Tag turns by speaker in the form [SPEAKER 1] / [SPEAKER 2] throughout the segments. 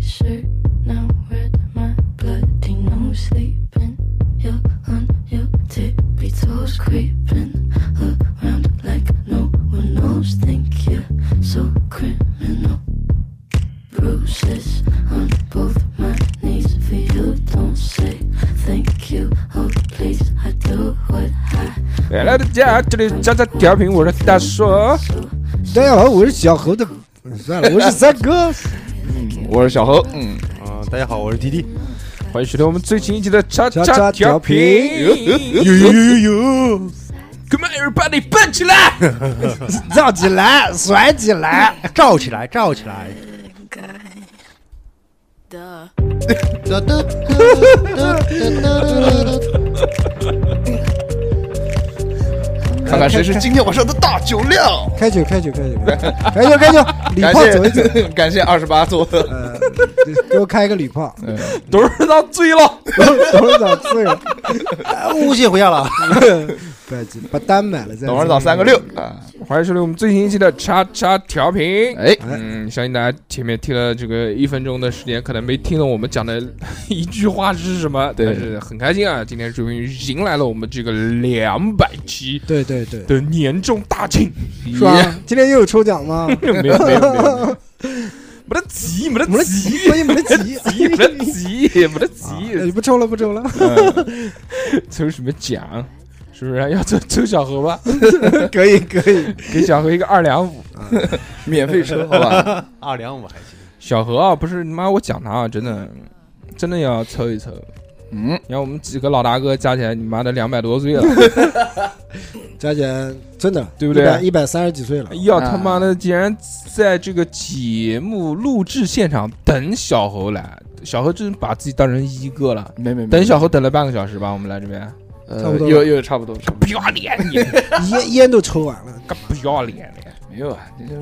[SPEAKER 1] shirt now with my bloody nose sleeping. You're on your tippy toes, creeping around like no one knows. Think you're so criminal. Bruises on both my knees for you. Don't say thank you. Oh, please, I do what I
[SPEAKER 2] 来了，大家，这里是渣渣调频，我是大硕，
[SPEAKER 1] do.
[SPEAKER 3] 大家好，我是小猴的，算了，我是三哥。
[SPEAKER 2] 我是小何，嗯，
[SPEAKER 4] 啊、大家好，我是迪迪。
[SPEAKER 2] 欢迎收听我们最新一期的渣
[SPEAKER 3] 渣
[SPEAKER 2] 渣
[SPEAKER 3] 渣
[SPEAKER 2] 调
[SPEAKER 3] 调
[SPEAKER 2] 频
[SPEAKER 3] 频
[SPEAKER 4] 呦呦呦！
[SPEAKER 2] ，Come on everybody，蹦起来！
[SPEAKER 3] 绕起来，甩起来，
[SPEAKER 4] 罩起来，罩起来！
[SPEAKER 1] Duh.
[SPEAKER 5] 看看谁是今天晚上的大酒 量。
[SPEAKER 3] 开酒，开酒，开酒， 开酒，开酒，礼
[SPEAKER 5] 感
[SPEAKER 3] 炮走一走，
[SPEAKER 5] 谢 感谢二十八 座，
[SPEAKER 3] 呃，给我开一个礼炮，
[SPEAKER 2] 董事长醉了，
[SPEAKER 3] 董事长醉了，
[SPEAKER 4] 诬陷回家了。
[SPEAKER 3] 不要紧，把单买了再。
[SPEAKER 5] 董事长三个六，啊！
[SPEAKER 2] 欢迎收听我们最新一期的渣渣调频。
[SPEAKER 5] 哎，
[SPEAKER 2] 嗯，相信大家前面听了这个一分钟的时间，可能没听懂我们讲的一句话是什么，
[SPEAKER 5] 对
[SPEAKER 2] 但是很开心啊，今天终于迎来了我们这个两百期
[SPEAKER 3] 对对对，
[SPEAKER 2] 的年终大庆，
[SPEAKER 3] 是吧？今天又有抽奖吗？
[SPEAKER 2] 没有没有没有，没得急，没
[SPEAKER 3] 没
[SPEAKER 2] 得
[SPEAKER 3] 得
[SPEAKER 2] 急
[SPEAKER 3] 急，，关键没得急，
[SPEAKER 2] 急没得急，没得
[SPEAKER 3] 哎
[SPEAKER 2] 急，
[SPEAKER 3] 不抽了，不抽了，
[SPEAKER 2] 抽什么奖？是不是要抽抽小何吧？
[SPEAKER 3] 可以可以，
[SPEAKER 2] 给小何一个二两五。
[SPEAKER 5] 免费车，好 吧？
[SPEAKER 4] 二两五还行，
[SPEAKER 2] 小何啊，不是你妈，我讲他啊，真的，真的要抽一抽。
[SPEAKER 5] 嗯，
[SPEAKER 2] 你看我们几个老大哥加起来，你妈的两百多岁了，
[SPEAKER 3] 加起来真的
[SPEAKER 2] 对不对
[SPEAKER 3] 一百三十几岁了，
[SPEAKER 2] 要哎他妈的竟然在这个节目录制现场等小何来，小何真把自己当成一哥了。
[SPEAKER 5] 没没没，
[SPEAKER 2] 等小何等了半个小时吧，我们来这边，
[SPEAKER 5] 呃
[SPEAKER 3] 差不多了
[SPEAKER 5] 又又差不多，差不
[SPEAKER 2] 不要脸你，
[SPEAKER 3] 烟烟都抽完了，
[SPEAKER 2] 个不要脸的。
[SPEAKER 5] 多没有啊，这就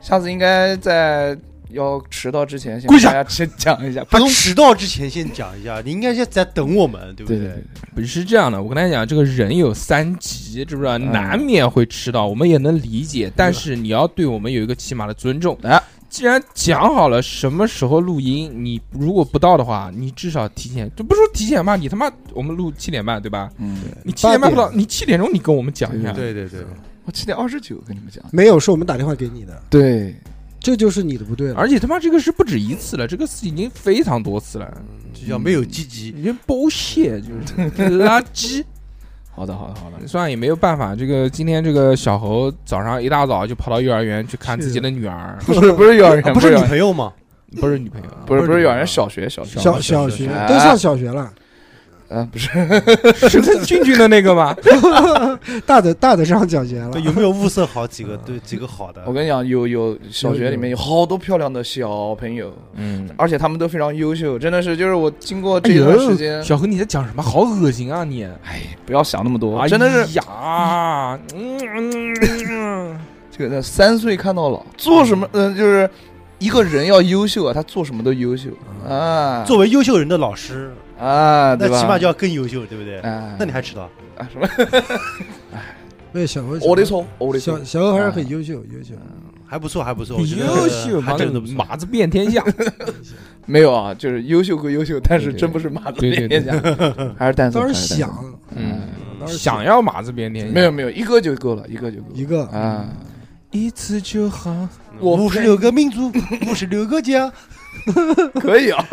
[SPEAKER 5] 下次应该在要迟到之前先
[SPEAKER 2] 跪
[SPEAKER 5] 跟
[SPEAKER 2] 下啊
[SPEAKER 5] 大家先讲一下，
[SPEAKER 4] 他迟到之前先讲一下，你应该先在等我们，对不
[SPEAKER 5] 对对
[SPEAKER 4] 对
[SPEAKER 5] 对，
[SPEAKER 2] 不是这样的，我跟大家讲，这个人有三急，知不知道？难免会迟到，我们也能理解，但是你要对我们有一个起码的尊重。
[SPEAKER 5] 哎，
[SPEAKER 2] 既然讲好了什么时候录音，你如果不到的话，你至少提前，就不说提前吧，你他妈我们录七点半对吧？
[SPEAKER 5] 嗯，
[SPEAKER 2] 你七点半不到，
[SPEAKER 3] 八
[SPEAKER 2] 你七点钟你跟我们讲一下。
[SPEAKER 4] 对对对，
[SPEAKER 5] 我七点二十九跟你们讲，
[SPEAKER 3] 没有，是我们打电话给你的，
[SPEAKER 5] 对，
[SPEAKER 3] 这就是你的不对了。
[SPEAKER 2] 而且他妈这个是不止一次了，这个事已经非常多次了，
[SPEAKER 4] 就叫没有积极，
[SPEAKER 2] 你这 bullshit 就是垃圾。
[SPEAKER 5] 好的好的好的，
[SPEAKER 2] 算也没有办法，这个今天这个小猴早上一大早就跑到幼儿园去看自己的女 儿，
[SPEAKER 5] 不是不是幼儿
[SPEAKER 4] 啊
[SPEAKER 5] 园，
[SPEAKER 4] 不是
[SPEAKER 5] 幼
[SPEAKER 4] 你
[SPEAKER 5] 儿园
[SPEAKER 4] 朋友吗？
[SPEAKER 2] 不是女朋友，
[SPEAKER 5] 不是不是幼
[SPEAKER 4] 不是你朋
[SPEAKER 5] 儿
[SPEAKER 4] 友
[SPEAKER 5] 园， 小学小学，
[SPEAKER 3] 小
[SPEAKER 4] 小
[SPEAKER 3] 小
[SPEAKER 4] 学
[SPEAKER 3] 学
[SPEAKER 5] 哎
[SPEAKER 3] 都上小学了，
[SPEAKER 5] 啊不是，
[SPEAKER 2] 是跟俊俊的那个吗？
[SPEAKER 3] 大的大的上小学了
[SPEAKER 4] 对，，有没有物色好几个？对，几个好的
[SPEAKER 5] 我。跟你讲，有有小学里面有好多漂亮的小朋友，
[SPEAKER 2] 嗯，
[SPEAKER 5] 而且他们都非常优秀，真的是，就是我经过 这一段时间，
[SPEAKER 2] 哎小猴你在讲什么？好恶心啊你！
[SPEAKER 5] 不要想那么多，
[SPEAKER 2] 哎
[SPEAKER 5] 真的是
[SPEAKER 2] 呀，嗯，
[SPEAKER 5] 这个呃三岁看到老，做什么，嗯、就是一个人要优秀啊，他做什么都优秀啊，
[SPEAKER 4] 作为优秀人的老师，
[SPEAKER 5] 啊，
[SPEAKER 4] 那
[SPEAKER 5] 对吧？
[SPEAKER 4] 起码就要更优秀，对不对？
[SPEAKER 5] 啊，
[SPEAKER 4] 那你还迟到？
[SPEAKER 5] 啊什么？
[SPEAKER 3] 对小何，
[SPEAKER 5] 我的错，我的错
[SPEAKER 3] 小，小何还是很优秀，优秀。
[SPEAKER 4] 还不错，还不错，我觉得
[SPEAKER 2] 优秀，
[SPEAKER 4] 还
[SPEAKER 2] 妈
[SPEAKER 4] 真
[SPEAKER 2] 的
[SPEAKER 4] 的不错。
[SPEAKER 2] 马子遍天下，
[SPEAKER 5] 没有啊，就是优秀归优秀，但是
[SPEAKER 2] 对对
[SPEAKER 5] 真不是马子
[SPEAKER 2] 对对
[SPEAKER 5] 脸颊，还是单身，
[SPEAKER 3] 当时
[SPEAKER 5] 还是单身，
[SPEAKER 3] 想，
[SPEAKER 2] 嗯，
[SPEAKER 3] 当时
[SPEAKER 2] 想要哎马子遍天下，
[SPEAKER 5] 没有没有，一个就够了，一个就够了
[SPEAKER 3] 一个
[SPEAKER 5] 啊，
[SPEAKER 2] 嗯一次就好。
[SPEAKER 5] 我
[SPEAKER 4] 五十六个民族， 五十六个家，
[SPEAKER 5] 可以啊，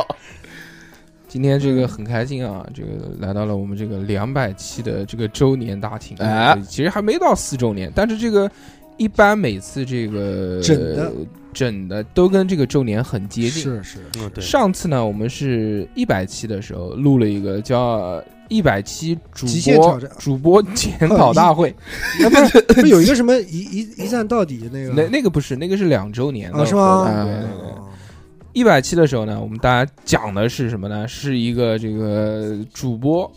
[SPEAKER 2] 今天这个很开心啊，这个来到了我们这个两百期的这个周年大庆，
[SPEAKER 5] 哎
[SPEAKER 2] 其实还没到四周年，但是这个一般每次这个
[SPEAKER 3] 整的
[SPEAKER 2] 整的都跟这个周年很接近。
[SPEAKER 3] 是是，
[SPEAKER 4] 嗯，对，
[SPEAKER 2] 上次呢，我们是一百期的时候录了一个叫一百期主
[SPEAKER 3] 极限
[SPEAKER 2] 播
[SPEAKER 3] 挑战
[SPEAKER 2] 主播检讨大 会，
[SPEAKER 3] 哎不是不是有一个什么一一一站到底的那
[SPEAKER 2] 那
[SPEAKER 3] 个哦
[SPEAKER 2] 那个不是，那个是两周年的
[SPEAKER 3] 哎啊是吗
[SPEAKER 2] 活动对对对。一百期的时候呢，我们大家讲的是什么呢？是一个这个主播，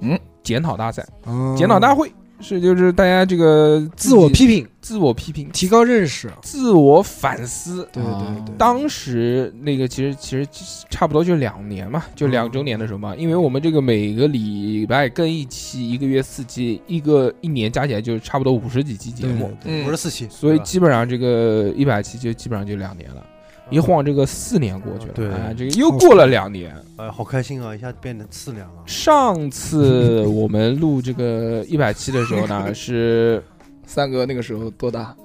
[SPEAKER 5] 嗯，
[SPEAKER 2] 检讨大赛。
[SPEAKER 3] 哦
[SPEAKER 2] 检讨大会是就是大家这个自
[SPEAKER 3] 自
[SPEAKER 2] 己
[SPEAKER 3] 我批评，
[SPEAKER 2] 自我批评、
[SPEAKER 3] 提高认识。
[SPEAKER 2] 自我反思。
[SPEAKER 3] 对对对，
[SPEAKER 2] 啊当时那个其实其实差不多就两年嘛，就两周年的时候
[SPEAKER 3] 嗯
[SPEAKER 2] 嘛，因为我们这个每个礼拜更一期，一个月四期，一个一年加起来就差不多五十几期节
[SPEAKER 3] 对
[SPEAKER 2] 目，
[SPEAKER 3] 对
[SPEAKER 5] 嗯
[SPEAKER 4] 五十四期，
[SPEAKER 2] 所以
[SPEAKER 4] 对吧
[SPEAKER 2] 基本上这个一百期就基本上就两年了。
[SPEAKER 3] 嗯
[SPEAKER 2] 一晃这个四年过去了，
[SPEAKER 4] 对
[SPEAKER 2] 哎这个又过了两年。
[SPEAKER 4] 哎，好开心啊，一下变得四两了。
[SPEAKER 2] 上次 我们录这个一百期的时候呢，是
[SPEAKER 5] 三哥那个时候多大？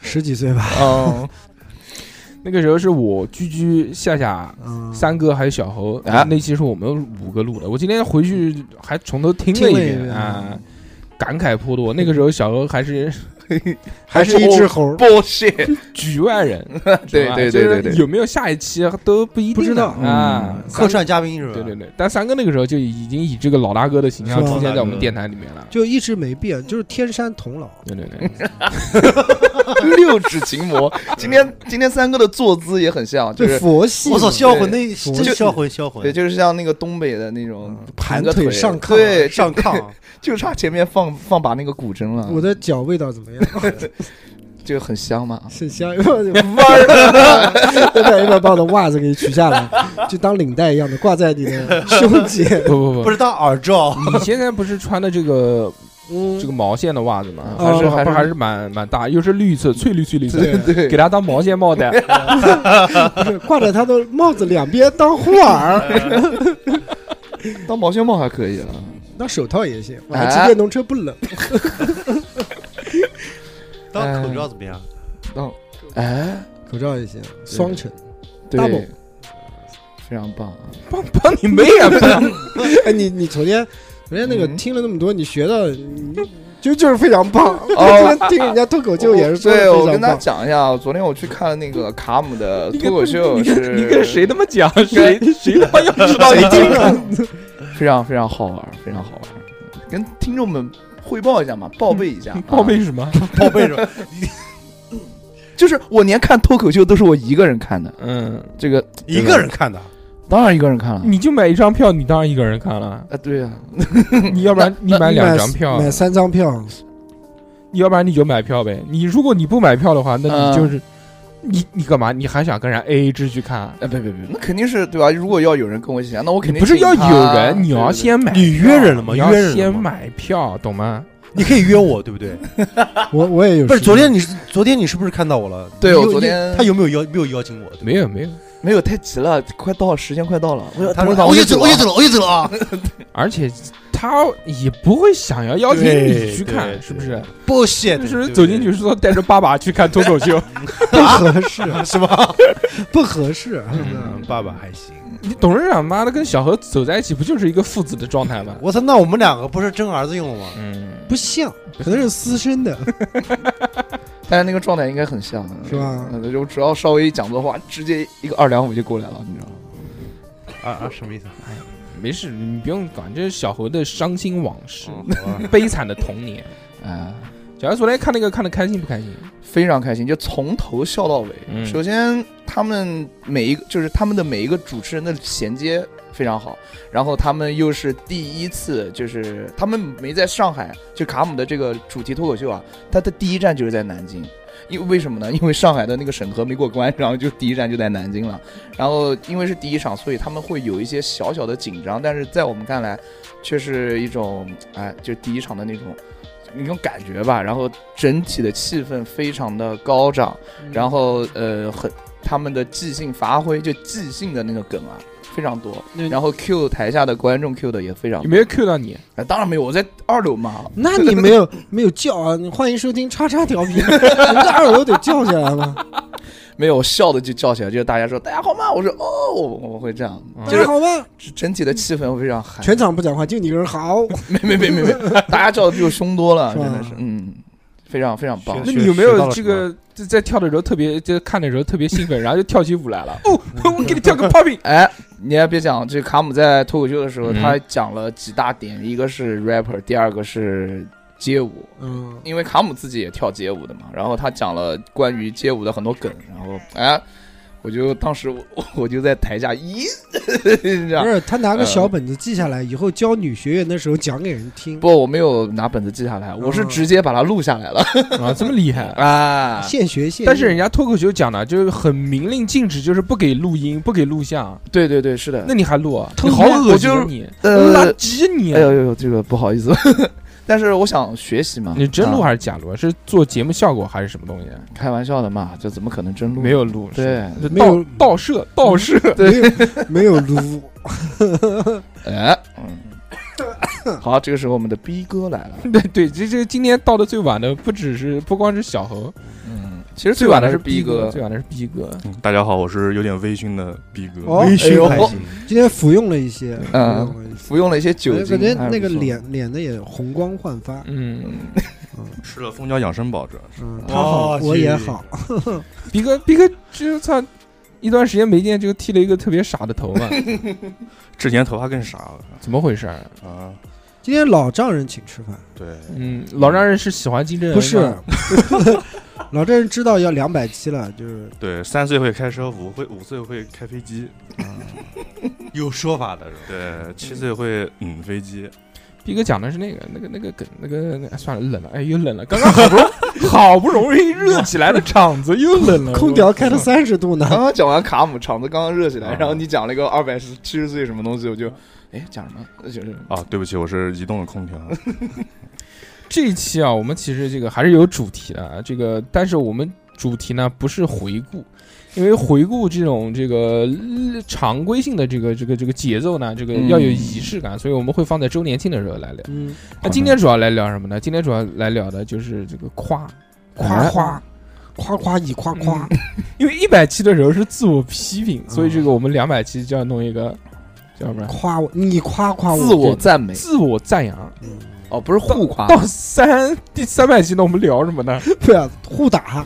[SPEAKER 3] 十几岁吧，
[SPEAKER 5] 哦，
[SPEAKER 2] 那个时候是我居居夏夏。
[SPEAKER 3] 嗯，
[SPEAKER 2] 三哥还有小猴，
[SPEAKER 5] 啊
[SPEAKER 2] 那期是我们五个录的。我今天回去还从头听了一
[SPEAKER 3] 听了一
[SPEAKER 2] 遍
[SPEAKER 3] 遍
[SPEAKER 2] 啊，感慨颇多。那个时候小猴还是
[SPEAKER 3] 还是一只
[SPEAKER 5] 哦
[SPEAKER 3] 猴，
[SPEAKER 5] bullshit，
[SPEAKER 2] 局外人，
[SPEAKER 5] 对
[SPEAKER 2] 是
[SPEAKER 5] 对
[SPEAKER 2] 吧
[SPEAKER 5] 对
[SPEAKER 2] 就是
[SPEAKER 5] 对对
[SPEAKER 2] 有没有下一期都不一定的
[SPEAKER 3] 不知道
[SPEAKER 2] 啊。
[SPEAKER 4] 客
[SPEAKER 2] 三
[SPEAKER 4] 串嘉宾是吧？
[SPEAKER 2] 对对对，但三哥那个时候就已经以这个老大哥的形象
[SPEAKER 3] 是吧
[SPEAKER 2] 出现在我们电台里面了。
[SPEAKER 3] 就一直没变，就是天山童姥。
[SPEAKER 2] 对对对，
[SPEAKER 5] 六指琴魔。今
[SPEAKER 3] 嗯
[SPEAKER 5] 天今天三哥的坐姿也很像，就
[SPEAKER 3] 这
[SPEAKER 5] 是
[SPEAKER 3] 佛系，
[SPEAKER 4] 我操，销魂那
[SPEAKER 3] 就
[SPEAKER 4] 真销魂销魂
[SPEAKER 5] 对，，就是像那个东北的那种
[SPEAKER 3] 嗯盘
[SPEAKER 5] 盘个
[SPEAKER 3] 腿上炕
[SPEAKER 5] 对，就
[SPEAKER 4] 上炕，
[SPEAKER 5] 就差前面放放把那个古筝
[SPEAKER 3] 我
[SPEAKER 5] 了，
[SPEAKER 3] 的脚味道怎么样？
[SPEAKER 5] 就很香嘛。
[SPEAKER 3] 是香， 弯儿，要不然要不要把我的袜子给取下来，就当领带一样的挂在你的胸 前。
[SPEAKER 2] 不不
[SPEAKER 4] 不
[SPEAKER 2] 不，
[SPEAKER 4] 是当耳罩。
[SPEAKER 2] 你现在不是穿的这个
[SPEAKER 3] 嗯
[SPEAKER 2] 这个毛线的袜子吗？
[SPEAKER 5] 嗯
[SPEAKER 2] 还是
[SPEAKER 5] 哦
[SPEAKER 2] 还是
[SPEAKER 5] 还是
[SPEAKER 2] 还是蛮蛮大，又是绿色，翠绿翠绿色，
[SPEAKER 3] 对，
[SPEAKER 5] 对
[SPEAKER 2] 给，它当毛线 帽戴。
[SPEAKER 3] 挂着他的帽子两边当护耳，
[SPEAKER 5] 当毛线帽还可以啊了。
[SPEAKER 3] 当手套也行。我
[SPEAKER 5] 哎
[SPEAKER 3] 还骑电动车不冷，
[SPEAKER 4] 当口罩怎么样？
[SPEAKER 5] 哎，
[SPEAKER 3] 口罩也行，双层。
[SPEAKER 5] 对
[SPEAKER 3] Double，
[SPEAKER 5] 非常棒啊。
[SPEAKER 2] 帮帮你妹 啊！帮
[SPEAKER 3] 哎，你你昨天昨天那个
[SPEAKER 5] 嗯
[SPEAKER 3] 听了那么多，你学到你就就是非常棒。
[SPEAKER 5] 哦
[SPEAKER 3] 我昨天听人家脱口秀也是说
[SPEAKER 5] 对，我
[SPEAKER 3] 的非
[SPEAKER 5] 跟
[SPEAKER 3] 常
[SPEAKER 5] 大家
[SPEAKER 3] 棒。
[SPEAKER 5] 讲一下，昨天我去看那个卡姆的
[SPEAKER 2] 你
[SPEAKER 5] 脱
[SPEAKER 2] 跟
[SPEAKER 5] 口秀
[SPEAKER 2] 你
[SPEAKER 5] 是，
[SPEAKER 2] 跟你跟谁他妈讲？谁谁他妈要知道 你
[SPEAKER 3] 谁
[SPEAKER 2] 这
[SPEAKER 3] 听
[SPEAKER 2] 个？
[SPEAKER 3] 了？
[SPEAKER 5] 非常非常好玩，非常好玩，跟听众们汇报一下嘛，报备一下，
[SPEAKER 2] 报备
[SPEAKER 5] 啊
[SPEAKER 2] 是什么？
[SPEAKER 4] 报备着，
[SPEAKER 5] 就是我连看脱口秀都是我一个人看的，
[SPEAKER 2] 嗯，
[SPEAKER 5] 这个
[SPEAKER 4] 一个人看的，
[SPEAKER 5] 当然一个人看了。
[SPEAKER 2] 你就买一张票，你当然一个人看 了。
[SPEAKER 5] 啊，对呀、
[SPEAKER 2] 你要不然你买两张票，
[SPEAKER 3] 买三张票，
[SPEAKER 2] 你要不然你就买票呗。你如果你不买票的话，那
[SPEAKER 5] 嗯
[SPEAKER 2] 你就是、你你干嘛？你还想跟人家 A A 制去看？
[SPEAKER 5] 啊，别别别，那肯定是对吧？如果要有人跟我一起看，那我肯定
[SPEAKER 2] 不是要
[SPEAKER 5] 请他
[SPEAKER 2] 有人，你要
[SPEAKER 5] 对对对
[SPEAKER 2] 先买票，
[SPEAKER 4] 你约人了吗
[SPEAKER 2] 你要
[SPEAKER 4] 约人了
[SPEAKER 2] 先
[SPEAKER 4] 吗
[SPEAKER 2] 买票，懂吗？
[SPEAKER 4] 你可以约我，对不 对？
[SPEAKER 3] 我我也有时间。
[SPEAKER 4] 不是昨天你是昨天你是不是看到我了？
[SPEAKER 5] 对
[SPEAKER 4] 你有
[SPEAKER 5] 我昨
[SPEAKER 4] 你
[SPEAKER 5] 天
[SPEAKER 4] 他有没有邀没有邀请我？对
[SPEAKER 2] 没有没有，
[SPEAKER 5] 没有太急了，快到时间快到了，我要
[SPEAKER 4] 他
[SPEAKER 5] 董
[SPEAKER 4] 说
[SPEAKER 5] 事长
[SPEAKER 4] 我
[SPEAKER 5] 就
[SPEAKER 4] 就走，
[SPEAKER 5] 了
[SPEAKER 4] 我就走了，我就走了 啊！
[SPEAKER 2] 而且他也不会想要邀请你
[SPEAKER 4] 对
[SPEAKER 2] 去
[SPEAKER 4] 对
[SPEAKER 2] 看，
[SPEAKER 4] 对
[SPEAKER 2] 是不是？
[SPEAKER 4] 不写
[SPEAKER 2] 是不是走进去是说带着爸爸去看脱口秀？
[SPEAKER 3] 不合适，
[SPEAKER 4] 是 吧？
[SPEAKER 3] 不合适。
[SPEAKER 4] 嗯爸爸还行。
[SPEAKER 2] 你董事长妈的跟小何走在一起，不就是一个父子的状态吗？
[SPEAKER 4] 我操，那我们两个不是真儿子用了吗？
[SPEAKER 2] 嗯，
[SPEAKER 3] 不像，可能是私 生的，
[SPEAKER 5] 但是那个状态应该很像，
[SPEAKER 3] 是吧
[SPEAKER 5] 嗯就只要稍微讲错话，直接一个二两五就过来了，你知道吗？
[SPEAKER 4] 啊啊，什么意 思？
[SPEAKER 2] 没事，你不用管，这是小何的伤心往事，
[SPEAKER 4] 嗯好吧
[SPEAKER 2] 悲惨的童年。
[SPEAKER 5] 哎，
[SPEAKER 2] 小何昨天看那个看的开心不开心？
[SPEAKER 5] 非常开心，就从头笑到尾。
[SPEAKER 2] 嗯
[SPEAKER 5] 首先，他们每一个就是他们的每一个主持人的衔接非常好，然后他们又是第一次，就是他们没在上海，就卡姆的这个主题脱口秀啊，他的第一站就是在南京。因为为什么呢？因为上海的那个审核没过关， 然后就第一站就在南京了。然后因为是第一场，所以他们会有一些小小的紧张，但是在我们看来，却是一种哎，就第一场的那种那种感觉吧。然后整体的气氛非常的高涨，然后呃很他们的即兴发挥，就即兴的那个梗啊非常多
[SPEAKER 3] 那，
[SPEAKER 5] 然后 Q 台下的观众 Q 的也非常
[SPEAKER 2] 有，没有 Q 到你？
[SPEAKER 5] 哎当然没有，我在二楼嘛，
[SPEAKER 3] 那你没有没有叫啊？你欢迎收听叉 叉调皮，你们在二楼得叫起来吗？
[SPEAKER 5] 没有笑的就叫起来，就是大家说大家好吗？我说哦，我会这样，
[SPEAKER 2] 嗯
[SPEAKER 5] 就
[SPEAKER 3] 大家
[SPEAKER 5] 是
[SPEAKER 3] 好吗？
[SPEAKER 5] 整体的气氛非常嗨，
[SPEAKER 3] 全场不讲话，就你一个人好。
[SPEAKER 5] 没没没没没，大家叫的比我凶多了，
[SPEAKER 3] 是吧
[SPEAKER 5] 真的是，嗯，非常非常棒
[SPEAKER 4] 学
[SPEAKER 2] 那
[SPEAKER 4] 学。
[SPEAKER 2] 你有没
[SPEAKER 4] 学到
[SPEAKER 2] 有
[SPEAKER 4] 了
[SPEAKER 2] 这
[SPEAKER 4] 什
[SPEAKER 2] 个在在跳的时候特别，就看的时候特别兴奋，然后就跳起舞来了？哦，我给你跳个 popping。
[SPEAKER 5] 哎，你还别讲，这卡姆在脱口秀的时候，
[SPEAKER 2] 嗯
[SPEAKER 5] 他讲了几大点，一个是 rapper，第二个是街舞，
[SPEAKER 3] 嗯，
[SPEAKER 5] 因为卡姆自己也跳街舞的嘛，然后他讲了关于街舞的很多梗，然后哎，我就当时我 我就在台下咦， 这
[SPEAKER 3] 不
[SPEAKER 5] 样
[SPEAKER 3] 是，他拿个小本子记下来，以后教女学员的时候讲给人听，
[SPEAKER 5] 不，我没有拿本子记下
[SPEAKER 2] 嗯
[SPEAKER 5] 来，我是直接把它录下来了
[SPEAKER 2] 啊，这么厉害！
[SPEAKER 5] 啊。
[SPEAKER 3] 现学现用。
[SPEAKER 2] 但 是人家脱口秀讲的就是很明令禁止，就是不给录音，不给录像。
[SPEAKER 5] 对对对，是的
[SPEAKER 2] 那。你还录啊？
[SPEAKER 5] 偷
[SPEAKER 2] 你好
[SPEAKER 5] 拍
[SPEAKER 2] 恶
[SPEAKER 5] 我
[SPEAKER 2] 心啊
[SPEAKER 5] 就
[SPEAKER 2] 你，
[SPEAKER 5] 呃
[SPEAKER 2] 垃圾你
[SPEAKER 5] 哎！呦呦呦，这个不好意思。 但是我想学习嘛。
[SPEAKER 2] 你真录
[SPEAKER 5] 啊
[SPEAKER 2] 还是假录啊？是做节目效果还是什么东西啊？
[SPEAKER 5] 开玩笑的嘛？这怎么可能真录？
[SPEAKER 2] 没，有录，
[SPEAKER 5] 对，
[SPEAKER 2] 是
[SPEAKER 3] 没有
[SPEAKER 2] 盗盗摄盗摄。
[SPEAKER 3] 没有没 有撸，
[SPEAKER 5] 哎，嗯，好，这个时候我们的逼哥来了。
[SPEAKER 2] 对对，这这今天到的最晚的不只是不光是小猴，
[SPEAKER 5] 嗯，其实
[SPEAKER 2] 最
[SPEAKER 5] 最晚的
[SPEAKER 2] 是
[SPEAKER 5] 是逼哥
[SPEAKER 2] 最，晚的是逼哥。
[SPEAKER 6] 嗯大家好，我是有点微醺的逼哥。
[SPEAKER 3] 哦
[SPEAKER 4] 微醺
[SPEAKER 5] 哎
[SPEAKER 4] 还
[SPEAKER 5] 呦
[SPEAKER 4] 行，
[SPEAKER 3] 今天服用了一些，
[SPEAKER 5] 嗯
[SPEAKER 3] 服用了一些
[SPEAKER 5] 服用了一些酒精，
[SPEAKER 3] 感觉
[SPEAKER 5] 还是
[SPEAKER 3] 哎那个
[SPEAKER 5] 哎不错，
[SPEAKER 3] 脸脸的也红光焕发，
[SPEAKER 2] 嗯，
[SPEAKER 6] 吃了蜂胶养生宝，主要是
[SPEAKER 3] 嗯，他好
[SPEAKER 4] 哦
[SPEAKER 3] 我也
[SPEAKER 4] 去
[SPEAKER 3] 好，
[SPEAKER 2] 逼哥逼哥，这操，一段时间没见就剃了一个特别傻的头发，
[SPEAKER 6] 之前头发更傻了
[SPEAKER 2] 怎么回事儿？
[SPEAKER 6] 啊！
[SPEAKER 3] 今天老丈人请吃饭，
[SPEAKER 6] 对，
[SPEAKER 2] 嗯，老丈人是喜欢金正恩
[SPEAKER 3] 不是
[SPEAKER 2] 吗，
[SPEAKER 3] 老丈人知道要两百七了，就是
[SPEAKER 6] 对，三岁会开车，五会五岁会开飞机，
[SPEAKER 4] 有说法的人。
[SPEAKER 6] 对，七岁会嗯飞机，
[SPEAKER 2] 逼哥讲的是那个那个那个梗，那个那算了，冷了，哎，又冷了。刚刚好不容好不容易热起来的场子又 冷了，
[SPEAKER 3] 空调开了三十度呢，
[SPEAKER 5] 刚刚讲完卡姆，场子刚刚热起来，
[SPEAKER 6] 啊
[SPEAKER 5] 然后你讲了一个二百七十岁什么东西，我就，哎，讲什么？就是
[SPEAKER 6] 啊，对不起，我是移动的空调。
[SPEAKER 2] 这一期啊，我们其实这个还是有主题的，啊，这个但是我们主题呢不是回顾，因为回顾这种这个呃常规性的这个这个这个节奏呢，这个
[SPEAKER 5] 嗯
[SPEAKER 2] 要有仪式感，所以我们会放在周年庆的时候来聊。
[SPEAKER 3] 嗯，
[SPEAKER 2] 那今天主要来聊什么呢？今天主要来聊的就是这个夸夸
[SPEAKER 3] 哎
[SPEAKER 2] 夸。
[SPEAKER 3] 夸夸以夸夸，
[SPEAKER 2] 因为一百期的时候是自我批评，
[SPEAKER 3] 嗯
[SPEAKER 2] 所以这个我们两百期就要弄一个叫什么
[SPEAKER 3] 夸我，你夸夸
[SPEAKER 5] 自啊 我赞美
[SPEAKER 2] 嗯自我赞扬。
[SPEAKER 5] 哦，不是互夸，
[SPEAKER 2] 到三第三百期呢，我们聊什么呢？
[SPEAKER 3] 对啊，互打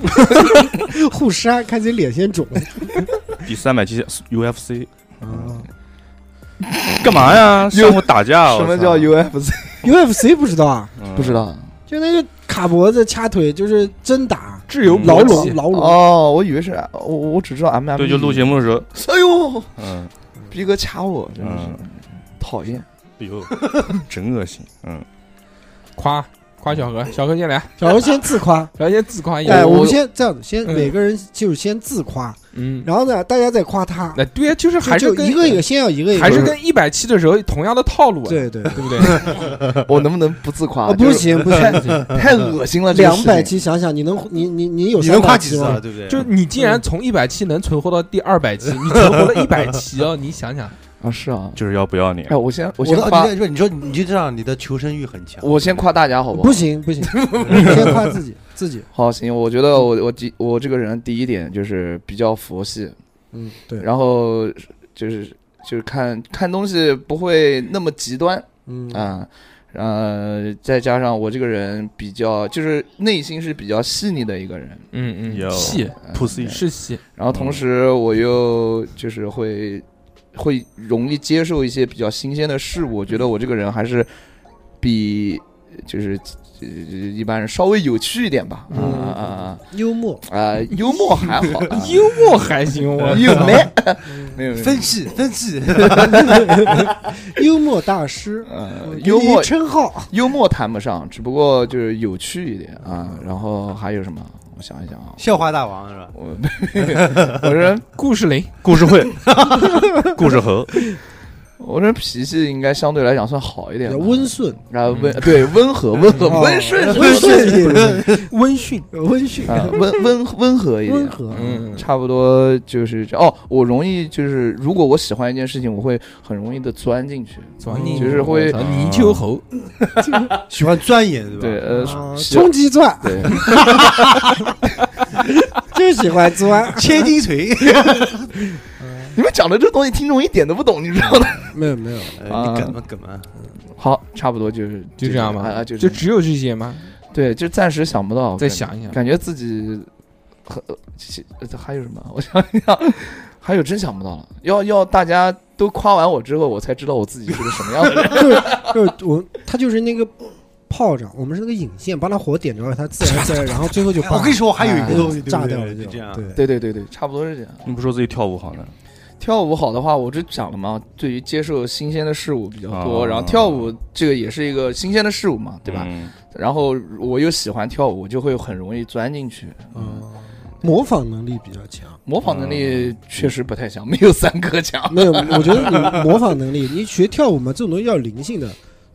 [SPEAKER 3] 互扇，看谁脸先肿
[SPEAKER 6] 第三百期 UFC
[SPEAKER 3] 啊
[SPEAKER 6] 干嘛 呀？相互打架？
[SPEAKER 5] 什么
[SPEAKER 6] 我操
[SPEAKER 5] 叫 UFC？
[SPEAKER 3] ！UFC 不知道啊，
[SPEAKER 6] 嗯
[SPEAKER 5] 啊不知道
[SPEAKER 3] 就那个卡脖子掐腿，就是真打
[SPEAKER 2] 自由
[SPEAKER 6] 嗯
[SPEAKER 3] 牢
[SPEAKER 2] 搏击
[SPEAKER 3] 笼牢笼，
[SPEAKER 5] 哦，我以为是我我只知道 M M。
[SPEAKER 6] 对，就录节目的时候，
[SPEAKER 5] 哎呦，
[SPEAKER 6] 嗯，
[SPEAKER 5] 逼哥掐我，真的是
[SPEAKER 6] 嗯
[SPEAKER 5] 讨厌。
[SPEAKER 6] 哎呦，真恶心，嗯，
[SPEAKER 2] 夸夸小何，小何先来，
[SPEAKER 3] 小猴先自夸。
[SPEAKER 2] 小何先自夸一
[SPEAKER 3] 哎，
[SPEAKER 2] 下。
[SPEAKER 3] 我
[SPEAKER 5] 我
[SPEAKER 3] 们先这样子，先
[SPEAKER 2] 嗯
[SPEAKER 3] 每个人就是先自夸，
[SPEAKER 2] 嗯，
[SPEAKER 3] 然后呢，大家再夸他，
[SPEAKER 2] 那对啊，就是还是
[SPEAKER 3] 就
[SPEAKER 2] 跟
[SPEAKER 3] 一个一个，先要一个一个，
[SPEAKER 2] 还是跟一百期的时候同样的套路啊，
[SPEAKER 3] 对对
[SPEAKER 2] 对不对？
[SPEAKER 5] 我能不能不自夸？
[SPEAKER 3] 啊，不
[SPEAKER 5] 就是，
[SPEAKER 3] 行不行，
[SPEAKER 5] 太 恶心了。这个
[SPEAKER 3] 两
[SPEAKER 5] 事情
[SPEAKER 3] 百，期想想，你能你你你有
[SPEAKER 4] 你能
[SPEAKER 3] 三
[SPEAKER 4] 夸
[SPEAKER 3] 百
[SPEAKER 4] 几
[SPEAKER 3] 期
[SPEAKER 4] 次啊？
[SPEAKER 3] 吗？
[SPEAKER 4] 对不对？
[SPEAKER 2] 就是你竟然从一百期能存活到第二百期，
[SPEAKER 3] 嗯
[SPEAKER 2] 你存活了一百期哦， 你想想，
[SPEAKER 5] 啊，是啊。
[SPEAKER 6] 就是要不要脸
[SPEAKER 5] 哎，。我先我
[SPEAKER 4] 我
[SPEAKER 5] 先
[SPEAKER 4] 说
[SPEAKER 5] 夸
[SPEAKER 4] 你，说你说你就这样，你的求生欲很强。
[SPEAKER 5] 我先夸大家好不好
[SPEAKER 3] 不？行不行， 先夸自己自己，
[SPEAKER 5] 好，行，我觉得我我第我这个人第一点就是比较佛系，
[SPEAKER 3] 嗯对，
[SPEAKER 5] 然后就是就是看看东西不会那么极端
[SPEAKER 3] 嗯
[SPEAKER 5] 啊，呃，再加上我这个人比较就是内心是比较细腻的一个人，
[SPEAKER 2] 嗯
[SPEAKER 6] 有
[SPEAKER 2] 嗯，戏
[SPEAKER 5] 嗯
[SPEAKER 6] Pussy
[SPEAKER 2] 是戏，
[SPEAKER 5] 然后同时我又就是会会容易接受一些比较新鲜的事物，我觉得我这个人还是比就是。呃一般人稍微有趣一点吧，啊
[SPEAKER 3] 嗯
[SPEAKER 5] 啊啊啊
[SPEAKER 3] 幽默，
[SPEAKER 5] 啊！幽默还好， 啊
[SPEAKER 2] 幽默还行，我
[SPEAKER 5] 幽默
[SPEAKER 3] 嗯
[SPEAKER 5] 没有没有
[SPEAKER 4] 分析分析，
[SPEAKER 3] 幽默大师，
[SPEAKER 5] 呃
[SPEAKER 3] 我，给
[SPEAKER 5] 幽
[SPEAKER 3] 你
[SPEAKER 5] 默
[SPEAKER 3] 一称号，
[SPEAKER 5] 幽默谈不上，只不过就是有趣一点啊。然后还有什么？我想一想啊，
[SPEAKER 4] 笑话大王是吧？
[SPEAKER 5] 我我这人
[SPEAKER 2] 故事零，
[SPEAKER 6] 故事会， 故事猴，
[SPEAKER 5] 我这人脾气应该相对来讲算好一点吧，
[SPEAKER 3] 温顺，
[SPEAKER 5] 啊温对温和温和
[SPEAKER 3] 哦
[SPEAKER 5] 温顺
[SPEAKER 3] 温顺，
[SPEAKER 2] 温驯，
[SPEAKER 3] 温驯，
[SPEAKER 5] 啊温温温和一
[SPEAKER 3] 温
[SPEAKER 5] 点。
[SPEAKER 3] 和，
[SPEAKER 2] 嗯，
[SPEAKER 5] 差不多就是这哦，我容易就是，如果我喜欢一件事情，我会很容易的钻进去。
[SPEAKER 2] 钻进
[SPEAKER 5] 就是会
[SPEAKER 2] 泥鳅猴，
[SPEAKER 4] 喜欢钻研
[SPEAKER 5] 对，
[SPEAKER 4] 对吧？
[SPEAKER 5] 呃，
[SPEAKER 3] 啊
[SPEAKER 5] 喜
[SPEAKER 3] 冲击钻
[SPEAKER 5] 对，
[SPEAKER 3] 就喜欢 钻，
[SPEAKER 4] 千金锤，
[SPEAKER 5] 你们讲的这东西，听众一点都不懂，你知道吗？
[SPEAKER 3] 没有没有，
[SPEAKER 4] 呃
[SPEAKER 5] 啊
[SPEAKER 4] 你梗嘛梗嘛，
[SPEAKER 5] 好，差不多就是
[SPEAKER 2] 就这样吧
[SPEAKER 5] 啊啊，
[SPEAKER 2] 就
[SPEAKER 5] 就这样
[SPEAKER 2] 只有这些吗？
[SPEAKER 5] 对，就暂时想不到，
[SPEAKER 2] 再
[SPEAKER 5] 感觉
[SPEAKER 2] 想一想，
[SPEAKER 5] 感觉自己很呃其呃这还有什么？ 我想一想，还有真想不到了。要要大家都夸完我之后，我才知道我自己是个什么样的人。
[SPEAKER 3] 就是就是我，他就是那个炮仗，我们是那个引线，把它火点着了，它自然自然，然后最后就
[SPEAKER 4] 哎我跟你说，我还有一
[SPEAKER 5] 哎
[SPEAKER 4] 个东西对不
[SPEAKER 3] 炸
[SPEAKER 4] 对
[SPEAKER 3] 掉了，
[SPEAKER 4] 就这样。啊
[SPEAKER 3] 对，
[SPEAKER 5] 对对对对，差不多是这样。
[SPEAKER 2] 嗯
[SPEAKER 6] 你不说自己跳舞好呢？
[SPEAKER 5] 跳舞好的话，我就讲了嘛，对于接受新鲜的事物比较多，
[SPEAKER 6] 哦
[SPEAKER 5] 然后跳舞这个也是一个新鲜的事物嘛，对吧？
[SPEAKER 6] 嗯？
[SPEAKER 5] 然后我又喜欢跳舞，我就会很容易钻进去。
[SPEAKER 3] 嗯，模仿能力比较强。
[SPEAKER 5] 模仿能
[SPEAKER 2] 哦
[SPEAKER 5] 力确实不太强，没有三哥强。
[SPEAKER 3] 没有，我觉得你模仿能力，你学跳舞嘛，这种东西要有灵性的。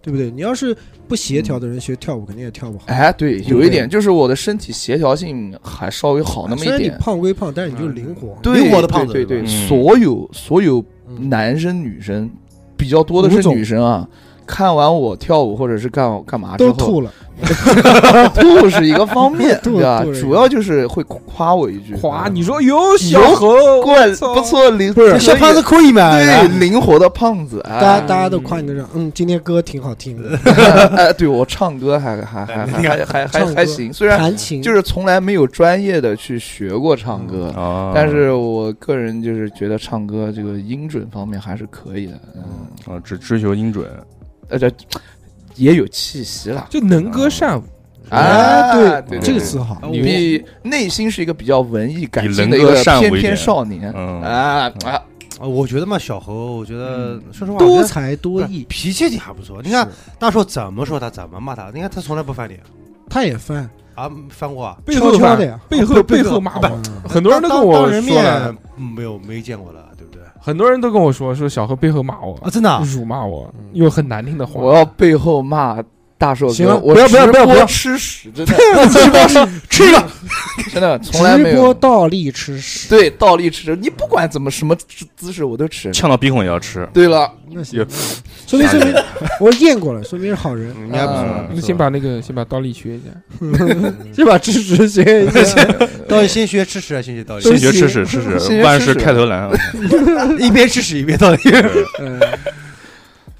[SPEAKER 3] 对不对？你要是不协调的人学跳舞，肯定也跳不好。
[SPEAKER 5] 哎，对，
[SPEAKER 3] 不
[SPEAKER 5] 有一
[SPEAKER 3] 对
[SPEAKER 5] 点就是我的身体协调性还稍微好那么
[SPEAKER 3] 虽
[SPEAKER 5] 一
[SPEAKER 3] 然你
[SPEAKER 5] 点，
[SPEAKER 3] 胖归胖，但是你就是灵活。
[SPEAKER 5] 对
[SPEAKER 4] 灵活的胖子
[SPEAKER 5] 对对
[SPEAKER 4] 是
[SPEAKER 5] 对，
[SPEAKER 6] 吧嗯
[SPEAKER 5] 所有所有
[SPEAKER 3] 嗯
[SPEAKER 5] 男生女生比较多的
[SPEAKER 3] 五
[SPEAKER 5] 是
[SPEAKER 3] 种
[SPEAKER 5] 女生啊，看完我跳舞或者是干干嘛之
[SPEAKER 3] 都
[SPEAKER 5] 后，
[SPEAKER 3] 吐了，，
[SPEAKER 5] 吐是一个方面
[SPEAKER 3] 吐
[SPEAKER 5] 对吧
[SPEAKER 3] 吐了？
[SPEAKER 5] 主要就是会夸我一句，
[SPEAKER 2] 夸
[SPEAKER 5] 嗯
[SPEAKER 2] 你说哟小何，
[SPEAKER 5] 怪
[SPEAKER 2] 我操
[SPEAKER 5] 不，错，灵
[SPEAKER 4] 不是
[SPEAKER 5] 这
[SPEAKER 4] 小胖子啊可以嘛？
[SPEAKER 2] 啊
[SPEAKER 5] 对灵活的胖子，
[SPEAKER 3] 大家
[SPEAKER 5] 哎
[SPEAKER 3] 大家都夸你的让，嗯，今天歌挺好听的，
[SPEAKER 5] 哎，对我唱歌还还还还还还
[SPEAKER 3] 唱歌
[SPEAKER 5] 还还行，虽然
[SPEAKER 3] 弹琴
[SPEAKER 5] 就是从来没有专业的去学过唱歌。
[SPEAKER 6] 啊，
[SPEAKER 5] 嗯但是我个人就是觉得唱歌这个音准方面还是可以的，嗯，
[SPEAKER 6] 啊，只追求音准，
[SPEAKER 5] 呃，这也有气息了，
[SPEAKER 2] 就能歌善舞，
[SPEAKER 3] 哎，
[SPEAKER 5] 啊对
[SPEAKER 3] 对，
[SPEAKER 5] 对
[SPEAKER 3] 这
[SPEAKER 5] 对
[SPEAKER 3] 个词好，
[SPEAKER 4] 我
[SPEAKER 5] 比内心是一个比较文艺感
[SPEAKER 6] 比
[SPEAKER 5] 性
[SPEAKER 6] 人
[SPEAKER 5] 的一
[SPEAKER 6] 歌
[SPEAKER 5] 个
[SPEAKER 6] 善舞
[SPEAKER 5] 翩
[SPEAKER 6] 一
[SPEAKER 5] 翩
[SPEAKER 6] 点
[SPEAKER 5] 少年，
[SPEAKER 6] 嗯
[SPEAKER 5] 啊啊，
[SPEAKER 4] 我觉得嘛，小何，我觉得说实话，我
[SPEAKER 3] 多
[SPEAKER 4] 觉得
[SPEAKER 3] 才多艺，
[SPEAKER 4] 脾气挺还不错。你看大硕怎么说他，怎么骂他，你看他从来不翻脸
[SPEAKER 3] 他也翻，
[SPEAKER 4] 啊，翻过啊？
[SPEAKER 2] 背后
[SPEAKER 3] 悄悄
[SPEAKER 2] 骂
[SPEAKER 3] 的呀
[SPEAKER 2] 背
[SPEAKER 4] 哦
[SPEAKER 2] 后
[SPEAKER 4] 背
[SPEAKER 2] 背
[SPEAKER 4] 后
[SPEAKER 2] 后骂我，
[SPEAKER 3] 嗯
[SPEAKER 2] 很多人都
[SPEAKER 4] 当
[SPEAKER 2] 跟
[SPEAKER 4] 当
[SPEAKER 2] 我
[SPEAKER 4] 当人
[SPEAKER 2] 说了
[SPEAKER 4] 面，没有没见过了，对不对？啊，
[SPEAKER 2] 很多人都跟我说说小何背后骂我，
[SPEAKER 4] 真的啊
[SPEAKER 2] 辱骂我，用很难听的话。
[SPEAKER 5] 我要背后骂大硕
[SPEAKER 3] 行
[SPEAKER 5] 哥
[SPEAKER 3] 了，
[SPEAKER 5] 我
[SPEAKER 3] 不要不要
[SPEAKER 5] 直
[SPEAKER 3] 不要不
[SPEAKER 5] 播
[SPEAKER 3] 要
[SPEAKER 5] 吃屎， 真的
[SPEAKER 4] 吃吧吃一个，
[SPEAKER 5] 真的从来没
[SPEAKER 3] 直播
[SPEAKER 5] 有
[SPEAKER 3] 倒立吃屎，
[SPEAKER 5] 对倒立吃，你不管怎么什么姿姿势我都吃。
[SPEAKER 6] 呛到鼻孔也要吃。
[SPEAKER 5] 对了，
[SPEAKER 3] 那行
[SPEAKER 6] 也，
[SPEAKER 3] 说明说明我验过了，说明是好人，
[SPEAKER 4] 应嗯该不
[SPEAKER 5] 啊
[SPEAKER 4] 是。
[SPEAKER 2] 那先把那个先把倒立学一下，
[SPEAKER 3] 先把知识学一下，
[SPEAKER 4] 到底先学吃屎还是先学道
[SPEAKER 3] 对
[SPEAKER 4] 理？
[SPEAKER 6] 先学吃屎，吃
[SPEAKER 5] 先学
[SPEAKER 6] 屎，
[SPEAKER 5] 吃
[SPEAKER 6] 万事
[SPEAKER 5] 屎
[SPEAKER 6] 开 头难。
[SPEAKER 4] 一边吃屎一边道理。
[SPEAKER 3] 嗯，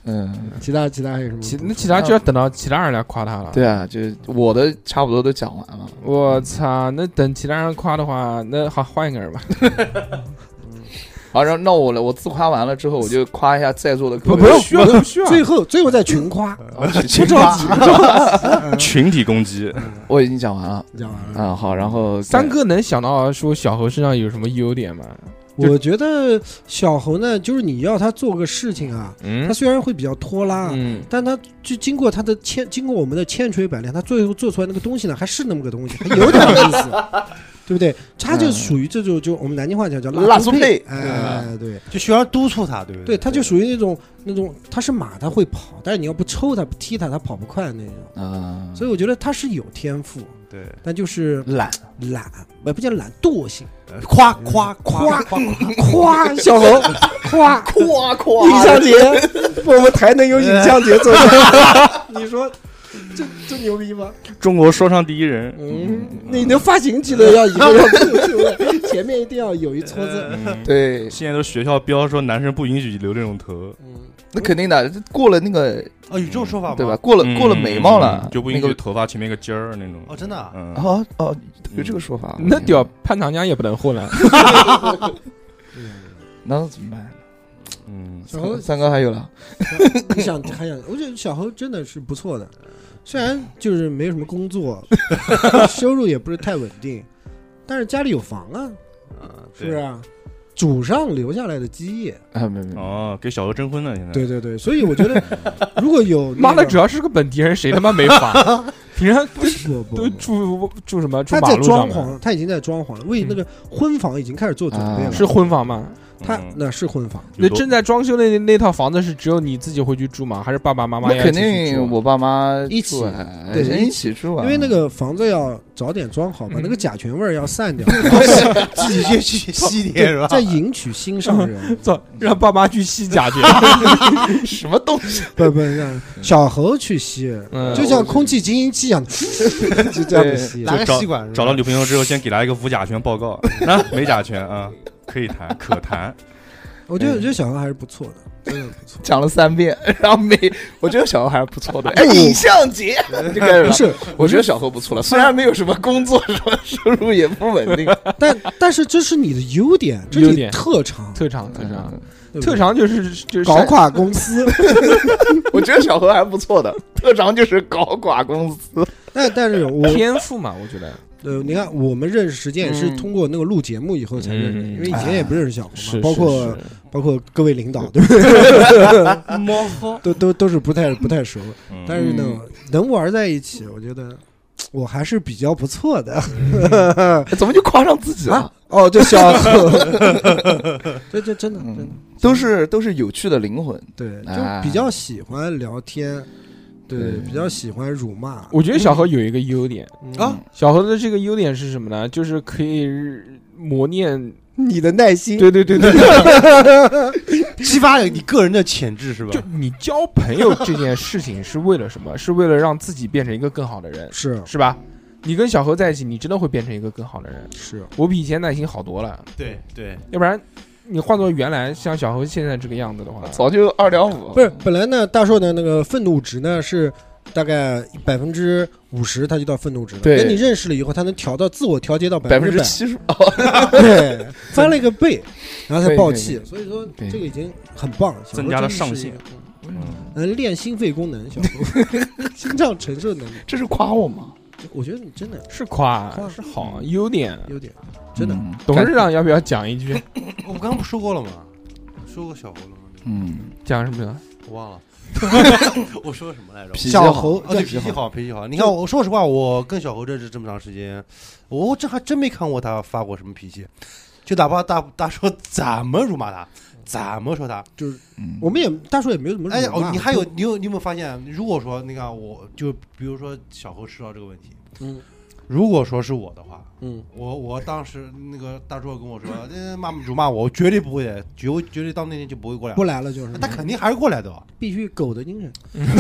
[SPEAKER 5] 嗯，
[SPEAKER 3] 其他其他还有什么？
[SPEAKER 2] 其那其他就要等到其他人来夸他了。
[SPEAKER 5] 对啊，就我的差不多都讲完了。
[SPEAKER 2] 我操，那等其他人夸的话，那好换一个人吧。
[SPEAKER 5] 好，然后那我了，我自夸完了之后，我就夸一下在座的各位。
[SPEAKER 2] 不不用，需要不需要。
[SPEAKER 3] 最后最后再群 夸，嗯
[SPEAKER 5] 不着急，
[SPEAKER 6] 群体攻击，
[SPEAKER 5] 我已经讲完了。
[SPEAKER 3] 你知道吗？
[SPEAKER 2] 啊
[SPEAKER 5] 嗯，好，然后
[SPEAKER 2] 三哥能想到说小何身上有什么优点吗？就
[SPEAKER 3] 我觉得小猴呢，就是你要他做个事情啊，
[SPEAKER 2] 嗯
[SPEAKER 3] 他虽然会比较拖拉，
[SPEAKER 2] 嗯，
[SPEAKER 3] 但他就经过他的千，经过我们的千锤百炼，他最后做出来那个东西呢，还是那么个东西，还有 点意思，对不
[SPEAKER 2] 嗯
[SPEAKER 3] 对？他就属于这种，就我们南京话讲叫
[SPEAKER 5] 辣
[SPEAKER 3] 猪
[SPEAKER 5] 猪配
[SPEAKER 2] 嗯
[SPEAKER 3] 哎，对
[SPEAKER 4] 就需要督促他，对不
[SPEAKER 3] 对，
[SPEAKER 4] 对，
[SPEAKER 3] 他就属于那种那种，他是马，他会跑，但是你要不抽他、不踢他，他跑不快那种。
[SPEAKER 5] 嗯，
[SPEAKER 3] 所以我觉得他是有天赋，
[SPEAKER 4] 对
[SPEAKER 3] 但就是
[SPEAKER 4] 懒，
[SPEAKER 3] 懒，也不叫懒，惰性，
[SPEAKER 4] 呃夸夸夸夸，
[SPEAKER 3] 夸小 猴，夸
[SPEAKER 5] 夸夸
[SPEAKER 3] 尹相杰，我们台能有尹相杰做的， 你说这这牛逼吗？
[SPEAKER 6] 中国说唱第一人。
[SPEAKER 3] 嗯，你的发型记得要以后要做出来，前面一定要有一撮子。
[SPEAKER 6] 嗯，
[SPEAKER 5] 对，
[SPEAKER 6] 现在都学校标说男生不允许留这种头，
[SPEAKER 3] 嗯，
[SPEAKER 5] 那肯定的，过了那个
[SPEAKER 4] 哦，有这种说法吗？
[SPEAKER 5] 对吧？？过了过了眉毛了
[SPEAKER 6] 嗯，就不
[SPEAKER 5] 那
[SPEAKER 6] 允许
[SPEAKER 5] 个
[SPEAKER 6] 头发前面一个尖儿那种。
[SPEAKER 4] 哦，真的啊，
[SPEAKER 6] 嗯，
[SPEAKER 5] 哦哦，有这个说法，
[SPEAKER 2] 那屌潘长江也不能混了。
[SPEAKER 4] 嗯
[SPEAKER 5] 那怎么办？
[SPEAKER 6] 嗯，
[SPEAKER 3] 小猴，
[SPEAKER 5] 三哥还有了，
[SPEAKER 3] 你想还想，我觉得小猴真的是不错的，虽然就是没有什么工 作，收入也不是太稳定，但是家里有房啊，
[SPEAKER 4] 嗯，
[SPEAKER 3] 是
[SPEAKER 4] 对
[SPEAKER 3] 不是？啊？祖上留下来的基业，
[SPEAKER 5] 啊，没没，
[SPEAKER 6] 哦，给小何征婚呢，现在。
[SPEAKER 3] 对对对，所以我觉得如果有那
[SPEAKER 2] 哎妈的，
[SPEAKER 3] 个
[SPEAKER 2] 只要是个本地人，谁他妈没房？平常
[SPEAKER 3] 不是不不
[SPEAKER 2] 都
[SPEAKER 3] 不
[SPEAKER 2] 住住什么？住
[SPEAKER 3] 他
[SPEAKER 2] 马
[SPEAKER 3] 在
[SPEAKER 2] 路上啊
[SPEAKER 3] 装
[SPEAKER 2] 吗
[SPEAKER 3] 潢，他已经在装潢了，为那个婚房已经开始做准备了。
[SPEAKER 5] 啊
[SPEAKER 2] 是婚房吗？
[SPEAKER 6] 嗯，
[SPEAKER 3] 他那是婚房，
[SPEAKER 2] 那正在装修那那套房子是只有你自己会去住吗？还是爸爸妈妈
[SPEAKER 5] 那
[SPEAKER 2] 也
[SPEAKER 5] 肯
[SPEAKER 2] 一起去住
[SPEAKER 5] 定
[SPEAKER 2] 啊
[SPEAKER 5] 我爸妈
[SPEAKER 3] 一起
[SPEAKER 5] 住啊
[SPEAKER 3] 对
[SPEAKER 5] 哎
[SPEAKER 3] 一
[SPEAKER 5] 一起住啊，
[SPEAKER 3] 因为那个房子要早点装好，把
[SPEAKER 2] 嗯
[SPEAKER 3] 那个甲醛味儿要散 掉，
[SPEAKER 4] 自己先去吸一点是
[SPEAKER 3] 对
[SPEAKER 4] 吧？
[SPEAKER 3] 再迎娶新上 人。
[SPEAKER 2] 操，让爸妈去西 甲去。
[SPEAKER 5] 什么东西，
[SPEAKER 3] 不不，让小猴去吸，
[SPEAKER 2] 嗯
[SPEAKER 3] 就像空气清新剂一样， 就这样的吸。
[SPEAKER 4] 拿个吸管是吧
[SPEAKER 6] 找到女朋友之后，先给她一个无甲醛报告，啊，没甲醛啊，可以谈，可谈。
[SPEAKER 3] 我觉得我觉得小猴还是不错的，真的不错。
[SPEAKER 5] 讲了三遍，然后每我觉得小何还是不错的，哎，尹相杰就开始
[SPEAKER 3] 不
[SPEAKER 5] 了。
[SPEAKER 3] 是，
[SPEAKER 5] 我觉得小何不错了，虽然没有什么工作，什么收入也不稳 定，
[SPEAKER 3] 但但是这是你的优点，这是
[SPEAKER 2] 优
[SPEAKER 3] 你
[SPEAKER 2] 点
[SPEAKER 3] 特长，
[SPEAKER 2] 特长，嗯特长，
[SPEAKER 3] 对不对
[SPEAKER 2] 特长就是就是
[SPEAKER 3] 搞垮公 司。
[SPEAKER 5] 我觉得小何还不错的，特长就是搞垮公司。
[SPEAKER 3] 但但是 我
[SPEAKER 2] 天赋嘛，我觉得
[SPEAKER 3] 呃，你看我们认识时间也是
[SPEAKER 5] 嗯
[SPEAKER 3] 通过那个录节目以后才认识的，
[SPEAKER 2] 嗯
[SPEAKER 3] 因为以前也不认识小猴
[SPEAKER 2] 是
[SPEAKER 3] 嘛，包括
[SPEAKER 2] 是是
[SPEAKER 3] 包括各位领导， 对不对？
[SPEAKER 6] 猫号，
[SPEAKER 3] 都都都是不太不太熟，但
[SPEAKER 2] 嗯
[SPEAKER 6] 是
[SPEAKER 3] 是呢，能玩在一起，我觉得我还是比较不错的。
[SPEAKER 5] 怎么就夸上自己了
[SPEAKER 3] 啊？哦，就小猴， 这这
[SPEAKER 5] 嗯
[SPEAKER 3] 真的真的
[SPEAKER 5] 嗯，都是都是有趣的灵魂。
[SPEAKER 3] 对，就
[SPEAKER 5] 哎
[SPEAKER 3] 比较喜欢聊天，对，
[SPEAKER 5] 嗯
[SPEAKER 3] 比较喜欢辱骂
[SPEAKER 2] 我觉得小何有一个优点，
[SPEAKER 3] 啊，
[SPEAKER 2] 小何的这个优点是什么呢？就是可以磨练，
[SPEAKER 7] 你的耐心，
[SPEAKER 2] 对对对对，
[SPEAKER 4] 激发了你个人的潜质是吧
[SPEAKER 2] 就？你交朋友这件事情是为了什么？ 是为了让自己变成一个更好的人，
[SPEAKER 3] 是
[SPEAKER 2] 是吧？你跟小何在一起，你真的会变成一个更好的人。
[SPEAKER 3] 是，
[SPEAKER 2] 我比以前耐心好多了，
[SPEAKER 4] 对对，
[SPEAKER 2] 要不然你换做原来像小何现在这个样子的话，
[SPEAKER 5] 嗯早就二两五，
[SPEAKER 3] 不是本来呢，大硕的那个愤怒值呢是大概百分之五十，他就到愤怒值了。
[SPEAKER 5] 对
[SPEAKER 3] 跟你认识了以后，他能调到自我调节到
[SPEAKER 5] 百
[SPEAKER 3] 百
[SPEAKER 5] 分
[SPEAKER 3] 分
[SPEAKER 5] 之
[SPEAKER 3] 之
[SPEAKER 5] 七十，
[SPEAKER 3] 百， 对，翻了一个倍，然后才
[SPEAKER 2] 对
[SPEAKER 3] 暴
[SPEAKER 2] 对
[SPEAKER 3] 气。
[SPEAKER 2] 对
[SPEAKER 3] 所以说
[SPEAKER 2] 对
[SPEAKER 3] 这个已经很棒，小何
[SPEAKER 6] 增加
[SPEAKER 3] 真的
[SPEAKER 6] 了
[SPEAKER 3] 是
[SPEAKER 6] 上
[SPEAKER 3] 一
[SPEAKER 6] 限
[SPEAKER 3] 个。嗯，练心肺功能，小何心脏承受能力，
[SPEAKER 5] 这是夸我吗？
[SPEAKER 3] 我觉得你真的
[SPEAKER 2] 是夸
[SPEAKER 3] 夸
[SPEAKER 2] 是好优点。
[SPEAKER 3] 有点，真的。
[SPEAKER 5] 嗯
[SPEAKER 2] 董事，长要不要讲一句？
[SPEAKER 4] 我刚刚不说过了吗？说过小猴了吗？
[SPEAKER 5] 嗯，
[SPEAKER 2] 讲什么呢？
[SPEAKER 4] 我忘 了，我说什么来着？
[SPEAKER 5] 脾气
[SPEAKER 4] 小
[SPEAKER 5] 好
[SPEAKER 4] 猴，啊对，
[SPEAKER 5] 脾气
[SPEAKER 4] 脾气好，脾气好。你看，我说实话，我跟小猴认识这么长时间，我这还真没看过他发过什么脾气，就哪怕大大说怎么辱骂他，怎么说他，
[SPEAKER 5] 嗯
[SPEAKER 3] 我们也大硕也没有怎么辱骂。
[SPEAKER 4] 哎哦，你还有你有你有没有发现？如果说那个，我就比如说小猴吃到这个问题，
[SPEAKER 3] 嗯
[SPEAKER 4] 如果说是我的话，
[SPEAKER 3] 嗯，
[SPEAKER 4] 我我当时那个大硕跟我说，呃骂辱骂我，我绝对不会的，绝绝对到那天就不会过来
[SPEAKER 3] 不
[SPEAKER 4] 了。
[SPEAKER 3] 来了就是，
[SPEAKER 4] 啊他肯定还是过来的，哦
[SPEAKER 3] 必须狗的精神。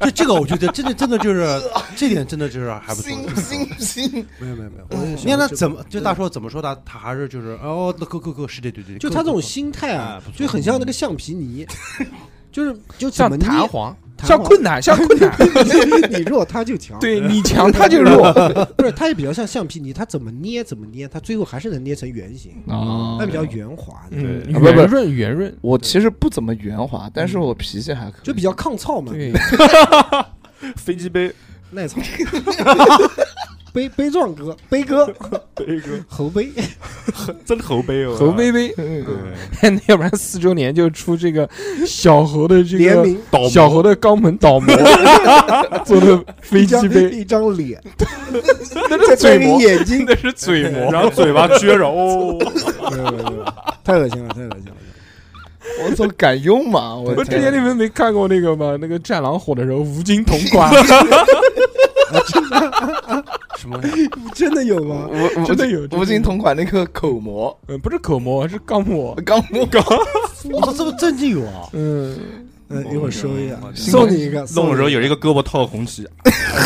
[SPEAKER 4] 这这个我觉得真的真的就是这点真的就是还不错。
[SPEAKER 5] 行行行，
[SPEAKER 3] 没有没有没有，我也
[SPEAKER 4] 你
[SPEAKER 3] 想
[SPEAKER 4] 看他
[SPEAKER 3] 这
[SPEAKER 4] 怎么就大硕怎么说他，他还是就是哦，够够够，是的对对，
[SPEAKER 3] 就
[SPEAKER 4] 够
[SPEAKER 3] 他这
[SPEAKER 4] 够
[SPEAKER 3] 种
[SPEAKER 4] 够
[SPEAKER 3] 心态啊
[SPEAKER 4] 啊不，错
[SPEAKER 3] 就很像那个橡皮泥，就是就怎么
[SPEAKER 2] 像
[SPEAKER 3] 捏
[SPEAKER 2] 弹簧，
[SPEAKER 3] 弹
[SPEAKER 2] 像
[SPEAKER 3] 簧
[SPEAKER 2] 困 难，像困难。
[SPEAKER 3] 你弱他就强，
[SPEAKER 2] 对你 强，他就弱。
[SPEAKER 3] 不是他也比较像橡皮泥，他怎么捏怎么捏，他最后还是能捏成圆形，
[SPEAKER 5] 啊
[SPEAKER 3] 那比较圆滑的，
[SPEAKER 2] 哦嗯，
[SPEAKER 5] 啊不不
[SPEAKER 2] 圆润圆润。
[SPEAKER 5] 我其实不怎么圆滑，但是我脾气还可以，
[SPEAKER 3] 嗯就比较抗操嘛，
[SPEAKER 2] 对，
[SPEAKER 6] 飞机杯，
[SPEAKER 3] 耐 操。悲悲壮哥，悲哥，
[SPEAKER 6] 一个
[SPEAKER 3] 侯悲，
[SPEAKER 6] 真猴杯哦，
[SPEAKER 2] 侯微 微，
[SPEAKER 6] 对，
[SPEAKER 2] 那要不然四周年就出这个小猴的 这
[SPEAKER 3] 联
[SPEAKER 2] 个
[SPEAKER 3] 名
[SPEAKER 6] 倒模
[SPEAKER 2] 小猴的肛门倒 模做的
[SPEAKER 3] 一
[SPEAKER 2] 飞机
[SPEAKER 3] 张
[SPEAKER 2] 杯，
[SPEAKER 3] 一张脸，
[SPEAKER 2] 那是
[SPEAKER 3] 再
[SPEAKER 2] 嘴
[SPEAKER 3] 配
[SPEAKER 2] 模
[SPEAKER 3] 个，眼睛，
[SPEAKER 2] 那是嘴模。
[SPEAKER 6] 然后嘴巴撅着，哦，
[SPEAKER 3] 没有没有没有太恶心了，太恶心了。
[SPEAKER 5] 我总敢用嘛，我
[SPEAKER 2] 啊我之前你们没看过那个吗？那个《战狼》火的时候，吴京同 款，
[SPEAKER 4] 什么？
[SPEAKER 3] 真的有吗？
[SPEAKER 5] 我
[SPEAKER 2] 真的有
[SPEAKER 5] 吴京同款那个口蘑，
[SPEAKER 2] 嗯，不是口蘑，是肛膜。
[SPEAKER 5] 刚刚
[SPEAKER 4] 我哦操，这么真的有啊！
[SPEAKER 2] 嗯，
[SPEAKER 3] 嗯，一会儿收一下
[SPEAKER 6] 我，的
[SPEAKER 3] 送你一个。
[SPEAKER 6] 弄的时候有一
[SPEAKER 3] 个，
[SPEAKER 6] 个胳膊套红旗，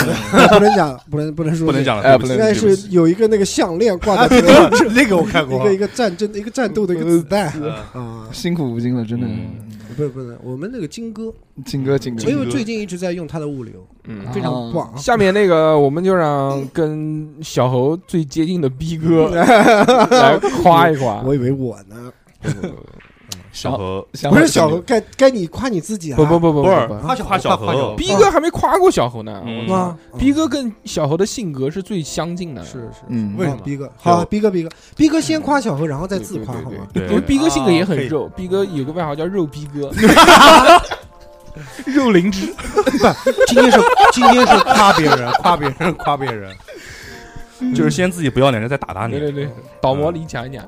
[SPEAKER 3] 不能讲，不能不能说，
[SPEAKER 6] 不能讲了，
[SPEAKER 5] 哎
[SPEAKER 6] 对不
[SPEAKER 5] 不
[SPEAKER 6] 起
[SPEAKER 3] 应
[SPEAKER 5] 能
[SPEAKER 3] 该
[SPEAKER 6] 对不
[SPEAKER 3] 是
[SPEAKER 6] 起
[SPEAKER 3] 有一个那个项链挂在脖子上，
[SPEAKER 4] 那个我看
[SPEAKER 3] 一
[SPEAKER 4] 过
[SPEAKER 3] 个一，个战争，一个战斗的一个子弹啊！
[SPEAKER 5] 辛苦吴京了，真的，
[SPEAKER 6] 嗯
[SPEAKER 3] 不不能，我们那个金哥，
[SPEAKER 5] 金哥金哥
[SPEAKER 3] 因为最近一直在用他的物流，
[SPEAKER 2] 嗯
[SPEAKER 3] 非常棒。
[SPEAKER 2] 下面那个我们就让跟小猴最接近的逼 哥来夸一夸。
[SPEAKER 3] 我以为我呢，
[SPEAKER 6] 小猴，
[SPEAKER 5] 想
[SPEAKER 3] 不是小猴，该该你夸你自己啊！
[SPEAKER 2] 不不不不
[SPEAKER 6] 不是
[SPEAKER 2] 不，
[SPEAKER 4] 夸小
[SPEAKER 6] 夸小
[SPEAKER 4] 猴，夸
[SPEAKER 6] 猴
[SPEAKER 4] 猴
[SPEAKER 2] 逼哥还没夸过小猴呢。
[SPEAKER 6] 嗯
[SPEAKER 2] 我
[SPEAKER 3] 啊，
[SPEAKER 2] 逼哥跟小猴的性格是最相近的，
[SPEAKER 3] 是是，
[SPEAKER 5] 嗯
[SPEAKER 4] 为什
[SPEAKER 3] 啊
[SPEAKER 4] 么
[SPEAKER 3] 逼哥好，
[SPEAKER 6] 就
[SPEAKER 3] 逼哥逼哥逼哥先夸小猴，然后再
[SPEAKER 2] 对
[SPEAKER 3] 自夸
[SPEAKER 2] 对
[SPEAKER 3] 好
[SPEAKER 2] 对
[SPEAKER 3] 吗？
[SPEAKER 2] 对
[SPEAKER 6] 对
[SPEAKER 2] 因为逼哥性格也很
[SPEAKER 4] 啊
[SPEAKER 2] 肉，逼哥有个外号叫肉逼哥， 肉灵芝。
[SPEAKER 4] 今天是今天是夸别人，夸别人，夸别人，
[SPEAKER 6] 就是先自己不要脸，再打打你
[SPEAKER 2] 对，对对，倒模里讲一讲，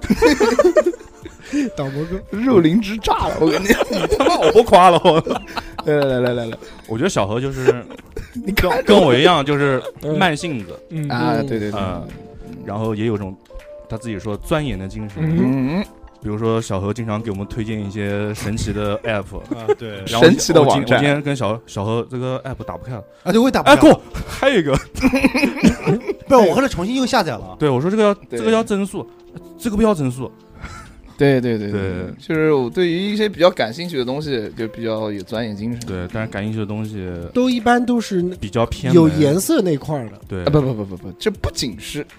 [SPEAKER 3] 导播哥，
[SPEAKER 5] 肉灵芝炸了，我跟你 讲，
[SPEAKER 6] 他妈我不夸了我。
[SPEAKER 5] 来来来来来
[SPEAKER 6] 我觉得小何就是跟跟我一样，就是慢性子，
[SPEAKER 2] 嗯
[SPEAKER 5] 来啊，对对对，
[SPEAKER 6] 嗯，然后也有种他自己说钻研的精神。
[SPEAKER 5] 嗯，
[SPEAKER 6] 比如说小何经常给我们推荐一些神 奇的 app，
[SPEAKER 4] 啊对
[SPEAKER 6] 然后我
[SPEAKER 5] 神奇的
[SPEAKER 6] 我今
[SPEAKER 5] 网站
[SPEAKER 6] 我今天跟小小何这个 app 打不开了，
[SPEAKER 4] 啊对，我也打不
[SPEAKER 6] 哎，
[SPEAKER 4] 了
[SPEAKER 6] 给我还有一个，
[SPEAKER 4] 不是，我后来重新又下载了。
[SPEAKER 6] 对我说这个要
[SPEAKER 5] 对
[SPEAKER 6] 这个要增速，呃这个不要增速，
[SPEAKER 5] 对对对
[SPEAKER 6] 对
[SPEAKER 5] 就是我对于一些比较感兴趣的东西，就比较有钻研精神。
[SPEAKER 6] 对，但是感兴趣的东西
[SPEAKER 3] 都一般都是那
[SPEAKER 6] 比较偏
[SPEAKER 3] 有
[SPEAKER 6] 门
[SPEAKER 3] 颜色那块儿的
[SPEAKER 6] 对
[SPEAKER 5] 啊，不不不不不，这不仅是啊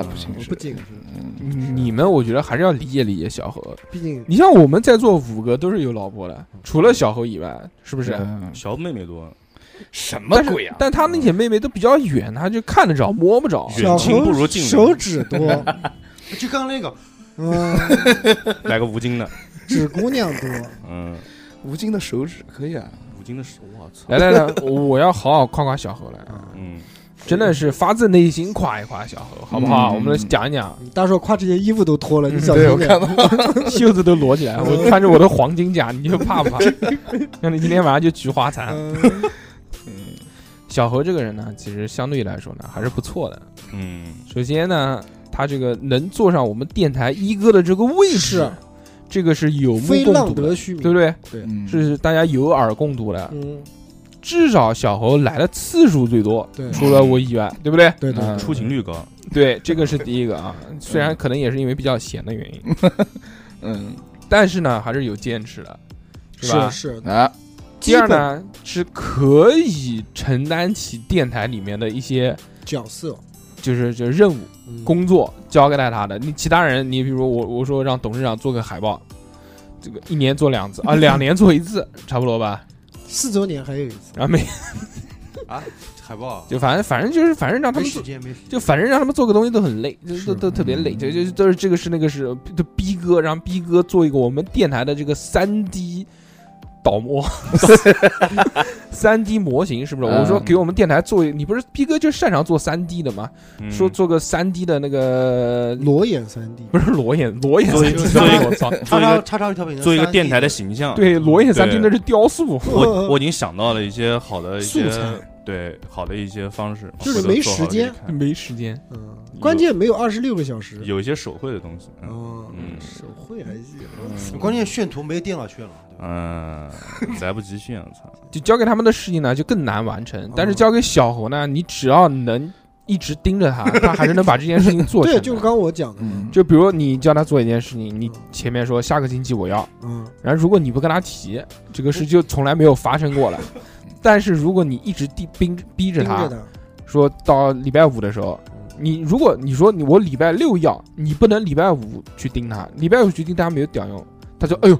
[SPEAKER 3] 哦，
[SPEAKER 5] 不仅是
[SPEAKER 3] 不仅是，
[SPEAKER 2] 嗯你们我觉得还是要理解理解小何。
[SPEAKER 3] 毕竟
[SPEAKER 2] 你像我们在座五个都是有老婆的，除了小侯以外，是不是？
[SPEAKER 3] 啊
[SPEAKER 5] 嗯
[SPEAKER 6] 小妹妹多，
[SPEAKER 5] 什么鬼啊？
[SPEAKER 2] 但他那些妹妹都比较远，他就看得着摸不着。
[SPEAKER 6] 远
[SPEAKER 3] 小
[SPEAKER 6] 亲不
[SPEAKER 3] 猴
[SPEAKER 6] 如近人
[SPEAKER 3] 手指多，
[SPEAKER 4] 就刚刚那个，
[SPEAKER 3] 嗯，
[SPEAKER 6] 来个吴京的，
[SPEAKER 3] 纸姑娘多。
[SPEAKER 6] 嗯，
[SPEAKER 5] 吴京的手指可以啊，
[SPEAKER 2] 哎
[SPEAKER 6] 吴京的手，我操，
[SPEAKER 3] 啊
[SPEAKER 2] 来来来，我要好好夸夸小何来。
[SPEAKER 6] 嗯，
[SPEAKER 2] 真的是发自内心夸一夸小何，好不好？
[SPEAKER 5] 嗯
[SPEAKER 2] 我们来讲一讲，
[SPEAKER 3] 大硕夸这件衣服都脱了，你小心
[SPEAKER 5] 对我
[SPEAKER 3] 点。
[SPEAKER 5] 看到
[SPEAKER 2] 袖子都裸起来，
[SPEAKER 3] 嗯
[SPEAKER 2] 我穿着我的黄金甲，你就怕不怕？让你今天晚上就菊花残。
[SPEAKER 3] 嗯
[SPEAKER 2] 小何这个人呢，其实相对来说呢还是不错的。
[SPEAKER 6] 嗯，
[SPEAKER 2] 首先呢，他这个能坐上我们电台一哥的这个位置
[SPEAKER 3] 是，
[SPEAKER 2] 这个是有目
[SPEAKER 3] 非
[SPEAKER 2] 共
[SPEAKER 3] 浪
[SPEAKER 2] 睹的
[SPEAKER 3] 得，虚名，
[SPEAKER 2] 对不对？
[SPEAKER 5] 嗯
[SPEAKER 2] 是大家有耳共睹的。
[SPEAKER 3] 嗯，
[SPEAKER 2] 至少小何来的次数最多，
[SPEAKER 3] 对，
[SPEAKER 2] 除了我以外，对不对？
[SPEAKER 3] 对对
[SPEAKER 2] 嗯
[SPEAKER 6] 出勤率高，
[SPEAKER 2] 对，这个是第一个啊。虽
[SPEAKER 3] 嗯
[SPEAKER 2] 然可能也是因为比较闲的原因，
[SPEAKER 5] 嗯
[SPEAKER 2] 但是呢，还是有坚持的，是吧？
[SPEAKER 3] 是，
[SPEAKER 5] 啊
[SPEAKER 2] 第二呢，是可以承担起电台里面的一些
[SPEAKER 3] 角色，
[SPEAKER 2] 就是就是任务、
[SPEAKER 3] 嗯
[SPEAKER 2] 工作交给他的。你其他人，你比如说我，我说让董事长做个海报，这个一年做两次啊，两年做一次，差不多吧。
[SPEAKER 3] 四周年还有一次，
[SPEAKER 2] 然后每
[SPEAKER 4] 海报
[SPEAKER 2] 就反正反正就是反正让他
[SPEAKER 4] 没
[SPEAKER 2] 们做
[SPEAKER 4] 时，间，没时间
[SPEAKER 2] 就反正让他们做个东西都很累，就是都都特别累，就就都是这个是那个是就逼哥让逼哥做一个我们电台的这个三 D 导模，三 D 模型是不是？
[SPEAKER 5] 嗯
[SPEAKER 2] 我说给我们电台做一，你不是逼哥就擅长做三 D 的吗？
[SPEAKER 6] 嗯
[SPEAKER 2] 说做个三 D 的那个
[SPEAKER 3] 裸眼三 D，
[SPEAKER 2] 不是裸眼裸眼
[SPEAKER 6] 做一
[SPEAKER 2] 三 D，我操！
[SPEAKER 4] 叉
[SPEAKER 6] 做一
[SPEAKER 4] 叉
[SPEAKER 6] 个
[SPEAKER 4] 叉叉一条屏，
[SPEAKER 6] 做一个电台的形象。，
[SPEAKER 2] 对裸眼三 D 那是雕塑，
[SPEAKER 6] 我我已经想到了一些好的一
[SPEAKER 3] 素
[SPEAKER 6] 些
[SPEAKER 3] 材
[SPEAKER 6] 对好的一些方式，
[SPEAKER 3] 就是
[SPEAKER 6] 回头
[SPEAKER 3] 没
[SPEAKER 6] 做好
[SPEAKER 3] 时间
[SPEAKER 6] 给你看
[SPEAKER 2] 没时间。
[SPEAKER 3] 嗯，关键没有二十六个小时，
[SPEAKER 6] 有一些手绘的东西。嗯
[SPEAKER 3] 哦
[SPEAKER 6] 嗯
[SPEAKER 3] 手绘还行，
[SPEAKER 4] 关键炫图没有电脑炫了，对吧
[SPEAKER 6] 嗯，来不及炫，操！
[SPEAKER 2] 就交给他们的事情呢就更难完成
[SPEAKER 3] 嗯，
[SPEAKER 2] 但是交给小猴呢，你只要能一直盯着他，他还是能把这件事情做成
[SPEAKER 3] 对，
[SPEAKER 2] 的。
[SPEAKER 3] 就是刚我讲的，
[SPEAKER 5] 嗯
[SPEAKER 2] 就比如你叫他做一件事情，你前面说下个星期我要，
[SPEAKER 3] 嗯，
[SPEAKER 2] 然后如果你不跟他提，这个事就从来没有发 生过了。但是如果你一直逼逼逼着
[SPEAKER 3] 盯
[SPEAKER 2] 他
[SPEAKER 3] 着，嗯他，
[SPEAKER 2] 说到礼拜五的时候，你如果你说你我礼拜六要，你不能礼拜五去盯他，礼拜五去盯他没有屌用，他说哎呦，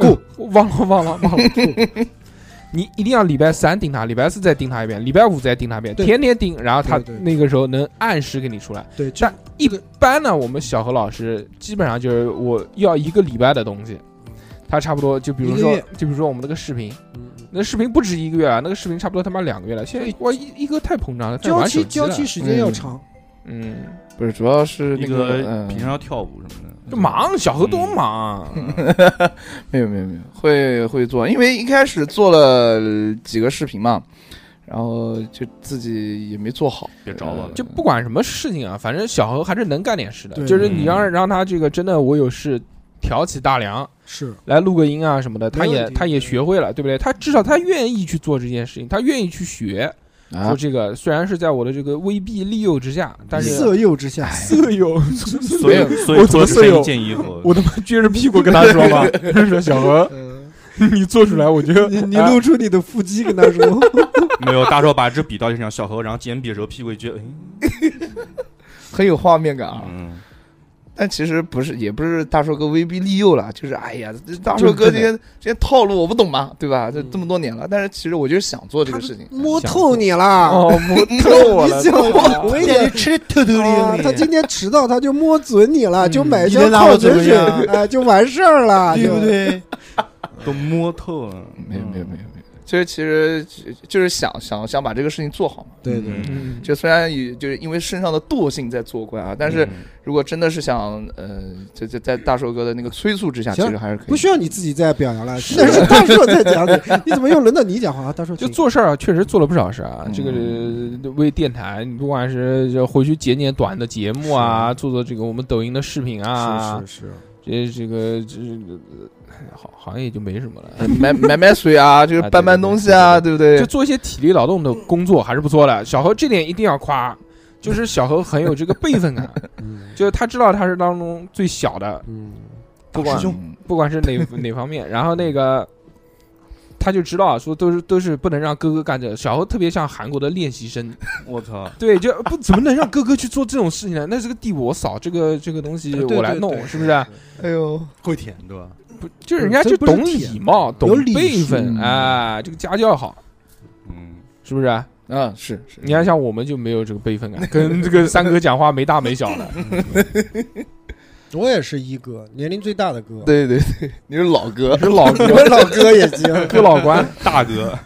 [SPEAKER 2] 哦，我
[SPEAKER 3] 嗯
[SPEAKER 2] 忘了忘了忘了。 你一定要礼拜三盯他，礼拜四再盯他一遍，礼拜五再盯他一遍，
[SPEAKER 3] 对
[SPEAKER 2] 天天盯，然后他
[SPEAKER 3] 对对
[SPEAKER 2] 那个时候能按时给你出来。
[SPEAKER 3] 对，这
[SPEAKER 2] 但一般呢，我们小何老师基本上就是我要一个礼拜的东西，他差不多就比如
[SPEAKER 3] 一个
[SPEAKER 2] 说
[SPEAKER 3] 月，
[SPEAKER 2] 就比如说我们那个视频，
[SPEAKER 3] 嗯嗯
[SPEAKER 2] 那视频不止一个月啊，那个视频差不多他妈两个月了。现在哇一一哥太膨胀了，太
[SPEAKER 3] 交
[SPEAKER 2] 玩手
[SPEAKER 3] 期
[SPEAKER 2] 机了
[SPEAKER 3] 交期时间要长，
[SPEAKER 2] 嗯，
[SPEAKER 5] 不是主要是那
[SPEAKER 6] 一个
[SPEAKER 5] 嗯
[SPEAKER 6] 平常要跳舞什么的，
[SPEAKER 2] 就忙，小何多忙
[SPEAKER 3] 嗯
[SPEAKER 2] 啊，
[SPEAKER 5] 没有没有没有，会会做，因为一开始做了几个视频嘛，然后就自己也没做好。
[SPEAKER 6] 别找我了
[SPEAKER 2] 就不管什么事情啊，反正小何还是能干点事的。
[SPEAKER 3] 对
[SPEAKER 2] 就是你让
[SPEAKER 6] 嗯
[SPEAKER 2] 让他这个真的，我有事挑起大梁
[SPEAKER 3] 是
[SPEAKER 2] 来录个音啊什么的，他
[SPEAKER 3] 没问
[SPEAKER 2] 也
[SPEAKER 3] 题
[SPEAKER 2] 他也学会了，对不对？他至少他愿意去做这件事情，他愿意去学。
[SPEAKER 5] 啊
[SPEAKER 2] 说，这个虽然是在我的这个威逼利诱之下，但是
[SPEAKER 3] 色诱之下，
[SPEAKER 2] 色诱，
[SPEAKER 6] 所以所以
[SPEAKER 2] 我怎么
[SPEAKER 6] 脱
[SPEAKER 2] 舍
[SPEAKER 6] 身
[SPEAKER 2] 友
[SPEAKER 6] 一件衣 服，
[SPEAKER 2] 我他妈撅着屁股跟他说嘛， 说小何，
[SPEAKER 3] 嗯，
[SPEAKER 2] 你做出来我就啊
[SPEAKER 3] 你你露出你的腹肌跟他说，
[SPEAKER 6] 没有大手把一支笔到地上，小何然后捡笔的时候屁股一撅，哎
[SPEAKER 5] 很有画面感啊。
[SPEAKER 6] 嗯，
[SPEAKER 5] 但其实不是，也不是大硕哥威逼利诱了，就是哎呀，这大硕哥
[SPEAKER 2] 就
[SPEAKER 5] 这
[SPEAKER 2] 是
[SPEAKER 5] 些这些套路我不懂嘛，对吧？这
[SPEAKER 3] 嗯
[SPEAKER 5] 这么多年了，但是其实我就是想做这个事情。
[SPEAKER 3] 摸透你了，
[SPEAKER 2] 哦，摸透我
[SPEAKER 3] 你
[SPEAKER 2] 了，
[SPEAKER 3] 想我
[SPEAKER 4] 你
[SPEAKER 3] 一
[SPEAKER 4] 在
[SPEAKER 3] 点
[SPEAKER 4] 这吃的透透
[SPEAKER 3] 啊，
[SPEAKER 4] 的，
[SPEAKER 3] 他今天迟到，他就摸准你了，
[SPEAKER 2] 嗯
[SPEAKER 3] 就买一
[SPEAKER 4] 你
[SPEAKER 3] 箱
[SPEAKER 4] 能拿我
[SPEAKER 3] 矿
[SPEAKER 4] 怎
[SPEAKER 3] 泉
[SPEAKER 4] 么
[SPEAKER 3] 水，
[SPEAKER 4] 样
[SPEAKER 3] 哎，就完事儿了，
[SPEAKER 4] 对不
[SPEAKER 3] 就？
[SPEAKER 4] 对？
[SPEAKER 6] 都摸透了，嗯
[SPEAKER 5] 没有没有没有没有，就是其实就就是想想想把这个事情做好嘛。
[SPEAKER 3] 对对，
[SPEAKER 6] 嗯
[SPEAKER 2] 嗯，
[SPEAKER 5] 就虽然也就是因为身上的惰性在作怪啊，但
[SPEAKER 6] 嗯
[SPEAKER 5] 是如果真的是想呃，在在在大硕哥的那个催促之下，其
[SPEAKER 3] 行
[SPEAKER 5] 实还是可以。
[SPEAKER 3] 不需要你自己再表扬了，那是大硕在讲你，你怎么又轮到你讲话啊？大硕
[SPEAKER 2] 就
[SPEAKER 3] 请
[SPEAKER 2] 做事儿啊，确实做了不少事儿啊。
[SPEAKER 5] 嗯
[SPEAKER 2] 这个呃为电台，你不管是就回去剪剪短的节目啊，做做这个我们抖音的视频啊，
[SPEAKER 3] 是是
[SPEAKER 2] 这这个这个呃好好像也就没什么了。
[SPEAKER 3] 嗯
[SPEAKER 5] 买买买水啊，就是
[SPEAKER 2] 啊
[SPEAKER 5] 搬搬
[SPEAKER 2] 对对
[SPEAKER 5] 东西啊，对不对
[SPEAKER 2] 就？做一些体力劳动的工作还是不错的。小何这点一定要夸，啊就是小何很有这个辈分 感，
[SPEAKER 3] 是，嗯
[SPEAKER 2] 就是他知道他是当中最小的，
[SPEAKER 3] 嗯，
[SPEAKER 2] 不管
[SPEAKER 5] 嗯
[SPEAKER 2] 不管是哪 哪方面，然后那个他就知道啊说都是都是不能让哥哥干这个。小何特别像韩国的练习生，
[SPEAKER 6] 我操，
[SPEAKER 2] 对，就不怎么能让哥哥去做这种事情呢？那是个地我扫，这个这个东西我来弄，是不是？嗯
[SPEAKER 5] 哎呦，
[SPEAKER 4] 会舔对吧？
[SPEAKER 2] 不就是人家就懂礼貌、
[SPEAKER 3] 这不
[SPEAKER 2] 懂
[SPEAKER 3] 是舔有
[SPEAKER 2] 辈
[SPEAKER 3] 礼数
[SPEAKER 2] 分啊，这个家教好，
[SPEAKER 6] 嗯，
[SPEAKER 2] 是不是？
[SPEAKER 5] 啊是是，
[SPEAKER 2] 你看，像我们就没有这个辈分感，跟这个三哥讲话没大没小的。
[SPEAKER 3] 我也是一哥，年龄最大的哥，
[SPEAKER 5] 对对对， 你是老哥，
[SPEAKER 2] 是老
[SPEAKER 3] 我老哥也行，
[SPEAKER 2] 哥老关，
[SPEAKER 6] 大哥，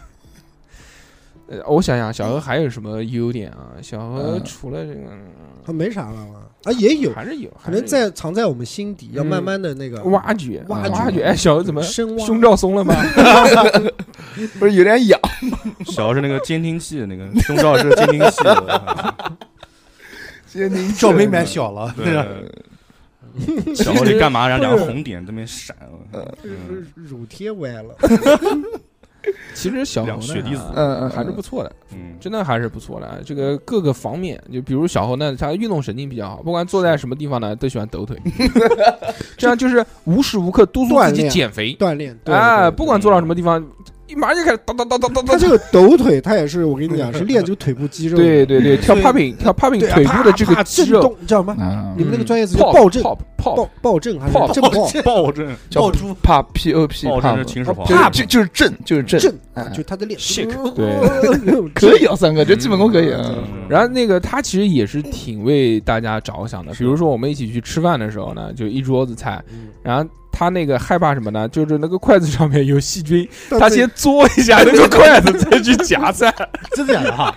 [SPEAKER 2] 呃，我想想，小何还有什么优点啊？小何
[SPEAKER 5] 嗯
[SPEAKER 2] 除了这个，
[SPEAKER 3] 啊， 没啥了嘛，啊，也有，
[SPEAKER 2] 还是有，
[SPEAKER 3] 可
[SPEAKER 2] 还是
[SPEAKER 3] 能
[SPEAKER 2] 有
[SPEAKER 3] 在藏在我们心底，要
[SPEAKER 2] 嗯
[SPEAKER 3] 慢慢的那个
[SPEAKER 2] 挖掘，
[SPEAKER 3] 挖
[SPEAKER 2] 挖
[SPEAKER 3] 掘
[SPEAKER 2] 掘。哎，小何怎么
[SPEAKER 3] 深挖
[SPEAKER 2] 胸罩松了吗？
[SPEAKER 5] 不是有点痒，
[SPEAKER 6] 小是那个监听器，那个胸罩是监听器，我
[SPEAKER 5] 今天您
[SPEAKER 4] 罩杯买小了，
[SPEAKER 6] 对，小你干嘛？然后两个红点这边闪，嗯
[SPEAKER 3] 乳贴歪了，
[SPEAKER 2] 其实小
[SPEAKER 6] 两
[SPEAKER 2] 何
[SPEAKER 6] 雪滴
[SPEAKER 2] 呢
[SPEAKER 6] 子
[SPEAKER 5] 嗯嗯嗯，
[SPEAKER 2] 还是不错的，
[SPEAKER 6] 嗯，
[SPEAKER 2] 真的还是不错的。这个各个方面，就比如小侯呢，他运动神经比较好，不管坐在什么地方呢，都喜欢抖腿，这样就是无时无刻督促自
[SPEAKER 3] 锻
[SPEAKER 2] 己
[SPEAKER 3] 炼
[SPEAKER 2] 减肥。
[SPEAKER 3] 锻炼，对
[SPEAKER 2] 哎，
[SPEAKER 3] 对
[SPEAKER 2] 不管坐到什么地方，一马上就开始哒哒哒哒哒
[SPEAKER 3] 他
[SPEAKER 2] 哒。
[SPEAKER 3] 这个抖腿，他也是我跟你讲，是练这个腿部肌肉的，
[SPEAKER 2] 对对对，跳
[SPEAKER 3] 所以
[SPEAKER 2] popping 跳 popping
[SPEAKER 3] 对啊，
[SPEAKER 2] 腿部的这个
[SPEAKER 3] 啪啪
[SPEAKER 2] 肌
[SPEAKER 3] 震
[SPEAKER 2] 肉，
[SPEAKER 3] 动，你知道吗？
[SPEAKER 5] 啊
[SPEAKER 3] 你们那个专业词叫
[SPEAKER 2] 暴
[SPEAKER 3] 暴震
[SPEAKER 2] 泡
[SPEAKER 3] 暴
[SPEAKER 2] 泡
[SPEAKER 3] 暴震还是
[SPEAKER 2] 暴
[SPEAKER 3] 震爆？
[SPEAKER 6] 暴政
[SPEAKER 5] 叫
[SPEAKER 4] 爆珠，
[SPEAKER 5] 怕 P O 哦 P
[SPEAKER 6] 暴
[SPEAKER 5] 怕
[SPEAKER 6] 政哦是秦始皇，
[SPEAKER 5] 就是就就是震 就是震，
[SPEAKER 3] 震
[SPEAKER 5] 哎，
[SPEAKER 3] 就他在练，呃
[SPEAKER 2] 对
[SPEAKER 5] 可以啊，三哥，这基本功可以啊。
[SPEAKER 6] 嗯
[SPEAKER 2] 然后那个他其实也是挺为大家着想的，比如说我们一起去吃饭的时候呢，就一桌子菜，
[SPEAKER 3] 嗯
[SPEAKER 2] 然后他那个害怕什么呢？就是那个筷子上面有细菌，他先嘬一下那个筷子，再去 夹菜。
[SPEAKER 4] 真的假的 哈？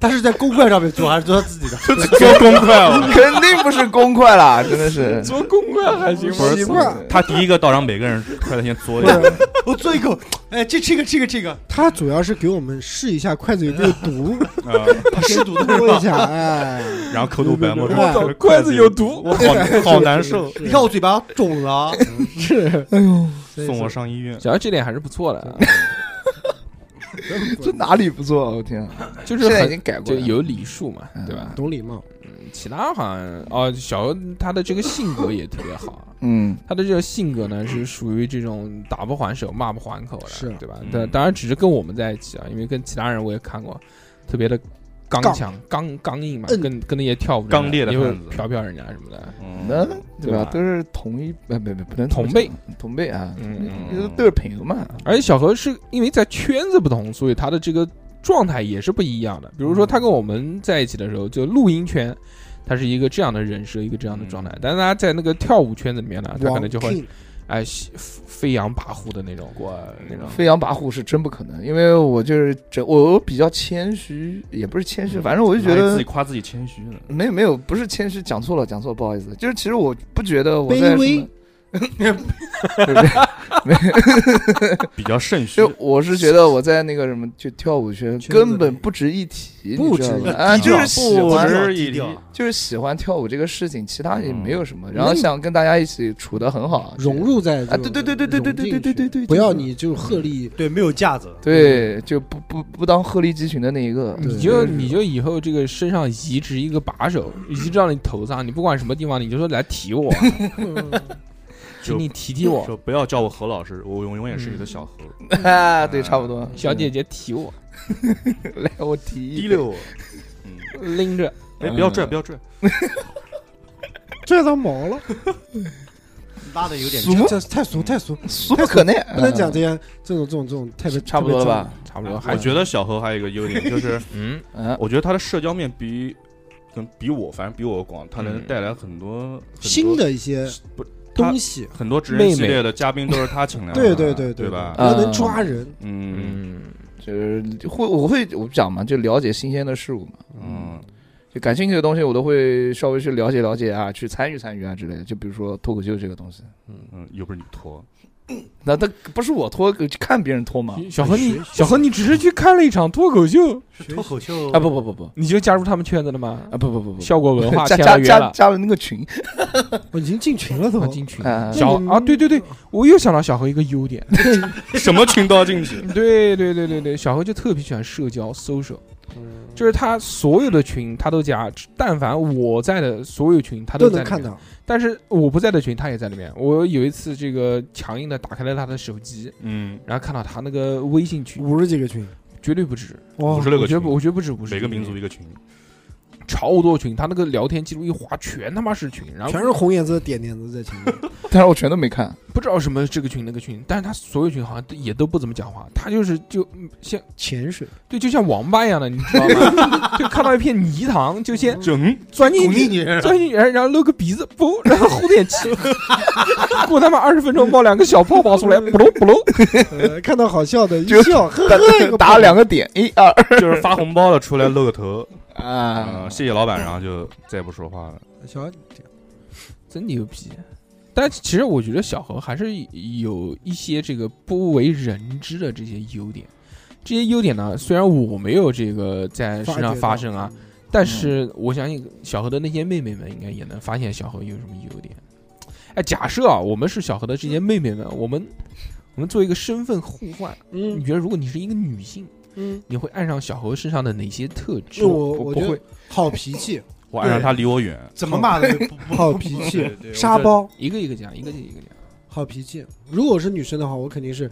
[SPEAKER 4] 他是在公筷上面做，还是做他自己的？
[SPEAKER 6] 做啊公筷，
[SPEAKER 5] 肯定不是公筷啦，真的是。
[SPEAKER 2] 嘬公筷还行
[SPEAKER 6] 不
[SPEAKER 3] 习
[SPEAKER 6] 是
[SPEAKER 3] 惯
[SPEAKER 6] 他第一个到让每个人筷子先嘬一
[SPEAKER 3] 不
[SPEAKER 6] 下，
[SPEAKER 3] 是
[SPEAKER 4] 我做一口，哎，这这个这个这 个，
[SPEAKER 3] 啊他主要是给我们试一下筷子有没有毒，
[SPEAKER 6] 啊，
[SPEAKER 4] 他是毒的是
[SPEAKER 3] 摸一
[SPEAKER 4] 吧？
[SPEAKER 3] 下，哎，
[SPEAKER 6] 然后口吐白沫，
[SPEAKER 3] 我
[SPEAKER 6] 说
[SPEAKER 3] 操
[SPEAKER 6] 这个
[SPEAKER 2] 筷子有毒
[SPEAKER 6] 我 好好难受，
[SPEAKER 4] 你看我嘴巴肿了啊，
[SPEAKER 3] 是
[SPEAKER 6] 送我上医院。
[SPEAKER 2] 小姚这点还是不错的，啊
[SPEAKER 5] 这哪里不错啊？我天啊，
[SPEAKER 2] 就是
[SPEAKER 5] 现在已
[SPEAKER 2] 很
[SPEAKER 5] 经改过
[SPEAKER 2] 就
[SPEAKER 5] 了。
[SPEAKER 2] 有礼数嘛，对吧？
[SPEAKER 3] 懂礼貌，
[SPEAKER 2] 其他好像哦，小姚他的这个性格也特别好。啊
[SPEAKER 5] 嗯，
[SPEAKER 2] 他的这个性格呢，是属于这种打不还手、骂不还口的，
[SPEAKER 3] 是
[SPEAKER 2] 对吧
[SPEAKER 6] 嗯？
[SPEAKER 2] 但当然只是跟我们在一起啊，因为跟其他人我也看过，特别的刚强、刚刚硬嘛，
[SPEAKER 3] 嗯
[SPEAKER 2] 跟跟那些跳舞的人啊
[SPEAKER 6] 刚烈的
[SPEAKER 2] 也会
[SPEAKER 6] 汉子
[SPEAKER 2] 瞟瞟人家什么的，
[SPEAKER 5] 那
[SPEAKER 6] 嗯，
[SPEAKER 5] 对
[SPEAKER 2] 对
[SPEAKER 5] 吧？
[SPEAKER 2] 吧
[SPEAKER 5] 都是同一，呃，不不不能
[SPEAKER 2] 同辈。
[SPEAKER 5] 同辈啊，
[SPEAKER 2] 嗯哎
[SPEAKER 5] 都都是朋友嘛。
[SPEAKER 2] 而且小何是因为在圈子不同，所以他的这个状态也是不一样的。比如说
[SPEAKER 3] 嗯
[SPEAKER 2] 他跟我们在一起的时候，就录音圈。他是一个这样的人设，一个这样的状态，但是他在那个跳舞圈子里面呢，他可能就
[SPEAKER 3] 嗯王
[SPEAKER 2] 会
[SPEAKER 3] King
[SPEAKER 2] 哎西飞扬跋扈的那种过那
[SPEAKER 6] 嗯
[SPEAKER 2] 种。
[SPEAKER 5] 飞扬跋扈是真不可能，因为我就是这，我比较谦虚，也不是谦虚，反正我就觉
[SPEAKER 6] 自
[SPEAKER 5] 得
[SPEAKER 6] 己夸自己谦虚了。
[SPEAKER 5] 没有没有，不是谦虚，讲错了，讲错了，不好意思。就是其实我不觉得我在
[SPEAKER 3] 卑微
[SPEAKER 5] 什么。不是
[SPEAKER 6] 比较肾虚
[SPEAKER 5] 就，我是觉得我在那个什么，就跳舞圈
[SPEAKER 3] 圈子
[SPEAKER 5] 根本不值一提，
[SPEAKER 3] 不
[SPEAKER 5] 你知道
[SPEAKER 3] 值
[SPEAKER 5] 吗
[SPEAKER 3] 一
[SPEAKER 5] 啊，
[SPEAKER 6] 提
[SPEAKER 5] 就是
[SPEAKER 6] 不
[SPEAKER 5] 喜
[SPEAKER 6] 我
[SPEAKER 5] 欢
[SPEAKER 6] 值
[SPEAKER 4] 是
[SPEAKER 6] 一
[SPEAKER 4] 低
[SPEAKER 6] 提
[SPEAKER 4] 调。
[SPEAKER 5] 就是喜欢跳舞这个事情，其他也没有什么。
[SPEAKER 3] 嗯
[SPEAKER 5] 然后想跟大家一起处得很好，
[SPEAKER 3] 融入在
[SPEAKER 5] 啊，对对对对对对对对对对对，
[SPEAKER 3] 不要你就鹤立
[SPEAKER 4] 对，没有架子，
[SPEAKER 5] 对就不不不当鹤立鸡群的那一个，
[SPEAKER 3] 嗯
[SPEAKER 2] 你就你就以后这个身上移植一个把手，移植到你头上，你不管什么地方，你就说来提我，
[SPEAKER 3] 嗯
[SPEAKER 2] 请你提提我，
[SPEAKER 6] 说不要叫我何老师，我永永远是你的小 何。
[SPEAKER 5] 啊，对，差不多。
[SPEAKER 2] 小姐姐提我，
[SPEAKER 5] 来，我提一个
[SPEAKER 6] 提溜我，嗯，
[SPEAKER 2] 拎着。
[SPEAKER 6] 哎，不要拽，不要拽，
[SPEAKER 3] 拽到毛了，
[SPEAKER 4] 拉的有点
[SPEAKER 5] 俗吗
[SPEAKER 3] 这太俗太俗，
[SPEAKER 5] 俗不可耐，嗯
[SPEAKER 3] 不能讲这些这种这种这种特别
[SPEAKER 5] 差不多了？吧？
[SPEAKER 2] 差不多还
[SPEAKER 6] 我觉得小何还有一个优点就是，
[SPEAKER 2] 嗯，
[SPEAKER 5] 嗯，
[SPEAKER 6] 我觉得他的社交面比跟比我反正比我广，他能
[SPEAKER 2] 嗯
[SPEAKER 6] 带来很多
[SPEAKER 3] 新。
[SPEAKER 6] 很多
[SPEAKER 3] 的一些
[SPEAKER 6] 不他
[SPEAKER 3] 东西，
[SPEAKER 6] 很多职人系
[SPEAKER 2] 妹妹
[SPEAKER 6] 列的嘉宾都是 他请来的，
[SPEAKER 3] 对对对
[SPEAKER 6] 对吧？
[SPEAKER 3] 要能抓人，
[SPEAKER 6] 嗯
[SPEAKER 2] 嗯，
[SPEAKER 5] 就是会我会我不讲嘛，就了解新鲜的事物嘛，
[SPEAKER 6] 嗯，
[SPEAKER 5] 就感兴趣的东西我都会稍微去了解了解啊，去参与参与啊之类的。就比如说脱口秀这个东西，
[SPEAKER 6] 嗯，又不是你拖，
[SPEAKER 5] 那他不是我脱，看别人脱嘛？
[SPEAKER 2] 小何你小何你只是去看了一场脱口秀，
[SPEAKER 4] 脱口秀
[SPEAKER 5] 啊，不不不不
[SPEAKER 2] 你就加入他们圈子了吗？
[SPEAKER 5] 啊不不不不，
[SPEAKER 2] 效果文 化
[SPEAKER 5] 加
[SPEAKER 2] 签
[SPEAKER 5] 加
[SPEAKER 2] 了约
[SPEAKER 5] 加
[SPEAKER 2] 了，
[SPEAKER 5] 加入那个群
[SPEAKER 3] 我已经进群了都
[SPEAKER 2] 啊。进群。
[SPEAKER 5] 啊，
[SPEAKER 2] 小
[SPEAKER 3] 嗯
[SPEAKER 2] 啊，对对对，我又想到小何一个优点，
[SPEAKER 6] 什么群都要进 去。
[SPEAKER 2] 对对对对对，小何就特别喜欢社交 social。就是他所有的群他都加，但凡我在的所有群他
[SPEAKER 3] 都
[SPEAKER 2] 在
[SPEAKER 3] 能
[SPEAKER 2] 里
[SPEAKER 3] 看
[SPEAKER 2] 面。
[SPEAKER 3] 到，
[SPEAKER 2] 但是我不在的群他也在里面。我有一次这个强硬的打开了他的手机，
[SPEAKER 6] 嗯，
[SPEAKER 2] 然后看到他那个微信群，
[SPEAKER 3] 五十几个群，
[SPEAKER 2] 绝对不止，
[SPEAKER 3] 哇
[SPEAKER 6] 五十六
[SPEAKER 2] 我
[SPEAKER 6] 个
[SPEAKER 2] 觉
[SPEAKER 6] 群
[SPEAKER 2] 得，不我觉得不止五十，
[SPEAKER 6] 每个民族一个群，
[SPEAKER 2] 超多群，他那个聊天记录一划，全他妈是群，然后
[SPEAKER 3] 全是红颜色的点点子在前面。
[SPEAKER 5] 但是我全都没看。
[SPEAKER 2] 不知道什么这个群那个群，但是他所有群好像都也都不怎么讲话，他就是就嗯像
[SPEAKER 3] 潜水，
[SPEAKER 2] 对就像王八一样的，你知道 吗？就看到一片泥塘，就先
[SPEAKER 6] 就嗯
[SPEAKER 2] 钻进
[SPEAKER 4] 鼓励
[SPEAKER 2] 去，
[SPEAKER 4] 你，
[SPEAKER 2] 钻进去，然后露个鼻子，噗，然后呼点 气，过他妈二十分钟冒两个小泡泡 出来，不噜不噜，
[SPEAKER 3] 呃看到好笑的一
[SPEAKER 5] 就
[SPEAKER 3] 笑， 呵
[SPEAKER 5] 打
[SPEAKER 3] 呵，一个
[SPEAKER 5] 打了两个点，一二
[SPEAKER 6] 就是发红包了出来露个头，
[SPEAKER 5] 啊
[SPEAKER 6] 嗯，！谢谢老板，然后就再也不说话了。
[SPEAKER 3] 小孩
[SPEAKER 2] 真牛逼！但其实我觉得小何还是有一些这个不为人知的这些优点，这些优点呢，虽然我没有这个在身上发生
[SPEAKER 3] 嗯
[SPEAKER 2] 啊，，但是我相信小何的那些妹妹们应该也能发现小何有什么优点。哎，假设啊，我们是小何的这些妹妹们，我们我们做一个身份互换，你
[SPEAKER 3] 嗯
[SPEAKER 2] 觉得如果你是一个女性，
[SPEAKER 3] 嗯，
[SPEAKER 2] 你会爱上小何身上的哪些特质？
[SPEAKER 3] 那我
[SPEAKER 2] 我
[SPEAKER 3] 我
[SPEAKER 2] 不
[SPEAKER 3] 觉
[SPEAKER 2] 会
[SPEAKER 3] 得好脾气，
[SPEAKER 6] 我爱上他离我远，
[SPEAKER 4] 怎么骂的？不不
[SPEAKER 3] 好脾 气，
[SPEAKER 6] 对
[SPEAKER 3] 沙包，
[SPEAKER 2] 一个一个讲，一个一个讲。
[SPEAKER 3] 好脾气。如果是女生的话，我肯定是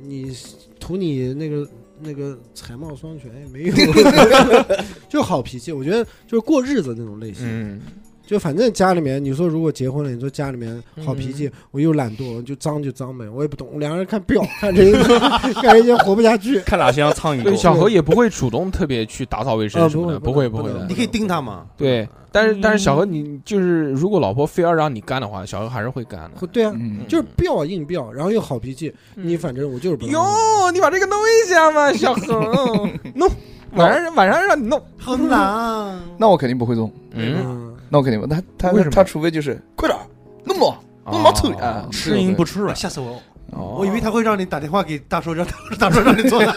[SPEAKER 3] 你图你那个那个才貌双全也没有， 就好脾气。我觉得就是过日子那种类型。
[SPEAKER 2] 嗯，
[SPEAKER 3] 就反正家里面，你说如果结婚了，你说家里面好脾气，我又懒惰，就脏就脏呗，我也不懂。两个人看表， 看人家看人家活不下去。
[SPEAKER 6] 看哪像苍蝇
[SPEAKER 2] 对，小
[SPEAKER 6] 多。
[SPEAKER 2] 何也不会主动特别去打扫卫生
[SPEAKER 3] 呃
[SPEAKER 2] 什么的，
[SPEAKER 3] 不
[SPEAKER 2] 会
[SPEAKER 3] 会
[SPEAKER 2] 不
[SPEAKER 3] 不
[SPEAKER 2] 会
[SPEAKER 3] 能
[SPEAKER 2] 的
[SPEAKER 4] 你。可以盯他嘛。
[SPEAKER 2] 对，但是但
[SPEAKER 5] 嗯
[SPEAKER 2] 是小何你就是，如果老婆非要让你干的话，小何还是会干的。
[SPEAKER 3] 对啊，
[SPEAKER 5] 嗯，
[SPEAKER 3] 就是彪硬彪，然后又好脾气，你反正我就是不能
[SPEAKER 2] 嗯哟，你把这个弄一下嘛，小何弄，晚上晚上让你弄。
[SPEAKER 4] 好难啊！
[SPEAKER 5] 那我肯定不会弄，
[SPEAKER 2] 嗯，
[SPEAKER 3] 嗯，
[SPEAKER 5] 那我肯定不。他
[SPEAKER 2] 为
[SPEAKER 5] 他
[SPEAKER 2] 什么
[SPEAKER 5] 他除非就是快点儿弄弄，
[SPEAKER 2] 哦
[SPEAKER 5] 那毛腿啊
[SPEAKER 6] 吃硬不吃软，
[SPEAKER 4] 吓死我！
[SPEAKER 2] 哦
[SPEAKER 4] 我以为他会让你打电话给大叔，让大叔大叔让你做 的。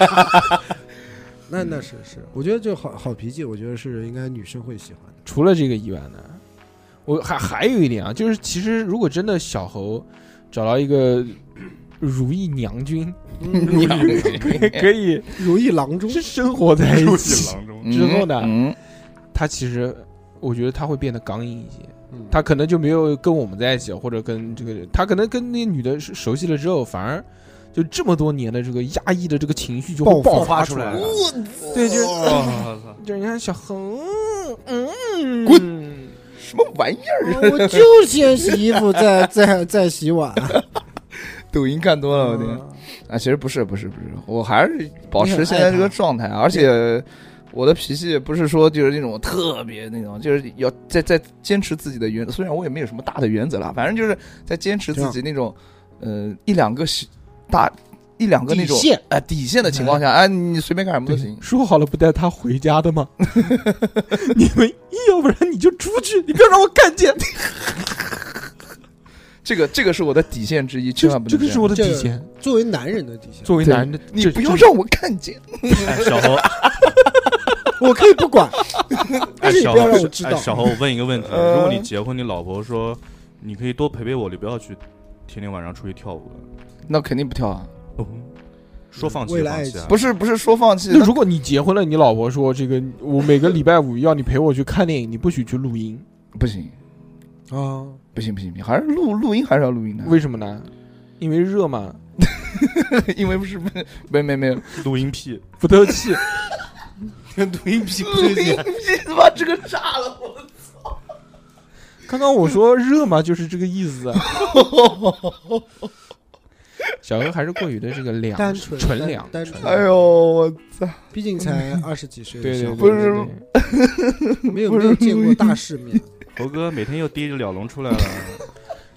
[SPEAKER 3] 那那是是，我觉得就好好脾气，我觉得是应该女生会喜欢的。
[SPEAKER 2] 除了这个以外呢，我还还有一点啊，就是其实如果真的小猴找到一个如意娘君，
[SPEAKER 5] 你好
[SPEAKER 2] 可以
[SPEAKER 3] 如意郎中
[SPEAKER 2] 是生活在一
[SPEAKER 6] 入
[SPEAKER 2] 起
[SPEAKER 6] 进，囊中。
[SPEAKER 2] 之后呢
[SPEAKER 5] 嗯，嗯
[SPEAKER 2] 他其实我觉得他会变得刚硬一些，
[SPEAKER 3] 嗯
[SPEAKER 2] 他可能就没有跟我们在一起，或者跟这个他可能跟那女的熟悉了之后，反而。就这么多年的这个压抑的这个情绪就会
[SPEAKER 3] 爆
[SPEAKER 2] 发
[SPEAKER 4] 发
[SPEAKER 2] 出
[SPEAKER 4] 出来
[SPEAKER 2] 了
[SPEAKER 4] 了，
[SPEAKER 2] 对，就是哎
[SPEAKER 6] 哦
[SPEAKER 2] 就是人家小恒，嗯，
[SPEAKER 5] 滚！什么玩意儿？
[SPEAKER 3] 哦 我就先洗衣服，再再再洗碗。
[SPEAKER 5] 抖音看多了，我
[SPEAKER 3] 嗯
[SPEAKER 5] 天！啊，其实不是，不是，不是，我还是保持现在这个状态，啊而且我的脾气不是说就是那种特别那种，就是要在在坚持自己的原，虽然我也没有什么大的原则啦，反正就是在坚持自己那种，呃，一两个小大一两个那种
[SPEAKER 3] 底线
[SPEAKER 5] 哎底线的情况下，哎，你随便干什么都
[SPEAKER 2] 对
[SPEAKER 5] 行。
[SPEAKER 2] 说好了不带他回家 的吗？你们要不然你就出去，你不要让我看见。
[SPEAKER 5] 这个这个是我的底线之一，千万不能
[SPEAKER 2] 这个
[SPEAKER 5] 样
[SPEAKER 2] 是我的
[SPEAKER 3] 这
[SPEAKER 2] 底
[SPEAKER 3] 个
[SPEAKER 2] 线。
[SPEAKER 3] 作为男人的底线，
[SPEAKER 2] 作为
[SPEAKER 5] 对
[SPEAKER 2] 男的，
[SPEAKER 5] 你
[SPEAKER 2] 这
[SPEAKER 5] 不要让我看见。
[SPEAKER 6] 哎小猴，
[SPEAKER 3] 我可以 不管，
[SPEAKER 6] 哎
[SPEAKER 3] 但是你
[SPEAKER 6] 小
[SPEAKER 3] 不要
[SPEAKER 6] 猴
[SPEAKER 3] 让我知
[SPEAKER 6] 哎
[SPEAKER 3] 道
[SPEAKER 6] 小猴，我问一个问题：
[SPEAKER 5] 呃
[SPEAKER 6] 如果你结婚，你老婆说你可以多陪陪我，你不要去天天晚上出去跳舞了，
[SPEAKER 5] 那肯定不跳啊！
[SPEAKER 6] 哦 说放弃
[SPEAKER 3] 为
[SPEAKER 6] 就
[SPEAKER 3] 了
[SPEAKER 6] 放
[SPEAKER 3] 爱
[SPEAKER 6] 弃啊
[SPEAKER 3] 情？
[SPEAKER 5] 不是不是说放弃，
[SPEAKER 2] 那如果你结婚了，你老婆说这个，我每个礼拜五要你陪我去看电影，你不许去录音，
[SPEAKER 5] 不行
[SPEAKER 3] 啊。
[SPEAKER 5] 不行不行，不行还是录录音还是要录音的，
[SPEAKER 2] 为什么呢？因为热嘛，
[SPEAKER 5] 因为不是没没没 没有
[SPEAKER 6] 录音癖，
[SPEAKER 2] 不透气。
[SPEAKER 4] 录音屁
[SPEAKER 5] 录音，你他妈这个炸了我！
[SPEAKER 2] 刚刚我说热嘛，就是这个意思啊。 小何还是过于的这个凉，
[SPEAKER 3] 单纯
[SPEAKER 2] 纯
[SPEAKER 3] 单
[SPEAKER 2] 凉，
[SPEAKER 3] 单
[SPEAKER 2] 纯
[SPEAKER 3] 纯
[SPEAKER 5] 哎呦，我操！
[SPEAKER 3] 毕竟才二十几岁，
[SPEAKER 2] 对对对，
[SPEAKER 5] 不是
[SPEAKER 2] 对
[SPEAKER 3] 没有没有见过大世面，
[SPEAKER 6] 猴哥每天又提着鸟笼出来 了，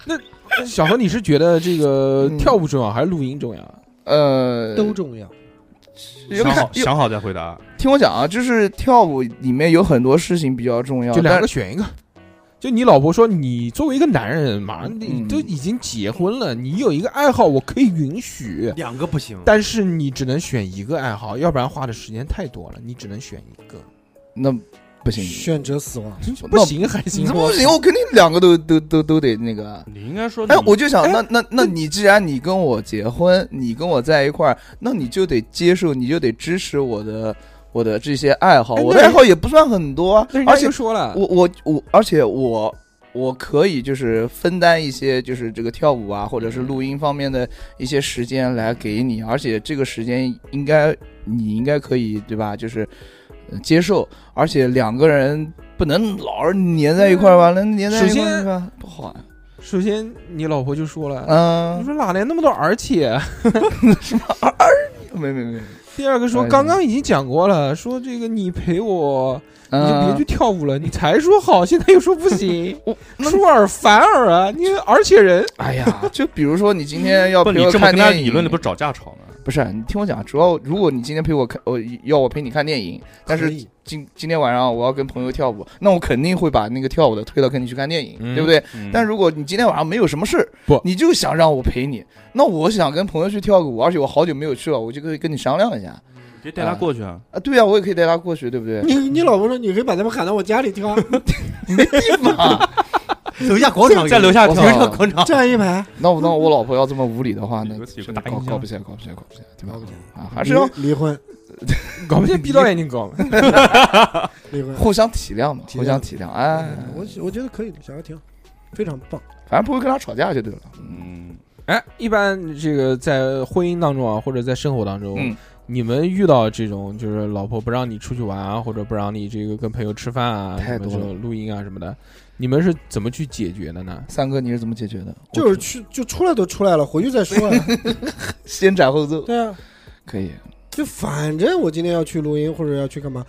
[SPEAKER 2] 对小何，你是觉得这个
[SPEAKER 5] 嗯
[SPEAKER 2] 跳舞重要还是录音重要啊？
[SPEAKER 5] 呃，
[SPEAKER 3] 都重要。
[SPEAKER 5] 有
[SPEAKER 6] 想好
[SPEAKER 5] 有
[SPEAKER 6] 想好再回答。
[SPEAKER 5] 听我讲啊，就是跳舞里面有很多事情比较重要，
[SPEAKER 2] 就两
[SPEAKER 5] 但
[SPEAKER 2] 个选一个。就你老婆说，你作为一个男人，马上你
[SPEAKER 5] 嗯
[SPEAKER 2] 都已经结婚了，你有一个爱好，我可以允许，
[SPEAKER 4] 两个不行，
[SPEAKER 2] 但是你只能选一个爱好，要不然花的时间太多了，你只能选一个。
[SPEAKER 5] 那不行，
[SPEAKER 3] 选择死亡，
[SPEAKER 2] 不行还
[SPEAKER 5] 嗯
[SPEAKER 2] 行，
[SPEAKER 5] 那不行，我肯定两个都都都都得那个。
[SPEAKER 6] 你应该说
[SPEAKER 2] 嗯
[SPEAKER 6] 你，
[SPEAKER 5] 哎，我就想，那那那你既然你跟我结婚，你跟我在一块儿，那你就得接受，你就得支持我的我的这些爱好，
[SPEAKER 2] 哎
[SPEAKER 5] 我
[SPEAKER 2] 那
[SPEAKER 5] 的爱
[SPEAKER 2] 人
[SPEAKER 5] 好也不算很多啊
[SPEAKER 2] 那人，家
[SPEAKER 5] 而且
[SPEAKER 2] 就说了，
[SPEAKER 5] 我我我，而且我我可以就是分担一些就是这个跳舞啊，或者是录音方面的一些时间来给你，而且这个时间应该你应该可以对吧？就是呃接受，而且两个人不能老是粘在一块儿吧？能粘在一块
[SPEAKER 2] 首
[SPEAKER 5] 儿
[SPEAKER 2] 先
[SPEAKER 5] 是吧不好啊。
[SPEAKER 2] 首先，你老婆就说了，你
[SPEAKER 5] 嗯，
[SPEAKER 2] 说哪来那么多而且？
[SPEAKER 5] 没没没，
[SPEAKER 2] 第二个说，
[SPEAKER 5] 哎
[SPEAKER 2] 刚刚已经讲过了，说这个你陪我，你就别
[SPEAKER 5] 嗯
[SPEAKER 2] 去，跳舞了，你才说好，现在又说不行，
[SPEAKER 5] 我那
[SPEAKER 2] 出尔反尔啊！你而且人，
[SPEAKER 5] 哎呀，就比如说你今天要
[SPEAKER 6] 不，
[SPEAKER 5] 陪
[SPEAKER 6] 你
[SPEAKER 5] 我
[SPEAKER 6] 这么
[SPEAKER 5] 看
[SPEAKER 6] 跟他
[SPEAKER 5] 电影，
[SPEAKER 6] 理论，你不是找架吵吗？
[SPEAKER 5] 不是，你听我讲，主要如果你今天陪我看，我要我陪你看电影，但
[SPEAKER 3] 可
[SPEAKER 5] 是
[SPEAKER 3] 以
[SPEAKER 5] 今今天晚上我要跟朋友跳舞，那我肯定会把那个跳舞的推到跟你去看电影，
[SPEAKER 2] 嗯
[SPEAKER 5] 对不对？
[SPEAKER 6] 嗯
[SPEAKER 5] 但如果你今天晚上没有什么事，
[SPEAKER 2] 不
[SPEAKER 5] 你就想让我陪你，那我想跟朋友去跳个舞，而且我好久没有去了，我就可以跟你商量一下
[SPEAKER 6] 你可以带他过去啊，
[SPEAKER 5] 啊。对啊，我也可以带他过去，对不 对？
[SPEAKER 3] 你你老婆说你可以把他们喊到我家里跳，
[SPEAKER 5] 啊
[SPEAKER 4] 楼下广场
[SPEAKER 6] 在楼
[SPEAKER 5] 我
[SPEAKER 6] 下
[SPEAKER 5] 操
[SPEAKER 6] 跳
[SPEAKER 4] 楼下广场，
[SPEAKER 3] 站一排，
[SPEAKER 5] 那我那我老婆要这么无理的话，那
[SPEAKER 6] 有个有个
[SPEAKER 5] 真的
[SPEAKER 6] 大
[SPEAKER 5] 搞
[SPEAKER 6] 音箱
[SPEAKER 5] 搞不起来，搞不起来，搞不起来，对吧？啊，还
[SPEAKER 3] 还
[SPEAKER 5] 是要
[SPEAKER 3] 离婚，
[SPEAKER 2] 搞不清闭到眼睛搞。
[SPEAKER 3] 离婚。
[SPEAKER 5] 互相体谅嘛，
[SPEAKER 3] 体谅嗯
[SPEAKER 5] 互相体谅。哎，
[SPEAKER 3] 我我觉得可以的，小孩挺好，非常棒。
[SPEAKER 5] 反正不会跟他吵架就对了。
[SPEAKER 6] 嗯，
[SPEAKER 2] 哎，一般这个在婚姻当中啊，或者在生活当中，
[SPEAKER 5] 嗯
[SPEAKER 2] 你们遇到这种就是老婆不让你出去玩啊，或者不让你这个跟朋友吃饭啊，
[SPEAKER 5] 太
[SPEAKER 2] 什么
[SPEAKER 5] 多
[SPEAKER 2] 这种录音啊什么的，你们是怎么去解决的呢？
[SPEAKER 5] 三哥，你是怎么解决的？
[SPEAKER 3] 就是去就出来都出来了，回去再说呀。
[SPEAKER 5] 先斩后奏，
[SPEAKER 3] 对啊，
[SPEAKER 5] 可以。
[SPEAKER 3] 就反正我今天要去录音或者要去干嘛，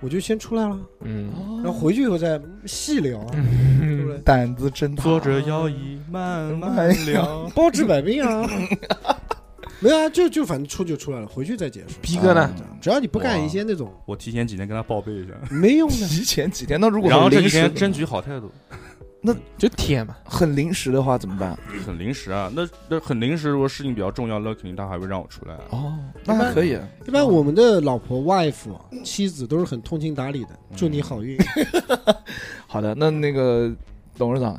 [SPEAKER 3] 我就先出来了，
[SPEAKER 2] 嗯，
[SPEAKER 3] 然后回去以后再细聊啊，对不对？
[SPEAKER 5] 胆子真大。
[SPEAKER 6] 坐着摇椅慢慢聊。
[SPEAKER 3] 包治百病啊。没有啊，就就反正出就出来了，回去再解释。
[SPEAKER 2] 逼哥呢？
[SPEAKER 5] 啊
[SPEAKER 3] 只要你不干一些那种
[SPEAKER 6] 我提前几天跟他报备一下，
[SPEAKER 3] 没用 的，
[SPEAKER 5] 提前几天，那如果
[SPEAKER 6] 然后
[SPEAKER 5] 很
[SPEAKER 6] 这
[SPEAKER 5] 临
[SPEAKER 6] 几
[SPEAKER 5] 时
[SPEAKER 6] 天，争取好态度，
[SPEAKER 2] 就舔嘛，
[SPEAKER 5] 很临时的话怎么办？
[SPEAKER 6] 很临时啊。那那很临时，如果事情比较重要，那肯定他还会让我出来啊。
[SPEAKER 5] 哦，那还可以啊。
[SPEAKER 3] 一般我们的老婆、wife、妻啊子都是很通情达理的。祝你好运，
[SPEAKER 5] 好的，那那个董事长，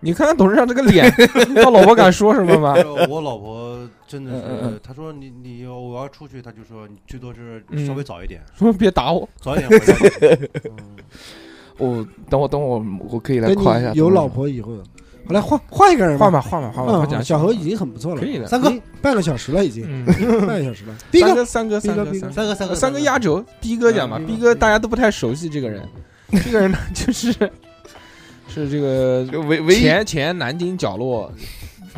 [SPEAKER 2] 你看看董事长这个脸， 他老婆敢说什么 吗？
[SPEAKER 4] 我老婆真的
[SPEAKER 5] 嗯嗯
[SPEAKER 4] 是，她说你你要我要出去，她就说你最多是
[SPEAKER 2] 嗯
[SPEAKER 4] 稍微早一点，
[SPEAKER 2] 说别打我，
[SPEAKER 4] 早一点回嗯来。
[SPEAKER 5] 我等我等我，我可以来
[SPEAKER 3] 等
[SPEAKER 5] 夸一下。
[SPEAKER 3] 你有老，婆以后，好来换换一个人
[SPEAKER 2] 换吧换吧换吧，我
[SPEAKER 3] 嗯，
[SPEAKER 2] 讲
[SPEAKER 3] 小何已经很不错了，
[SPEAKER 2] 可以的
[SPEAKER 3] 三哥半个小时了已经，
[SPEAKER 2] 嗯，
[SPEAKER 3] 半个小时了。第一
[SPEAKER 2] 三
[SPEAKER 3] 个
[SPEAKER 2] 哥三哥三哥
[SPEAKER 3] 逼哥
[SPEAKER 2] 三
[SPEAKER 4] 三个三
[SPEAKER 2] 哥
[SPEAKER 4] 个
[SPEAKER 2] 三哥压轴，逼哥讲吧，
[SPEAKER 4] 嗯
[SPEAKER 2] 逼哥大家都不太熟悉这个人，这个人呢就是是这个
[SPEAKER 5] 就唯唯一
[SPEAKER 2] 前前南京角落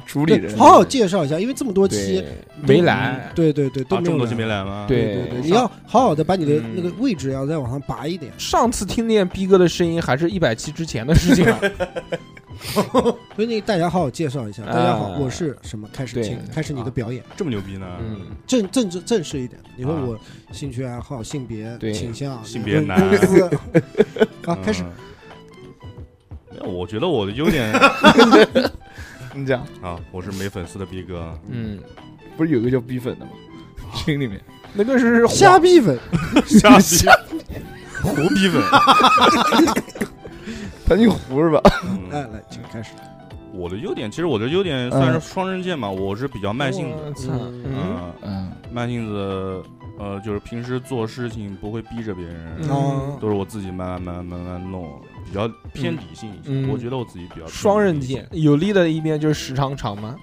[SPEAKER 5] 主理
[SPEAKER 3] 对，
[SPEAKER 5] 人，
[SPEAKER 3] 好好介绍一下，因为这么多期
[SPEAKER 2] 对没来，
[SPEAKER 3] 对对对都
[SPEAKER 6] 啊，
[SPEAKER 3] 没
[SPEAKER 6] 这么
[SPEAKER 3] 有
[SPEAKER 6] 多期没
[SPEAKER 3] 聊。
[SPEAKER 6] 来吗？
[SPEAKER 2] 对
[SPEAKER 3] 对对，你要好好的把你的
[SPEAKER 2] 嗯
[SPEAKER 3] 那个位置要再往上拔一点。
[SPEAKER 2] 上次听见逼哥的声音还是一百期之前的事情啊了，
[SPEAKER 3] 所以那个大家好好介绍一下，大家好，
[SPEAKER 2] 啊
[SPEAKER 3] 我是什么？开始
[SPEAKER 2] 对
[SPEAKER 3] 请开始你的表演，
[SPEAKER 6] 这么牛逼呢？
[SPEAKER 2] 嗯，
[SPEAKER 3] 正正正正式一点。你说
[SPEAKER 6] 啊
[SPEAKER 3] 我兴趣爱好、性别
[SPEAKER 2] 对
[SPEAKER 3] 倾向、
[SPEAKER 6] 性别
[SPEAKER 3] 你
[SPEAKER 6] 男
[SPEAKER 3] 公司 啊，
[SPEAKER 6] 嗯
[SPEAKER 3] 开始。
[SPEAKER 6] 没有我觉得我的优点
[SPEAKER 5] 你讲，
[SPEAKER 6] 啊，我是没粉丝的逼哥，
[SPEAKER 2] 嗯，
[SPEAKER 5] 不是有一个叫逼粉的吗？群里面
[SPEAKER 2] 那个
[SPEAKER 5] 嗯
[SPEAKER 2] 是
[SPEAKER 3] 瞎逼粉，
[SPEAKER 6] 瞎逼，胡逼粉。
[SPEAKER 5] 他姓胡是吧？
[SPEAKER 6] 嗯
[SPEAKER 3] 哎，来，请开
[SPEAKER 5] 呃
[SPEAKER 3] 始。
[SPEAKER 6] 我的优点，其实我的优点算是双刃剑嘛，我是比较慢性子，
[SPEAKER 2] 操，嗯，
[SPEAKER 6] 啊，
[SPEAKER 5] 嗯，
[SPEAKER 6] 慢性子，呃，就是平时做事情不会逼着别
[SPEAKER 2] 嗯
[SPEAKER 6] 人，
[SPEAKER 3] 哦，
[SPEAKER 6] 都是我自己慢慢慢慢慢慢弄，比较偏理性一些。
[SPEAKER 2] 嗯
[SPEAKER 6] 我觉得我自己比较偏
[SPEAKER 2] 双刃
[SPEAKER 6] 理性
[SPEAKER 2] 剑，，有利的一面就是时长长嘛，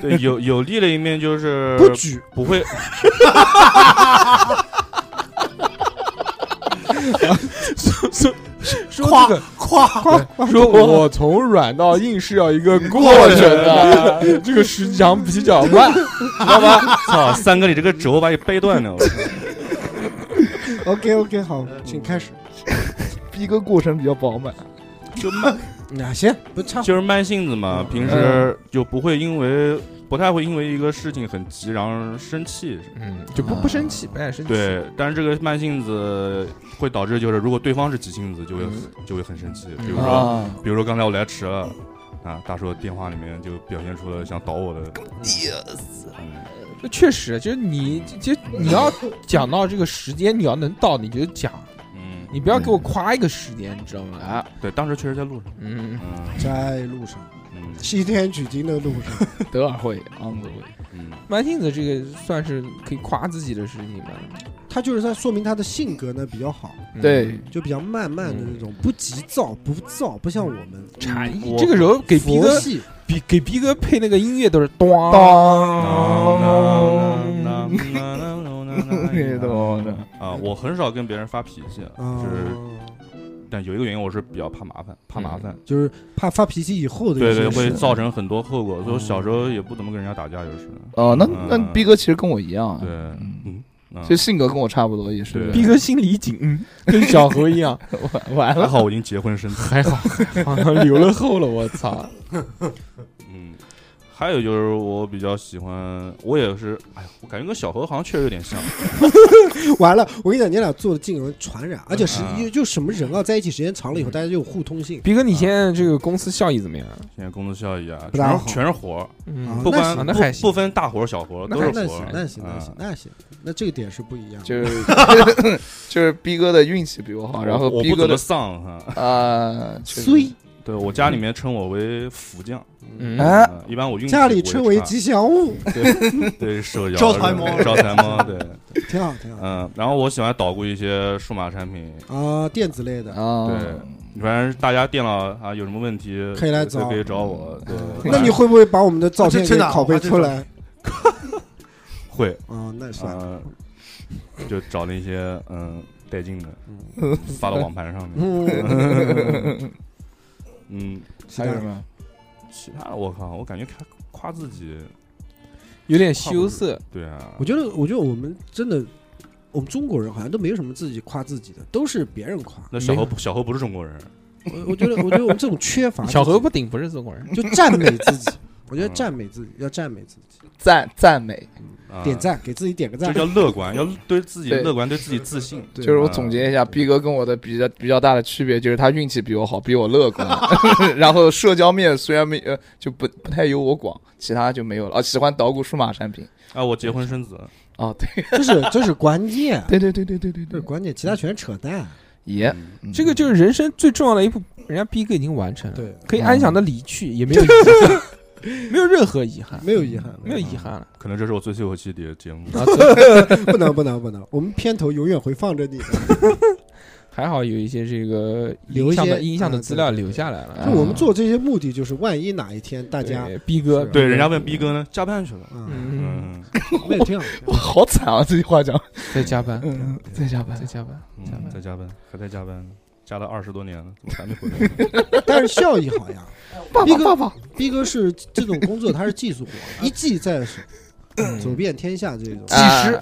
[SPEAKER 6] 对，有有利的一面就是
[SPEAKER 3] 不举，
[SPEAKER 6] 不会，
[SPEAKER 2] 说说说 这个
[SPEAKER 4] 夸
[SPEAKER 2] 夸说我从软到硬是要一个过程的，这个时长比较慢，
[SPEAKER 6] 知道吧？操，三哥，你这个肘把你掰断了，我操
[SPEAKER 3] OK OK，好，请开始。
[SPEAKER 5] 嗯逼哥过程比较饱满，
[SPEAKER 6] 就慢，
[SPEAKER 3] 那行，不差。
[SPEAKER 6] 就是慢性子嘛，平时就不会因为不太会因为一个事情很急然后生气，
[SPEAKER 2] 嗯，就不不生气，不爱生气，
[SPEAKER 6] 对，但是这个慢性子会导致就是，如果对方是急性子，就会很就会很生气。比如说，
[SPEAKER 5] 啊
[SPEAKER 6] 比如说刚才我来迟了，啊，大叔电话里面就表现出了想倒我的，嗯
[SPEAKER 2] 那确实，就是你，就你要讲到这个时间，你要能到，你就讲，
[SPEAKER 6] 嗯，
[SPEAKER 2] 你不要给我夸一个时间，你知道吗？啊，
[SPEAKER 6] 对，当时确实在路上，
[SPEAKER 2] 嗯，
[SPEAKER 6] 嗯
[SPEAKER 3] 在路上，
[SPEAKER 6] 嗯
[SPEAKER 3] 西天取经的路上，
[SPEAKER 5] 德尔惠，on the way。
[SPEAKER 6] 嗯，
[SPEAKER 2] 慢性子这个算是可以夸自己的事情吧？
[SPEAKER 3] 他就是在说明他的性格呢比较好，
[SPEAKER 2] 嗯
[SPEAKER 5] 对，，
[SPEAKER 3] 就比较慢慢的那种，
[SPEAKER 6] 嗯
[SPEAKER 3] 不急躁，不躁，不像我们
[SPEAKER 2] 禅意
[SPEAKER 6] 我。
[SPEAKER 2] 这个时候给逼
[SPEAKER 3] 佛
[SPEAKER 2] 哥
[SPEAKER 3] 系。
[SPEAKER 2] 比给逼哥配那个音乐都是咚
[SPEAKER 5] 当
[SPEAKER 6] 当当当当当当当
[SPEAKER 5] 你懂的。
[SPEAKER 6] 啊，我很少跟别人发脾气，
[SPEAKER 3] 啊
[SPEAKER 6] 就是，但有一个原因，我是比较怕麻烦，怕麻烦，
[SPEAKER 3] 就是怕发脾气以后的一
[SPEAKER 6] 对
[SPEAKER 3] 些
[SPEAKER 6] 对，
[SPEAKER 3] 事
[SPEAKER 6] 会造成很多后果，所以我小
[SPEAKER 3] 嗯
[SPEAKER 6] 时候也不怎么跟人家打架，就是，
[SPEAKER 5] 哦，那
[SPEAKER 6] 嗯
[SPEAKER 5] 那逼哥其实跟我一样，
[SPEAKER 6] 对，
[SPEAKER 5] 嗯，
[SPEAKER 6] 嗯
[SPEAKER 5] 其实性格跟我差不多，也是
[SPEAKER 6] 对
[SPEAKER 2] 逼哥心里紧，嗯跟小猴一 样，
[SPEAKER 5] 完完
[SPEAKER 6] 嗯还
[SPEAKER 5] 了，
[SPEAKER 6] 好我已经结婚生子，
[SPEAKER 2] 还好，还好留了后了，我操！
[SPEAKER 6] 嗯。还有就是，我比较喜欢，我也是，哎呀，我感觉跟小何好像确实有点像，
[SPEAKER 3] 完了，我跟你讲，你俩做的尽容易传染，而且是
[SPEAKER 6] 啊
[SPEAKER 3] 就就什么人啊，在一起时间长了以
[SPEAKER 6] 嗯
[SPEAKER 3] 后，大家就有互通性。
[SPEAKER 2] 逼哥，你现在这个公司效益怎么样？
[SPEAKER 6] 现在工作效益啊，
[SPEAKER 3] 不大
[SPEAKER 6] 全
[SPEAKER 3] 好
[SPEAKER 6] 是全是活儿，
[SPEAKER 3] 啊
[SPEAKER 2] 嗯，
[SPEAKER 6] 不管
[SPEAKER 2] 啊那
[SPEAKER 6] 不
[SPEAKER 2] 还行
[SPEAKER 6] 不分大活儿小活儿
[SPEAKER 3] 那
[SPEAKER 6] 都是
[SPEAKER 3] 那
[SPEAKER 6] 活
[SPEAKER 3] 行
[SPEAKER 6] 儿，，
[SPEAKER 3] 那行，那
[SPEAKER 6] 嗯
[SPEAKER 3] 行，那行，那这个点是不一样的。
[SPEAKER 5] 就是就是逼哥的运气比我好，然后
[SPEAKER 6] 我我
[SPEAKER 5] 逼
[SPEAKER 6] 不
[SPEAKER 5] 哥
[SPEAKER 6] 怎
[SPEAKER 5] 的
[SPEAKER 6] 么 丧哈，
[SPEAKER 5] 啊，确实
[SPEAKER 3] 所以
[SPEAKER 6] 对我家里面称我为福将，
[SPEAKER 2] 嗯
[SPEAKER 5] 哎
[SPEAKER 6] 嗯一般我运气
[SPEAKER 3] 家里
[SPEAKER 6] 我也
[SPEAKER 3] 称为
[SPEAKER 6] 差
[SPEAKER 3] 吉祥 物，
[SPEAKER 6] 对对手摇
[SPEAKER 4] 招财猫
[SPEAKER 6] 招财猫对，
[SPEAKER 3] 挺好，挺好
[SPEAKER 6] 嗯，然后我喜欢捣鼓一些数码产品，
[SPEAKER 3] 啊，电子类的。
[SPEAKER 5] 啊，
[SPEAKER 6] 对，反正大家电脑啊有什么问题
[SPEAKER 3] 可以来
[SPEAKER 6] 都
[SPEAKER 3] 找
[SPEAKER 6] 可以找我，对，
[SPEAKER 3] 那你会不会把我们的照
[SPEAKER 4] 啊
[SPEAKER 3] 片
[SPEAKER 4] 这
[SPEAKER 3] 给
[SPEAKER 4] 真的啊
[SPEAKER 3] 拷贝出来
[SPEAKER 6] 会
[SPEAKER 3] 啊？那算了，
[SPEAKER 6] 啊，就找那些嗯带劲的，发到网盘上面，
[SPEAKER 3] 嗯，
[SPEAKER 6] 嗯，
[SPEAKER 5] 还有什么？
[SPEAKER 6] 其他的我靠，我感觉夸夸自己，
[SPEAKER 2] 有点羞涩，
[SPEAKER 6] 对啊
[SPEAKER 3] 我，觉得，我觉得我们真的，我们中国人好像都没有什么自己夸自己的，都是别人夸。
[SPEAKER 6] 那小何不小何不是中国人，
[SPEAKER 3] 我我觉得，我觉得我们这种缺乏
[SPEAKER 2] 小
[SPEAKER 3] 自
[SPEAKER 2] 何
[SPEAKER 3] 己
[SPEAKER 2] 不嗯顶不是中国人，
[SPEAKER 3] 就赞美自 己。我觉得赞美自己要赞美自己，
[SPEAKER 5] 赞赞美，
[SPEAKER 6] 啊
[SPEAKER 3] 点，赞给自己点个
[SPEAKER 6] 这
[SPEAKER 3] 赞。
[SPEAKER 6] 叫乐观，要对自己
[SPEAKER 5] 对
[SPEAKER 6] 乐观，对啊自己自信，
[SPEAKER 3] 对
[SPEAKER 5] 就是我总结一下，逼哥跟我的比较比较大的区别就是他运气比我好，比我乐观， 然后社交面虽然没呃就不不太有我广，其他就没有了啊，喜欢捣鼓数码产品
[SPEAKER 6] 啊，我结婚生子，
[SPEAKER 5] 哦，对
[SPEAKER 3] 这是这是关键，
[SPEAKER 5] 对对对对对对
[SPEAKER 3] 这是
[SPEAKER 5] 对，
[SPEAKER 3] 关键，其他全是扯淡。
[SPEAKER 5] 也
[SPEAKER 6] 嗯
[SPEAKER 2] 这个就是人生最重要的一步，人家逼哥已经完成了，
[SPEAKER 3] 对，
[SPEAKER 2] 可以安详的离去，也没有遗憾，没有任何遗憾，
[SPEAKER 3] 没有遗憾，
[SPEAKER 2] 没有遗憾了。
[SPEAKER 6] 可能这是我最后一期的节目，
[SPEAKER 2] 啊，这
[SPEAKER 3] 不能不能不能，我们片头永远会放着你的。
[SPEAKER 2] 还好有一些这个
[SPEAKER 3] 留
[SPEAKER 2] 影
[SPEAKER 3] 一
[SPEAKER 2] 像的
[SPEAKER 3] 些
[SPEAKER 2] 影像的
[SPEAKER 3] 嗯
[SPEAKER 2] 资料
[SPEAKER 3] 对对
[SPEAKER 2] 留下来了。
[SPEAKER 3] 就我们做这些目的，就是万一哪一天大家
[SPEAKER 2] 嗯对逼哥
[SPEAKER 3] 是吧
[SPEAKER 6] 对，人家问逼，哥呢，加班去了，
[SPEAKER 3] 嗯，
[SPEAKER 2] 嗯，
[SPEAKER 6] 嗯，
[SPEAKER 3] 没有这样，
[SPEAKER 5] 哇好惨啊！这句话讲，
[SPEAKER 2] 在加班，
[SPEAKER 5] 嗯，在加班
[SPEAKER 2] 在，加班，加班
[SPEAKER 6] 嗯，在加班，还在加班呢，加了二十多年了，怎么还没回来？
[SPEAKER 3] 但是效益好呀。
[SPEAKER 5] 爸
[SPEAKER 3] 逼
[SPEAKER 5] 爸
[SPEAKER 3] 哥
[SPEAKER 5] 爸爸，
[SPEAKER 3] 逼哥是这种工作，他是技术 活，一技在手，走遍天下这种
[SPEAKER 5] 啊
[SPEAKER 2] 师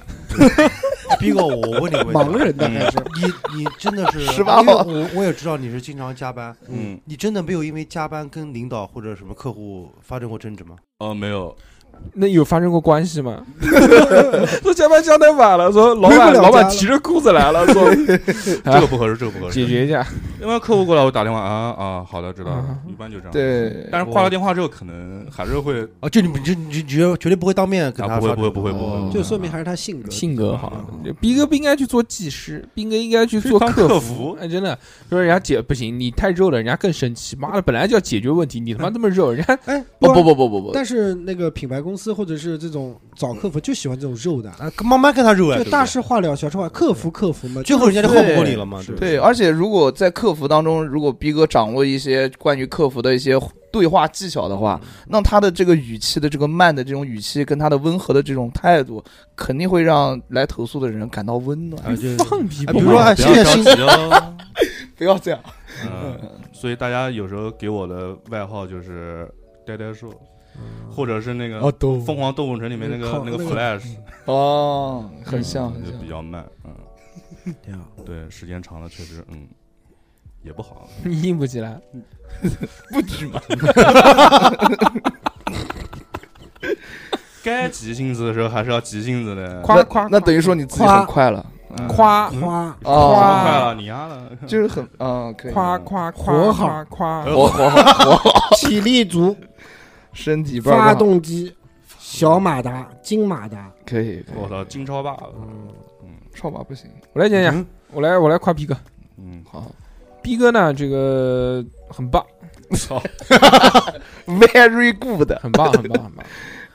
[SPEAKER 4] 逼哥，我问你个问题啊，
[SPEAKER 3] 盲人的还是
[SPEAKER 4] 你你真 的是
[SPEAKER 5] 十八
[SPEAKER 4] 因为
[SPEAKER 5] 号
[SPEAKER 4] 我我也知道你是经常加班，
[SPEAKER 6] 嗯，
[SPEAKER 4] 你真的没有因为加班跟领导或者什么客户发生过争执吗？
[SPEAKER 6] 哦，没有，
[SPEAKER 2] 那有发生过关系吗？ 说加班加太晚了，说老
[SPEAKER 3] 回
[SPEAKER 2] 板
[SPEAKER 3] 不了
[SPEAKER 2] 老
[SPEAKER 3] 家
[SPEAKER 2] 板
[SPEAKER 3] 了
[SPEAKER 2] 提着裤子来了，说
[SPEAKER 6] 这个不合适，这个不合
[SPEAKER 2] 解
[SPEAKER 6] 适。
[SPEAKER 2] 决一下。
[SPEAKER 6] 因为客户过来，我打电话啊啊，好的，知道了
[SPEAKER 2] 啊，
[SPEAKER 6] 一般就这样。，
[SPEAKER 5] 对，
[SPEAKER 6] 但是挂了电话之后，可能还是会
[SPEAKER 4] 啊，就你们这你这绝绝对不会当面跟
[SPEAKER 6] 啊，
[SPEAKER 4] 他
[SPEAKER 6] 不会
[SPEAKER 4] 发
[SPEAKER 6] 不会不会不
[SPEAKER 5] 哦
[SPEAKER 6] 会，
[SPEAKER 3] 就说明还是他性格。
[SPEAKER 2] 性格好，逼哥不应该去做技师，斌哥应该去做
[SPEAKER 6] 去当
[SPEAKER 2] 客
[SPEAKER 6] 客服
[SPEAKER 2] 哎，真的，说人家解不行，你太肉了，人家更生气。妈的，本来就要解决问题，你他妈这么肉，人家
[SPEAKER 3] 哎，
[SPEAKER 5] 哦不不不不不，
[SPEAKER 3] 但是那个品牌公司或者是这种找客服就喜欢这种肉的，
[SPEAKER 4] 啊，慢慢跟他揉啊，
[SPEAKER 3] 就
[SPEAKER 4] 对不
[SPEAKER 3] 大
[SPEAKER 4] 对
[SPEAKER 3] 事化了，小事化，客服客服嘛，
[SPEAKER 4] 最后人家就
[SPEAKER 5] 对
[SPEAKER 4] 晃不过你了嘛，
[SPEAKER 3] 是
[SPEAKER 4] 对不
[SPEAKER 5] 对，而且如果在客服当中，如果逼哥掌握一些关于客服的一些对话技巧的话，那他的这个语气的这个慢的这种语气，跟他的温和的这种态度，肯定会让来投诉的人感到温暖。
[SPEAKER 4] 啊，就
[SPEAKER 2] 放屁
[SPEAKER 4] 哎
[SPEAKER 2] 不买
[SPEAKER 4] 比如说哎
[SPEAKER 6] 不
[SPEAKER 4] 现
[SPEAKER 6] 要
[SPEAKER 4] 在
[SPEAKER 6] 着
[SPEAKER 4] 新
[SPEAKER 6] 急哦。
[SPEAKER 5] 不要这样，
[SPEAKER 6] 嗯，所以大家有时候给我的外号就是呆呆兽，或者是那个
[SPEAKER 3] 哦都
[SPEAKER 6] 《疯狂动物城》里面那个
[SPEAKER 3] 靠
[SPEAKER 6] 那个
[SPEAKER 3] 那个
[SPEAKER 6] Flash，
[SPEAKER 5] 哦，很像，
[SPEAKER 6] 嗯
[SPEAKER 5] 很
[SPEAKER 6] 就
[SPEAKER 5] 像
[SPEAKER 6] 比。较慢，嗯，
[SPEAKER 3] 这样
[SPEAKER 6] 对，时间长了确实，嗯，也不好。
[SPEAKER 2] 你硬不起来。
[SPEAKER 6] 该急性子的时候还是要急性子的，
[SPEAKER 2] 夸
[SPEAKER 5] 那
[SPEAKER 2] 夸
[SPEAKER 5] 那等于说你自己很快了，
[SPEAKER 6] 嗯
[SPEAKER 2] 夸
[SPEAKER 3] 花
[SPEAKER 6] 这么
[SPEAKER 5] 哦
[SPEAKER 2] 啊
[SPEAKER 6] 快了，你丫的，
[SPEAKER 5] 就是很嗯，可以，
[SPEAKER 2] 夸夸
[SPEAKER 3] 活
[SPEAKER 2] 夸
[SPEAKER 3] 好
[SPEAKER 2] 夸夸，
[SPEAKER 5] 活活好活好，
[SPEAKER 3] 体力足，
[SPEAKER 5] 身体倍
[SPEAKER 3] 发
[SPEAKER 5] 儿棒，
[SPEAKER 3] 动机，小马达，金马达，
[SPEAKER 5] 可以，可以
[SPEAKER 6] 我操，金超霸，
[SPEAKER 5] 超马不行，
[SPEAKER 2] 我来讲讲，我来我来夸逼哥。
[SPEAKER 6] 嗯，
[SPEAKER 5] 好
[SPEAKER 2] 逼哥呢，这个很棒，
[SPEAKER 6] 操，
[SPEAKER 5] ，very good，
[SPEAKER 2] 很棒，很棒，很棒。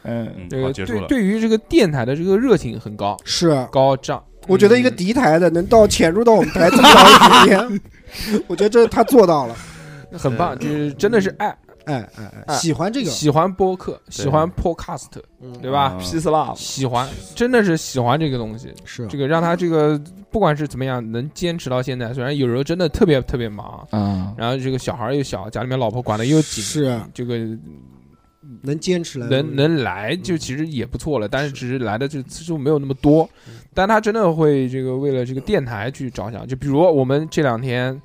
[SPEAKER 5] 嗯，
[SPEAKER 6] 嗯
[SPEAKER 2] 这，
[SPEAKER 6] 好，
[SPEAKER 2] 个
[SPEAKER 6] 结束
[SPEAKER 2] 对
[SPEAKER 6] 了，
[SPEAKER 2] 对于这个电台的这个热情很高
[SPEAKER 3] 是。
[SPEAKER 2] 高涨。
[SPEAKER 3] 我觉得一个
[SPEAKER 2] 嗯
[SPEAKER 3] 敌台的能到潜入到我们 台这么长时间，我觉得这是他做到了。
[SPEAKER 2] 嗯很棒，就是真的是爱，
[SPEAKER 3] 哎哎哎，
[SPEAKER 5] 哎
[SPEAKER 3] 喜欢这个，
[SPEAKER 2] 喜欢播客，喜欢 podcast，
[SPEAKER 3] 嗯
[SPEAKER 2] 对吧？
[SPEAKER 6] 嗯
[SPEAKER 5] Peace Love，
[SPEAKER 2] 喜欢，真的是喜欢这个东西。
[SPEAKER 3] 是啊
[SPEAKER 2] 这个让他这个不管是怎么样能坚持到现在，虽然有时候真的特别特别忙，
[SPEAKER 5] 嗯，
[SPEAKER 2] 然后这个小孩儿又小，家里面老婆管的又紧，
[SPEAKER 3] 是啊
[SPEAKER 2] 这个
[SPEAKER 3] 能坚持来嗯的
[SPEAKER 2] 能能来就其实也不错了，但是只是来的就次数没有那么多，
[SPEAKER 3] 嗯
[SPEAKER 2] 但他真的会这个为了这个电台去着想，就比如我们这两天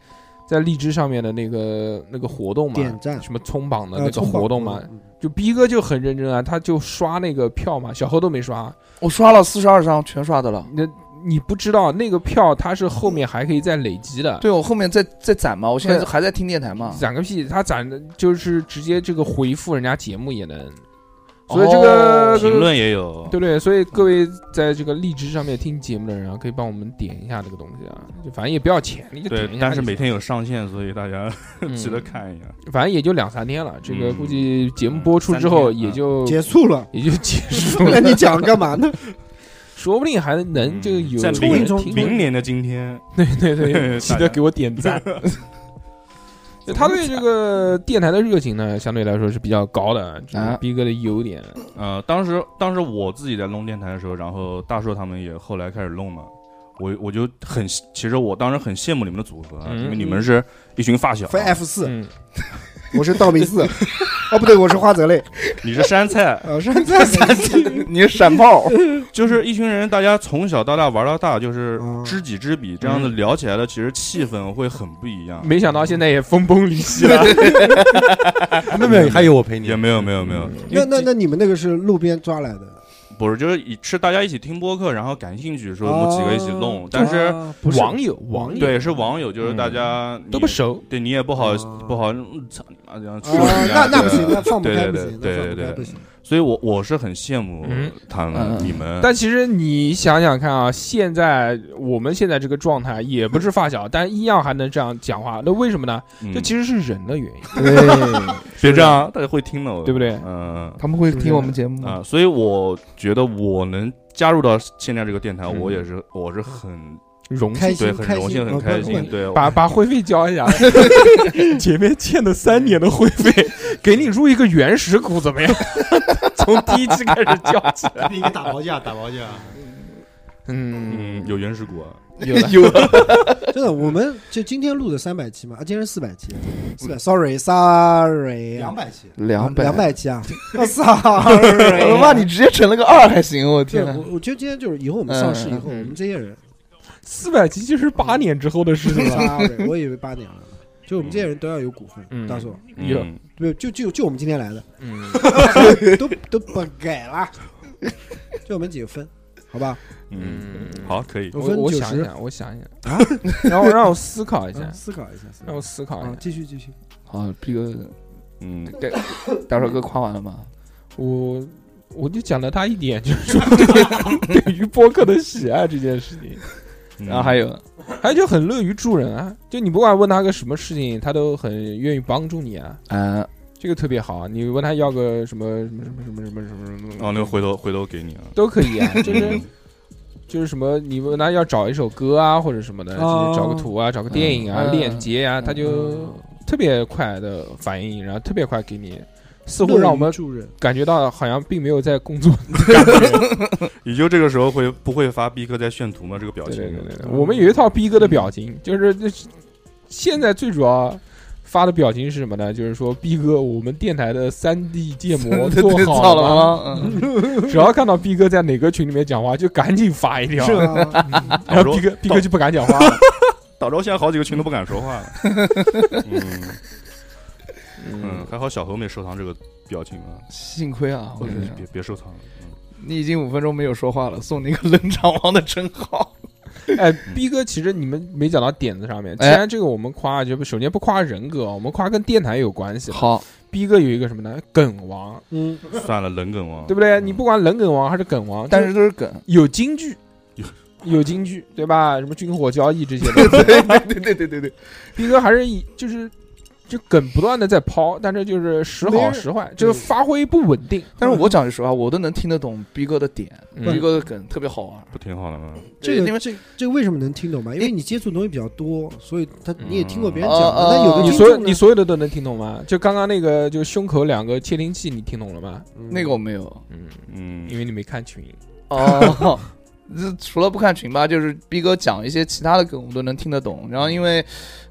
[SPEAKER 2] 在荔枝上面的那个那个活动嘛，
[SPEAKER 3] 点赞
[SPEAKER 2] 什么冲榜
[SPEAKER 3] 呃
[SPEAKER 2] 的那个
[SPEAKER 3] 冲榜
[SPEAKER 2] 活动嘛，
[SPEAKER 3] 嗯
[SPEAKER 2] 就逼哥就很认真啊，他就刷那个票嘛，小何都没刷，啊
[SPEAKER 5] 我刷了四十二张，全刷的了。
[SPEAKER 2] 那你不知道那个票它是后面还可以再累积的，
[SPEAKER 5] 对我啊后面在在攒嘛，我现在
[SPEAKER 2] 对
[SPEAKER 5] 还在听电台嘛。
[SPEAKER 2] 攒个屁，他攒的就是直接这个回复人家节目也能，所以这个、
[SPEAKER 5] 哦
[SPEAKER 2] 这个
[SPEAKER 6] 评论也有，
[SPEAKER 2] 对不对？所以各位在这个荔枝上面听节目的人啊，可以帮我们点一下这个东西啊，就反正也不要钱，你就点一
[SPEAKER 6] 对，
[SPEAKER 2] 下。
[SPEAKER 6] 但是每天有上线，所以大家
[SPEAKER 2] 嗯
[SPEAKER 6] 值得，看一下。
[SPEAKER 2] 反正也就两三天了。这个
[SPEAKER 6] 嗯
[SPEAKER 2] 估计节目播出之后
[SPEAKER 6] 嗯
[SPEAKER 2] 也就。
[SPEAKER 3] 结束了
[SPEAKER 2] 也就结束
[SPEAKER 3] 那
[SPEAKER 2] 了，
[SPEAKER 3] 你讲干嘛呢？
[SPEAKER 2] 说不定还能这个有
[SPEAKER 6] 嗯在
[SPEAKER 2] 人
[SPEAKER 6] 明
[SPEAKER 2] 听
[SPEAKER 6] 明年的今天，
[SPEAKER 2] 对 对对，
[SPEAKER 6] 大家
[SPEAKER 2] 记得给我点 赞。 对他对这个电台的热情呢，相对来说是比较高的，这是
[SPEAKER 5] 啊
[SPEAKER 2] 逼哥的优点。
[SPEAKER 6] 呃，当时当时我自己在弄电台的时候，然后大硕他们也后来开始弄嘛，我我就很，其实我当时很羡慕你们的组合啊，
[SPEAKER 2] 嗯
[SPEAKER 6] 因为你们是一群发小啊，
[SPEAKER 3] 分 F 四，
[SPEAKER 2] 嗯，
[SPEAKER 3] 我是道明 寺，哦不对，我是花泽类，
[SPEAKER 6] 你是山菜，
[SPEAKER 2] 哦
[SPEAKER 3] 呃， 是在三三，
[SPEAKER 5] 你是闪炮，
[SPEAKER 6] 就是一群人，大家从小到大玩到大，就是
[SPEAKER 3] 嗯
[SPEAKER 6] 知己知彼，这样子聊起来的，其实气氛会很不一样。
[SPEAKER 2] 没想到现在也分崩离析了。
[SPEAKER 4] 没有没哎 有，还有我陪你
[SPEAKER 6] 也。没有没 有没有，因
[SPEAKER 3] 那
[SPEAKER 6] 为
[SPEAKER 3] 那那你们那个是路边抓来的？
[SPEAKER 6] 不是就是以是大家一起听播客，然后感兴趣
[SPEAKER 3] 哦
[SPEAKER 6] 说我们几个一起弄，但是
[SPEAKER 3] 啊不是
[SPEAKER 2] 网友，网友
[SPEAKER 6] 对是嗯网友，就是大
[SPEAKER 3] 嗯
[SPEAKER 6] 家
[SPEAKER 2] 都不
[SPEAKER 6] 熟。
[SPEAKER 2] 熟，
[SPEAKER 6] 对你也不好
[SPEAKER 3] 啊
[SPEAKER 6] 不好，嗯操你妈这样说
[SPEAKER 3] 啊
[SPEAKER 6] 人
[SPEAKER 3] 那
[SPEAKER 6] 家，
[SPEAKER 3] 那不行，
[SPEAKER 6] 对
[SPEAKER 3] 那放不开
[SPEAKER 6] 对
[SPEAKER 3] 不
[SPEAKER 6] 对
[SPEAKER 3] 行，
[SPEAKER 6] 对
[SPEAKER 3] 那放
[SPEAKER 6] 对
[SPEAKER 3] 不开
[SPEAKER 6] 对
[SPEAKER 3] 不行。
[SPEAKER 6] 所以我我是很羡慕
[SPEAKER 2] 嗯
[SPEAKER 6] 他们
[SPEAKER 5] 嗯
[SPEAKER 6] 你们，
[SPEAKER 2] 但其实你想想看啊，现在我们现在这个状态也不是发小，但一样还能这样讲话，那为什么呢？
[SPEAKER 6] 嗯
[SPEAKER 2] 这其实是人的原因，
[SPEAKER 3] 对，
[SPEAKER 6] 别这样，啊大家会听的，我
[SPEAKER 2] 对不对
[SPEAKER 6] 嗯
[SPEAKER 5] 他们会听我们节
[SPEAKER 2] 嗯
[SPEAKER 5] 目吗？
[SPEAKER 6] 啊，所以我觉得我能加入到现在这个电台，
[SPEAKER 2] 嗯
[SPEAKER 6] 我也是我是很
[SPEAKER 2] 荣
[SPEAKER 3] 开
[SPEAKER 2] 幸。
[SPEAKER 3] 心
[SPEAKER 6] 对很荣幸
[SPEAKER 3] 开心哦
[SPEAKER 6] 很开
[SPEAKER 3] 我
[SPEAKER 6] 心，对，
[SPEAKER 2] 把把会费交一下，前面欠的三年的会费，给你入一个原始股怎么样？从第一期开始交起来。
[SPEAKER 4] 你打包价，打包价。
[SPEAKER 2] 嗯
[SPEAKER 6] 嗯，有原始股啊，
[SPEAKER 2] 有了
[SPEAKER 5] 有
[SPEAKER 3] 真的，我们就今天录的三百期嘛，啊，今天是四百期，四百，sorry，sorry，啊
[SPEAKER 4] 两百期，
[SPEAKER 5] 两百
[SPEAKER 3] 两，百期 啊，sorry，
[SPEAKER 5] 我妈你直接乘了个二还行，我
[SPEAKER 3] 对，
[SPEAKER 5] 天呐，
[SPEAKER 3] 我我觉得今天就是以后我们上市以后，我
[SPEAKER 2] 嗯嗯
[SPEAKER 3] 们这些人
[SPEAKER 2] 四百集就是八年之后的事情了。
[SPEAKER 3] ，sorry，我以为 八年了，就我们这些人都要有股份，
[SPEAKER 2] 嗯
[SPEAKER 3] 大叔，
[SPEAKER 2] 有
[SPEAKER 6] 嗯
[SPEAKER 3] 没有，就就就我们今天 来的，
[SPEAKER 2] 嗯，
[SPEAKER 3] 都都不改了，就我们几个分，好吧？
[SPEAKER 6] 嗯，好，可以，
[SPEAKER 3] 我
[SPEAKER 2] 我
[SPEAKER 3] 分
[SPEAKER 2] 我
[SPEAKER 3] 九
[SPEAKER 2] 想一
[SPEAKER 3] 十，
[SPEAKER 2] 想，我想一想
[SPEAKER 3] 啊，
[SPEAKER 2] 然后让我思考一下
[SPEAKER 3] 嗯，思考一下，思考
[SPEAKER 2] 让
[SPEAKER 3] 一
[SPEAKER 2] 我
[SPEAKER 3] 下
[SPEAKER 2] 思考一
[SPEAKER 3] 啊
[SPEAKER 2] 下，。
[SPEAKER 3] 继续继续，
[SPEAKER 5] 好啊逼哥，
[SPEAKER 6] 嗯，
[SPEAKER 5] 大帅哥夸完了 吗？
[SPEAKER 2] 我我就讲了他一点，就是说对对于播客的喜爱这件事情，
[SPEAKER 6] 嗯
[SPEAKER 5] 然后啊还有
[SPEAKER 2] 还有就很乐于助人啊，就你不管问他个什么事情，他都很愿意帮助你啊，
[SPEAKER 5] 嗯，
[SPEAKER 2] 这个特别好啊。你问他要个什么什么什么什么什么什么什么什么，
[SPEAKER 6] 哦，那个回头回头给你啊，
[SPEAKER 2] 都可以啊， 就是
[SPEAKER 6] 嗯
[SPEAKER 2] 就是什么，你问他要找一首歌啊或者什么的，
[SPEAKER 3] 哦
[SPEAKER 2] 就是找个图啊，找个电影啊，
[SPEAKER 5] 嗯
[SPEAKER 2] 链接啊，他就特别快的反应，然后特别快给你，似乎让
[SPEAKER 3] 乐
[SPEAKER 2] 我
[SPEAKER 3] 于
[SPEAKER 2] 们
[SPEAKER 3] 助人，
[SPEAKER 2] 感觉到好像并没有在工作
[SPEAKER 6] 也就这个时候会不会发逼哥在炫图吗？这个表
[SPEAKER 2] 对
[SPEAKER 6] 情，嗯
[SPEAKER 2] 对对对对，我们有一套逼哥的表情，就是那是现在最主要发的表情是什么呢？就是说逼哥，我们电台的三 D 建模
[SPEAKER 5] 对
[SPEAKER 2] 做
[SPEAKER 5] 对
[SPEAKER 2] 好
[SPEAKER 5] 造了
[SPEAKER 2] 吗？
[SPEAKER 5] 吗？嗯
[SPEAKER 2] 只要看到逼哥在哪个群里面讲话，就赶紧发一条
[SPEAKER 3] 是，啊 嗯吧？
[SPEAKER 2] 然
[SPEAKER 6] 导
[SPEAKER 2] 后
[SPEAKER 6] 致
[SPEAKER 2] 逼哥逼
[SPEAKER 6] 导
[SPEAKER 2] 哥就不敢讲话了。
[SPEAKER 6] 导致我现在好几个群都不敢说话了， 嗯。嗯，还好小何没收藏这个表情啊，
[SPEAKER 5] 幸亏啊，我觉
[SPEAKER 6] 别
[SPEAKER 5] 得
[SPEAKER 6] 别别收藏了。嗯
[SPEAKER 5] 你已经五分钟没有说话了，送你一个冷场王的称号。
[SPEAKER 2] 哎，逼哥，其实你们没讲到点子上面。既
[SPEAKER 5] 哎
[SPEAKER 2] 然这个我们夸，就不首先不夸人格，我们夸跟电台有关系的。
[SPEAKER 5] 好，
[SPEAKER 2] 逼哥有一个什么呢？梗王，
[SPEAKER 3] 嗯，
[SPEAKER 6] 算了，冷梗王，
[SPEAKER 2] 对不对？
[SPEAKER 6] 嗯
[SPEAKER 2] 你不管冷梗王还是梗王，
[SPEAKER 5] 但
[SPEAKER 2] 就是
[SPEAKER 5] 都是梗。
[SPEAKER 2] 有京剧
[SPEAKER 6] 有，
[SPEAKER 2] 有京剧，对吧？什么军火交易这些东西，
[SPEAKER 5] 对对对对对对，
[SPEAKER 2] 逼哥还是以就是就梗不断的在抛，但是就是时
[SPEAKER 3] 没
[SPEAKER 2] 好
[SPEAKER 3] 人
[SPEAKER 2] 时坏，就是发挥不稳定。
[SPEAKER 5] 但是我讲句实话，我都能听得懂逼哥的点，
[SPEAKER 2] 嗯
[SPEAKER 5] 逼哥的梗特别好玩。
[SPEAKER 6] 不挺好的吗？
[SPEAKER 3] 这
[SPEAKER 5] 对
[SPEAKER 3] 个
[SPEAKER 5] 因为
[SPEAKER 3] 这这个为什么能听懂吧？因为
[SPEAKER 5] 因
[SPEAKER 3] 你接触的东西比较多，所以他你也听过别人
[SPEAKER 5] 嗯
[SPEAKER 3] 讲的。
[SPEAKER 5] 啊
[SPEAKER 3] 那有
[SPEAKER 5] 啊啊
[SPEAKER 3] 的
[SPEAKER 2] 哦你
[SPEAKER 3] 听
[SPEAKER 2] 所有
[SPEAKER 3] 众
[SPEAKER 2] 你
[SPEAKER 3] 呢，
[SPEAKER 2] 所有的都能听懂吗？就刚刚那个，就胸口两个窃听器，你听懂了吗？
[SPEAKER 3] 嗯
[SPEAKER 5] 那个我没有
[SPEAKER 2] 嗯，
[SPEAKER 6] 嗯
[SPEAKER 2] 因，为你没看群。
[SPEAKER 5] 哦。这除了不看群吧，就是逼哥讲一些其他的梗，我都能听得懂。然后因为，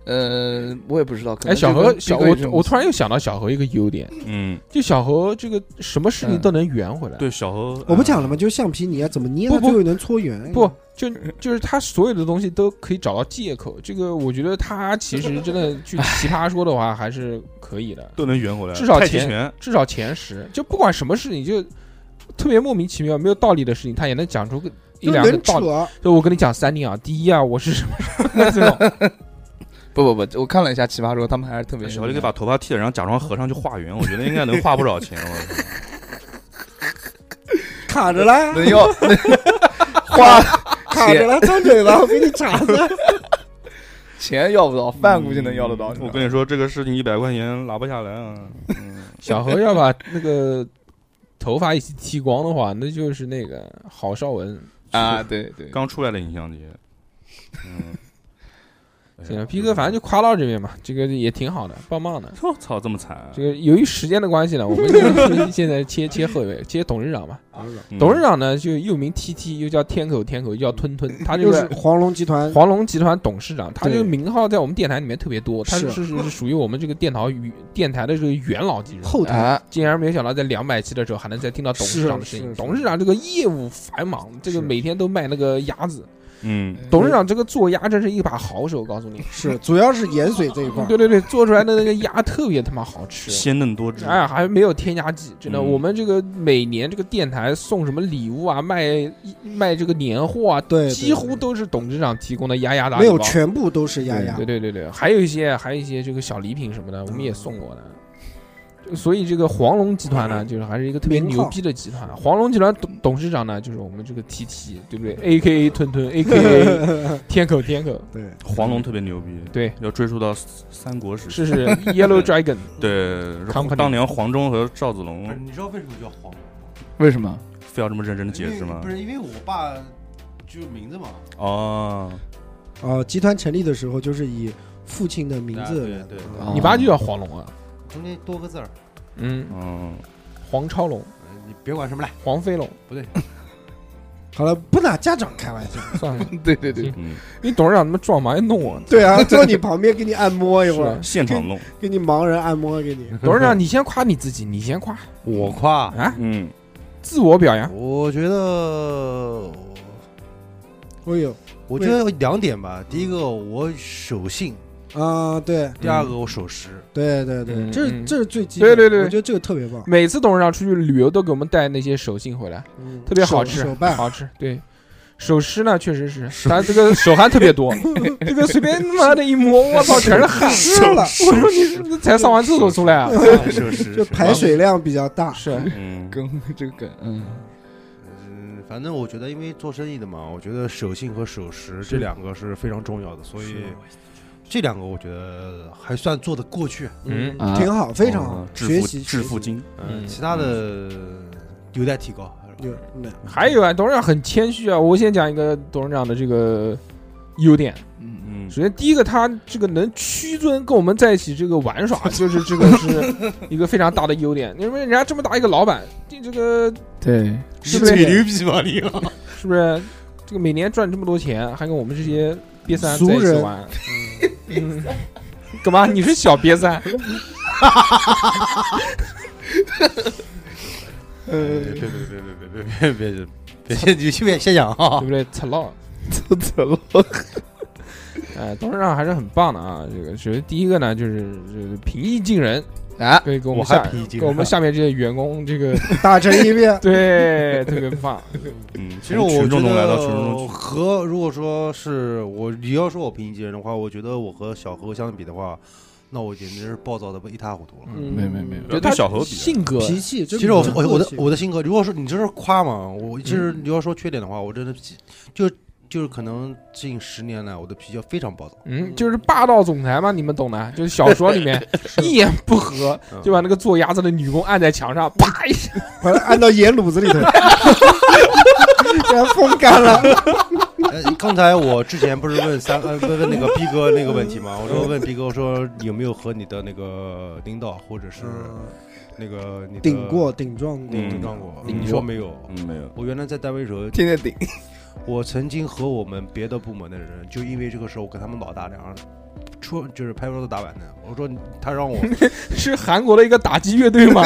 [SPEAKER 5] 呃，我也不知道，可
[SPEAKER 2] 哎，
[SPEAKER 5] 能
[SPEAKER 2] 小
[SPEAKER 5] 就跟
[SPEAKER 2] 何，
[SPEAKER 5] 逼
[SPEAKER 2] 小
[SPEAKER 5] 哥
[SPEAKER 2] 我
[SPEAKER 5] 有这种
[SPEAKER 2] 我突然又想到小何一个优点，
[SPEAKER 6] 嗯，
[SPEAKER 2] 就小何这个什么事情
[SPEAKER 5] 嗯
[SPEAKER 2] 都能圆回来。
[SPEAKER 6] 对，小何，呃
[SPEAKER 3] 我不讲了吗？就是橡皮，你啊要怎么捏，
[SPEAKER 2] 不
[SPEAKER 3] 它
[SPEAKER 2] 不
[SPEAKER 3] 最后能搓圆。
[SPEAKER 5] 嗯
[SPEAKER 2] 不，就就是他所有的东西都可以找到借口。这个我觉得他其实真 的去奇葩说的话还是可以的，
[SPEAKER 6] 都能圆回来，
[SPEAKER 2] 至少
[SPEAKER 6] 太极
[SPEAKER 2] 前
[SPEAKER 6] 拳
[SPEAKER 2] 至少前十，就不管什么事情，就特别莫名其妙、没有道理的事情，他也能讲出个一
[SPEAKER 3] 就
[SPEAKER 2] 两个
[SPEAKER 3] 能
[SPEAKER 2] 道理。
[SPEAKER 3] 扯。
[SPEAKER 2] 就我跟你讲三点啊，第一啊，我是什么什么这 种，
[SPEAKER 5] 不不不，我看了一下《奇葩说》，他们还是特别
[SPEAKER 6] 哎小何就可以把头发剃了，然后假装和尚去 化缘，我觉得应该能花不少钱。我操
[SPEAKER 3] 卡着 啦，
[SPEAKER 5] 能要花
[SPEAKER 3] 卡着啦，张嘴吧，我给你卡 着。
[SPEAKER 5] 钱要不到，饭估计能要得到。
[SPEAKER 6] 嗯我跟你说，这个事情一百块钱拿不下来啊。
[SPEAKER 2] 小何要把那个头发一起剃光的话，那就是那个郝邵文。
[SPEAKER 5] 啊，对对，
[SPEAKER 6] 刚出来的影像节，嗯，哎呀
[SPEAKER 2] 行了，逼啊哥反正就夸到这边嘛，这个也挺好的，棒棒的。
[SPEAKER 6] 我哦操，这么惨，啊
[SPEAKER 2] 这个由于时间的关系呢，我们就 现在切切后卫，切董事长吧。
[SPEAKER 6] 嗯
[SPEAKER 2] 董事长呢，就又名 TT，又叫天口天口，又叫吞吞，他就
[SPEAKER 3] 又是
[SPEAKER 2] 是
[SPEAKER 3] 黄龙集团，
[SPEAKER 2] 黄龙集团董事长，他这个
[SPEAKER 3] 对
[SPEAKER 2] 名号在我们电台里面特别多，他是
[SPEAKER 3] 是
[SPEAKER 2] 是是属于我们这个电台与电台的这个元老级人物。
[SPEAKER 3] 后台
[SPEAKER 5] 啊，
[SPEAKER 2] 竟然没有想到，在两百期的时候还能再听到董事长的声音
[SPEAKER 3] 是。是
[SPEAKER 2] 董事长这个业务繁忙，这个每天都卖那个鸭子。
[SPEAKER 6] 嗯，
[SPEAKER 2] 董事长这个做鸭真是一把好手，告诉你。
[SPEAKER 3] 是主要是盐水这一块儿
[SPEAKER 2] 对。对对，做出来的那个鸭特别他妈好吃。
[SPEAKER 6] 鲜嫩多汁，
[SPEAKER 2] 哎，还没有添加剂，真的。
[SPEAKER 6] 嗯
[SPEAKER 2] 我们这个每年这个电台送什么礼物啊，卖卖这个年货啊，
[SPEAKER 3] 对对
[SPEAKER 2] 几乎都是董事长提供的鸭鸭打
[SPEAKER 3] 没
[SPEAKER 2] 礼
[SPEAKER 3] 有，
[SPEAKER 2] 包。
[SPEAKER 3] 全部都是丫丫
[SPEAKER 2] 对。对对对，还有一些还有一些这个小礼品什么的，我
[SPEAKER 3] 嗯
[SPEAKER 2] 们也送过的。所以这个黄龙集团呢，就是还是一个特别
[SPEAKER 3] 名
[SPEAKER 2] 牛
[SPEAKER 3] 号
[SPEAKER 2] 逼的集团。黄龙集团董董事长呢，就是我们这个 TT，对不对？A K A 吞吞，A K A 天口天口，
[SPEAKER 3] 对，
[SPEAKER 6] 黄龙特别牛逼，
[SPEAKER 2] 对，
[SPEAKER 6] 要追溯到三国时期，
[SPEAKER 2] 是是 Yellow Dragon，
[SPEAKER 6] 对，
[SPEAKER 2] Company
[SPEAKER 6] 是当年黄忠和赵
[SPEAKER 4] 不
[SPEAKER 6] 子
[SPEAKER 4] 是，
[SPEAKER 6] 龙
[SPEAKER 4] 你知道为什么叫黄龙？
[SPEAKER 5] 为什么？
[SPEAKER 6] 非要这么认真的解释
[SPEAKER 2] 哎
[SPEAKER 6] 吗
[SPEAKER 4] 不？是因为我爸就是名字嘛，
[SPEAKER 6] 哦，
[SPEAKER 3] 哦，集团成立的时候就是以父亲的名字
[SPEAKER 4] 对
[SPEAKER 3] 来的。
[SPEAKER 4] 对对
[SPEAKER 3] 啊
[SPEAKER 2] 你爸就叫黄龙啊，
[SPEAKER 4] 中间多个字儿，
[SPEAKER 2] 嗯，
[SPEAKER 6] 嗯，
[SPEAKER 2] 黄超龙，
[SPEAKER 4] 呃你别管什么来，
[SPEAKER 2] 黄 飞龙，
[SPEAKER 3] 好了，不拿家长开玩 笑。
[SPEAKER 2] 算了。
[SPEAKER 5] 对对 对，
[SPEAKER 6] 嗯，
[SPEAKER 2] 你董事长他妈撞忙还 弄我，
[SPEAKER 3] 对啊，坐你旁边给你按摩一会儿，
[SPEAKER 6] 现场弄，
[SPEAKER 3] 给你盲人按摩给你。
[SPEAKER 2] 董事长你先夸你自己，你先夸
[SPEAKER 4] 我夸，
[SPEAKER 2] 啊，
[SPEAKER 6] 嗯，
[SPEAKER 2] 自我表扬。
[SPEAKER 4] 我觉得，
[SPEAKER 3] 哦呦，
[SPEAKER 4] 我觉得两点吧。第一个，我守信；
[SPEAKER 3] 啊，对
[SPEAKER 4] 第二个，我 守时。
[SPEAKER 3] 对对
[SPEAKER 2] 嗯
[SPEAKER 3] 对，这
[SPEAKER 2] 嗯
[SPEAKER 3] 是这是最基本的。
[SPEAKER 2] 对对对
[SPEAKER 3] 我觉得这个特别棒，
[SPEAKER 2] 每次董事长出去旅游都给我们带那些手信回来，
[SPEAKER 3] 嗯
[SPEAKER 2] 特别好吃
[SPEAKER 3] 手手，办
[SPEAKER 2] 好吃。对，首饰呢确实是，但 这个手汗特别多，这个随便他妈的一摸，我操，全是汗。
[SPEAKER 3] 湿了，
[SPEAKER 2] 我说你是才上完厕所出来啊？
[SPEAKER 4] 守时，
[SPEAKER 3] 就排水量比较大。
[SPEAKER 2] 是，
[SPEAKER 6] 嗯，
[SPEAKER 5] 梗这个梗，嗯，
[SPEAKER 4] 嗯，反正我觉得，因为做生意的嘛，我觉得守信和守时这两个是非常重要的，所以这两个我觉得还算做得过去。
[SPEAKER 2] 嗯
[SPEAKER 5] 啊
[SPEAKER 3] 挺好，非常好
[SPEAKER 6] 嗯，致
[SPEAKER 3] 学
[SPEAKER 6] 富
[SPEAKER 3] 习
[SPEAKER 6] 致富。经，
[SPEAKER 2] 嗯
[SPEAKER 4] 其他的有待提高。
[SPEAKER 3] 嗯学习有那
[SPEAKER 2] 还有啊，董事长很谦虚啊。我先讲一个董事长的这个优点，
[SPEAKER 5] 嗯，
[SPEAKER 6] 嗯，
[SPEAKER 2] 首先第一个，他这个能屈尊跟我们在一起这个玩耍，就是这个是一个非常大的优点。因为人家这么大一个老板，这这个
[SPEAKER 5] 对，
[SPEAKER 2] 是不是
[SPEAKER 4] 逼吧你？
[SPEAKER 2] 是不是这个每年赚这么多钱，还跟我们这些瘪三
[SPEAKER 3] 俗
[SPEAKER 2] 在一起
[SPEAKER 3] 人
[SPEAKER 2] 玩？嗯， 干嘛？你是小瘪三？
[SPEAKER 4] 别别别别别别别别别！你去别先讲
[SPEAKER 2] 对
[SPEAKER 4] 啊
[SPEAKER 2] 不。对？操 浪！
[SPEAKER 5] 都走了，
[SPEAKER 2] 哎，董事长还是很棒的啊。这个首先第一个呢，就是就是平易近人，
[SPEAKER 5] 啊，
[SPEAKER 2] 可以跟我
[SPEAKER 4] 我
[SPEAKER 2] 们
[SPEAKER 4] 还
[SPEAKER 2] 下
[SPEAKER 4] 平易近人
[SPEAKER 2] 跟我们下面这些员工这个，
[SPEAKER 3] 打成一片
[SPEAKER 2] 对特别棒。
[SPEAKER 6] 嗯，其
[SPEAKER 4] 其实我
[SPEAKER 6] 群众
[SPEAKER 4] 觉
[SPEAKER 6] 中来到群众
[SPEAKER 4] 得
[SPEAKER 6] 中去，
[SPEAKER 4] 和如果说是我你要说我平易近人的话，我觉得我和小何相比的话，那我简直是暴躁的一塌糊涂了。
[SPEAKER 2] 嗯
[SPEAKER 5] 没没没
[SPEAKER 6] 不要跟小猴比啊
[SPEAKER 2] 性格
[SPEAKER 3] 脾气。这
[SPEAKER 4] 其实我
[SPEAKER 3] 这
[SPEAKER 4] 我我的
[SPEAKER 3] 个
[SPEAKER 2] 嗯
[SPEAKER 4] 我的性格，如果说你这是夸嘛，我其实你要说缺点的话，我真的脾就是就是可能近十年来我的脾气非常暴躁，
[SPEAKER 2] 嗯，就是霸道总裁嘛，你们懂的，就是 小说里面一言不合
[SPEAKER 4] 嗯
[SPEAKER 2] 就把那个做鸭子的女工按在墙上，啪一下，
[SPEAKER 3] 把它按到盐卤子里头，给它风干了。
[SPEAKER 4] 呃，刚才我之前不是问三呃问问那个逼哥那个问题吗？我
[SPEAKER 2] 嗯
[SPEAKER 4] 说问逼哥，我说有没有和你的那个领导或者是
[SPEAKER 3] 嗯
[SPEAKER 4] 那个你的
[SPEAKER 3] 顶过，顶撞过，
[SPEAKER 6] 嗯
[SPEAKER 4] 顶撞过？
[SPEAKER 3] 顶
[SPEAKER 4] 你说没有？
[SPEAKER 6] 嗯，没有，
[SPEAKER 4] 我原来在单位的时候，
[SPEAKER 5] 天天顶，
[SPEAKER 4] 我曾经和我们别的部门的人，就因为这个事儿，我跟他们老大俩人出就是拍桌子打板的。我说你他让我
[SPEAKER 2] 是韩国的一个打击乐 队嘛？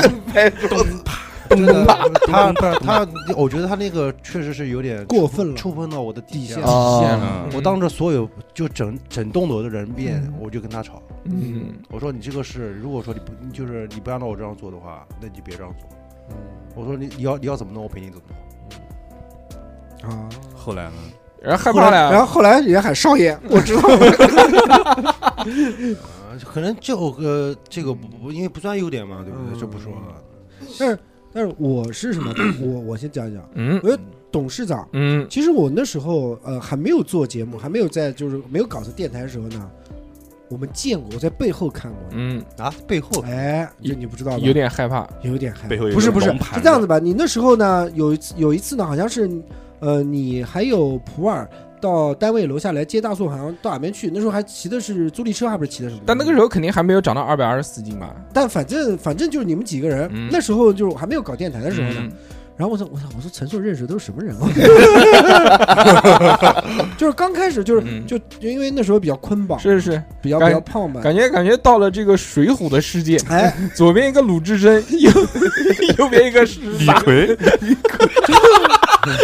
[SPEAKER 4] 真的，他他他，我觉得他那个确实是有点
[SPEAKER 3] 过分了
[SPEAKER 4] 触碰到我的底
[SPEAKER 3] 底
[SPEAKER 4] 线
[SPEAKER 3] 线
[SPEAKER 4] 了。
[SPEAKER 5] 啊
[SPEAKER 2] 天哪
[SPEAKER 6] 嗯
[SPEAKER 4] 我当着所有就整整栋楼的人面
[SPEAKER 3] 嗯，
[SPEAKER 4] 我就跟他吵。
[SPEAKER 2] 嗯，
[SPEAKER 4] 我说你这个事，如果说你不你就是你不按照我这样做的话，那你就别这样做。我说你你要你要怎么弄，我陪你怎么弄。
[SPEAKER 3] 啊。
[SPEAKER 6] 后来呢？
[SPEAKER 2] 然后害
[SPEAKER 3] 后
[SPEAKER 2] 怕
[SPEAKER 3] 来，然
[SPEAKER 2] 了，
[SPEAKER 3] 后后来人家喊少 爷，我知道。
[SPEAKER 4] 啊，可能这个这个不不，因为不算优点嘛，对不对？就不说了。
[SPEAKER 3] 但是但是我是什么？我我先讲一讲，
[SPEAKER 2] 嗯
[SPEAKER 3] 我觉得董事长。
[SPEAKER 2] 嗯，
[SPEAKER 3] 其实我那时候呃还没有做节目，还没有在就是没有搞成电台的时候呢，我们见过，我在背后看过。
[SPEAKER 2] 嗯，
[SPEAKER 4] 啊，背后
[SPEAKER 3] 哎，这你不知道吧？
[SPEAKER 2] 有点害怕，
[SPEAKER 3] 有点害怕
[SPEAKER 6] 背后有
[SPEAKER 3] 不是
[SPEAKER 6] 个
[SPEAKER 3] 不是
[SPEAKER 6] 龙，盘
[SPEAKER 3] 是这样子吧？你那时候呢，有一次有一次呢，好像是呃，你还有普洱到单位楼下来接大宋，好像到哪边去？那时候还骑的是租赁车，还不是骑的什么？
[SPEAKER 2] 但那个时候肯定还没有长到二百二十四斤吧？
[SPEAKER 3] 但反正反正就是你们几个人，
[SPEAKER 2] 嗯
[SPEAKER 3] 那时候就是我还没有搞电台的时候呢。
[SPEAKER 2] 嗯
[SPEAKER 3] 然后我说我操，我说陈硕认识都是什么 人啊？ 就是刚开始就是、
[SPEAKER 2] 嗯
[SPEAKER 3] 就就因为那时候比较捆绑，
[SPEAKER 2] 是是，
[SPEAKER 3] 比较
[SPEAKER 2] 感
[SPEAKER 3] 比较胖嘛。
[SPEAKER 2] 感觉感觉到了这个水浒的世界，
[SPEAKER 3] 哎，
[SPEAKER 2] 左边一个鲁智深， 右右边一个是
[SPEAKER 6] 李逵，
[SPEAKER 3] 就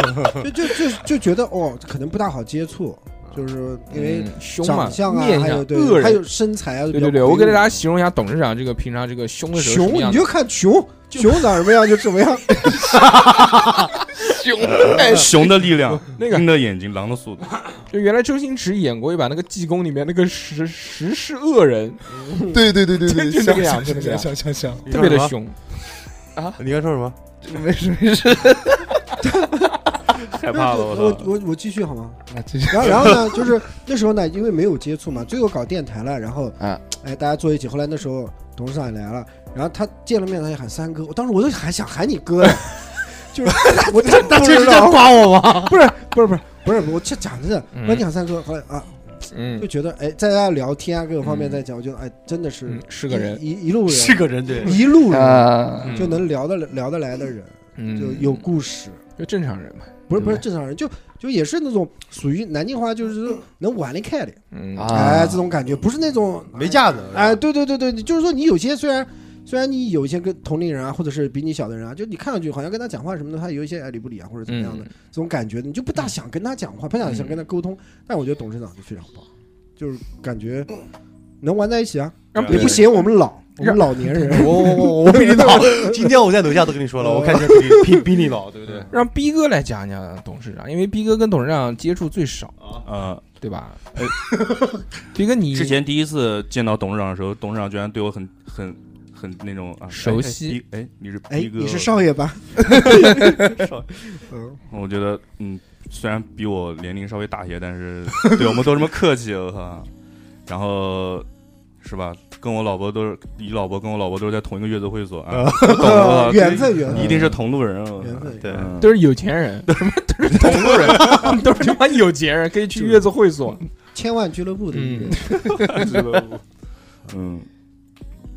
[SPEAKER 3] 就就就觉得哦，可能不大好接触，就是因为
[SPEAKER 2] 嗯凶嘛
[SPEAKER 3] 长，相啊，
[SPEAKER 2] 面
[SPEAKER 3] 还
[SPEAKER 2] 相
[SPEAKER 3] 有
[SPEAKER 2] 恶
[SPEAKER 3] 对，还
[SPEAKER 2] 人
[SPEAKER 3] 有。身材啊，
[SPEAKER 2] 对对对，我给大家形容一下董事长这个平常这个凶的时候什
[SPEAKER 3] 熊
[SPEAKER 2] 么，样
[SPEAKER 3] 你
[SPEAKER 2] 子
[SPEAKER 3] 就看熊 熊长什么样就怎么样。
[SPEAKER 5] 熊哎，
[SPEAKER 6] 熊的力量，
[SPEAKER 2] 那个
[SPEAKER 6] 鹰的眼睛，狼的速度，
[SPEAKER 2] 嗯就原来周星驰演过一版那个《济公》里面那个石石是 恶人，
[SPEAKER 5] 对对对对对，
[SPEAKER 2] 就就那个样
[SPEAKER 5] 想
[SPEAKER 2] 子就那个样
[SPEAKER 5] 想想想，
[SPEAKER 4] 你
[SPEAKER 2] 特
[SPEAKER 4] 说
[SPEAKER 2] 别的
[SPEAKER 4] 什么
[SPEAKER 2] 凶。
[SPEAKER 4] 你刚说什么？
[SPEAKER 5] 没事没事
[SPEAKER 6] 害
[SPEAKER 3] 那
[SPEAKER 6] 怕
[SPEAKER 3] 就
[SPEAKER 6] 了，
[SPEAKER 3] 我
[SPEAKER 6] 操！
[SPEAKER 3] 我我继续好吗？
[SPEAKER 5] 啊，继续
[SPEAKER 3] 然后然后呢，就是那时候呢，因为没有接触嘛，最后搞电台了，然后
[SPEAKER 5] 啊
[SPEAKER 3] 哎，大家坐一起。后来那时候董事长也来了，然后他见了面，他就喊三哥。我当时我就还想喊你哥呀， 就是我大大
[SPEAKER 5] 这是在夸我吗？
[SPEAKER 3] 不是不是不是不是，我这讲真的，
[SPEAKER 2] 嗯
[SPEAKER 3] 我说你喊三哥，后来啊
[SPEAKER 2] 嗯
[SPEAKER 3] 就觉得哎，在大家聊天啊各个方面在讲，我觉得哎真的是
[SPEAKER 2] 嗯，是个人，
[SPEAKER 3] 一一一路人
[SPEAKER 4] 个人对
[SPEAKER 3] 一路人
[SPEAKER 5] 啊，
[SPEAKER 2] 嗯
[SPEAKER 3] 就能聊得聊得来的人，
[SPEAKER 2] 嗯
[SPEAKER 3] 就有故事。
[SPEAKER 2] 就正常人嘛。
[SPEAKER 3] 不是
[SPEAKER 2] 对
[SPEAKER 3] 不是
[SPEAKER 2] 不
[SPEAKER 3] 正常人，就就也是那种属于南京话，就是说能玩得开的，
[SPEAKER 2] 嗯
[SPEAKER 5] 啊
[SPEAKER 3] 哎，这种感觉，不是那种
[SPEAKER 4] 没架子。
[SPEAKER 3] 哎，对对对对，就是说你有些虽然虽然你有一些跟同龄人啊，或者是比你小的人啊，就你看上去好像跟他讲话什么的，他有一些爱理不理啊，或者怎么样的、
[SPEAKER 2] 嗯
[SPEAKER 3] 这种感觉，你就不大想跟他讲话，不大想跟他沟通。但我觉得董事长就非常棒，就是感觉能玩在一起啊，
[SPEAKER 2] 让
[SPEAKER 6] 对
[SPEAKER 3] 也不嫌我们老，我们老年人。
[SPEAKER 4] 我我我我比你老，今天我在楼下都跟你 说了，我看起来比你比比你老，对不对？
[SPEAKER 2] 让逼哥来讲讲董事长，因为逼哥跟董事长接触最少，
[SPEAKER 6] 呃，
[SPEAKER 2] 对吧？逼哥你
[SPEAKER 6] 之前第一次见到董事长的时候，董事长居然对我很很很那种啊
[SPEAKER 2] 熟悉。
[SPEAKER 6] 哎哎哎，你是
[SPEAKER 3] 哎
[SPEAKER 6] 逼，哥，
[SPEAKER 3] 你是少爷吧？
[SPEAKER 6] 我觉得，嗯，虽然比我年龄稍微大一些，但是对我们都这么客气，我靠。然后是吧？跟我老婆都是，你老婆跟我老婆都是在同一个乐队会所 啊，我懂了
[SPEAKER 3] 缘分缘分
[SPEAKER 6] 一定是同路人，我靠
[SPEAKER 3] 缘分
[SPEAKER 4] 对
[SPEAKER 6] 嗯
[SPEAKER 2] 都是有钱人， 都是同路人， 都是他妈有钱人，可以去月子会所。
[SPEAKER 3] 千万俱乐部的一个
[SPEAKER 2] 嗯
[SPEAKER 3] 人，
[SPEAKER 6] 嗯，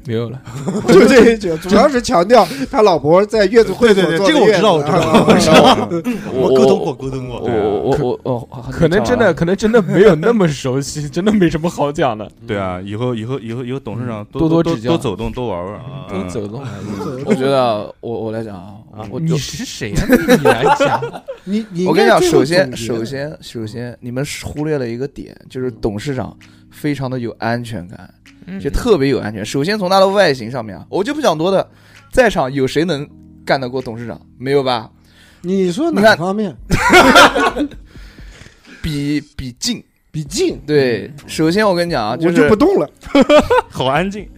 [SPEAKER 2] 没有了，
[SPEAKER 3] 就这一 句，主要是强调他老婆在月子会所
[SPEAKER 4] 对对对
[SPEAKER 3] 坐
[SPEAKER 4] 这个我
[SPEAKER 3] 月
[SPEAKER 4] 知道
[SPEAKER 3] 子
[SPEAKER 4] 我知道
[SPEAKER 3] 啊
[SPEAKER 4] 我知道
[SPEAKER 5] 我
[SPEAKER 4] 我沟通过，沟通过。
[SPEAKER 5] 我我我我，
[SPEAKER 2] 可能真的，可能真的没有那么熟悉， 真的没什么好讲的。
[SPEAKER 6] 对啊，以后以后以后以后董事长
[SPEAKER 2] 嗯多
[SPEAKER 6] 多
[SPEAKER 2] 多指教嗯
[SPEAKER 6] 多走动，多玩玩啊，
[SPEAKER 2] 都走动，
[SPEAKER 3] 嗯
[SPEAKER 5] 我觉得我我来讲啊，我
[SPEAKER 2] 你是谁呀？你来 讲，
[SPEAKER 3] 你你
[SPEAKER 5] 我跟你
[SPEAKER 3] 应该
[SPEAKER 5] 讲，
[SPEAKER 3] 最后
[SPEAKER 5] 首先
[SPEAKER 3] 总结嗯
[SPEAKER 5] 首先首先，你们忽略了一个点，就是董事长非常的有安全感，就特别有安全。首先从他的外形上面啊，我就不讲多的，在场有谁能干得过董事长？没有吧？
[SPEAKER 3] 你说
[SPEAKER 5] 你
[SPEAKER 3] 哪
[SPEAKER 5] 看
[SPEAKER 3] 方面
[SPEAKER 5] 比比劲。
[SPEAKER 3] 比劲，
[SPEAKER 5] 对，首先我跟你讲啊，
[SPEAKER 3] 我
[SPEAKER 5] 是
[SPEAKER 3] 就不动了。
[SPEAKER 6] 好 安静。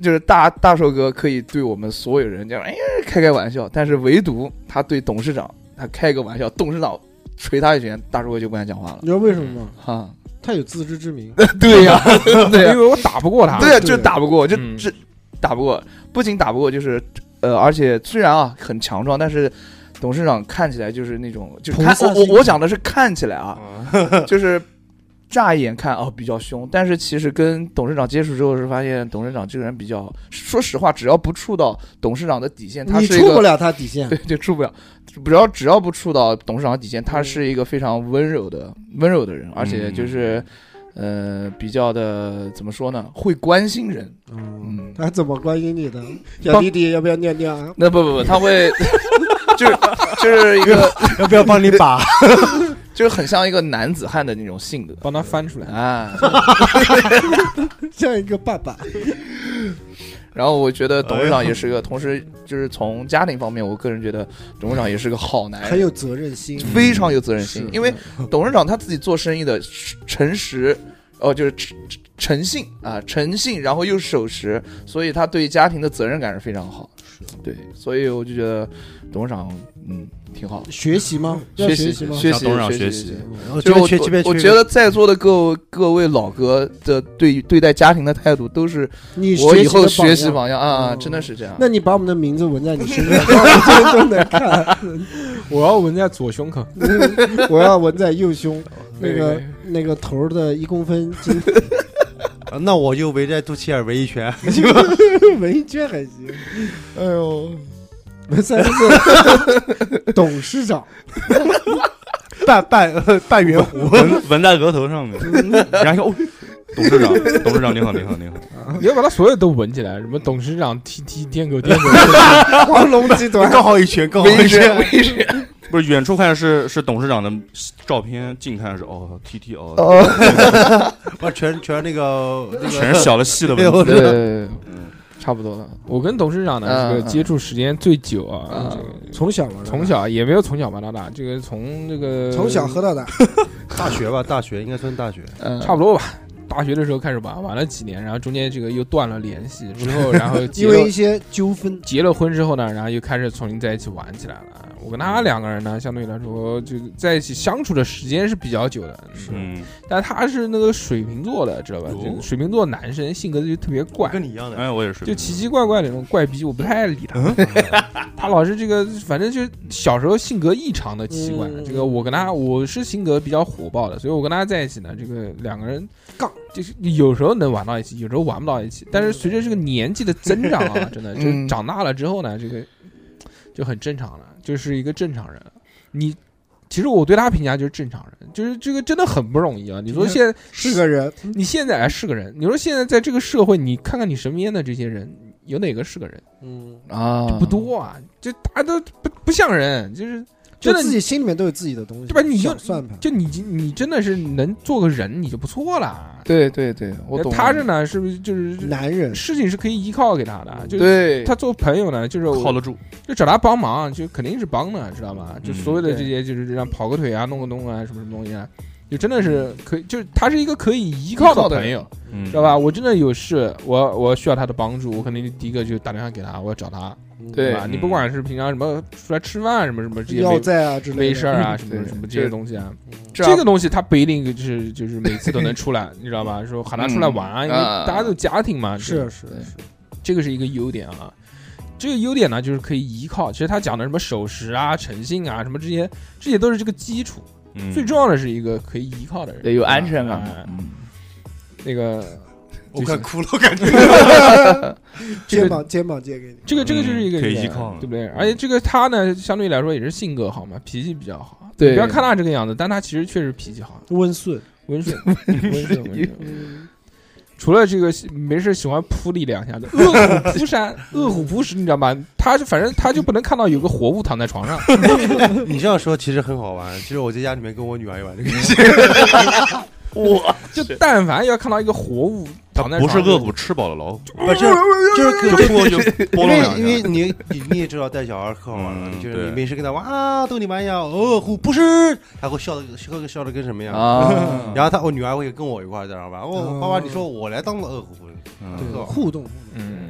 [SPEAKER 5] 就是大大寿哥可以对我们所有人这样，哎呀开开玩笑，但是唯独他对董事长，他开个玩笑，董事长捶他一拳，大叔就不敢讲话了
[SPEAKER 3] 你知道为什么吗？
[SPEAKER 5] 啊！
[SPEAKER 3] 他有自知之 明，
[SPEAKER 5] 对呀，对呀
[SPEAKER 2] 因，为我打不过他。
[SPEAKER 5] 对呀，
[SPEAKER 3] 对
[SPEAKER 5] 就打不过，就
[SPEAKER 2] 嗯
[SPEAKER 5] 这打不过，不仅打不过，就是呃，而且虽然啊很强壮，但是董事长看起来就是那种，就
[SPEAKER 3] 菩
[SPEAKER 5] 看
[SPEAKER 3] 萨
[SPEAKER 5] 我
[SPEAKER 3] 心
[SPEAKER 5] 我我讲的是看起来啊， 就是乍一眼看哦比较凶，但是其实跟董事长接触之后是发现董事长这个人比较，说实话，只要不触到董事长的底线，他
[SPEAKER 3] 你
[SPEAKER 5] 是一
[SPEAKER 3] 触不
[SPEAKER 5] 个
[SPEAKER 3] 了他底线
[SPEAKER 5] 对。对触不了，只要只要不触到董事长的底线，他是一个非常温柔的温柔的人，而
[SPEAKER 4] 嗯
[SPEAKER 5] 且就是。呃，比较的怎么说呢？会关心人，
[SPEAKER 3] 嗯
[SPEAKER 5] 嗯，
[SPEAKER 3] 他怎么关心你的？小弟弟要不要尿尿啊？
[SPEAKER 5] 那不不不，他 会就是就是一个
[SPEAKER 4] 要不要帮你把？
[SPEAKER 5] 就是很像一个男子汉的那种性格
[SPEAKER 2] 帮他翻出来，
[SPEAKER 5] 啊。
[SPEAKER 3] 像一个爸爸，
[SPEAKER 5] 然后我觉得董事
[SPEAKER 4] 哎
[SPEAKER 5] 长也是个，同时就是从家庭方面，我个人觉得董事长也是个好男
[SPEAKER 3] 很
[SPEAKER 5] 人，
[SPEAKER 3] 有责任心。
[SPEAKER 5] 非常有责任心
[SPEAKER 3] 是。
[SPEAKER 5] 因为董事长他自己做生意的诚实，哦，就是诚诚信啊，诚信，然后又守时，所以他对家庭的责任感是非常好。对，所以我就觉得董事长嗯挺好，
[SPEAKER 3] 学习吗？要
[SPEAKER 5] 学习
[SPEAKER 3] 习吗？
[SPEAKER 5] 学习
[SPEAKER 6] 向董事长
[SPEAKER 5] 学
[SPEAKER 6] 学
[SPEAKER 5] 习
[SPEAKER 6] 习
[SPEAKER 5] 学习
[SPEAKER 4] 我
[SPEAKER 5] 就是
[SPEAKER 4] 这边
[SPEAKER 5] 我
[SPEAKER 4] 去，这边去。
[SPEAKER 5] 我觉得在座的各位各位老哥的对对待家庭的态度都是
[SPEAKER 3] 你
[SPEAKER 5] 我以后
[SPEAKER 3] 学
[SPEAKER 5] 学
[SPEAKER 3] 习
[SPEAKER 5] 习
[SPEAKER 3] 的榜样。
[SPEAKER 5] 榜样啊，
[SPEAKER 3] 嗯
[SPEAKER 5] 真的是这样。
[SPEAKER 3] 那你把我们的名字纹在你 身上，我们都能看。
[SPEAKER 2] 我要纹在左胸口。
[SPEAKER 3] 我要纹在右胸，
[SPEAKER 2] 哦
[SPEAKER 3] 那
[SPEAKER 2] 可以
[SPEAKER 3] 个
[SPEAKER 2] 可以
[SPEAKER 3] 那个头儿的一公分，今
[SPEAKER 4] 啊那我就围着肚脐眼围一圈。
[SPEAKER 3] 天纹一圈还行。
[SPEAKER 5] 哎呦，
[SPEAKER 3] 纹三个字，董事 长。
[SPEAKER 4] 半半呃半圆弧，
[SPEAKER 6] 纹纹在额头 上面，然后一看哦，董事长，董事长你好，你好，你好，
[SPEAKER 2] 你啊要把他所有都纹起来，什么董事长、T T、电狗、 电狗，
[SPEAKER 3] 黄龙集团
[SPEAKER 4] 刚好一圈，刚好
[SPEAKER 5] 危
[SPEAKER 4] 一
[SPEAKER 5] 险
[SPEAKER 4] 圈。
[SPEAKER 5] 危险！
[SPEAKER 6] 不是远处看是是董事长的照片，近看是哦 T T 哦，
[SPEAKER 5] 哦，
[SPEAKER 4] 哇，全全是那个那个
[SPEAKER 6] 全是小的细的
[SPEAKER 4] 没有
[SPEAKER 6] 纹
[SPEAKER 5] 对
[SPEAKER 6] 字，
[SPEAKER 5] 对对，
[SPEAKER 6] 嗯
[SPEAKER 5] 差不多了。
[SPEAKER 2] 我跟董事长呢，这
[SPEAKER 5] 嗯嗯
[SPEAKER 2] 个接触时间最久啊，
[SPEAKER 5] 嗯
[SPEAKER 2] 这个
[SPEAKER 3] 从小玩，
[SPEAKER 2] 从小也没有从小玩到大，这个从这个
[SPEAKER 3] 从小喝到大，
[SPEAKER 2] 嗯
[SPEAKER 4] 大学吧，大学应该算大学。
[SPEAKER 5] 嗯，
[SPEAKER 2] 差不多吧。大学的时候开始玩，玩了几年，然后中间这个又断了联系，之后然后结
[SPEAKER 3] 因为一
[SPEAKER 2] 了
[SPEAKER 3] 些纠纷，
[SPEAKER 2] 结了婚之后呢，然后又开始重新在一起玩起来了。我跟他两个人呢，相对来说就在一起相处的时间是比较久的，嗯
[SPEAKER 6] 嗯，
[SPEAKER 2] 但他是那个水瓶座的，知道吧？
[SPEAKER 6] 哟
[SPEAKER 2] 这个水瓶座男生性格就特别怪，
[SPEAKER 4] 你一样，
[SPEAKER 6] 哎，我也是，
[SPEAKER 2] 就奇奇怪怪的那种怪逼，我不太爱理他。 他老是这个，反正就是小时候性格异常的奇怪。
[SPEAKER 3] 嗯
[SPEAKER 2] 这个我跟他，我是性格比较火爆的，所以我跟他在一起呢，这个两个人
[SPEAKER 3] 杠，
[SPEAKER 2] 就是有时候能玩到一起，有时候玩不到一起。但是随着这个年纪的增长啊，真的，就是
[SPEAKER 5] 嗯
[SPEAKER 2] 长大了之后呢，这个就很正常了，就是一个正常人了。你。其实我对他评价就是正常人，就是这个真的很不容易啊！你说现在
[SPEAKER 3] 是个人，
[SPEAKER 2] 你现在哎是个人，你说现在在这个社会，你看看你身边的这些人，有哪个是个人？
[SPEAKER 3] 嗯，
[SPEAKER 5] 啊，
[SPEAKER 2] 不多啊，就大家都不不像人，就是
[SPEAKER 3] 就
[SPEAKER 2] 真的
[SPEAKER 3] 自己心里面都有自己的东西，
[SPEAKER 2] 对吧你就
[SPEAKER 3] 小算盘，
[SPEAKER 2] 就你你真的是能做个人你就不错了。
[SPEAKER 5] 对对对，我
[SPEAKER 2] 那
[SPEAKER 5] 懂。
[SPEAKER 2] 他这呢，是不是就是
[SPEAKER 3] 男人
[SPEAKER 2] 事情是可以依靠给他的？就是
[SPEAKER 5] 嗯对
[SPEAKER 2] 他做朋友呢，就是我
[SPEAKER 6] 靠得住，
[SPEAKER 2] 就找他帮忙，就肯定是帮的，知道吧？就
[SPEAKER 6] 嗯
[SPEAKER 2] 所有的这些就是这样跑个腿啊，弄个弄啊，什么什么东西啊，就真的是可以，就是他是一个可以依靠
[SPEAKER 5] 依靠
[SPEAKER 2] 的
[SPEAKER 5] 的
[SPEAKER 2] 朋友。
[SPEAKER 6] 嗯，
[SPEAKER 2] 知道吧？我真的有事，我我需要他的帮助，我肯定第一个就打电话给他，我要找他，
[SPEAKER 5] 对
[SPEAKER 2] 对吧？你不管是平常什么出来吃饭什么什么这些
[SPEAKER 3] 要
[SPEAKER 2] 没
[SPEAKER 3] 在啊之类
[SPEAKER 2] 没
[SPEAKER 3] 的嗯
[SPEAKER 2] 事儿啊，什么
[SPEAKER 5] 对
[SPEAKER 2] 什么
[SPEAKER 5] 这
[SPEAKER 2] 这些东西啊，
[SPEAKER 5] 这
[SPEAKER 2] 这
[SPEAKER 5] 样
[SPEAKER 2] 个东西他不一定就是就是每次都能出来，你知道吧？说喊他出来玩啊，
[SPEAKER 5] 嗯
[SPEAKER 2] 因为大家都有家庭嘛，这
[SPEAKER 3] 是
[SPEAKER 2] 个
[SPEAKER 3] 是
[SPEAKER 5] 对
[SPEAKER 3] 是，
[SPEAKER 2] 这个是一个优点啊。这个优点呢，就是可以依靠。其实他讲的什么守时啊、诚信啊，什么这些，这些都是这个基础。
[SPEAKER 6] 嗯
[SPEAKER 2] 最重要的是一个可以依靠的人，
[SPEAKER 5] 得有安全感
[SPEAKER 2] 啊。
[SPEAKER 5] 嗯
[SPEAKER 2] 那个
[SPEAKER 4] 我
[SPEAKER 2] 就
[SPEAKER 4] 快
[SPEAKER 2] 是
[SPEAKER 4] 哭了，我感觉。
[SPEAKER 2] 这个
[SPEAKER 3] 肩膀肩膀借给你，
[SPEAKER 2] 这个这个就是一个
[SPEAKER 6] 嗯可以
[SPEAKER 2] 人
[SPEAKER 6] 依靠
[SPEAKER 2] 对不对？而且这个他呢，相对来说也是性格好嘛，脾气比较好。
[SPEAKER 5] 对
[SPEAKER 2] 你不要看他这个样子，但他其实确实脾气好，
[SPEAKER 3] 温顺，
[SPEAKER 2] 温顺，温顺，温顺。除了这个没事喜欢扑你两下的饿虎扑山、饿虎扑食，你知道吗？他是反正他就不能看到有个活物躺在床上，
[SPEAKER 4] 你这样说其实很好玩，其实我在家里面跟我女儿也玩 这个游戏，
[SPEAKER 2] 就但凡要看到一个活物躺在
[SPEAKER 6] 不
[SPEAKER 2] 床
[SPEAKER 6] 是
[SPEAKER 2] 上，
[SPEAKER 6] 饿虎吃饱了老虎，
[SPEAKER 4] 不是就是
[SPEAKER 6] 就扑过去拨
[SPEAKER 4] 因
[SPEAKER 6] 弄
[SPEAKER 4] 为
[SPEAKER 6] 两
[SPEAKER 4] 因为
[SPEAKER 6] 下，
[SPEAKER 4] 你你你也知道带小孩可好玩了，
[SPEAKER 6] 嗯
[SPEAKER 4] 就是
[SPEAKER 6] 对
[SPEAKER 4] 你没事跟他玩啊，逗你玩一下，哦，虎不是，他会笑的笑笑的跟什么样？
[SPEAKER 5] 啊，
[SPEAKER 4] 然后他我女儿会跟我一块儿在那玩，哦，
[SPEAKER 3] 哦
[SPEAKER 4] 爸爸你说我来当个恶虎，
[SPEAKER 6] 嗯
[SPEAKER 3] 对，互动，
[SPEAKER 2] 嗯，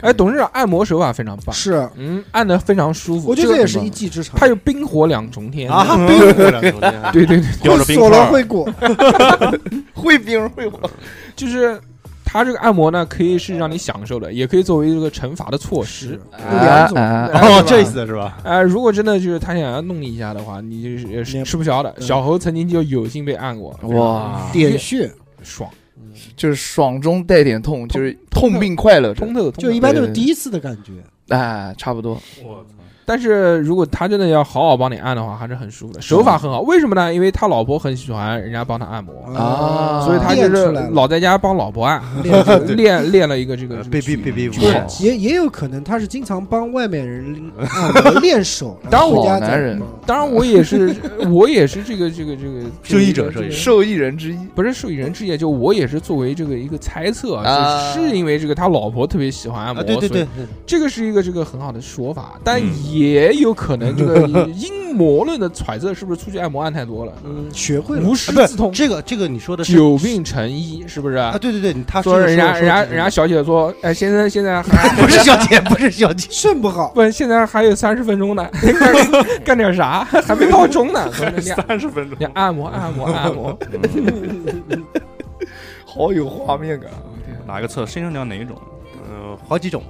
[SPEAKER 2] 哎，董事长按摩手法非常棒，
[SPEAKER 3] 是，
[SPEAKER 2] 嗯，按的非常舒服。
[SPEAKER 3] 我觉得这也
[SPEAKER 2] 个
[SPEAKER 3] 是一技之长。
[SPEAKER 2] 它有冰火两重天
[SPEAKER 4] 啊，
[SPEAKER 2] 对对对，
[SPEAKER 6] 吊着
[SPEAKER 3] 会
[SPEAKER 6] 冰
[SPEAKER 3] 索
[SPEAKER 6] 块
[SPEAKER 3] 罗
[SPEAKER 6] 儿，
[SPEAKER 3] 会果，
[SPEAKER 5] 会冰会火，
[SPEAKER 2] 就是它这个按摩呢，可以是让你享受的，也可以作为这个惩罚的措施。
[SPEAKER 3] 有两种
[SPEAKER 5] 啊
[SPEAKER 2] 哎
[SPEAKER 4] 哦
[SPEAKER 2] 是，吧
[SPEAKER 4] 这意思是吧？
[SPEAKER 2] 哎，如果真的就是他想要弄你一下的话，你就是也是
[SPEAKER 3] 也
[SPEAKER 2] 吃不消的。
[SPEAKER 3] 嗯
[SPEAKER 2] 小猴曾经就有幸被按过，
[SPEAKER 5] 哇，
[SPEAKER 3] 点穴，
[SPEAKER 2] 爽，
[SPEAKER 5] 就是爽中带点痛，就是痛并快乐着，
[SPEAKER 2] 通透通
[SPEAKER 3] 就一
[SPEAKER 2] 透。
[SPEAKER 3] 般都是第一次的感觉。
[SPEAKER 5] 哎，差不多，
[SPEAKER 6] 我操！
[SPEAKER 2] 但是如果他真的要好好帮你按的话，还是很舒服的，手法很好。为什么呢？因为他老婆很喜欢人家帮他按摩，
[SPEAKER 5] 啊
[SPEAKER 2] 所以他就
[SPEAKER 3] 练
[SPEAKER 2] 是
[SPEAKER 3] 出来了
[SPEAKER 2] 老在家帮老婆按，
[SPEAKER 3] 练出来了
[SPEAKER 2] 练练了一个这个
[SPEAKER 4] 呃
[SPEAKER 2] 这个
[SPEAKER 4] 被
[SPEAKER 2] 技
[SPEAKER 4] 被
[SPEAKER 2] 能
[SPEAKER 4] 被被
[SPEAKER 2] 就
[SPEAKER 4] 侮辱
[SPEAKER 2] 是
[SPEAKER 3] 也也有可能他是经常帮外面人按摩练手，
[SPEAKER 2] 当然
[SPEAKER 3] 回
[SPEAKER 5] 好
[SPEAKER 3] 家
[SPEAKER 5] 男
[SPEAKER 3] 再
[SPEAKER 5] 人
[SPEAKER 3] 帮
[SPEAKER 2] 当然，我也是， 我也是这个这个这个
[SPEAKER 4] 受益者
[SPEAKER 2] 这个
[SPEAKER 4] 受益者
[SPEAKER 5] 受益人之一。
[SPEAKER 2] 不是受益人之一，就我也是作为这个一个猜测，
[SPEAKER 5] 啊
[SPEAKER 2] 就是因为这个他老婆特别喜欢按摩，
[SPEAKER 4] 啊，对对
[SPEAKER 2] 所以
[SPEAKER 4] 对，
[SPEAKER 2] 这个是一个这个很好的说法，但
[SPEAKER 6] 嗯
[SPEAKER 2] 也有可能这个阴谋论的揣测是不是出去按摩按太多 了，
[SPEAKER 3] 嗯，学会了
[SPEAKER 2] 无
[SPEAKER 4] 啊
[SPEAKER 2] 师
[SPEAKER 4] 不
[SPEAKER 2] 自通
[SPEAKER 4] 是，这个这个你说的是
[SPEAKER 2] 久病成医，是不是？
[SPEAKER 4] 啊，对对对，你他
[SPEAKER 2] 说
[SPEAKER 4] 这个
[SPEAKER 2] 人家
[SPEAKER 4] 说
[SPEAKER 2] 人家
[SPEAKER 4] 说
[SPEAKER 2] 人家小姐说，哎，先生现在还
[SPEAKER 4] 不是小姐，不是小姐，
[SPEAKER 3] 肾不好，
[SPEAKER 2] 问现在还有三十分钟呢， 干干点啥？ 还没到钟 呢，你
[SPEAKER 6] 三十分钟
[SPEAKER 2] 你按摩按摩按摩，
[SPEAKER 5] 好有画面感啊，
[SPEAKER 6] 哪个测？新生娘哪一种？
[SPEAKER 4] 嗯，好几种，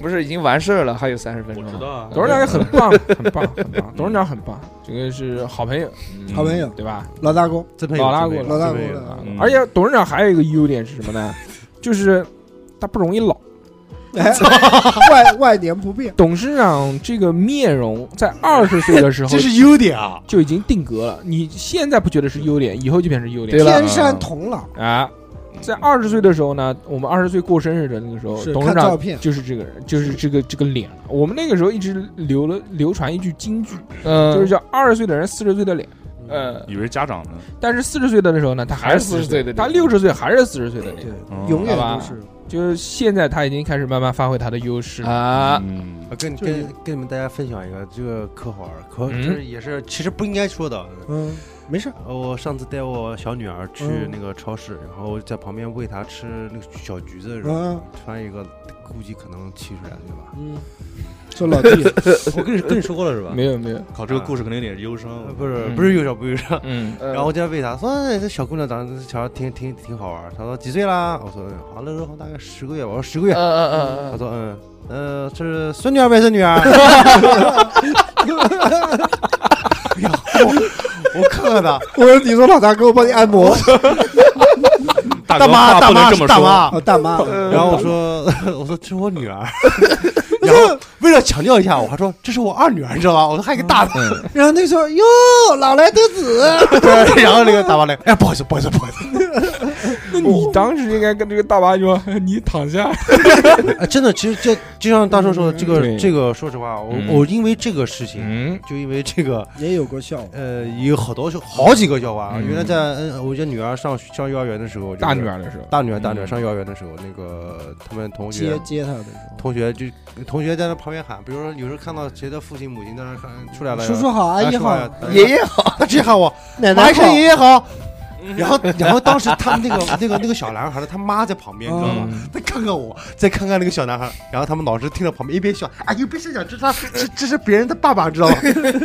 [SPEAKER 5] 不是已经完事儿了，还有三十分钟。
[SPEAKER 6] 啊
[SPEAKER 2] 董事长也很棒，很棒，很棒，董事长很棒，这个是好朋友，
[SPEAKER 3] 好朋友
[SPEAKER 2] 对吧？
[SPEAKER 3] 老大哥，
[SPEAKER 4] 真朋友，
[SPEAKER 2] 老拉
[SPEAKER 4] 真朋友
[SPEAKER 2] 过
[SPEAKER 3] 老大哥
[SPEAKER 4] 真朋友
[SPEAKER 3] 了，
[SPEAKER 6] 嗯
[SPEAKER 2] 而且董事长还有一个优点是什么呢？就是他不容易老。
[SPEAKER 3] 哎外外年不变，
[SPEAKER 2] 董事长这个面容在二十岁的时候
[SPEAKER 4] 这是优点啊，
[SPEAKER 2] 就已经定格了，你现在不觉得是优点，以后就变成优点
[SPEAKER 5] 对了
[SPEAKER 3] 天山童姥，
[SPEAKER 2] 啊。在二十岁的时候呢，我们二十岁过生日的那个时候
[SPEAKER 3] 是，
[SPEAKER 2] 董事
[SPEAKER 3] 看照
[SPEAKER 2] 长
[SPEAKER 3] 片
[SPEAKER 2] 就是这个人，就是这个这个脸。我们那个时候一直流了流传一句金句，
[SPEAKER 5] 嗯
[SPEAKER 2] 就是叫二十岁的人四十岁的脸。
[SPEAKER 5] 呃，
[SPEAKER 6] 以为是家长呢。
[SPEAKER 2] 但是四十岁的那时候呢，他还是
[SPEAKER 5] 40
[SPEAKER 2] 40
[SPEAKER 5] 岁的
[SPEAKER 2] 他
[SPEAKER 5] 脸
[SPEAKER 2] 六十岁还是四十岁的
[SPEAKER 3] 对
[SPEAKER 2] 脸。，
[SPEAKER 6] 嗯
[SPEAKER 3] 永远
[SPEAKER 2] 好吧
[SPEAKER 3] 都是。
[SPEAKER 2] 就是现在他已经开始慢慢发挥他的优势了。
[SPEAKER 5] 啊，
[SPEAKER 6] 嗯
[SPEAKER 4] 啊，跟
[SPEAKER 3] 就
[SPEAKER 4] 跟跟你们大家分享一个，这个可好玩儿，可
[SPEAKER 2] 嗯
[SPEAKER 4] 就是也是其实不应该说的。
[SPEAKER 3] 嗯，没事，
[SPEAKER 4] 呃我上次带我小女儿去
[SPEAKER 3] 嗯
[SPEAKER 4] 那个超市，然后在旁边喂她吃那个小橘子的时候，
[SPEAKER 3] 嗯。
[SPEAKER 4] 突然一个估计可能七十来岁吧
[SPEAKER 3] 嗯，这老弟，
[SPEAKER 4] 我跟你跟你说过了是吧
[SPEAKER 2] 没有没有，
[SPEAKER 6] 靠，这个故事肯定有点忧伤。
[SPEAKER 4] 呃不是
[SPEAKER 2] 嗯
[SPEAKER 4] 不是幼小不是幼小。
[SPEAKER 2] 嗯，
[SPEAKER 4] 然后我在喂她，说哎这小姑娘长得瞧着挺挺挺好玩儿。她说几岁啦？我说好像那时候大概十个月吧。我说十个月
[SPEAKER 5] 嗯。嗯
[SPEAKER 4] 她
[SPEAKER 5] 嗯
[SPEAKER 4] 说嗯呃这是孙女儿外孙女 儿。哎呀我我看看她。
[SPEAKER 3] 我说你说老大哥，我帮你按摩，
[SPEAKER 6] 大
[SPEAKER 4] 大
[SPEAKER 6] 哥
[SPEAKER 4] 妈，
[SPEAKER 6] 话
[SPEAKER 4] 大
[SPEAKER 6] 不能
[SPEAKER 4] 妈
[SPEAKER 6] 这么
[SPEAKER 4] 是大
[SPEAKER 6] 说。
[SPEAKER 4] 妈
[SPEAKER 3] 哦，。大妈，
[SPEAKER 4] 然后我说， 我说这是我 女儿。然后为了强调一下，我还说这是我二女儿，你知道吧？我说还有一个大的。
[SPEAKER 3] 然后那时候哟，老来得子，
[SPEAKER 4] 然后那个大妈来，哎，不好意思，不好意思，不好意思。
[SPEAKER 2] 那你当时应该跟这个大妈说， 你躺下。
[SPEAKER 4] 哎，真的，其实这就像大叔说，这个
[SPEAKER 2] 对
[SPEAKER 4] 这个，说实话，我
[SPEAKER 2] 嗯
[SPEAKER 4] 我因为这个事情，
[SPEAKER 2] 嗯，
[SPEAKER 4] 就因为这个。
[SPEAKER 3] 也有过笑话，
[SPEAKER 4] 呃，有好多笑，好几个笑话。
[SPEAKER 2] 嗯
[SPEAKER 4] 原来在嗯，我家女儿上上幼儿园的时候，就是
[SPEAKER 2] 大女，儿的时候，
[SPEAKER 4] 大女儿，大女儿
[SPEAKER 2] 嗯
[SPEAKER 4] 上幼儿园的时候，那个他们同学
[SPEAKER 3] 接接他的时
[SPEAKER 4] 同学就同学在那旁边喊，比如说有时候看到谁的父亲母亲在那喊出来
[SPEAKER 3] 候，
[SPEAKER 4] 了，
[SPEAKER 3] 叔叔好，阿姨好，
[SPEAKER 4] 呃
[SPEAKER 5] 嗯，爷爷好，
[SPEAKER 4] 他直接喊我
[SPEAKER 3] 哎奶奶
[SPEAKER 4] 马医
[SPEAKER 3] 好
[SPEAKER 4] 生，爷爷好。 然后，然后当时他们那个那个那个小男孩的他妈在旁边，你知道吗？
[SPEAKER 2] 嗯
[SPEAKER 4] 再看看我，再看看那个小男孩，然后他们老师听到旁边一边笑，哎呦，别声讲，这是他，这这是别人的爸爸，知道吗？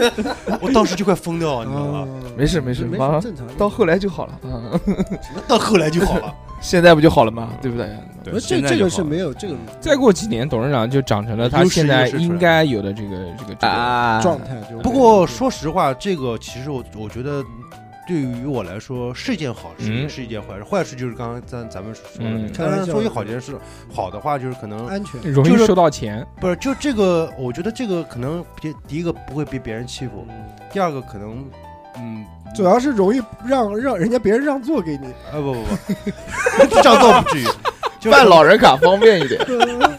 [SPEAKER 4] 我当时就快疯哦掉了，你知道吗？
[SPEAKER 3] 嗯
[SPEAKER 5] 没事没事，
[SPEAKER 3] 没
[SPEAKER 5] 马
[SPEAKER 3] 事，
[SPEAKER 5] 上
[SPEAKER 3] 正常。
[SPEAKER 5] 到后来就好了。嗯，
[SPEAKER 4] 到后来就好了，
[SPEAKER 5] 现在不就好了吗？对不对？
[SPEAKER 6] 对，
[SPEAKER 3] 这
[SPEAKER 6] 现在
[SPEAKER 3] 这
[SPEAKER 6] 就
[SPEAKER 3] 个
[SPEAKER 6] 好
[SPEAKER 3] 是
[SPEAKER 6] 了
[SPEAKER 3] 没有这个
[SPEAKER 2] 再过几年，董事长就长成了他
[SPEAKER 4] 优势
[SPEAKER 2] 现在
[SPEAKER 4] 优势出来
[SPEAKER 2] 应该有的这个这个这个。
[SPEAKER 5] 啊
[SPEAKER 3] 状态就。
[SPEAKER 4] 不过说实话，这个其实我我觉得，对于我来说是一件好事，
[SPEAKER 2] 嗯
[SPEAKER 4] 也是一件坏事。坏事就是刚刚咱咱们说的那
[SPEAKER 2] 嗯
[SPEAKER 4] 个，
[SPEAKER 3] 开玩
[SPEAKER 4] 当
[SPEAKER 3] 笑
[SPEAKER 4] 然作为好这件事，好的话就是可能
[SPEAKER 3] 安全，
[SPEAKER 2] 容易
[SPEAKER 4] 就是
[SPEAKER 2] 收到钱，
[SPEAKER 4] 不是就这个，我觉得这个可能别第一个不会被别人欺负，第二个可能嗯，
[SPEAKER 3] 主要是容易让让人家别人让座给你。
[SPEAKER 4] 啊不 不不，这样倒不至于。就是
[SPEAKER 5] 办老人卡方便一点。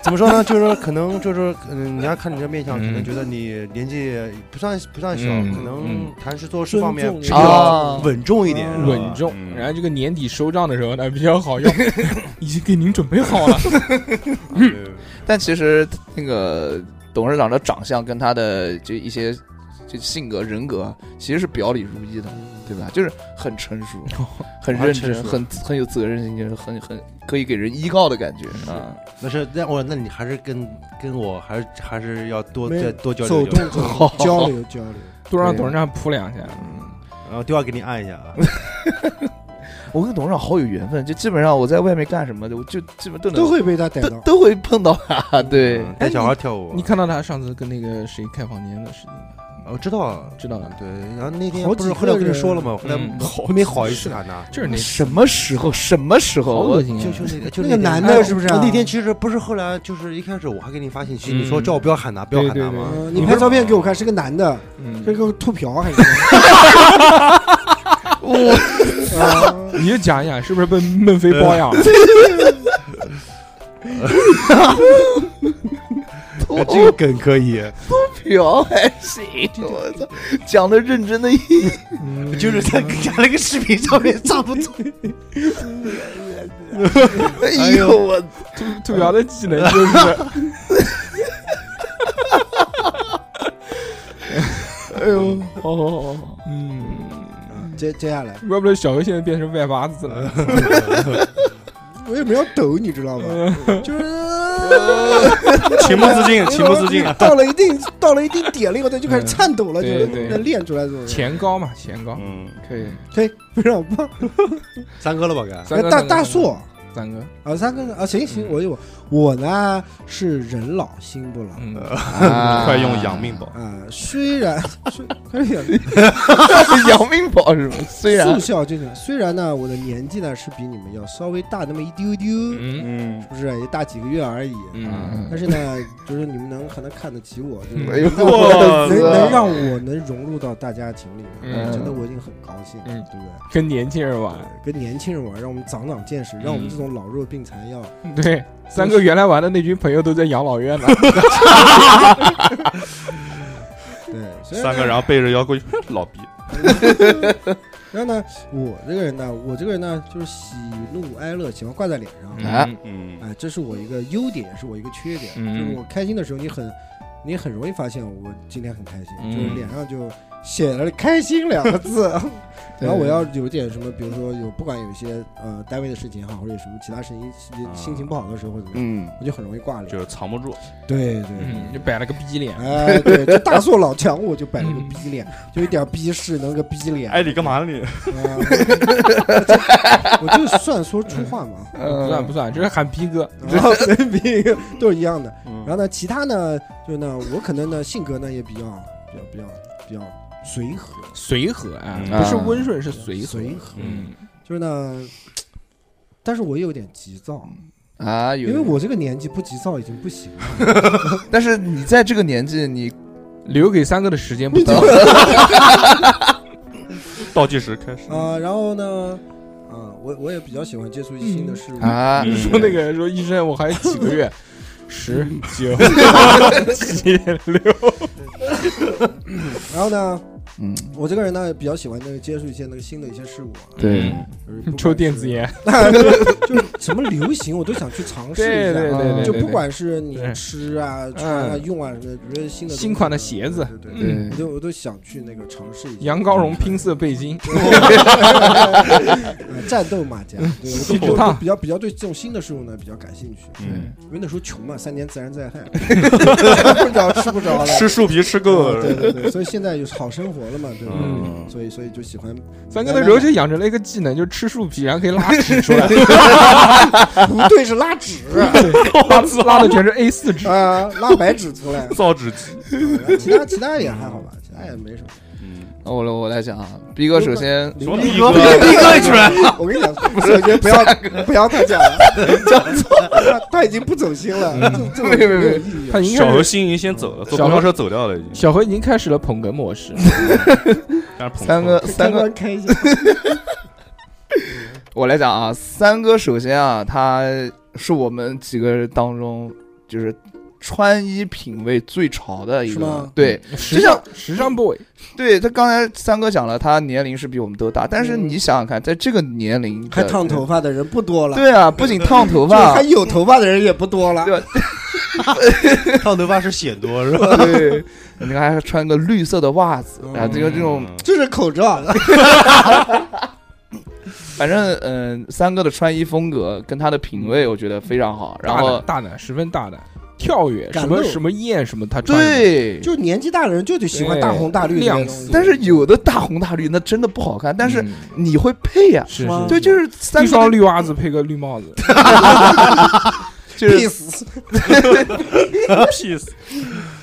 [SPEAKER 4] 怎么说呢？就是说可能就是说嗯，人家看你这面相，可能
[SPEAKER 2] 嗯
[SPEAKER 4] 觉得你年纪不算不算小，
[SPEAKER 2] 嗯
[SPEAKER 4] 可能
[SPEAKER 2] 嗯
[SPEAKER 4] 谈事做事方面
[SPEAKER 3] 尊重
[SPEAKER 4] 比
[SPEAKER 5] 人
[SPEAKER 4] 较
[SPEAKER 5] 啊
[SPEAKER 4] 稳重一点，
[SPEAKER 3] 嗯
[SPEAKER 4] 是吧
[SPEAKER 2] 稳重。
[SPEAKER 6] 嗯
[SPEAKER 2] 然后这个年底收账的时候呢比较好用， 已经给您准备好 了。
[SPEAKER 4] 对
[SPEAKER 5] 但其实那个董事长的长相跟他的就一些这性格人格其实是表里如一的，对吧？就是很成熟、哦很认
[SPEAKER 2] 成熟
[SPEAKER 5] 真、很很有责任心，就是很很可以给人依靠的感觉啊。
[SPEAKER 4] 那是那我那你还是跟跟我还是还是要多
[SPEAKER 3] 没有
[SPEAKER 4] 再多交
[SPEAKER 3] 走
[SPEAKER 4] 流
[SPEAKER 3] 动
[SPEAKER 4] 交流，
[SPEAKER 3] 走动，交流交流。
[SPEAKER 2] 多让董事长扑两下。
[SPEAKER 4] 然后电话给你按一下啊。
[SPEAKER 5] 我跟董事长好有缘分，就基本上我在外面干什么的，我就基本都能
[SPEAKER 3] 都会被他逮
[SPEAKER 5] 都
[SPEAKER 3] 到。
[SPEAKER 5] 都会碰到他。对，
[SPEAKER 4] 嗯带小孩跳舞，
[SPEAKER 2] 你看到他上次跟那个谁开房间的事情吗，
[SPEAKER 4] 我知道，
[SPEAKER 2] 知道了，
[SPEAKER 4] 对，然后那天
[SPEAKER 3] 好
[SPEAKER 4] 不是
[SPEAKER 3] 几
[SPEAKER 4] 后来
[SPEAKER 3] 个
[SPEAKER 4] 我跟你
[SPEAKER 3] 人
[SPEAKER 4] 说了吗？后来
[SPEAKER 2] 嗯
[SPEAKER 4] 好没好意思喊他，
[SPEAKER 2] 就是那
[SPEAKER 5] 什么时候？什么时
[SPEAKER 2] 好
[SPEAKER 5] 候？
[SPEAKER 2] 恶
[SPEAKER 5] 我
[SPEAKER 2] 心
[SPEAKER 4] 就
[SPEAKER 2] 啊！
[SPEAKER 4] 就那个就
[SPEAKER 3] 那个
[SPEAKER 4] 天
[SPEAKER 3] 男
[SPEAKER 4] 哎
[SPEAKER 3] 的是不是啊
[SPEAKER 4] 那天其实不是后来就是一开始我还给你发信息，你说
[SPEAKER 2] 嗯
[SPEAKER 4] 叫我不要喊他，不要喊他
[SPEAKER 2] 对
[SPEAKER 4] 吗？
[SPEAKER 3] 嗯，你拍照片给我看，是个男的，
[SPEAKER 2] 嗯
[SPEAKER 3] 是个秃瓢还是？ 我
[SPEAKER 2] 你就讲一讲，是不是被孟非包 养了？
[SPEAKER 4] 哎这个梗可以，
[SPEAKER 5] 嫖还行，哎我操，讲的认真的一
[SPEAKER 4] 就是在看那个视频上面差不多。
[SPEAKER 5] 哎呦我
[SPEAKER 2] 土土瑶的技能就是
[SPEAKER 5] 哎呦，好好好好，
[SPEAKER 2] 嗯。
[SPEAKER 3] 接接下来，
[SPEAKER 2] 怪不得小何现在变成外八字
[SPEAKER 5] 哎
[SPEAKER 2] 了，
[SPEAKER 3] 我也没有抖，你知道吗？就是
[SPEAKER 6] 情不自禁，情不自禁。
[SPEAKER 3] 到了一定到了一定点了以后，他就开始颤抖了，就
[SPEAKER 2] 对对
[SPEAKER 3] 是那练出来这种。
[SPEAKER 2] 前高嘛，前高
[SPEAKER 6] 嗯，
[SPEAKER 2] 可以。
[SPEAKER 3] 对，非常棒。
[SPEAKER 4] 三哥了吧？该
[SPEAKER 2] 三哥，
[SPEAKER 3] 大
[SPEAKER 2] 三哥
[SPEAKER 3] 大树，
[SPEAKER 2] 三哥，
[SPEAKER 3] 啊，三个啊，行行，
[SPEAKER 2] 嗯
[SPEAKER 3] 我有我呢是人老心不老
[SPEAKER 2] 嗯，
[SPEAKER 6] 哎快用养 命宝，
[SPEAKER 3] 啊，虽然 虽快 点
[SPEAKER 5] 啊养命宝是吗？虽
[SPEAKER 3] 速
[SPEAKER 5] 然
[SPEAKER 3] 效这个，虽然呢我的年纪呢是比你们要稍微大那么一丢丢，
[SPEAKER 2] 嗯
[SPEAKER 6] 嗯，
[SPEAKER 3] 不是啊也大几个月而已，
[SPEAKER 2] 嗯，
[SPEAKER 3] 但是呢，就是你们能可能看得起我，就是
[SPEAKER 5] 哎呦
[SPEAKER 3] 能
[SPEAKER 5] 我的
[SPEAKER 3] 能能
[SPEAKER 5] 天
[SPEAKER 3] 让我能融入到大家庭里面，
[SPEAKER 2] 啊嗯
[SPEAKER 3] 真的我已经很高兴，
[SPEAKER 2] 嗯
[SPEAKER 3] 对不对？
[SPEAKER 2] 跟年轻人玩，
[SPEAKER 3] 跟年轻人玩，让我们长长见识，让我
[SPEAKER 2] 嗯
[SPEAKER 3] 们这种老弱病残要
[SPEAKER 2] 对，三哥原来玩的那群朋友都在养老院呢。
[SPEAKER 3] 对。虽然
[SPEAKER 6] 三个然后背着腰过去，老逼，
[SPEAKER 3] 然后呢，我这个人呢，我这个人呢，就是喜怒哀乐喜欢挂在脸上，
[SPEAKER 5] 啊
[SPEAKER 2] 嗯
[SPEAKER 6] 嗯
[SPEAKER 3] 哎，这是我一个优点，也是我一个缺点。
[SPEAKER 2] 嗯
[SPEAKER 3] 就是我开心的时候，你很，你很容易发现我今天很开心，
[SPEAKER 2] 嗯
[SPEAKER 3] 就是脸上就写了“开心”两个 字。然后我要有点什么，比如说有不管有一些呃单位的事情也好，或者有什么其他事情，
[SPEAKER 2] 啊
[SPEAKER 3] 心心情不好的时候或者怎么样，
[SPEAKER 5] 嗯，
[SPEAKER 3] 我就很容易挂脸。
[SPEAKER 6] 就是藏不住，
[SPEAKER 3] 对对。
[SPEAKER 2] 嗯，就摆了个逼脸。
[SPEAKER 3] 哎，对，就大硕老强，我就摆了
[SPEAKER 2] 嗯
[SPEAKER 3] 个逼脸，就一点逼势，能个逼脸。
[SPEAKER 6] 哎，你干嘛呢你？
[SPEAKER 3] 啊我就算说粗话嘛，
[SPEAKER 5] 嗯
[SPEAKER 2] 不
[SPEAKER 5] 啊
[SPEAKER 2] 算不算，这是喊逼哥。
[SPEAKER 3] 然后跟别人都是一样的。然
[SPEAKER 6] 嗯
[SPEAKER 3] 后呢，其他呢，就呢，我可能呢性格呢也比较比较比较比较随和，
[SPEAKER 2] 随和啊，
[SPEAKER 6] 嗯
[SPEAKER 2] 不是温顺，是随和。
[SPEAKER 3] 随和，
[SPEAKER 2] 嗯，
[SPEAKER 3] 就是呢。但是我也有点急躁，
[SPEAKER 5] 啊，有
[SPEAKER 3] 嗯因为我这个年纪不急躁已经不行了。
[SPEAKER 5] 但是你在这个年纪，你
[SPEAKER 2] 留给三哥的时间不多。
[SPEAKER 6] 倒计时开始，
[SPEAKER 3] 啊，然后呢，啊，我我也比较喜欢接触一些新的事物。
[SPEAKER 5] 啊，
[SPEAKER 6] 嗯
[SPEAKER 2] 说 那个说医生，我还有几个 月，十九七六。
[SPEAKER 3] 然后呢，
[SPEAKER 5] 嗯，
[SPEAKER 3] 我这个人呢比较喜欢那个接触一些那个新的一些事物啊，
[SPEAKER 5] 对，
[SPEAKER 3] 就是不管
[SPEAKER 2] 抽
[SPEAKER 3] 是
[SPEAKER 2] 电 子烟，
[SPEAKER 3] 就是什么流行我都想去尝试一下。
[SPEAKER 2] 对对对，
[SPEAKER 3] 就
[SPEAKER 2] 对
[SPEAKER 3] 不
[SPEAKER 2] 对
[SPEAKER 3] 管是你
[SPEAKER 2] 对
[SPEAKER 3] 吃啊、穿啊、
[SPEAKER 2] 嗯
[SPEAKER 3] 用啊什么的，比如说新的东
[SPEAKER 2] 新
[SPEAKER 3] 西
[SPEAKER 2] 款的
[SPEAKER 3] 啊
[SPEAKER 2] 鞋子
[SPEAKER 3] 对对对，
[SPEAKER 5] 嗯
[SPEAKER 3] 我都我都想去那个尝试一下。
[SPEAKER 2] 杨高绒拼色背 心，
[SPEAKER 3] 呃战斗马甲，对
[SPEAKER 2] 西
[SPEAKER 3] 我
[SPEAKER 2] 竹
[SPEAKER 3] 都我
[SPEAKER 2] 烫
[SPEAKER 3] 都比较比较对这种新的事物呢比较感兴趣，
[SPEAKER 6] 嗯，
[SPEAKER 3] 因为那时候穷嘛，三年自然灾 害，吃不着吃不着了，
[SPEAKER 6] 吃树皮吃够
[SPEAKER 3] 嗯
[SPEAKER 6] 了，
[SPEAKER 3] 对对对，所以现在有好生活了嘛，对吧？
[SPEAKER 6] 嗯
[SPEAKER 3] 所以所以就喜欢
[SPEAKER 2] 三哥那时候就养成了一个技能，就是吃树皮，然后可以拉屎出 来，啊
[SPEAKER 3] 不对是拉纸
[SPEAKER 2] 拉拉的全是 A 四纸。
[SPEAKER 3] 啊，拉白纸出来，
[SPEAKER 6] 造纸机，
[SPEAKER 3] 嗯其他其他也还好吧，其他也没什么。
[SPEAKER 6] 嗯，
[SPEAKER 5] 那我来我来讲啊，逼哥首先
[SPEAKER 6] 什么
[SPEAKER 3] 零
[SPEAKER 6] 逼
[SPEAKER 3] 哥
[SPEAKER 6] 哥？
[SPEAKER 3] 哥出来了！我跟你讲，首先不要不要他讲了，讲错了，他已经不走心了，这这
[SPEAKER 5] 没没没
[SPEAKER 3] 有意义
[SPEAKER 2] 他
[SPEAKER 3] 了。
[SPEAKER 2] 已经
[SPEAKER 6] 小
[SPEAKER 2] 开
[SPEAKER 6] 何
[SPEAKER 2] 始，
[SPEAKER 6] 心已先走了，坐
[SPEAKER 2] 小
[SPEAKER 6] 公
[SPEAKER 2] 何
[SPEAKER 6] 交车走掉了已经，
[SPEAKER 2] 小何已经开始了捧哏模式。
[SPEAKER 6] 但
[SPEAKER 5] 三
[SPEAKER 6] 是捧
[SPEAKER 5] 哥
[SPEAKER 6] 臭
[SPEAKER 5] 三哥
[SPEAKER 3] 开关开一下，
[SPEAKER 5] 我来讲啊，三哥首先啊，他是我们几个人当中就是穿衣品味最潮的一
[SPEAKER 3] 是
[SPEAKER 5] 个
[SPEAKER 3] 吗， 嗯
[SPEAKER 5] 对
[SPEAKER 2] 时尚时尚 boy，
[SPEAKER 5] 对。他刚才三哥讲了，他年龄是比我们都大，但是你想想看，在这个年龄的
[SPEAKER 3] 还烫头，发的人不多了，
[SPEAKER 5] 对啊，不仅烫头
[SPEAKER 3] 就还
[SPEAKER 5] 发，
[SPEAKER 3] 有头发的人也不多了。
[SPEAKER 5] 对
[SPEAKER 4] 烫头发是显多是吧？
[SPEAKER 5] 对，你看还穿个绿色的袜子，啊
[SPEAKER 3] 嗯
[SPEAKER 5] 然后这个这种，
[SPEAKER 3] 这是口罩，
[SPEAKER 5] 反正嗯，三哥的穿衣风格跟他的品味，我觉得非常好。然
[SPEAKER 2] 大
[SPEAKER 5] 后
[SPEAKER 2] 胆大胆，十分大胆，跳跃
[SPEAKER 3] 敢
[SPEAKER 2] 什么
[SPEAKER 3] 露
[SPEAKER 2] 什么艳什么，他穿什么
[SPEAKER 5] 对，
[SPEAKER 3] 就年纪大的人就得喜欢大红大绿的那
[SPEAKER 2] 亮
[SPEAKER 3] 种
[SPEAKER 2] 色，
[SPEAKER 5] 但是有的大红大绿那真的不好看，但是
[SPEAKER 2] 嗯
[SPEAKER 5] 你会配啊呀、
[SPEAKER 2] 是
[SPEAKER 3] 是吗
[SPEAKER 2] 是
[SPEAKER 5] 对，就是三
[SPEAKER 2] 一
[SPEAKER 5] 哥
[SPEAKER 2] 双
[SPEAKER 5] 的，
[SPEAKER 2] 嗯绿袜子配个绿帽子，
[SPEAKER 5] 就
[SPEAKER 3] 必
[SPEAKER 5] 是
[SPEAKER 3] 死。
[SPEAKER 6] 屁死！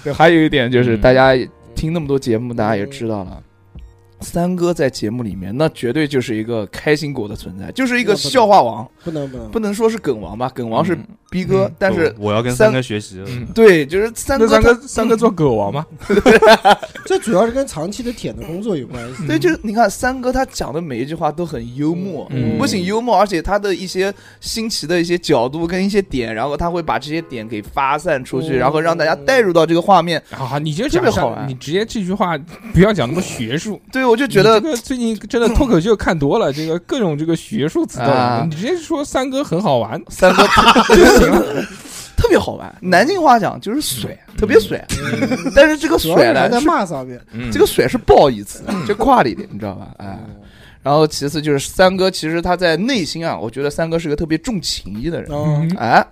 [SPEAKER 5] 对还有一点就是
[SPEAKER 2] 嗯
[SPEAKER 5] 大家听那么多节目，大家也知道了。三哥在节目里面，那绝对就是一个开心果的存在，就是一个
[SPEAKER 3] 那不能
[SPEAKER 5] 笑话王，
[SPEAKER 3] 不能不能
[SPEAKER 5] 不能说是梗王吧，梗王是
[SPEAKER 2] 嗯
[SPEAKER 5] 逼哥，
[SPEAKER 2] 嗯
[SPEAKER 5] 但是
[SPEAKER 6] 我我要跟
[SPEAKER 5] 三
[SPEAKER 6] 三哥学 习，
[SPEAKER 2] 嗯，
[SPEAKER 5] 对，就是三
[SPEAKER 2] 那
[SPEAKER 5] 哥
[SPEAKER 2] 三
[SPEAKER 5] 他，
[SPEAKER 2] 哥三哥做狗王吗？
[SPEAKER 3] 这主要是跟长期的舔的工作有关系。
[SPEAKER 5] 嗯对，就是你看三哥他讲的每一句话都很幽默，
[SPEAKER 2] 嗯
[SPEAKER 5] 不仅幽默，而且他的一些新奇的一些角度跟一些点，然后他会把这些点给发散出去，
[SPEAKER 3] 嗯
[SPEAKER 5] 然后让大家带入到这个画面。
[SPEAKER 2] 啊，你就
[SPEAKER 5] 特
[SPEAKER 2] 讲
[SPEAKER 5] 别
[SPEAKER 2] 一下
[SPEAKER 5] 好玩
[SPEAKER 2] 你直接这句话不要讲那么学术，
[SPEAKER 5] 对，我就 觉得
[SPEAKER 2] 你这个最近真的脱口秀看 多了，这个各种这个学术词都
[SPEAKER 5] 啊
[SPEAKER 2] 有，你直接说三哥很好玩
[SPEAKER 5] 三 哥
[SPEAKER 2] 就行了。
[SPEAKER 5] 特别好
[SPEAKER 3] 嗯
[SPEAKER 5] 玩，南京话讲就是甩，特别甩。 但是这个
[SPEAKER 3] 主要是
[SPEAKER 5] 甩
[SPEAKER 3] 还在
[SPEAKER 5] 呢，是
[SPEAKER 3] 骂上面，
[SPEAKER 2] 嗯
[SPEAKER 5] 这个甩是褒义词，就夸你的，你知道吧？哎。
[SPEAKER 3] 嗯
[SPEAKER 5] 然后其次就是三哥，其实他在内心啊，我觉得三哥是个特别重情义的人。
[SPEAKER 3] 嗯，
[SPEAKER 5] 哎，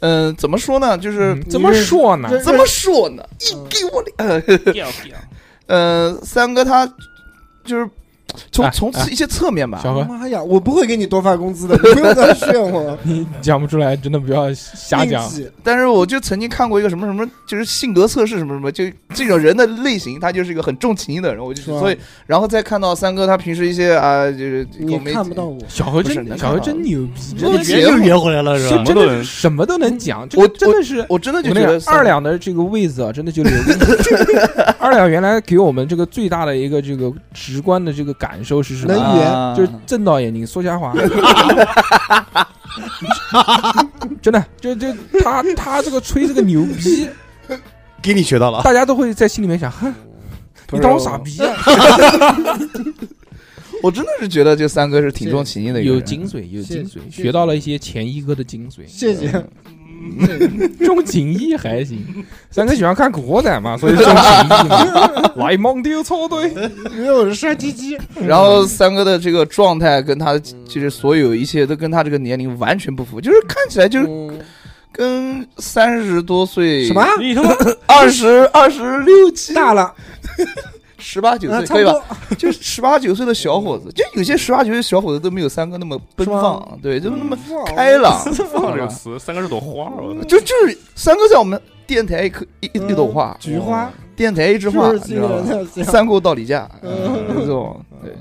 [SPEAKER 5] 嗯、怎么说呢？就是、
[SPEAKER 2] 嗯怎么说呢？
[SPEAKER 3] 这
[SPEAKER 5] 怎么说呢？
[SPEAKER 3] 嗯
[SPEAKER 5] 给我的， 呃，三哥他就是从
[SPEAKER 2] 哎
[SPEAKER 5] 从
[SPEAKER 2] 哎
[SPEAKER 5] 一些侧面吧，
[SPEAKER 2] 小何，
[SPEAKER 3] 妈呀，我不会给你多发工资的，你不用再炫我。
[SPEAKER 2] 你讲不出来，真的不要瞎
[SPEAKER 3] 硬
[SPEAKER 2] 讲。
[SPEAKER 3] 气
[SPEAKER 5] 但是我就曾经看过一个什么什么，就是性格测试什么什么，就这种人的类型，他就是一个很重情义的人。我就是
[SPEAKER 3] 吧
[SPEAKER 5] 所以，然后再看到三哥他平时一些啊、就是
[SPEAKER 3] 你
[SPEAKER 5] 我们
[SPEAKER 3] 看不到我，
[SPEAKER 2] 小何
[SPEAKER 5] 不是
[SPEAKER 2] 真
[SPEAKER 5] 能
[SPEAKER 2] 小
[SPEAKER 5] 看
[SPEAKER 2] 何
[SPEAKER 5] 到
[SPEAKER 2] 真牛逼，真
[SPEAKER 5] 我
[SPEAKER 2] 的
[SPEAKER 5] 觉
[SPEAKER 2] 是
[SPEAKER 5] 得
[SPEAKER 4] 又圆回来了是
[SPEAKER 2] 是
[SPEAKER 4] 吧？
[SPEAKER 2] 真
[SPEAKER 6] 什么都
[SPEAKER 2] 的是
[SPEAKER 6] 能
[SPEAKER 2] 什么都能讲，这
[SPEAKER 5] 我
[SPEAKER 2] 个真的是。
[SPEAKER 5] 我真的就
[SPEAKER 2] 我
[SPEAKER 5] 觉
[SPEAKER 2] 跟
[SPEAKER 5] 得
[SPEAKER 2] 你讲，二两的这个位子啊，真的就留 给你。二两原来给我们这个最大的一个这个直观的这个感受是什么？
[SPEAKER 3] 能语言
[SPEAKER 5] 啊
[SPEAKER 2] 就是正到眼睛说瞎 话。真的，就就他他这个吹这个牛逼，
[SPEAKER 4] 给你学到了，，
[SPEAKER 2] 大家都会在心里面想，哼，你当我傻逼啊？
[SPEAKER 5] 我真的是觉得这三哥是挺重情义的一个
[SPEAKER 2] 有
[SPEAKER 5] 人。
[SPEAKER 2] 精髓，有精髓，
[SPEAKER 3] 谢
[SPEAKER 2] 学到了一些前一哥的精髓，
[SPEAKER 3] 谢谢。
[SPEAKER 2] 重情义还行。三哥喜欢看古惑仔 嘛，所以重情义 嘛。来蒙丢错对，
[SPEAKER 3] 因为我是帅鸡鸡，
[SPEAKER 5] 然后三哥的这个状态跟
[SPEAKER 3] 嗯
[SPEAKER 5] 他就是所有一切都跟他这个年龄完全不符，就是看起来就是
[SPEAKER 3] 嗯
[SPEAKER 5] 跟三十多岁
[SPEAKER 3] 什么
[SPEAKER 6] 你他妈
[SPEAKER 5] 二十二十六七
[SPEAKER 3] 大了，
[SPEAKER 5] 十八九
[SPEAKER 3] 啊
[SPEAKER 5] 岁
[SPEAKER 3] 差不
[SPEAKER 5] 可以吧？
[SPEAKER 3] 多。
[SPEAKER 5] 就是十八九岁的小伙 子，就有些十八九岁小伙子都没有三哥那么奔
[SPEAKER 3] 是吗
[SPEAKER 5] 放，对，就那么
[SPEAKER 3] 哇
[SPEAKER 5] 开朗。
[SPEAKER 6] 放这个词，三哥是朵花，我操！
[SPEAKER 5] 就就是三哥在我们电台一颗一一一朵花，
[SPEAKER 3] 菊花，
[SPEAKER 5] 电台一枝嗯花，
[SPEAKER 3] 就是
[SPEAKER 5] 你
[SPEAKER 3] 这
[SPEAKER 5] 知道
[SPEAKER 3] 个
[SPEAKER 5] 吧？
[SPEAKER 3] 人这样
[SPEAKER 5] 三过道理架，
[SPEAKER 3] 嗯
[SPEAKER 5] 这种对，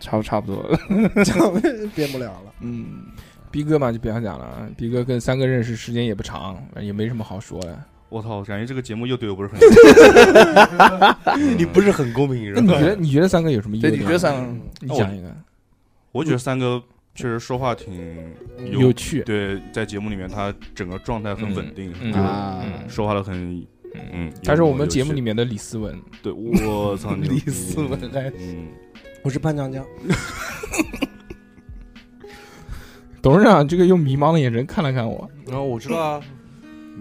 [SPEAKER 5] 差不差不多，
[SPEAKER 3] 讲变不了了。
[SPEAKER 5] 嗯，
[SPEAKER 2] 逼哥嘛就不要讲了啊，逼哥跟三哥认识时间也不长，也没什么好说的。
[SPEAKER 6] 我操！感觉这个节目又对我 不是很嗯
[SPEAKER 4] 你不是很公平是
[SPEAKER 2] 那你觉得
[SPEAKER 4] 吧？
[SPEAKER 2] 你觉得三哥有哦什么优
[SPEAKER 5] 对，
[SPEAKER 2] 点？
[SPEAKER 5] 你觉得三哥？
[SPEAKER 2] 你讲一个
[SPEAKER 6] 我觉得三哥确实说话挺
[SPEAKER 2] 有趣，
[SPEAKER 6] 对，在节目里面他整个状态很稳定，
[SPEAKER 2] 嗯
[SPEAKER 6] 对
[SPEAKER 5] 啊
[SPEAKER 2] 嗯
[SPEAKER 6] 说话的很嗯，
[SPEAKER 2] 他是我们
[SPEAKER 6] 有
[SPEAKER 2] 节目里
[SPEAKER 6] 有
[SPEAKER 2] 面的李思文，
[SPEAKER 6] 趣对，我 操，
[SPEAKER 5] 李斯文还
[SPEAKER 6] 嗯，
[SPEAKER 3] 我是潘长江，
[SPEAKER 2] 董事长这个用迷茫的眼神看了看我，
[SPEAKER 4] 然后我知道啊，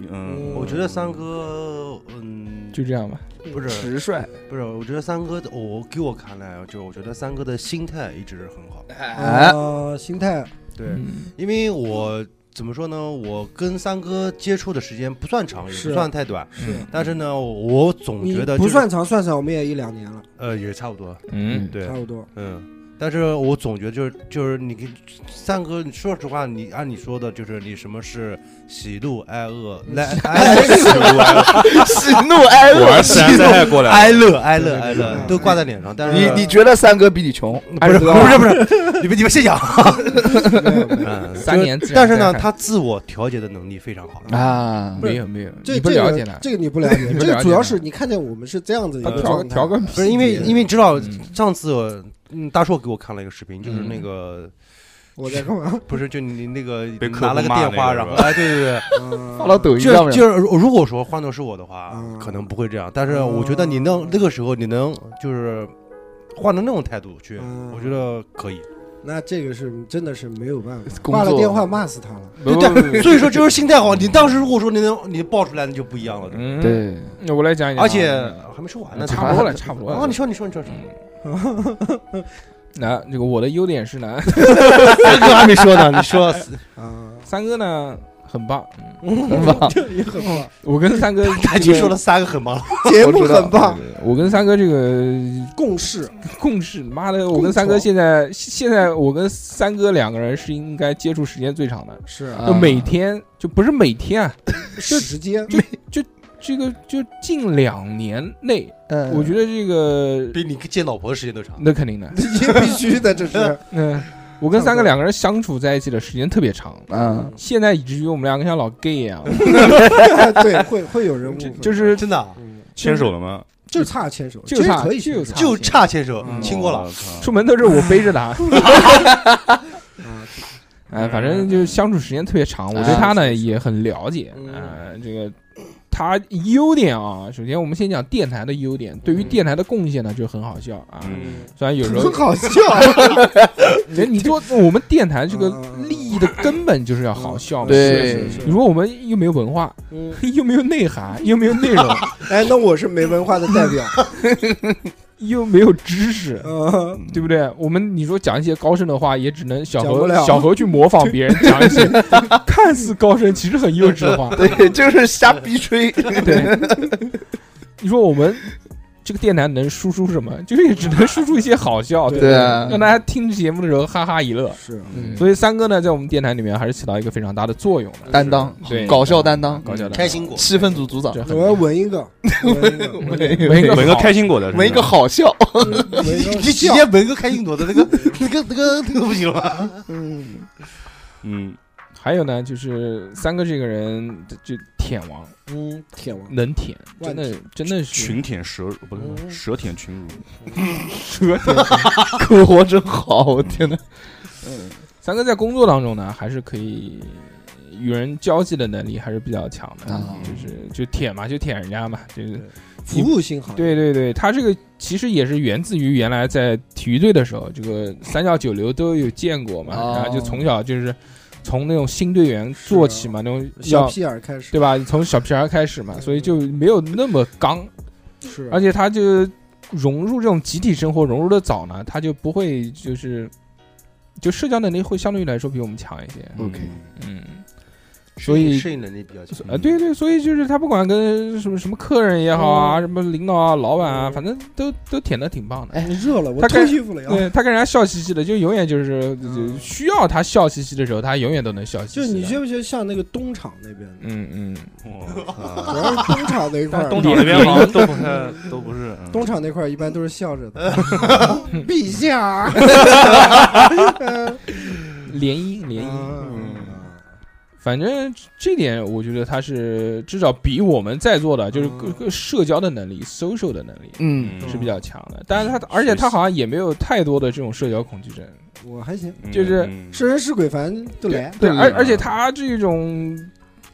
[SPEAKER 6] 嗯嗯，
[SPEAKER 4] 我觉得三哥，嗯，
[SPEAKER 2] 就这样吧。
[SPEAKER 4] 不是
[SPEAKER 5] 直率，
[SPEAKER 4] 不是，我觉得三哥的，我给我看来，就我觉得三哥的心态一直是很好，
[SPEAKER 5] 哎，
[SPEAKER 3] 啊，心态
[SPEAKER 4] 对，
[SPEAKER 2] 嗯
[SPEAKER 4] 因为我怎么说呢，我跟三哥接触的时间不算长，也
[SPEAKER 3] 是
[SPEAKER 4] 不算太短，
[SPEAKER 3] 是
[SPEAKER 4] 但是呢，我总
[SPEAKER 3] 你
[SPEAKER 4] 觉得、就是、
[SPEAKER 3] 不算长，算上我们也一两年了，
[SPEAKER 4] 呃，也差不多，
[SPEAKER 2] 嗯，
[SPEAKER 4] 对
[SPEAKER 3] 差，不多。
[SPEAKER 4] 嗯，但是我总觉得就是就是你跟三哥，你说实话，你按你说的，就是你什么是喜怒哀乐，来哀
[SPEAKER 5] 喜 怒哀
[SPEAKER 6] 我
[SPEAKER 5] 乐
[SPEAKER 6] 还，自然灾害过来，
[SPEAKER 5] 哎
[SPEAKER 4] 哀乐哀乐哀乐都挂在脸上，但是
[SPEAKER 5] 你你觉得三哥比你穷？
[SPEAKER 4] 不是不是不是，你们你们先讲， 嗯，
[SPEAKER 2] 三年自然
[SPEAKER 4] 但是
[SPEAKER 2] 灾
[SPEAKER 4] 呢，
[SPEAKER 2] 害
[SPEAKER 4] 他自我调节的能力非常好，
[SPEAKER 5] 啊，
[SPEAKER 2] 没有没有，
[SPEAKER 3] 这
[SPEAKER 2] 你不
[SPEAKER 3] 这
[SPEAKER 2] 了
[SPEAKER 3] 个
[SPEAKER 2] 解他，
[SPEAKER 3] 这个你不了解，
[SPEAKER 2] 你不
[SPEAKER 3] 这
[SPEAKER 2] 了
[SPEAKER 3] 个
[SPEAKER 2] 解
[SPEAKER 3] 主要
[SPEAKER 2] 他
[SPEAKER 3] 是你看见我们是这样子一
[SPEAKER 2] 他
[SPEAKER 3] 个
[SPEAKER 2] 调
[SPEAKER 3] 状
[SPEAKER 2] 个
[SPEAKER 3] 态
[SPEAKER 2] 调个
[SPEAKER 4] 不是因为因
[SPEAKER 2] 为
[SPEAKER 4] 为你知道
[SPEAKER 2] 嗯
[SPEAKER 4] 上次嗯大硕给我看了一个视频，就是
[SPEAKER 2] 嗯
[SPEAKER 4] 那个
[SPEAKER 3] 我在干 嘛？
[SPEAKER 4] 不是就你那个
[SPEAKER 6] 被客户
[SPEAKER 4] 拿了个
[SPEAKER 6] 骂
[SPEAKER 4] 电
[SPEAKER 6] 那
[SPEAKER 4] 话，
[SPEAKER 6] 个
[SPEAKER 4] 然
[SPEAKER 6] 是
[SPEAKER 4] 后
[SPEAKER 6] 吧
[SPEAKER 4] 哎对对对。
[SPEAKER 3] 呃
[SPEAKER 5] 发到抖音上
[SPEAKER 4] 就
[SPEAKER 5] 面，
[SPEAKER 4] 就是如果说换作是我的话
[SPEAKER 3] 嗯，
[SPEAKER 4] 可能不会这样。但是我觉得你能那个时候你能就是换成那种态度去
[SPEAKER 3] 嗯，
[SPEAKER 4] 我觉得可以。
[SPEAKER 3] 那这个是真的是没有办法，
[SPEAKER 5] 工
[SPEAKER 3] 挂了
[SPEAKER 5] 作
[SPEAKER 3] 电话骂死他了。
[SPEAKER 2] 不
[SPEAKER 4] 对
[SPEAKER 2] 不不不
[SPEAKER 4] 所以说就是心态好。你当时如果说你能你爆出来，那就不一样了。
[SPEAKER 2] 嗯，
[SPEAKER 5] 对，
[SPEAKER 2] 那我来讲一讲啊，
[SPEAKER 4] 而且还没说完呢，
[SPEAKER 2] 嗯差不多了，差不多
[SPEAKER 4] 哦，
[SPEAKER 2] 了
[SPEAKER 4] 你。说，你说，你说， 你说
[SPEAKER 2] 嗯那这个我的优点是呢，
[SPEAKER 4] 三哥还没说呢，你说
[SPEAKER 3] 啊，
[SPEAKER 2] 三哥呢很棒，嗯
[SPEAKER 5] 很棒，
[SPEAKER 3] 这也很棒，
[SPEAKER 2] 我跟三哥
[SPEAKER 4] 他
[SPEAKER 2] 这
[SPEAKER 4] 就
[SPEAKER 2] 个
[SPEAKER 4] 说了三个很忙，
[SPEAKER 3] 节
[SPEAKER 5] 我
[SPEAKER 3] 目
[SPEAKER 5] 知道
[SPEAKER 3] 很棒，
[SPEAKER 2] 我跟三哥这个
[SPEAKER 3] 共事
[SPEAKER 2] 共事，妈的，我跟三哥
[SPEAKER 3] 共
[SPEAKER 2] 现在现在我跟三哥两个人是应该接触时间最长的，
[SPEAKER 3] 是
[SPEAKER 5] 啊
[SPEAKER 2] 就每天就不是每天啊，
[SPEAKER 3] 时间
[SPEAKER 2] 这个就近两年内，
[SPEAKER 5] 嗯，
[SPEAKER 2] 我觉得这个
[SPEAKER 4] 比你见老婆的时间都长。
[SPEAKER 2] 那肯定的，
[SPEAKER 3] 也必须的， 这 是
[SPEAKER 2] 嗯，我跟三哥两个人相处在一起的时间特别长，
[SPEAKER 5] 嗯，
[SPEAKER 2] 现在以至于我们两个像老 gay 一样，
[SPEAKER 3] 对，会会有人误
[SPEAKER 2] 就
[SPEAKER 3] 会，
[SPEAKER 2] 就是
[SPEAKER 4] 真的啊
[SPEAKER 3] 嗯
[SPEAKER 6] 牵手了吗？
[SPEAKER 3] 就差牵手，
[SPEAKER 2] 就
[SPEAKER 3] 其实
[SPEAKER 2] 差
[SPEAKER 3] 可以
[SPEAKER 2] 就
[SPEAKER 3] 牵手
[SPEAKER 2] 差
[SPEAKER 4] 就差牵手
[SPEAKER 2] 嗯
[SPEAKER 4] 亲过了。
[SPEAKER 6] 我操
[SPEAKER 2] 出门都是我背着他，
[SPEAKER 3] 啊，
[SPEAKER 2] 哎，反正就是相处时间特别长，我对他呢也很了解
[SPEAKER 3] 嗯
[SPEAKER 2] 啊，这个。他优点啊，首先我们先讲电台的优点，对于电台的贡献呢就很好笑啊，
[SPEAKER 6] 嗯，
[SPEAKER 2] 虽然有时候
[SPEAKER 3] 很好笑，啊
[SPEAKER 2] 人你做我们电台这个
[SPEAKER 3] 嗯嗯嗯嗯
[SPEAKER 2] 利益的根本就是要好笑嘛。
[SPEAKER 5] 对
[SPEAKER 2] 是
[SPEAKER 3] 是是
[SPEAKER 2] 你说我们又没有文化，
[SPEAKER 3] 嗯，
[SPEAKER 2] 又没有内涵，又没有内 容，
[SPEAKER 3] 哎，那我是没文化的代 表，
[SPEAKER 2] 又没有知识，
[SPEAKER 3] 嗯，
[SPEAKER 2] 对不对？我们你说讲一些高深的话，也只能小
[SPEAKER 3] 讲不
[SPEAKER 2] 何
[SPEAKER 3] 了
[SPEAKER 2] 小何去模仿别人讲 一些看似高深其实很幼稚的话。
[SPEAKER 5] 对， 就是瞎逼吹，
[SPEAKER 2] 对，你说我们这个电台能输出什么？就是也只能输出一些好笑，对不
[SPEAKER 5] 对啊
[SPEAKER 2] 让大家听节目的时候哈哈一乐。
[SPEAKER 3] 是
[SPEAKER 5] 嗯
[SPEAKER 2] 所以三哥呢，在我们电台里面还是起到一个非常大的作用的。
[SPEAKER 5] 担当，
[SPEAKER 2] 对，
[SPEAKER 5] 搞笑担当，
[SPEAKER 2] 搞笑的
[SPEAKER 4] 开心果，
[SPEAKER 5] 气氛组组长
[SPEAKER 2] 这，很
[SPEAKER 3] 我要闻一个，闻一个闻一个
[SPEAKER 2] 闻一个
[SPEAKER 6] 闻个开心果的，
[SPEAKER 5] 没一个
[SPEAKER 6] 好，
[SPEAKER 5] 好笑，
[SPEAKER 3] 闻一
[SPEAKER 4] 你
[SPEAKER 3] 个
[SPEAKER 4] 你直
[SPEAKER 3] 笑，
[SPEAKER 4] 接闻个开心果的那个 那个那个那个不行了吧？
[SPEAKER 3] 嗯
[SPEAKER 6] 嗯，
[SPEAKER 2] 还有呢，就是三哥这个人就舔王，
[SPEAKER 3] 嗯，舔王，
[SPEAKER 2] 能舔，真
[SPEAKER 3] 万
[SPEAKER 2] 的真的是
[SPEAKER 6] 群舔蛇不是
[SPEAKER 3] 嗯
[SPEAKER 6] 蛇舔群儒，
[SPEAKER 2] 蛇舔。
[SPEAKER 5] 口活真好，我天哪，
[SPEAKER 2] 三哥在工作当中呢，还是可以与人交际的能力还是比较强的，
[SPEAKER 5] 啊
[SPEAKER 2] 就是就舔嘛，就舔人家嘛，就是
[SPEAKER 3] 服务性好，
[SPEAKER 2] 对对对，他这个其实也是源自于原来在体育队的时候，这个三教九流都有见过嘛，
[SPEAKER 5] 哦
[SPEAKER 2] 然后就从小就是从那种新队员做起嘛，那种
[SPEAKER 3] 小
[SPEAKER 2] 要
[SPEAKER 3] 屁眼儿开始
[SPEAKER 2] 对吧？从小屁孩开始嘛，所以就没有那么刚，
[SPEAKER 3] 是，
[SPEAKER 2] 而且他就融入这种集体生活融入的早呢，他就不会就是就社交能力会相对来说比我们强一些，
[SPEAKER 5] OK
[SPEAKER 2] 嗯，所以
[SPEAKER 4] 适应能力比较强。
[SPEAKER 2] 啊，对对，所以就是他不管跟什么什么客人也好
[SPEAKER 3] 嗯
[SPEAKER 2] 啊，什么领导啊、老板啊，反正都都舔的挺棒的。
[SPEAKER 3] 哎你热了，我
[SPEAKER 2] 他
[SPEAKER 3] 脱
[SPEAKER 2] 该
[SPEAKER 3] 衣服了要。
[SPEAKER 2] 对他跟人家笑嘻嘻的，就永远就是就
[SPEAKER 3] 哎嗯
[SPEAKER 2] 需要他笑嘻嘻的时候，他永远都能笑嘻
[SPEAKER 3] 就
[SPEAKER 2] 嘻的。
[SPEAKER 3] 你觉不觉得像那个东厂那边的？
[SPEAKER 2] 嗯嗯，
[SPEAKER 6] 哇
[SPEAKER 4] 啊
[SPEAKER 3] 主要是东厂那一块
[SPEAKER 6] 但
[SPEAKER 3] 儿，
[SPEAKER 6] 东厂那边好像都不太都不是，嗯
[SPEAKER 3] 东厂那块儿一般都是笑着的。陛 下，
[SPEAKER 2] 联姻联姻，
[SPEAKER 3] 嗯
[SPEAKER 2] 反正这点我觉得他是至少比我们在座的，就是各
[SPEAKER 3] 嗯
[SPEAKER 2] 各社交的能力、social 的能力
[SPEAKER 5] 嗯，
[SPEAKER 2] 是比较强的。但是他而且他好像也没有太多的这种社交恐惧症。
[SPEAKER 3] 我还行，
[SPEAKER 6] 嗯
[SPEAKER 2] 就是
[SPEAKER 6] 嗯
[SPEAKER 3] 是人是鬼反正都来。
[SPEAKER 2] 对，
[SPEAKER 5] 对
[SPEAKER 2] 而
[SPEAKER 6] 啊
[SPEAKER 2] 而且他这种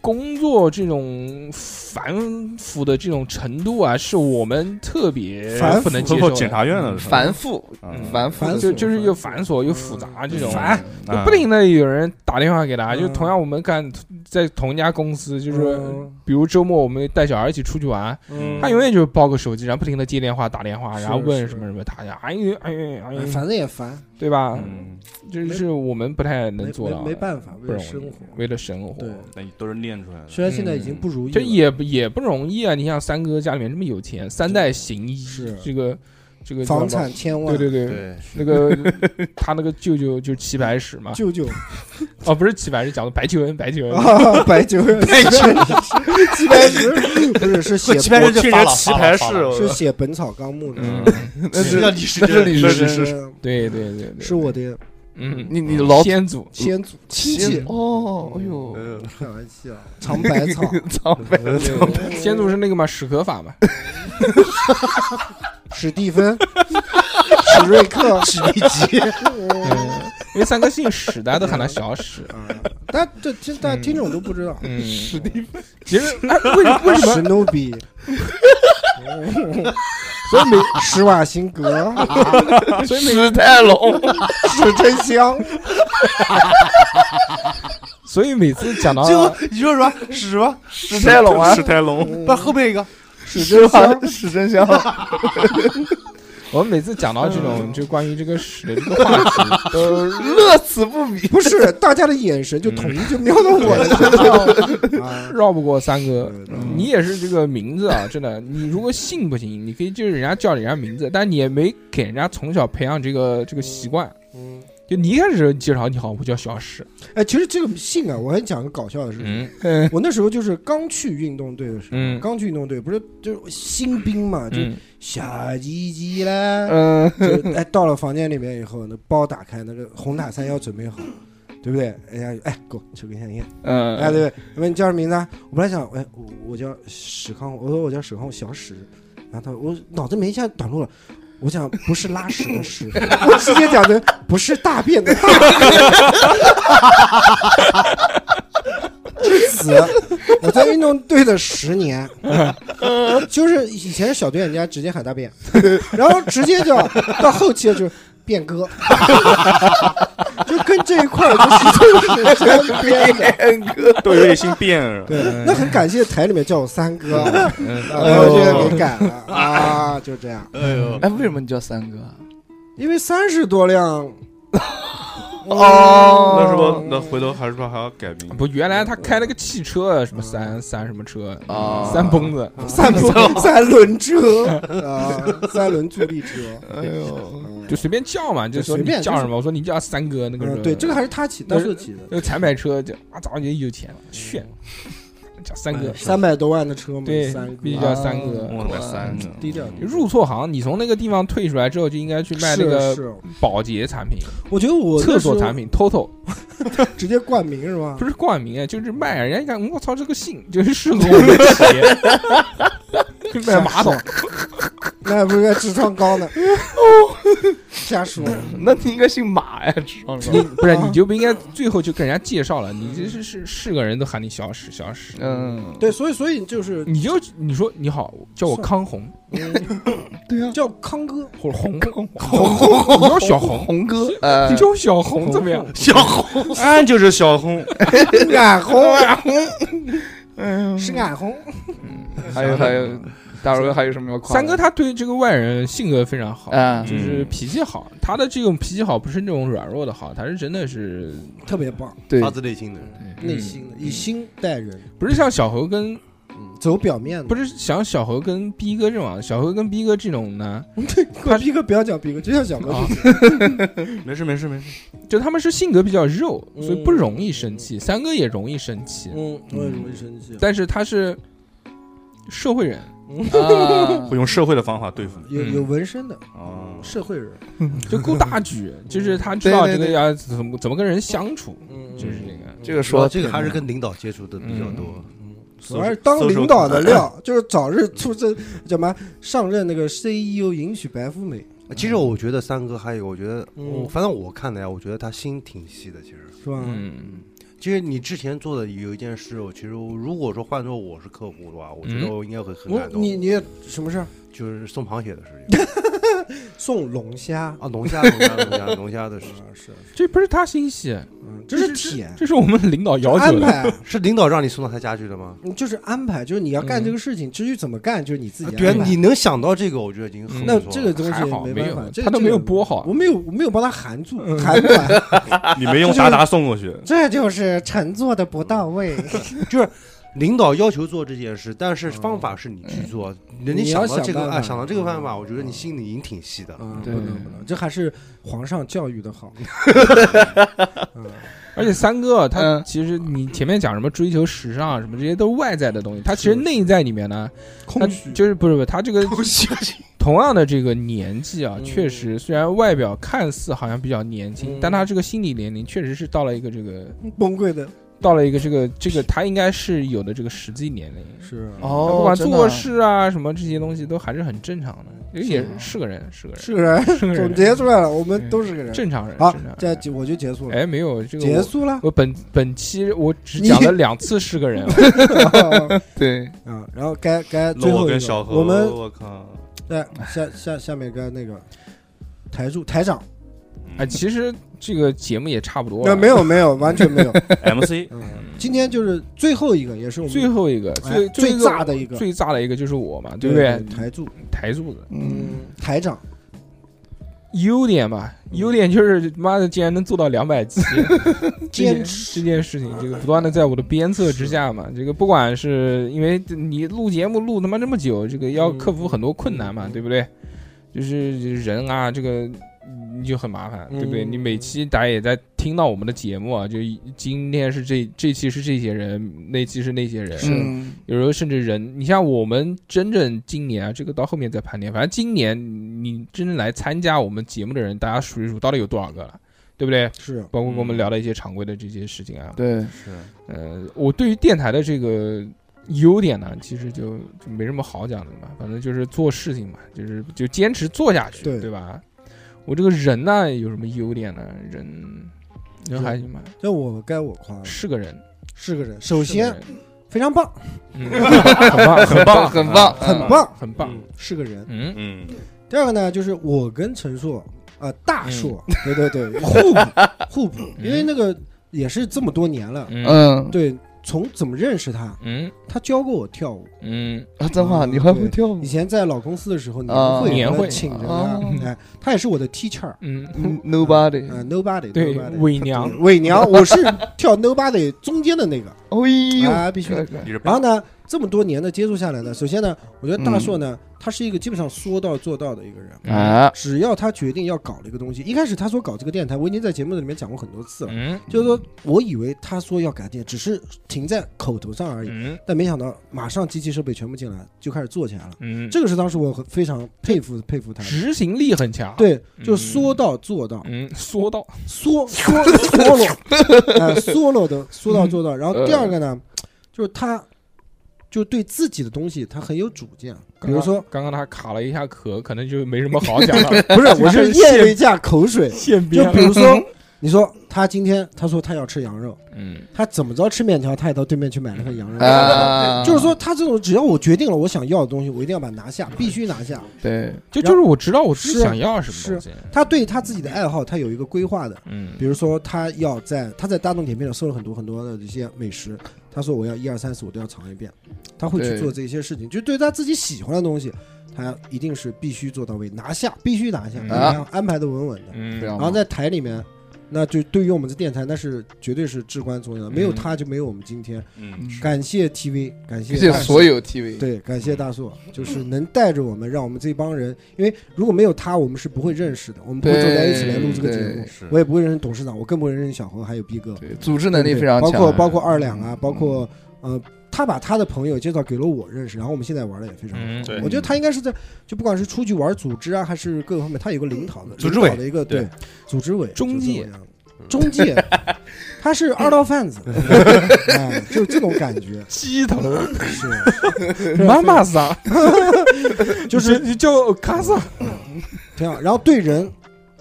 [SPEAKER 2] 工作这种繁复的这种程度啊，是我们特别
[SPEAKER 3] 繁复
[SPEAKER 2] 不能接
[SPEAKER 6] 包
[SPEAKER 2] 受
[SPEAKER 6] 括
[SPEAKER 2] 的。
[SPEAKER 6] 检察院的
[SPEAKER 5] 繁复，
[SPEAKER 6] 嗯
[SPEAKER 5] 繁复
[SPEAKER 3] 繁
[SPEAKER 5] 的，哎
[SPEAKER 3] 复
[SPEAKER 2] 就就是又
[SPEAKER 3] 繁
[SPEAKER 2] 繁琐又复杂这
[SPEAKER 5] 嗯
[SPEAKER 2] 种，
[SPEAKER 3] 烦
[SPEAKER 6] 嗯
[SPEAKER 2] 就不停的有人打电话给他，
[SPEAKER 3] 嗯
[SPEAKER 2] 就同样我们干在同一家公司，就是
[SPEAKER 3] 嗯
[SPEAKER 2] 比如周末我们带小孩一起出去玩，
[SPEAKER 3] 嗯
[SPEAKER 2] 他永远就是抱个手机，然后不停的接电话打电话，
[SPEAKER 3] 是
[SPEAKER 2] 然后问
[SPEAKER 3] 是
[SPEAKER 2] 什么什么，他呀，哎呦哎呦哎
[SPEAKER 3] 哎
[SPEAKER 2] 呦，
[SPEAKER 3] 反正也烦，
[SPEAKER 2] 对吧？
[SPEAKER 6] 嗯，
[SPEAKER 2] 这是我们不太
[SPEAKER 3] 没
[SPEAKER 2] 能做到
[SPEAKER 3] 没
[SPEAKER 2] 的，
[SPEAKER 3] 没办法，为
[SPEAKER 2] 不
[SPEAKER 3] 了
[SPEAKER 2] 容易
[SPEAKER 3] 生活。
[SPEAKER 2] 为了生活，
[SPEAKER 3] 对，
[SPEAKER 6] 那你都是练出来的。
[SPEAKER 3] 虽然现在已经不如意
[SPEAKER 2] 这
[SPEAKER 3] 了，
[SPEAKER 2] 也不也不容易啊！你像三哥家里面这么有钱，三代行医，
[SPEAKER 3] 是
[SPEAKER 2] 这个这个
[SPEAKER 3] 房
[SPEAKER 2] 叫什么
[SPEAKER 3] 产千万，
[SPEAKER 2] 对对对，
[SPEAKER 4] 对，
[SPEAKER 2] 那个他那个舅舅就是齐白石嘛，
[SPEAKER 3] 舅舅
[SPEAKER 2] 哦不是齐白石，讲的白求恩，白求 恩，
[SPEAKER 3] 啊，白酒，白酒， 齐白石不是是写
[SPEAKER 4] 棋牌
[SPEAKER 6] 我
[SPEAKER 4] 室
[SPEAKER 6] 听
[SPEAKER 4] 就发
[SPEAKER 6] 人
[SPEAKER 4] 了，
[SPEAKER 6] 棋牌室，
[SPEAKER 3] 是写《本草纲目》的，
[SPEAKER 2] 嗯，
[SPEAKER 5] 那是
[SPEAKER 4] 那你是
[SPEAKER 5] 那是李
[SPEAKER 6] 那
[SPEAKER 5] 时
[SPEAKER 6] 是
[SPEAKER 5] 珍，
[SPEAKER 3] 是
[SPEAKER 2] 对对对对，
[SPEAKER 3] 是我的
[SPEAKER 2] 嗯，
[SPEAKER 5] 你你老
[SPEAKER 2] 先祖，
[SPEAKER 3] 先祖亲戚
[SPEAKER 5] 先，哦，哎呦，
[SPEAKER 4] 嗯
[SPEAKER 3] 开玩笑，尝百 草，
[SPEAKER 5] 操，
[SPEAKER 2] 先祖是那个嘛史可法嘛，
[SPEAKER 3] 史蒂芬，史瑞克，
[SPEAKER 4] 史密吉，
[SPEAKER 2] 嗯因为三哥姓史，大家都喊他小史，
[SPEAKER 3] 啊，但这听但听众都不知道，
[SPEAKER 2] 嗯， 史蒂芬，其实哎为为什
[SPEAKER 3] 史
[SPEAKER 2] 么
[SPEAKER 3] 努比，所以每施瓦辛格，所以每
[SPEAKER 5] 史泰 龙，
[SPEAKER 3] 史真香，
[SPEAKER 2] 所以每次讲到
[SPEAKER 4] 最后你说什么屎吗？
[SPEAKER 5] 史泰龙啊
[SPEAKER 6] 史，泰龙，
[SPEAKER 4] 不是后面一个
[SPEAKER 5] 史真 香，史真香，
[SPEAKER 2] 我们每次讲到这种就关于这个屎的这个话 题，都
[SPEAKER 5] 乐此不疲。
[SPEAKER 3] 不是大家的眼神就统一就瞄到 我的身上啊。
[SPEAKER 2] 绕不过三哥。
[SPEAKER 3] 嗯
[SPEAKER 2] 你也是这个名字啊，真的，你如果姓不行，你可以就是人家叫人家名字，但你也没给人家从小培养这个这个习惯。
[SPEAKER 3] 嗯，
[SPEAKER 2] 就你一开始介绍你好，我叫小史，
[SPEAKER 3] 哎，其实这个信啊，我还讲个搞笑的事情。
[SPEAKER 2] 嗯
[SPEAKER 3] 我那时候就是刚去运动队的时候，
[SPEAKER 2] 嗯
[SPEAKER 3] 刚去运动队不是就是新兵 嘛，就
[SPEAKER 2] 嗯
[SPEAKER 3] 小鸡鸡啦，
[SPEAKER 2] 嗯
[SPEAKER 3] 就哎到了房间里面以后，那包打开，那个红塔山要准备好，对不对？人家就哎给我抽根香烟，哎
[SPEAKER 2] 嗯，
[SPEAKER 3] 对，那么你叫什么名字啊？我本来想，哎我我叫史康，我说我叫史康，我小史，然后他说我脑子没一下短路了。我想不是拉屎的屎，我直接讲的不是大便的大，至此，我在运动队的十年，就是以前是小队，人家直接喊大便，然后直接就到后期就是变哥， 就跟这一块儿就是 就是相编的。
[SPEAKER 6] 都有点姓卞了。
[SPEAKER 3] 对， 那很感谢台里面叫我三哥， 啊
[SPEAKER 2] 嗯
[SPEAKER 3] 然后现在给改了啊，就这样，
[SPEAKER 4] 哎呦，
[SPEAKER 5] 哎，为什么你叫三哥啊？
[SPEAKER 3] 因为三十多辆，啊
[SPEAKER 5] 哦
[SPEAKER 6] 那是不那回头还是说还要改名？
[SPEAKER 2] 嗯不，原来他开了个汽车，什么三三什么车
[SPEAKER 5] 啊
[SPEAKER 2] 三蹦子，
[SPEAKER 3] 三轮三轮车啊，三轮助力车，
[SPEAKER 5] 哎呦，
[SPEAKER 2] 就随便叫嘛，就说
[SPEAKER 3] 随
[SPEAKER 2] 你
[SPEAKER 3] 便
[SPEAKER 2] 叫
[SPEAKER 3] 就是
[SPEAKER 2] 什么，我说你叫三哥那个时候
[SPEAKER 3] 嗯，对，这个还是他起，当时起的，
[SPEAKER 2] 那个采买车就啊，早上就有钱了， 炫，叫三哥，
[SPEAKER 3] 三百多万的车嘛，
[SPEAKER 2] 对
[SPEAKER 3] 三，哥
[SPEAKER 2] 必须叫三哥。
[SPEAKER 6] 我买三个，
[SPEAKER 3] 低调点。
[SPEAKER 2] 入错行，你从那个地方退出来之后，就应该去卖那
[SPEAKER 3] 是
[SPEAKER 2] 个
[SPEAKER 3] 是，
[SPEAKER 2] 保洁产品、
[SPEAKER 3] 我觉得我
[SPEAKER 2] 厕所产
[SPEAKER 3] 品
[SPEAKER 2] 品、TOTO，
[SPEAKER 3] 直接冠名是吧
[SPEAKER 2] 不？是冠名啊，就是卖。人家一看，我操，这个姓就是适合我们的企 业，卖马桶。
[SPEAKER 3] 那还不是该痔疮高 呢？
[SPEAKER 2] 哦
[SPEAKER 3] 瞎说，
[SPEAKER 5] 那你应该姓马呀，智商
[SPEAKER 2] 你
[SPEAKER 5] 说。
[SPEAKER 2] 不是，你就不应该最后就跟人家介绍了，你这是是是个人都喊你小史小史，
[SPEAKER 5] 嗯，
[SPEAKER 3] 对，所以所以就是
[SPEAKER 2] 你就你说你好，叫我康红
[SPEAKER 3] 对呀，叫康哥，
[SPEAKER 2] 或者红红红，你叫小红，
[SPEAKER 5] 红哥，呃
[SPEAKER 2] 你，叫小红怎么样？
[SPEAKER 6] 小红，俺嗯就是小红，
[SPEAKER 3] 眼红，是眼红。
[SPEAKER 5] 还有还有，大荣还有什么要夸的？
[SPEAKER 2] 三哥他对这个外人性格非常好，
[SPEAKER 5] 啊
[SPEAKER 6] 嗯，
[SPEAKER 2] 就是脾气好。他的这种脾气好不是那种软弱的好，他是真的是
[SPEAKER 3] 特别棒，
[SPEAKER 5] 对
[SPEAKER 4] 发自内心的。
[SPEAKER 3] 内心的，以心待人，
[SPEAKER 2] 不是像小猴跟
[SPEAKER 3] 走表面的。
[SPEAKER 2] 不是像小猴跟逼哥这种啊，小猴跟逼哥这种呢，
[SPEAKER 3] 是，管逼哥不要讲逼哥，就像小哥
[SPEAKER 2] 啊
[SPEAKER 3] 逼
[SPEAKER 6] 没事没事没事，
[SPEAKER 2] 就他们是性格比较肉，
[SPEAKER 3] 嗯
[SPEAKER 2] 所以不容易生气。三哥也容易生气，
[SPEAKER 3] 嗯，我也容易生气，
[SPEAKER 2] 但是他是社会人，
[SPEAKER 5] 啊
[SPEAKER 6] 会，用社会的方法对付你。
[SPEAKER 3] 有有纹身的
[SPEAKER 6] 哦，
[SPEAKER 3] 社会人，
[SPEAKER 2] 就顾大局，就是他知道
[SPEAKER 5] 对
[SPEAKER 2] 这
[SPEAKER 5] 对
[SPEAKER 2] 个
[SPEAKER 5] 对
[SPEAKER 2] 要怎么怎么跟人相处，
[SPEAKER 3] 嗯
[SPEAKER 2] 就是这个。
[SPEAKER 5] 哦这个说
[SPEAKER 4] 这个还是跟领导接触的比较多。
[SPEAKER 3] 主要是当领导的料，就是早日出征，叫什么上任那个 CEO 迎娶白富美，
[SPEAKER 4] 其实我觉得三哥还有，我觉得，
[SPEAKER 3] 嗯
[SPEAKER 4] 反正我看来，我觉得他心挺细的。其实，
[SPEAKER 3] 是吧？
[SPEAKER 2] 嗯，
[SPEAKER 4] 其实你之前做的有一件事，我其实我如果说换做我是客户的话，我觉得我应该会
[SPEAKER 3] 嗯
[SPEAKER 4] 很
[SPEAKER 3] 我
[SPEAKER 4] 感动。
[SPEAKER 3] 你你也什么事儿？
[SPEAKER 4] 就是送螃蟹的事 情
[SPEAKER 3] 送龙虾
[SPEAKER 4] 啊，龙虾、龙虾、龙虾、龙虾的 事情，
[SPEAKER 3] 啊，是，
[SPEAKER 2] 这不是他心细，
[SPEAKER 3] 嗯，这是铁
[SPEAKER 2] 这是我们领导要求
[SPEAKER 3] 安
[SPEAKER 2] 的。
[SPEAKER 3] 排，
[SPEAKER 4] 是领导让你送到他家去的吗？
[SPEAKER 3] 就是安排，就是你要干
[SPEAKER 2] 嗯
[SPEAKER 3] 这个事情，至于怎么干，就是你自己安排。
[SPEAKER 4] 对啊，你能想到这个，我觉得已经很
[SPEAKER 2] 嗯
[SPEAKER 3] 那
[SPEAKER 4] 不错
[SPEAKER 3] 这
[SPEAKER 4] 了
[SPEAKER 3] 个东西
[SPEAKER 2] 还好
[SPEAKER 3] 没
[SPEAKER 2] 没
[SPEAKER 3] 办
[SPEAKER 2] 有
[SPEAKER 3] 法，这
[SPEAKER 2] 他都
[SPEAKER 3] 这
[SPEAKER 2] 没有
[SPEAKER 3] 个
[SPEAKER 2] 拨嗯好
[SPEAKER 3] 我没有我没有帮他含住，含 管，
[SPEAKER 6] 你没用达达送过去，
[SPEAKER 3] 这就是陈做的不到位。
[SPEAKER 2] 嗯
[SPEAKER 4] 领导要求做这件事，但是方法是你去做，人家
[SPEAKER 3] 嗯你要
[SPEAKER 4] 想到这
[SPEAKER 3] 想办
[SPEAKER 4] 个
[SPEAKER 3] 法嗯
[SPEAKER 4] 啊，想到这个办法，我觉得你心里已经挺细的了。
[SPEAKER 3] 嗯，不
[SPEAKER 5] 对
[SPEAKER 3] 能不能，这还是皇上教育的 好。嗯
[SPEAKER 2] 而且三哥他
[SPEAKER 5] 嗯
[SPEAKER 2] 其实你前面讲什么追求时尚啊什么这些都是外在的东西，他其实内在里面呢，他就是不是不是他这个 同样的这个年纪啊，
[SPEAKER 3] 嗯
[SPEAKER 2] 确实虽然外表看似好像比较年轻
[SPEAKER 3] 嗯，
[SPEAKER 2] 但他这个心理年龄确实是到了一个这个
[SPEAKER 3] 崩溃的
[SPEAKER 2] 到了一个这个这个他应该是有的这个实际年龄。
[SPEAKER 3] 是
[SPEAKER 5] 哦，
[SPEAKER 2] 不管
[SPEAKER 5] 真的
[SPEAKER 2] 做事啊什么这些东西都还是很正常的，因为也
[SPEAKER 5] 是
[SPEAKER 2] 是个人，是个人，
[SPEAKER 3] 啊是个人，
[SPEAKER 2] 是
[SPEAKER 3] 总
[SPEAKER 2] 个人，
[SPEAKER 3] 结出来了，我们都是个人。
[SPEAKER 2] 正常人。
[SPEAKER 3] 好
[SPEAKER 2] 正常人，
[SPEAKER 3] 这样我就结束了，
[SPEAKER 2] 哎，没有这个
[SPEAKER 3] 结
[SPEAKER 2] 我
[SPEAKER 3] 束了
[SPEAKER 2] 我本本期我只
[SPEAKER 3] 你
[SPEAKER 2] 讲了两次是个人，
[SPEAKER 3] 啊。
[SPEAKER 5] 对，
[SPEAKER 3] 然后该该
[SPEAKER 6] 那
[SPEAKER 3] 呃最
[SPEAKER 6] 我
[SPEAKER 3] 后一
[SPEAKER 6] 跟
[SPEAKER 3] 个，
[SPEAKER 6] 小何，
[SPEAKER 3] 我们
[SPEAKER 6] 我靠，
[SPEAKER 3] 对，下下下面该那个台柱台长，
[SPEAKER 6] 嗯
[SPEAKER 2] 哎，其实这个节目也差不多
[SPEAKER 3] 那
[SPEAKER 2] 了。啊
[SPEAKER 3] 没有没有，完全没有。
[SPEAKER 6] MC
[SPEAKER 3] 嗯，今天就是最后一个，也是我们
[SPEAKER 2] 最后一个，
[SPEAKER 3] 哎
[SPEAKER 2] 最
[SPEAKER 3] 最
[SPEAKER 2] 后
[SPEAKER 3] 炸的一个，
[SPEAKER 2] 最炸的一个就是我嘛，对
[SPEAKER 3] 对
[SPEAKER 2] 不对？
[SPEAKER 3] 台柱，
[SPEAKER 2] 台柱子，
[SPEAKER 5] 嗯，
[SPEAKER 3] 台长，
[SPEAKER 2] 优点吧，
[SPEAKER 3] 嗯
[SPEAKER 2] 优点就是妈的，竟然能做到两 百集，这
[SPEAKER 3] 坚
[SPEAKER 2] 件这件事情，这个不断的在我的鞭策之下嘛，这个不管是因为你录节目录他妈这么久，这个要克服很多困难嘛，
[SPEAKER 3] 嗯
[SPEAKER 2] 对不对？就是人啊，这个你就很麻烦，对不对？
[SPEAKER 3] 嗯
[SPEAKER 2] 你每期大家也在听到我们的节目啊，就今天是这这期是这些人，那期是那些人，
[SPEAKER 5] 嗯
[SPEAKER 2] 有时候甚至人，你像我们真正今年啊，这个到后面再盘点，反正今年你真正来参加我们节目的人，大家数一数到底有多少个了，对不对？
[SPEAKER 3] 是
[SPEAKER 2] 包括跟我们聊的一些常规的这些事情啊，
[SPEAKER 5] 对，
[SPEAKER 6] 是
[SPEAKER 2] 呃，我对于电台的这个优点呢，其实就就没什么好讲的嘛，反正就是做事情嘛，就是就坚持做下去，
[SPEAKER 3] 对
[SPEAKER 2] 对吧？我这个人呢，有什么优点呢？人人还行吧，
[SPEAKER 3] 这我该我夸了，
[SPEAKER 2] 是个人，
[SPEAKER 3] 是个人。嗯首
[SPEAKER 2] 是个
[SPEAKER 3] 先
[SPEAKER 2] 人
[SPEAKER 3] 非常棒，
[SPEAKER 2] 嗯 很棒，很棒，
[SPEAKER 5] 很棒
[SPEAKER 2] 啊
[SPEAKER 3] 很棒，
[SPEAKER 2] 很棒，
[SPEAKER 3] 嗯，是个人。
[SPEAKER 2] 嗯，
[SPEAKER 6] 嗯，
[SPEAKER 3] 第二个呢，就是我跟陈硕，呃，
[SPEAKER 2] 嗯
[SPEAKER 3] 大 硕，对对对，互补互补，因为那个也是这么多年了，
[SPEAKER 2] 嗯
[SPEAKER 5] 嗯，
[SPEAKER 3] 对，从怎么认识他，
[SPEAKER 2] 嗯
[SPEAKER 3] 他教过我跳舞。
[SPEAKER 2] 嗯
[SPEAKER 5] 啊，真话，你还会跳舞
[SPEAKER 3] 以？前在老公司的时候，
[SPEAKER 5] 啊
[SPEAKER 3] 会
[SPEAKER 2] 年
[SPEAKER 3] 年
[SPEAKER 2] 会哦
[SPEAKER 3] 请着
[SPEAKER 5] 啊
[SPEAKER 3] 他，哎，他也是我的 teacher，
[SPEAKER 2] 嗯，
[SPEAKER 5] 嗯 Nobody，
[SPEAKER 3] 呃，nobody，
[SPEAKER 2] 对
[SPEAKER 3] nobody，
[SPEAKER 2] 伪娘
[SPEAKER 3] 对伪娘，我是 跳 nobody 中间的那个，
[SPEAKER 5] 哎
[SPEAKER 3] 啊，必须
[SPEAKER 5] 呦，
[SPEAKER 6] 你是
[SPEAKER 3] 然后呢，这么多年的接触下来呢，首先呢，我觉得大硕
[SPEAKER 2] 嗯
[SPEAKER 3] 呢，他是一个基本上说到做到的一个人。
[SPEAKER 5] 啊，
[SPEAKER 3] 只要他决定要搞这个东西，一开始他说搞这个电台，我已经在节目里面讲过很多次了。
[SPEAKER 2] 嗯
[SPEAKER 3] 就是说，我以为他说要改电，只是停在口头上而已，
[SPEAKER 2] 嗯
[SPEAKER 3] 但没想到马上机器设备全部进来，就开始做起来了。
[SPEAKER 2] 嗯，
[SPEAKER 3] 这个是当时我很非常佩服佩服他的，
[SPEAKER 2] 执行力很强，，
[SPEAKER 3] 对，就说到做到，
[SPEAKER 2] 嗯，说到，
[SPEAKER 3] 说说说了，呃，说了的说到做到。然后第二个呢，就是他，就对自己的东西他很有主见。啊比如说，
[SPEAKER 2] 刚刚他卡了一下壳，可能就没什么好讲 了。
[SPEAKER 3] 不是，我是嗯
[SPEAKER 2] 这是
[SPEAKER 3] 咽了一下口 水。
[SPEAKER 2] 现
[SPEAKER 3] 就比如说，你说他今天他说他要吃羊肉，
[SPEAKER 2] 嗯
[SPEAKER 3] 他怎么着吃面条，他也到对面去买了份羊肉。
[SPEAKER 5] 啊，
[SPEAKER 3] 就是说，他这种只要我决定了我想要的东西，我一定要把它拿下，必须拿下。
[SPEAKER 5] 对，
[SPEAKER 2] 就
[SPEAKER 3] 然
[SPEAKER 2] 就
[SPEAKER 3] 后
[SPEAKER 2] 是我知道我自己
[SPEAKER 3] 是
[SPEAKER 2] 想要什么东西，
[SPEAKER 3] 他对他自己的爱好，他有一个规划的。
[SPEAKER 2] 嗯
[SPEAKER 3] 比如说，他要在他在大众点评上搜了很多很多的这些美食，他说我要一二三四我都要尝一遍，他会去
[SPEAKER 5] 对
[SPEAKER 3] 做这些事情，就对他自己喜欢的东西，他一定是必须做到位，拿下必须拿下，
[SPEAKER 2] 嗯
[SPEAKER 3] 然后安排的稳稳的。
[SPEAKER 2] 嗯
[SPEAKER 5] 这样
[SPEAKER 3] 然后在台里面，那就对于我们这电台那是绝对是至关重要的，
[SPEAKER 2] 嗯
[SPEAKER 3] 没有他就没有我们今天。
[SPEAKER 6] 嗯
[SPEAKER 3] 感谢 TV，感谢
[SPEAKER 5] 谢谢
[SPEAKER 3] 大
[SPEAKER 5] 所有 TV，
[SPEAKER 3] 对，感谢大硕，就是能带着我们，让我们这帮人，因为如果没有他，我们是不会认识的，我们不会坐在一起来录这个节
[SPEAKER 5] 对
[SPEAKER 3] 目。
[SPEAKER 6] 是
[SPEAKER 3] 我也不会认识董事长，我更不会认识小何还有逼哥，
[SPEAKER 5] 对，组织能力非常
[SPEAKER 3] 包
[SPEAKER 5] 强，
[SPEAKER 3] 括包括二两啊，包括呃，他把他的朋友介绍给了我认识，然后我们现在玩的也非常好。
[SPEAKER 2] 嗯，
[SPEAKER 6] 对
[SPEAKER 3] 我觉得他应该是在就不管是出去玩组织啊，还是各个方面，他有个领导的
[SPEAKER 4] 组织委
[SPEAKER 3] 领导的一个对
[SPEAKER 6] 对
[SPEAKER 3] 组织委
[SPEAKER 2] 中介
[SPEAKER 3] 就这么样中介，他是二道贩子，哎，就是这种感觉，
[SPEAKER 2] 鸡头
[SPEAKER 3] 是啊
[SPEAKER 2] 妈妈桑，
[SPEAKER 3] 就是
[SPEAKER 2] 你叫卡萨，
[SPEAKER 3] 挺好。然后对人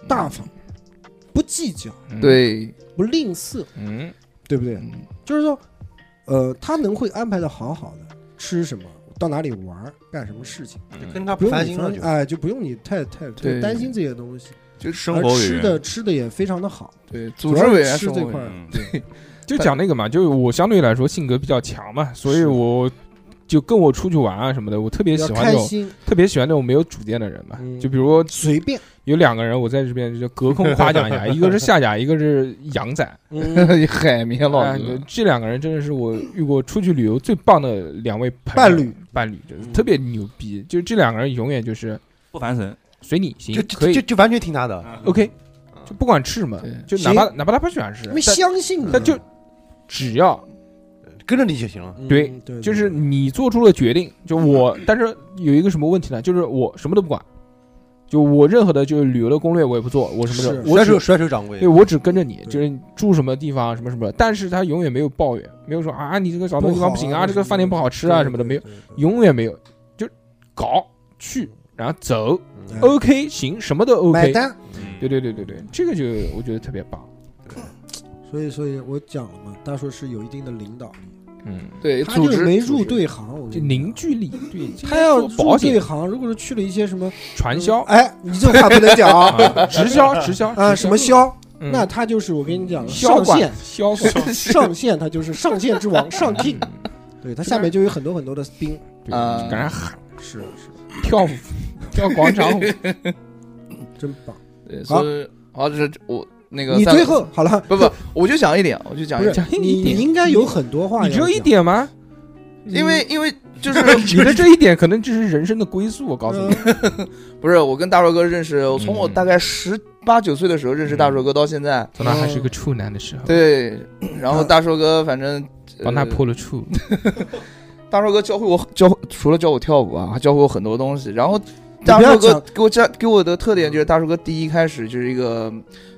[SPEAKER 3] 大方，不计较，
[SPEAKER 5] 嗯对，
[SPEAKER 3] 不吝啬，
[SPEAKER 2] 嗯
[SPEAKER 3] 对不对？
[SPEAKER 5] 嗯
[SPEAKER 3] 就是说，呃，他能会安排的好好的，吃什么，到哪里玩儿，干什么事情，
[SPEAKER 2] 嗯
[SPEAKER 4] 跟他
[SPEAKER 3] 不用
[SPEAKER 4] 烦
[SPEAKER 3] 你
[SPEAKER 4] 心了就。
[SPEAKER 3] 哎，就不用你太太太
[SPEAKER 5] 对
[SPEAKER 3] 担心这些东西。
[SPEAKER 6] 生
[SPEAKER 3] 而
[SPEAKER 6] 活委
[SPEAKER 3] 吃
[SPEAKER 6] 员，
[SPEAKER 3] 的吃的也非常的好，
[SPEAKER 5] 对，
[SPEAKER 3] 主
[SPEAKER 5] 组织
[SPEAKER 3] 要
[SPEAKER 5] 委
[SPEAKER 3] 是
[SPEAKER 5] 员
[SPEAKER 3] 吃
[SPEAKER 5] 生活
[SPEAKER 3] 这
[SPEAKER 5] 委
[SPEAKER 3] 块
[SPEAKER 5] 员
[SPEAKER 3] 儿，
[SPEAKER 6] 嗯
[SPEAKER 3] 对，
[SPEAKER 2] 就讲那个嘛，就是我相对来说性格比较强嘛，所以
[SPEAKER 3] 是
[SPEAKER 2] 我就跟我出去玩啊什么的，我特别
[SPEAKER 3] 比
[SPEAKER 2] 喜
[SPEAKER 3] 较
[SPEAKER 2] 欢那
[SPEAKER 3] 开
[SPEAKER 2] 种
[SPEAKER 3] 心，
[SPEAKER 2] 特别喜欢那种没有主见的人嘛，
[SPEAKER 3] 嗯
[SPEAKER 2] 就比如
[SPEAKER 3] 随便，
[SPEAKER 2] 有两个人，我在这边就隔空夸奖一下，一个是夏甲，一个是杨仔。
[SPEAKER 3] 嗯，
[SPEAKER 5] 海绵老
[SPEAKER 2] 哎
[SPEAKER 5] 哥，，
[SPEAKER 2] 这两个人真的是我遇过出去旅游最棒的两位朋友
[SPEAKER 3] 伴侣，
[SPEAKER 2] 伴侣真的特别牛逼。就这两个人永远就是
[SPEAKER 6] 不烦神，
[SPEAKER 2] 随你行
[SPEAKER 4] 就，
[SPEAKER 2] 可
[SPEAKER 4] 就就
[SPEAKER 2] 以
[SPEAKER 4] 就完全听他
[SPEAKER 3] 嗯
[SPEAKER 4] 的，
[SPEAKER 2] OK，就不管吃什么
[SPEAKER 5] 对，
[SPEAKER 2] 就哪怕哪怕他不喜欢吃
[SPEAKER 3] 你，们相信你，
[SPEAKER 2] 但就只要
[SPEAKER 4] 跟着你就行了。
[SPEAKER 3] 嗯
[SPEAKER 2] 对
[SPEAKER 3] 对，
[SPEAKER 2] 就是你做出了决定，就我，但是有一个什么问题呢？就是我什么都不管，就我任何的就是旅游的攻略我也不做，我什么
[SPEAKER 3] 是
[SPEAKER 2] 的，我
[SPEAKER 4] 甩
[SPEAKER 2] 只
[SPEAKER 4] 手甩手掌柜
[SPEAKER 2] 对，，我只跟着你，
[SPEAKER 3] 对
[SPEAKER 2] 就是你住什么地方什么什么，但是他永远没有抱怨，没有说啊你这个找的地方不行
[SPEAKER 3] 好
[SPEAKER 2] 啊，这个饭店不好吃啊什么的，没有，，
[SPEAKER 3] 对对对对
[SPEAKER 2] 永远没有，就搞去，然后走
[SPEAKER 3] 嗯
[SPEAKER 2] ，OK 行，什么都
[SPEAKER 3] 买
[SPEAKER 2] OK，
[SPEAKER 3] 单。
[SPEAKER 6] 嗯
[SPEAKER 2] 对对对对对，这个就我觉得特别棒，
[SPEAKER 3] 所以，所以我讲了嘛，大硕是有一定的领导力，
[SPEAKER 2] 嗯，
[SPEAKER 5] 对，
[SPEAKER 3] 他
[SPEAKER 5] 组
[SPEAKER 3] 就是
[SPEAKER 5] 织
[SPEAKER 3] 没入，对行，我
[SPEAKER 2] 就凝聚力，对，这个
[SPEAKER 3] 他要
[SPEAKER 2] 做
[SPEAKER 3] 入
[SPEAKER 2] 保
[SPEAKER 3] 这一
[SPEAKER 2] 险、
[SPEAKER 3] 行，如果是去了一些什么
[SPEAKER 2] 传销、
[SPEAKER 3] 哎，你这话不能讲 啊，
[SPEAKER 2] 啊直销、直销
[SPEAKER 3] 啊
[SPEAKER 2] 直
[SPEAKER 3] 什么销，
[SPEAKER 2] 嗯
[SPEAKER 3] 那他就是我跟你讲
[SPEAKER 2] 销
[SPEAKER 3] 上
[SPEAKER 2] 管
[SPEAKER 3] 线，、
[SPEAKER 2] 销管，
[SPEAKER 3] 上线他就是上线之王，上 king，
[SPEAKER 2] 嗯
[SPEAKER 3] 对他下面就有很多很多的兵，
[SPEAKER 2] 对，
[SPEAKER 5] 啊
[SPEAKER 2] 就赶上喊
[SPEAKER 3] 是是，
[SPEAKER 2] 跳舞、跳 广场舞，
[SPEAKER 3] 真棒。
[SPEAKER 5] 对，所以好，这这我那个
[SPEAKER 3] 你
[SPEAKER 5] 三
[SPEAKER 3] 最后好了，
[SPEAKER 5] 不不，我就讲一点，我就讲
[SPEAKER 3] 不
[SPEAKER 5] 一
[SPEAKER 3] 是
[SPEAKER 5] 点，
[SPEAKER 2] 讲一
[SPEAKER 3] 你
[SPEAKER 2] 点
[SPEAKER 3] 你应该有很多话，嗯
[SPEAKER 2] 你只有一，点吗？
[SPEAKER 5] 因为因为就是
[SPEAKER 2] 你的这一点可能就是人生的归宿，我告
[SPEAKER 5] 嗯
[SPEAKER 2] 诉你。
[SPEAKER 5] 不是我跟大硕哥认识，我从我大概十八九岁的时候认识大硕哥到现在，
[SPEAKER 2] 从他还是个处男的时候，
[SPEAKER 5] 哦对，然
[SPEAKER 3] 嗯
[SPEAKER 5] 后大硕哥反正呃
[SPEAKER 2] 帮他破了处，
[SPEAKER 5] 大硕哥教会我教，除了教我跳舞啊，还教会我很多东西。然后大
[SPEAKER 3] 不
[SPEAKER 5] 硕
[SPEAKER 3] 要
[SPEAKER 5] 哥
[SPEAKER 3] 讲
[SPEAKER 5] 给我教给我的特点就是，大硕哥第一开始就是一个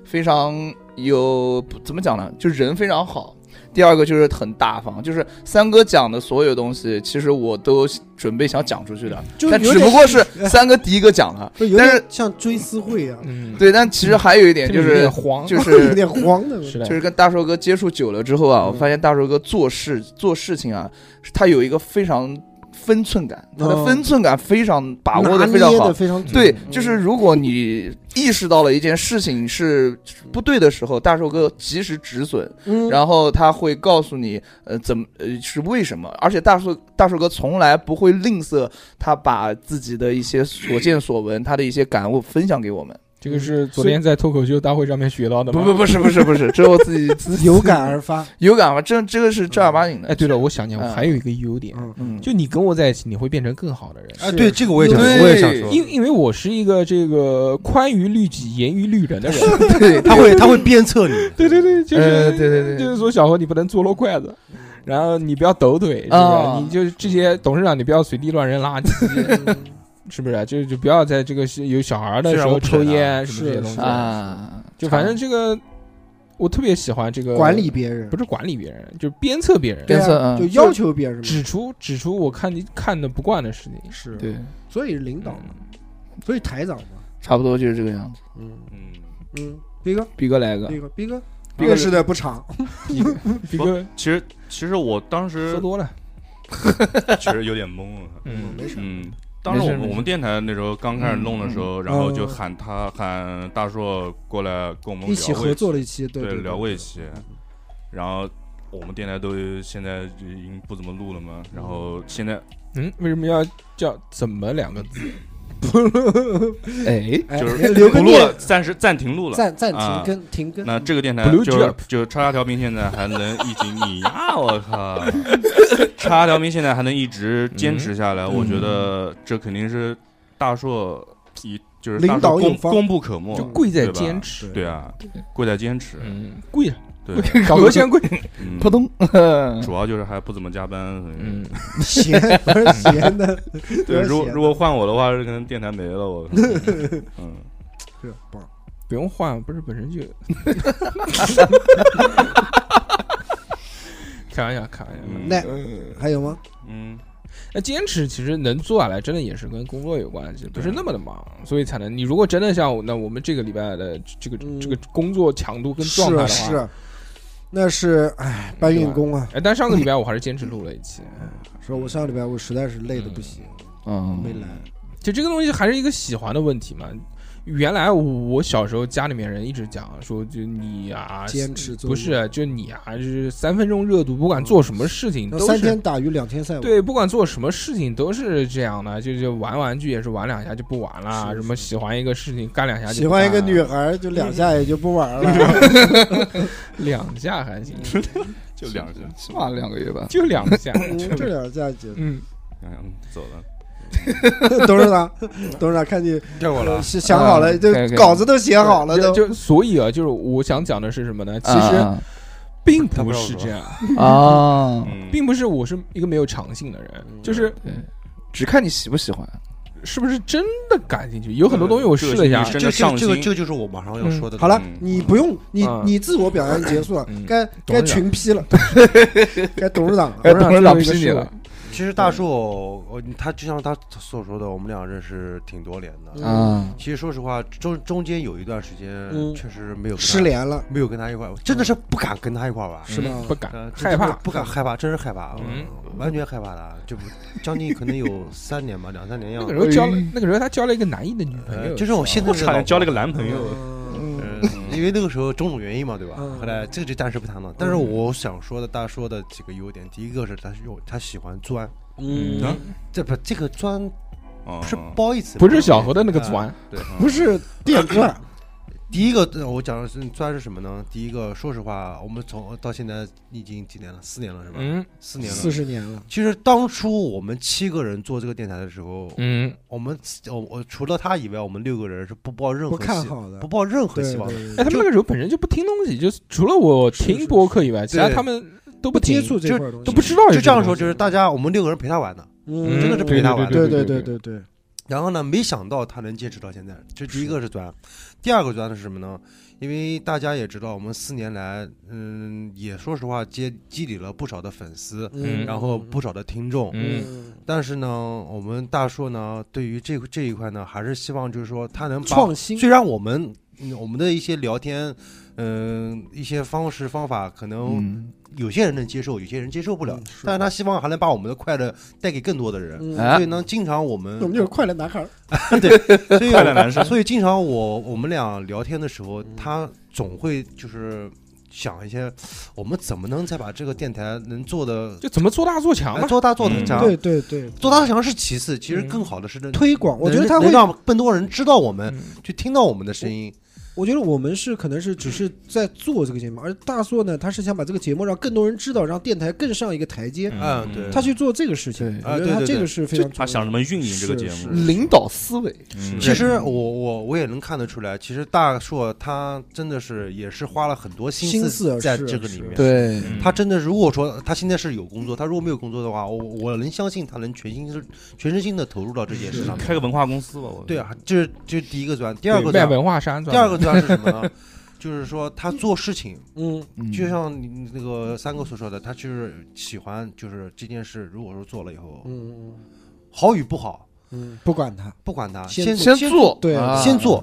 [SPEAKER 5] 非常有怎么讲呢，就人非常好。第二个就是很大方，就是三哥讲的所有东西，其实我都准备想讲出去的，
[SPEAKER 3] 就
[SPEAKER 5] 但
[SPEAKER 3] 有
[SPEAKER 5] 只
[SPEAKER 3] 点呃
[SPEAKER 5] 不过是三哥第一个讲了。
[SPEAKER 3] 不是有
[SPEAKER 5] 但
[SPEAKER 3] 点
[SPEAKER 5] 是
[SPEAKER 3] 像追思会一样，
[SPEAKER 2] 嗯，
[SPEAKER 5] 对，但其实还有一点
[SPEAKER 2] 这
[SPEAKER 5] 就
[SPEAKER 2] 个有
[SPEAKER 5] 是
[SPEAKER 2] 点，黄，
[SPEAKER 5] 就
[SPEAKER 3] 有
[SPEAKER 5] 是
[SPEAKER 3] 点黄的，
[SPEAKER 2] 是
[SPEAKER 5] 就
[SPEAKER 2] 的，
[SPEAKER 5] 是跟大寿哥接触久了之后啊，我发现大寿哥做事做事情啊，他有一个非常分寸感，他的
[SPEAKER 3] 嗯
[SPEAKER 5] 分寸感非常把握
[SPEAKER 3] 拿
[SPEAKER 5] 的
[SPEAKER 3] 捏
[SPEAKER 5] 非常好嗯
[SPEAKER 3] 得。非常准
[SPEAKER 5] 对，就是如果你意识到了一件事情是不对的时候，大寿哥及时止损，
[SPEAKER 3] 嗯
[SPEAKER 5] 然后他会告诉你，呃，怎么，呃，是为什么？而且大寿大寿哥从来不会吝啬，他把自己的一些所见所闻，他的一些感悟分享给我们。
[SPEAKER 2] 这个是昨天在脱口秀大会上面学到的
[SPEAKER 5] 不
[SPEAKER 2] 吗？
[SPEAKER 5] 不不是不是不是，这是我自己自己
[SPEAKER 3] 嗯有感而发，
[SPEAKER 5] 有感吧？这这个是正儿八经的。
[SPEAKER 2] 哎，对了，我想起来，
[SPEAKER 5] 嗯
[SPEAKER 2] 我还有一个优点，
[SPEAKER 3] 嗯，
[SPEAKER 5] 嗯，
[SPEAKER 2] 就你跟我在一起，你会变成更好的人。
[SPEAKER 4] 哎，
[SPEAKER 3] 是
[SPEAKER 4] 对，这个我也想，
[SPEAKER 5] 对
[SPEAKER 4] 我也想
[SPEAKER 5] 嗯
[SPEAKER 4] 说，
[SPEAKER 2] 因因为我是一个这个宽于律己、严于律人 的人，
[SPEAKER 5] 对
[SPEAKER 4] 他会他会鞭策你，
[SPEAKER 2] 对对对，就是、
[SPEAKER 5] 呃对对对嗯
[SPEAKER 2] 就是说小何你不能坐落筷子，然后你不要抖腿，是不是？
[SPEAKER 5] 啊
[SPEAKER 2] 你就是这些董事长你不要随地乱扔垃圾，是不是？就就不要在这个是有小孩的时候抽烟什么这些东西，
[SPEAKER 5] 啊，
[SPEAKER 2] 就反正这个我特别喜欢这个
[SPEAKER 3] 管理别人
[SPEAKER 2] 不，是管理别人，就是鞭策别人，
[SPEAKER 3] 对
[SPEAKER 5] 鞭
[SPEAKER 3] 啊
[SPEAKER 5] 策嗯
[SPEAKER 3] 就要求别人嘛，
[SPEAKER 2] 指出指出我看你看的不惯的事情，嗯
[SPEAKER 3] 是，
[SPEAKER 5] 对，
[SPEAKER 3] 所以是领导嘛，所以台长嘛，
[SPEAKER 5] 差不多就是这个样子。
[SPEAKER 3] 嗯
[SPEAKER 6] 嗯，
[SPEAKER 3] 嗯，逼哥，
[SPEAKER 5] 逼哥来一个
[SPEAKER 3] 逼，哥，逼哥，
[SPEAKER 5] 逼哥
[SPEAKER 3] 认识的不长，
[SPEAKER 2] 逼哥
[SPEAKER 6] 其实其实我当时
[SPEAKER 2] 喝多了，
[SPEAKER 6] 其实有点 懵了。
[SPEAKER 2] 嗯，
[SPEAKER 3] 没事，
[SPEAKER 6] 嗯，当时我
[SPEAKER 5] 没
[SPEAKER 6] 们
[SPEAKER 5] 事
[SPEAKER 6] 我们电台那时候刚开始弄的时
[SPEAKER 3] 嗯
[SPEAKER 6] 候，然后就喊他喊大硕过来跟我们
[SPEAKER 3] 一起
[SPEAKER 6] 聊过
[SPEAKER 3] 合作了一期，对
[SPEAKER 6] 对
[SPEAKER 3] 对，
[SPEAKER 6] 聊过一期，然后我们电台都现在已经不怎么录了嘛，然后现在
[SPEAKER 2] 嗯，为什么要叫怎么两个字？
[SPEAKER 5] 哎，
[SPEAKER 3] 哎
[SPEAKER 6] 就是
[SPEAKER 3] 留
[SPEAKER 6] 不
[SPEAKER 3] 个
[SPEAKER 6] 录了，
[SPEAKER 3] 念，
[SPEAKER 6] 暂时暂停录了。
[SPEAKER 3] 暂暂
[SPEAKER 6] 啊
[SPEAKER 3] 停更停更，
[SPEAKER 6] 那这个电台
[SPEAKER 2] Blue
[SPEAKER 6] 就是
[SPEAKER 2] Jerk
[SPEAKER 6] 就是叉叉调频现在还能一直你呀，我靠，叉叉调频现在还能一直坚持下来，我觉得这肯定是大硕一就是大
[SPEAKER 3] 领
[SPEAKER 6] 硕
[SPEAKER 3] 导有
[SPEAKER 6] 功
[SPEAKER 3] 方
[SPEAKER 6] 功不可没
[SPEAKER 2] 就，贵在
[SPEAKER 6] 对吧
[SPEAKER 2] 坚持，
[SPEAKER 6] 对啊，贵在坚持，
[SPEAKER 2] 嗯，贵啊，
[SPEAKER 6] 对，
[SPEAKER 2] 小 何嫌贵，
[SPEAKER 6] 嗯
[SPEAKER 5] 扑通，嗯
[SPEAKER 6] 主要就是还不怎么加班，所以
[SPEAKER 2] 嗯，
[SPEAKER 3] 闲不 是闲的，
[SPEAKER 6] 对，如
[SPEAKER 3] 不是
[SPEAKER 6] 果
[SPEAKER 3] 闲
[SPEAKER 6] 如果换我的话，可能电台没了，我靠，嗯，
[SPEAKER 3] 是棒，
[SPEAKER 2] 不用换，不是本 身就，开玩笑，开玩笑。
[SPEAKER 6] 嗯
[SPEAKER 3] 那还有吗？
[SPEAKER 6] 嗯，
[SPEAKER 2] 那坚持其实能做下来，真的也是跟工作有关系，
[SPEAKER 3] 啊
[SPEAKER 2] 不是那么的忙，所以才能。你如果真的像我那我们这个礼拜的这个
[SPEAKER 3] 嗯
[SPEAKER 2] 这个工作强度跟
[SPEAKER 3] 是
[SPEAKER 2] 状态的
[SPEAKER 3] 是
[SPEAKER 2] 话，
[SPEAKER 3] 啊，那是哎搬运工啊，
[SPEAKER 2] 哎，但上个礼拜我还是坚持录了一期。
[SPEAKER 3] 嗯说我上个礼拜我实在是累的不行，没
[SPEAKER 5] 嗯，
[SPEAKER 3] 来，
[SPEAKER 2] 就这个东西还是一个喜欢的问题嘛。原来我小时候家里面人一直讲说，就你啊，
[SPEAKER 3] 坚持做
[SPEAKER 2] 不是就你啊，就是三分钟热度，不管做什么事情
[SPEAKER 3] 那
[SPEAKER 2] 都
[SPEAKER 3] 三
[SPEAKER 2] 是
[SPEAKER 3] 天打鱼两天晒 网，
[SPEAKER 2] 对，不管做什么事情都是这样的，就就玩玩具也是玩两下就不玩了，
[SPEAKER 3] 是
[SPEAKER 2] 什么喜欢一个事情干两下就
[SPEAKER 3] 喜欢一个
[SPEAKER 2] 干
[SPEAKER 3] 女
[SPEAKER 2] 了
[SPEAKER 3] 孩儿就两下也就不玩 了，
[SPEAKER 2] 两下还行，
[SPEAKER 6] 就两个，
[SPEAKER 5] 起码两个月吧。
[SPEAKER 2] 就两下，
[SPEAKER 3] 嗯这两下就
[SPEAKER 2] 嗯，
[SPEAKER 6] 嗯，走了，
[SPEAKER 3] 董事长，董事长看你
[SPEAKER 4] 掉过
[SPEAKER 3] 是想好了，
[SPEAKER 5] 嗯
[SPEAKER 3] 就
[SPEAKER 5] 可以可以
[SPEAKER 3] 稿子都写好了
[SPEAKER 2] 就
[SPEAKER 3] 都，
[SPEAKER 2] 就所以啊，就是我想讲的是什么呢？其实
[SPEAKER 5] 啊
[SPEAKER 2] 并
[SPEAKER 6] 他不
[SPEAKER 2] 不
[SPEAKER 6] 知道
[SPEAKER 2] 是
[SPEAKER 6] 我
[SPEAKER 2] 这样，
[SPEAKER 5] 啊，
[SPEAKER 6] 嗯，
[SPEAKER 2] 并不是我是一个没有长性的人，就是
[SPEAKER 5] 对， 只看你喜不喜欢。
[SPEAKER 2] 是不是真的感兴趣？有很多东西我试了一下
[SPEAKER 4] 这
[SPEAKER 6] 这，真的
[SPEAKER 4] 个这
[SPEAKER 6] 上
[SPEAKER 4] 个这个
[SPEAKER 6] 心
[SPEAKER 4] 这个就是我马上要说的。
[SPEAKER 3] 好了
[SPEAKER 6] 嗯，
[SPEAKER 3] 你不用你
[SPEAKER 2] 嗯
[SPEAKER 3] 你自我表扬结束了
[SPEAKER 2] 嗯，
[SPEAKER 3] 该
[SPEAKER 2] 董
[SPEAKER 3] 该
[SPEAKER 2] 事长
[SPEAKER 3] 群批了，该董事长了。
[SPEAKER 5] 哎，董事长批
[SPEAKER 2] 这
[SPEAKER 5] 你
[SPEAKER 2] 是我
[SPEAKER 5] 了，
[SPEAKER 4] 其实大树，我呃他就像他所说的，我们俩认识挺多年
[SPEAKER 2] 嗯
[SPEAKER 4] 的。
[SPEAKER 5] 啊，
[SPEAKER 4] 其实说实话，中中间有一段时间
[SPEAKER 3] 嗯
[SPEAKER 4] 确实没有跟他
[SPEAKER 3] 失，联了，
[SPEAKER 4] 没有跟他一块儿，真的是不敢跟他一块儿玩。
[SPEAKER 3] 是吧
[SPEAKER 2] 嗯不敢，
[SPEAKER 4] 呃，
[SPEAKER 2] 害怕
[SPEAKER 4] 不敢害怕，真是害怕，
[SPEAKER 2] 嗯
[SPEAKER 4] 嗯完全害怕的，就不将近可能有三年吧，两三年样
[SPEAKER 2] 那个
[SPEAKER 4] 子。
[SPEAKER 2] 时候交了，那个时候他交了一个男一的女朋
[SPEAKER 4] 呃
[SPEAKER 2] 友，
[SPEAKER 4] 就是我现在
[SPEAKER 6] 我
[SPEAKER 4] 的
[SPEAKER 6] 差
[SPEAKER 4] 老
[SPEAKER 6] 点
[SPEAKER 4] 婆
[SPEAKER 6] 交了个男朋友。
[SPEAKER 3] 嗯，
[SPEAKER 4] 呃，因为那个时候种种原因嘛，对吧？
[SPEAKER 3] 嗯
[SPEAKER 4] 后来这个就暂时不谈了。但是我想说的，大家说的几个优点，第一个是他有他喜欢钻，
[SPEAKER 3] 嗯
[SPEAKER 6] 啊
[SPEAKER 4] 这不这个钻
[SPEAKER 6] 哦嗯
[SPEAKER 4] 不是褒义词，
[SPEAKER 2] 不是小何的那
[SPEAKER 4] 呃
[SPEAKER 2] 个钻，
[SPEAKER 3] 不是电钻，
[SPEAKER 4] 啊第一个呃我讲的是钻是什么呢？第一个，说实话，我们从到现在已经几年了，四年了是吧？
[SPEAKER 2] 嗯
[SPEAKER 4] 四年
[SPEAKER 3] 四
[SPEAKER 4] 了。
[SPEAKER 3] 十年了，
[SPEAKER 4] 其实当初我们七个人做这个电台的时候，
[SPEAKER 2] 嗯，
[SPEAKER 4] 我们我我除了他以外，我们六个人是不抱任
[SPEAKER 3] 不
[SPEAKER 4] 何
[SPEAKER 3] 看
[SPEAKER 4] 希
[SPEAKER 3] 好的
[SPEAKER 4] 不，抱任何
[SPEAKER 3] 对
[SPEAKER 4] 希望的。
[SPEAKER 3] 对，
[SPEAKER 2] 哎，他们那个时候本身就不听东西，就是除了我听播客以外，其他
[SPEAKER 4] 对
[SPEAKER 2] 他们都
[SPEAKER 3] 不
[SPEAKER 2] 不
[SPEAKER 3] 接
[SPEAKER 2] 听
[SPEAKER 3] 触这
[SPEAKER 4] 就
[SPEAKER 3] 块儿东西，
[SPEAKER 2] 都不知道有
[SPEAKER 4] 就这样
[SPEAKER 2] 种东
[SPEAKER 4] 说，
[SPEAKER 2] 西
[SPEAKER 4] 就是大家我们六个人陪他玩的。
[SPEAKER 3] 嗯，
[SPEAKER 2] 嗯
[SPEAKER 4] 真的是陪他玩
[SPEAKER 3] 对对对
[SPEAKER 2] 对对
[SPEAKER 3] 对对，
[SPEAKER 4] 然后呢，没想到他能坚持到现在，这第一个是钻，第二个钻是什么呢？因为大家也知道，我们四年来，嗯，也说实话接积累了不少的粉丝，
[SPEAKER 2] 嗯
[SPEAKER 4] 然后不少的听众。
[SPEAKER 2] 嗯
[SPEAKER 3] 嗯，
[SPEAKER 4] 但是呢，我们大硕呢，对于这这一块呢，还是希望就是说他能把
[SPEAKER 3] 创新
[SPEAKER 4] 虽然我们、嗯我们的一些聊天，嗯、一些方式方法，可能
[SPEAKER 5] 嗯，
[SPEAKER 4] 有些人能接受，有些人接受不了，
[SPEAKER 3] 嗯是
[SPEAKER 4] 但是他希望还能把我们的快乐带给更多的人。
[SPEAKER 3] 嗯
[SPEAKER 5] 哎
[SPEAKER 4] 所以呢，经常我们
[SPEAKER 3] 我们就是快乐男孩儿，
[SPEAKER 4] 所以
[SPEAKER 6] 快乐男生
[SPEAKER 4] 所以经常我我们俩聊天的时候
[SPEAKER 3] 嗯，
[SPEAKER 4] 他总会就是想一些，我们怎么能再把这个电台能做的
[SPEAKER 2] 就怎么做大做强嘛，
[SPEAKER 4] 做大做的强，
[SPEAKER 3] 嗯对对对，
[SPEAKER 4] 啊做大做强是其次，其实
[SPEAKER 2] 嗯
[SPEAKER 4] 更好的是能
[SPEAKER 3] 推广，我觉得
[SPEAKER 4] 能
[SPEAKER 3] 他会
[SPEAKER 4] 能让更多人知道我们，
[SPEAKER 2] 嗯
[SPEAKER 4] 去听到我们的声音。
[SPEAKER 3] 我觉得我们是可能是只是在做这个节目，而大硕呢，他是想把这个节目让更多人知道，让电台更上一个台阶。
[SPEAKER 4] 嗯对
[SPEAKER 3] 他去做这个事情，
[SPEAKER 5] 对
[SPEAKER 3] 我觉
[SPEAKER 4] 啊对
[SPEAKER 3] 得他
[SPEAKER 4] 对
[SPEAKER 3] 这个
[SPEAKER 4] 对
[SPEAKER 3] 是非常重要的。
[SPEAKER 6] 他想怎么运营这个节
[SPEAKER 3] 是
[SPEAKER 6] 目？
[SPEAKER 5] 领导思维，
[SPEAKER 6] 嗯
[SPEAKER 4] 其实我我我也能看得出来，其实大硕他真的是也是花了很多
[SPEAKER 3] 心思
[SPEAKER 4] 思
[SPEAKER 3] 啊
[SPEAKER 4] 在
[SPEAKER 3] 是
[SPEAKER 4] 这个
[SPEAKER 3] 是
[SPEAKER 4] 里面。
[SPEAKER 5] 对
[SPEAKER 6] 嗯
[SPEAKER 4] 他真的，如果说他现在是有工作，他如果没有工作的话，我我能相信他能全心全身心的投入到这件事上面。
[SPEAKER 6] 开个文化公司吧，我
[SPEAKER 4] 对，啊，这是这是第一个钻，第
[SPEAKER 2] 第
[SPEAKER 4] 二个
[SPEAKER 2] 卖
[SPEAKER 4] 钻，
[SPEAKER 2] 文化衫，
[SPEAKER 4] 第二个钻是什么呢？ 就是说他做事情，
[SPEAKER 3] 嗯，
[SPEAKER 5] 嗯
[SPEAKER 4] 就像你那个三哥所说的，他就是喜欢，就是这件事，如果说做了以后，
[SPEAKER 3] 嗯嗯
[SPEAKER 4] 好与不好，
[SPEAKER 3] 嗯，不管他，
[SPEAKER 4] 不管他，
[SPEAKER 3] 先
[SPEAKER 4] 先
[SPEAKER 5] 先
[SPEAKER 4] 先
[SPEAKER 5] 做，
[SPEAKER 3] 对
[SPEAKER 5] 啊
[SPEAKER 4] 先做，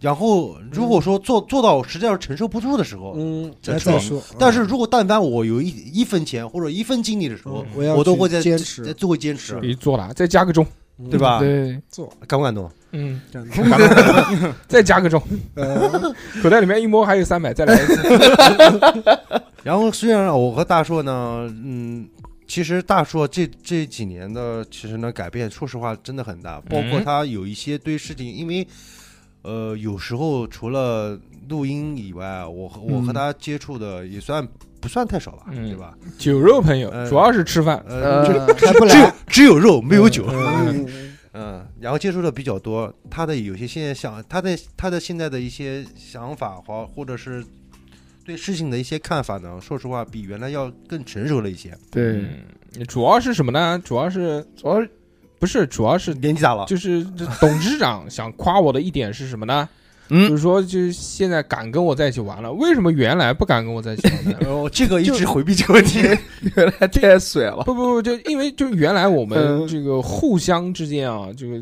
[SPEAKER 4] 然后如果说做做到实在是承受不住的时候，
[SPEAKER 3] 嗯，
[SPEAKER 4] 哦再
[SPEAKER 3] 来
[SPEAKER 4] 说
[SPEAKER 3] 再说。
[SPEAKER 4] 但
[SPEAKER 3] 嗯
[SPEAKER 4] 是如果但凡我有一一分钱或者一分精力的时候
[SPEAKER 3] 嗯，我要
[SPEAKER 4] 我都
[SPEAKER 3] 去
[SPEAKER 4] 会在
[SPEAKER 3] 坚
[SPEAKER 4] 在
[SPEAKER 3] 持
[SPEAKER 4] 在最后坚持，
[SPEAKER 2] 你做了，再加个钟，
[SPEAKER 4] 对？吧？
[SPEAKER 2] 对，
[SPEAKER 3] 做，
[SPEAKER 4] 感不感动？
[SPEAKER 2] 嗯，
[SPEAKER 3] 感 动
[SPEAKER 2] 感动再加个钟，
[SPEAKER 3] 呃，
[SPEAKER 2] 口袋里面一摸还有三百，再来一 次，
[SPEAKER 4] 然后虽然我和大硕呢，嗯，其实大硕这这几年的其实呢改变，说实话真的很大，包括
[SPEAKER 2] 嗯
[SPEAKER 4] 他有一些对事情，因为呃有时候除了录音以外，啊我和我和
[SPEAKER 5] 嗯
[SPEAKER 4] 他接触的也算不算太少吧，
[SPEAKER 2] 嗯
[SPEAKER 4] 对吧？
[SPEAKER 2] 酒肉朋友，
[SPEAKER 4] 呃
[SPEAKER 2] 主要是吃饭，
[SPEAKER 4] 呃，
[SPEAKER 5] 呃，
[SPEAKER 3] 还不
[SPEAKER 4] 只有
[SPEAKER 3] 来，
[SPEAKER 4] 只有肉没有酒，
[SPEAKER 3] 嗯，
[SPEAKER 4] 嗯，然后接触的比较多，他的有些现在想，他的他的现在的一些想法或或者是对事情的一些看法呢，说实话比原来要更成熟了一些。
[SPEAKER 5] 对，
[SPEAKER 2] 嗯，主要是什么呢？主要是
[SPEAKER 5] 主要是
[SPEAKER 2] 不是？主要是
[SPEAKER 4] 年纪
[SPEAKER 5] 啊
[SPEAKER 4] 大了，
[SPEAKER 2] 就是这董事长想夸我的一点是什么呢？
[SPEAKER 5] 嗯
[SPEAKER 2] 就是说，就是现在敢跟我在一起玩了，为什么原来不敢跟我在一起 玩呢？
[SPEAKER 4] 我这个一直回避这个问题。
[SPEAKER 5] 原来 太水了，
[SPEAKER 2] 不不不，就因为就原来我们
[SPEAKER 5] 嗯
[SPEAKER 2] 这个互相之间啊，这个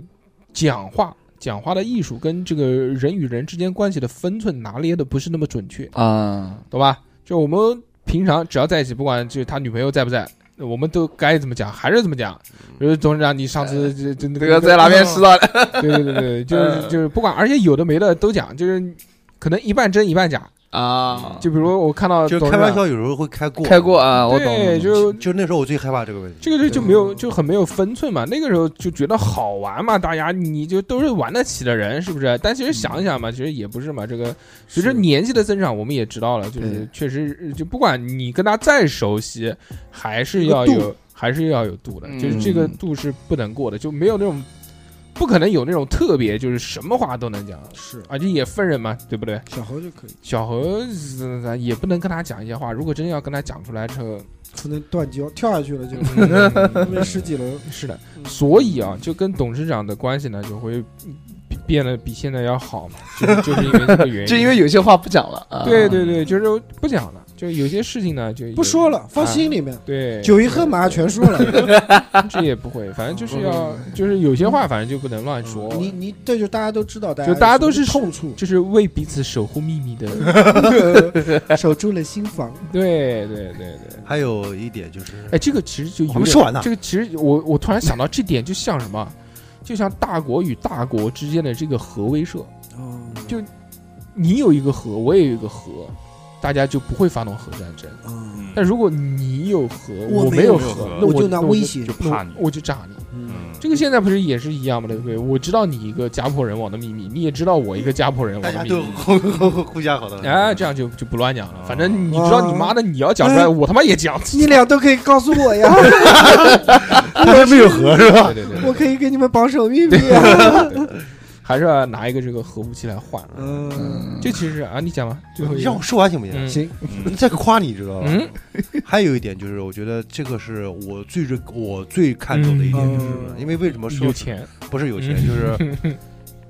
[SPEAKER 2] 讲话讲话的艺术跟这个人与人之间关系的分寸拿捏的不是那么准确，
[SPEAKER 5] 啊，
[SPEAKER 2] 懂吧？就我们平常只要在一起，不管就是他女朋友在不在，我们都该怎么讲还是怎么讲。就是董事长，你上次这这
[SPEAKER 5] 嗯哎这个在哪边吃到的？
[SPEAKER 2] 对对对对，就是就是不管，而且有的没的都讲，就是可能一半真一半假。
[SPEAKER 5] 啊，
[SPEAKER 2] 就比如我看到
[SPEAKER 4] 就
[SPEAKER 2] 董
[SPEAKER 4] 开
[SPEAKER 2] 事
[SPEAKER 4] 玩
[SPEAKER 2] 长，
[SPEAKER 4] 笑，有时候会开过，
[SPEAKER 5] 开过啊，我懂了，
[SPEAKER 2] 对，就
[SPEAKER 4] 就那时候我最害怕这个问题。
[SPEAKER 2] 这个就就没有就很没有分寸嘛。那个时候就觉得好玩嘛，大家你就都是玩得起的人，是不是？但其实想一想嘛，其实也不是嘛。这个随着年纪的增长，我们也知道了，就是
[SPEAKER 5] 对
[SPEAKER 2] 确实呃就不管你跟他再熟悉，还是要
[SPEAKER 3] 有个
[SPEAKER 2] 有还是要有度的，
[SPEAKER 5] 嗯
[SPEAKER 2] 就是这个度是不能过的，就没有那种不可能有那种特别就是什么话都能讲，
[SPEAKER 3] 是
[SPEAKER 2] 而且也分人嘛，对不对？
[SPEAKER 3] 小猴就可以，
[SPEAKER 2] 小何呃咱也不能跟他讲一些话，如果真要跟他讲出来嗯之后，
[SPEAKER 3] 可能断交跳下去了就， 因为十几楼，
[SPEAKER 2] 是的，
[SPEAKER 3] 嗯
[SPEAKER 2] 所以啊，就跟董事长的关系呢，就会嗯比变得比 现在要好嘛，就是就是因为这个原因，
[SPEAKER 5] 就因为有些话不讲了，啊
[SPEAKER 2] 对对对，就是不讲了，就有些事情呢，就
[SPEAKER 3] 不说
[SPEAKER 4] 嗯
[SPEAKER 3] 了，放心
[SPEAKER 2] 里。
[SPEAKER 3] 里面。
[SPEAKER 4] 哎
[SPEAKER 2] 对，
[SPEAKER 3] 酒一喝，马上全说了。
[SPEAKER 2] 这也不会，反正就是要，就是有些话，反正就不能乱
[SPEAKER 4] 哦
[SPEAKER 2] 说。
[SPEAKER 3] 嗯你你这就大家都知道，大家
[SPEAKER 2] 就大家都是
[SPEAKER 3] 痛处，
[SPEAKER 2] 就是为彼此守护 秘密的，
[SPEAKER 3] 守住了心房。
[SPEAKER 2] 对对对对。
[SPEAKER 4] 还有一点就是，
[SPEAKER 2] 哎，这个其实就有
[SPEAKER 4] 我们
[SPEAKER 2] 点
[SPEAKER 4] 说完
[SPEAKER 3] 啊
[SPEAKER 4] 了
[SPEAKER 2] 这个其实我我突然想到这点，就像什么，就像大国与大国之间的这个核威慑，
[SPEAKER 3] 哦，
[SPEAKER 2] 就你有一个核，我也有一个核，大家就不会发动核战争。
[SPEAKER 3] 嗯，
[SPEAKER 2] 但如果你有核，
[SPEAKER 3] 我
[SPEAKER 2] 没
[SPEAKER 3] 没
[SPEAKER 2] 有
[SPEAKER 3] 有
[SPEAKER 6] 核
[SPEAKER 2] 核，那
[SPEAKER 6] 我
[SPEAKER 3] 就拿
[SPEAKER 2] 那
[SPEAKER 3] 威胁
[SPEAKER 6] 就怕你，
[SPEAKER 2] 我就炸你。
[SPEAKER 6] 嗯，
[SPEAKER 2] 这个现在不是也是一样吗？对不对？我知道你一个家破人亡的秘密，你也知道我一个家破人
[SPEAKER 4] 大
[SPEAKER 2] 亡的
[SPEAKER 4] 家
[SPEAKER 2] 秘
[SPEAKER 4] 都
[SPEAKER 2] 密。
[SPEAKER 4] 互互互互相好的。
[SPEAKER 2] 哎，这样就就不乱讲了。
[SPEAKER 6] 哦
[SPEAKER 2] 反正你知道你妈的，你要讲出来，
[SPEAKER 3] 哎
[SPEAKER 2] 我他妈也讲。
[SPEAKER 3] 你俩都可以告诉我 呀，
[SPEAKER 4] 他们没有核是吧？
[SPEAKER 2] 对对对
[SPEAKER 3] 我
[SPEAKER 2] 对
[SPEAKER 3] 可以给你们保守秘密啊。
[SPEAKER 2] 对，对还是要拿一个这个核武器来换。
[SPEAKER 3] 嗯，
[SPEAKER 2] 这其实是啊，你讲吧，最后一
[SPEAKER 4] 你
[SPEAKER 2] 个
[SPEAKER 4] 让我。说完行不行？
[SPEAKER 2] 嗯
[SPEAKER 3] 行，
[SPEAKER 6] 嗯
[SPEAKER 4] 你再夸你知道吧？
[SPEAKER 2] 嗯，
[SPEAKER 4] 还有一点就是，我觉得这个是我最最我最看重的一点，就是什么
[SPEAKER 3] 嗯
[SPEAKER 4] 因为为什么说
[SPEAKER 2] 有钱，
[SPEAKER 4] 不是有钱，
[SPEAKER 2] 嗯
[SPEAKER 4] 就是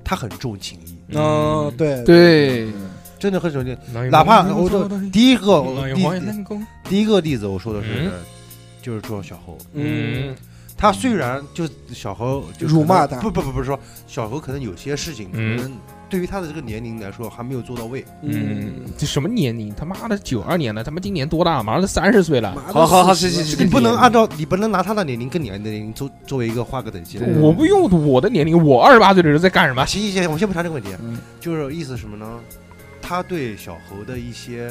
[SPEAKER 4] 他很重情义，
[SPEAKER 3] 嗯，对，
[SPEAKER 5] 对，
[SPEAKER 4] 真的很重情。
[SPEAKER 2] 能有
[SPEAKER 4] 哪怕
[SPEAKER 2] 能有
[SPEAKER 4] 我就
[SPEAKER 2] 能有
[SPEAKER 4] 第一个
[SPEAKER 2] 能嗯有能有
[SPEAKER 4] 例
[SPEAKER 2] 能有
[SPEAKER 4] 第一个例子我说的是
[SPEAKER 2] 嗯，
[SPEAKER 4] 就是说小侯，
[SPEAKER 2] 嗯
[SPEAKER 4] 他虽然就小侯就
[SPEAKER 3] 辱骂
[SPEAKER 4] 可能
[SPEAKER 3] 他
[SPEAKER 4] 不不不不是说小侯可能有些事情可
[SPEAKER 2] 嗯
[SPEAKER 4] 能对于他的这个年龄来说还没有做到位，
[SPEAKER 2] 嗯，这什么年龄？他妈的九二年了，他妈今年多大？马上三十岁了。
[SPEAKER 3] 妈的
[SPEAKER 5] 好好好
[SPEAKER 3] 四十
[SPEAKER 5] 行
[SPEAKER 3] 了
[SPEAKER 5] 行
[SPEAKER 4] 你
[SPEAKER 5] 行
[SPEAKER 4] 不能
[SPEAKER 5] 年龄
[SPEAKER 4] 按照你不能拿他的年龄跟你的年龄作作为一个划个等级的。
[SPEAKER 5] 对
[SPEAKER 2] 我不用我的年龄，我二十八岁的时候在干什么
[SPEAKER 4] 啊，？行行行，我们先不谈这个问题，
[SPEAKER 5] 嗯
[SPEAKER 4] 就是意思什么呢？他对小侯的一些、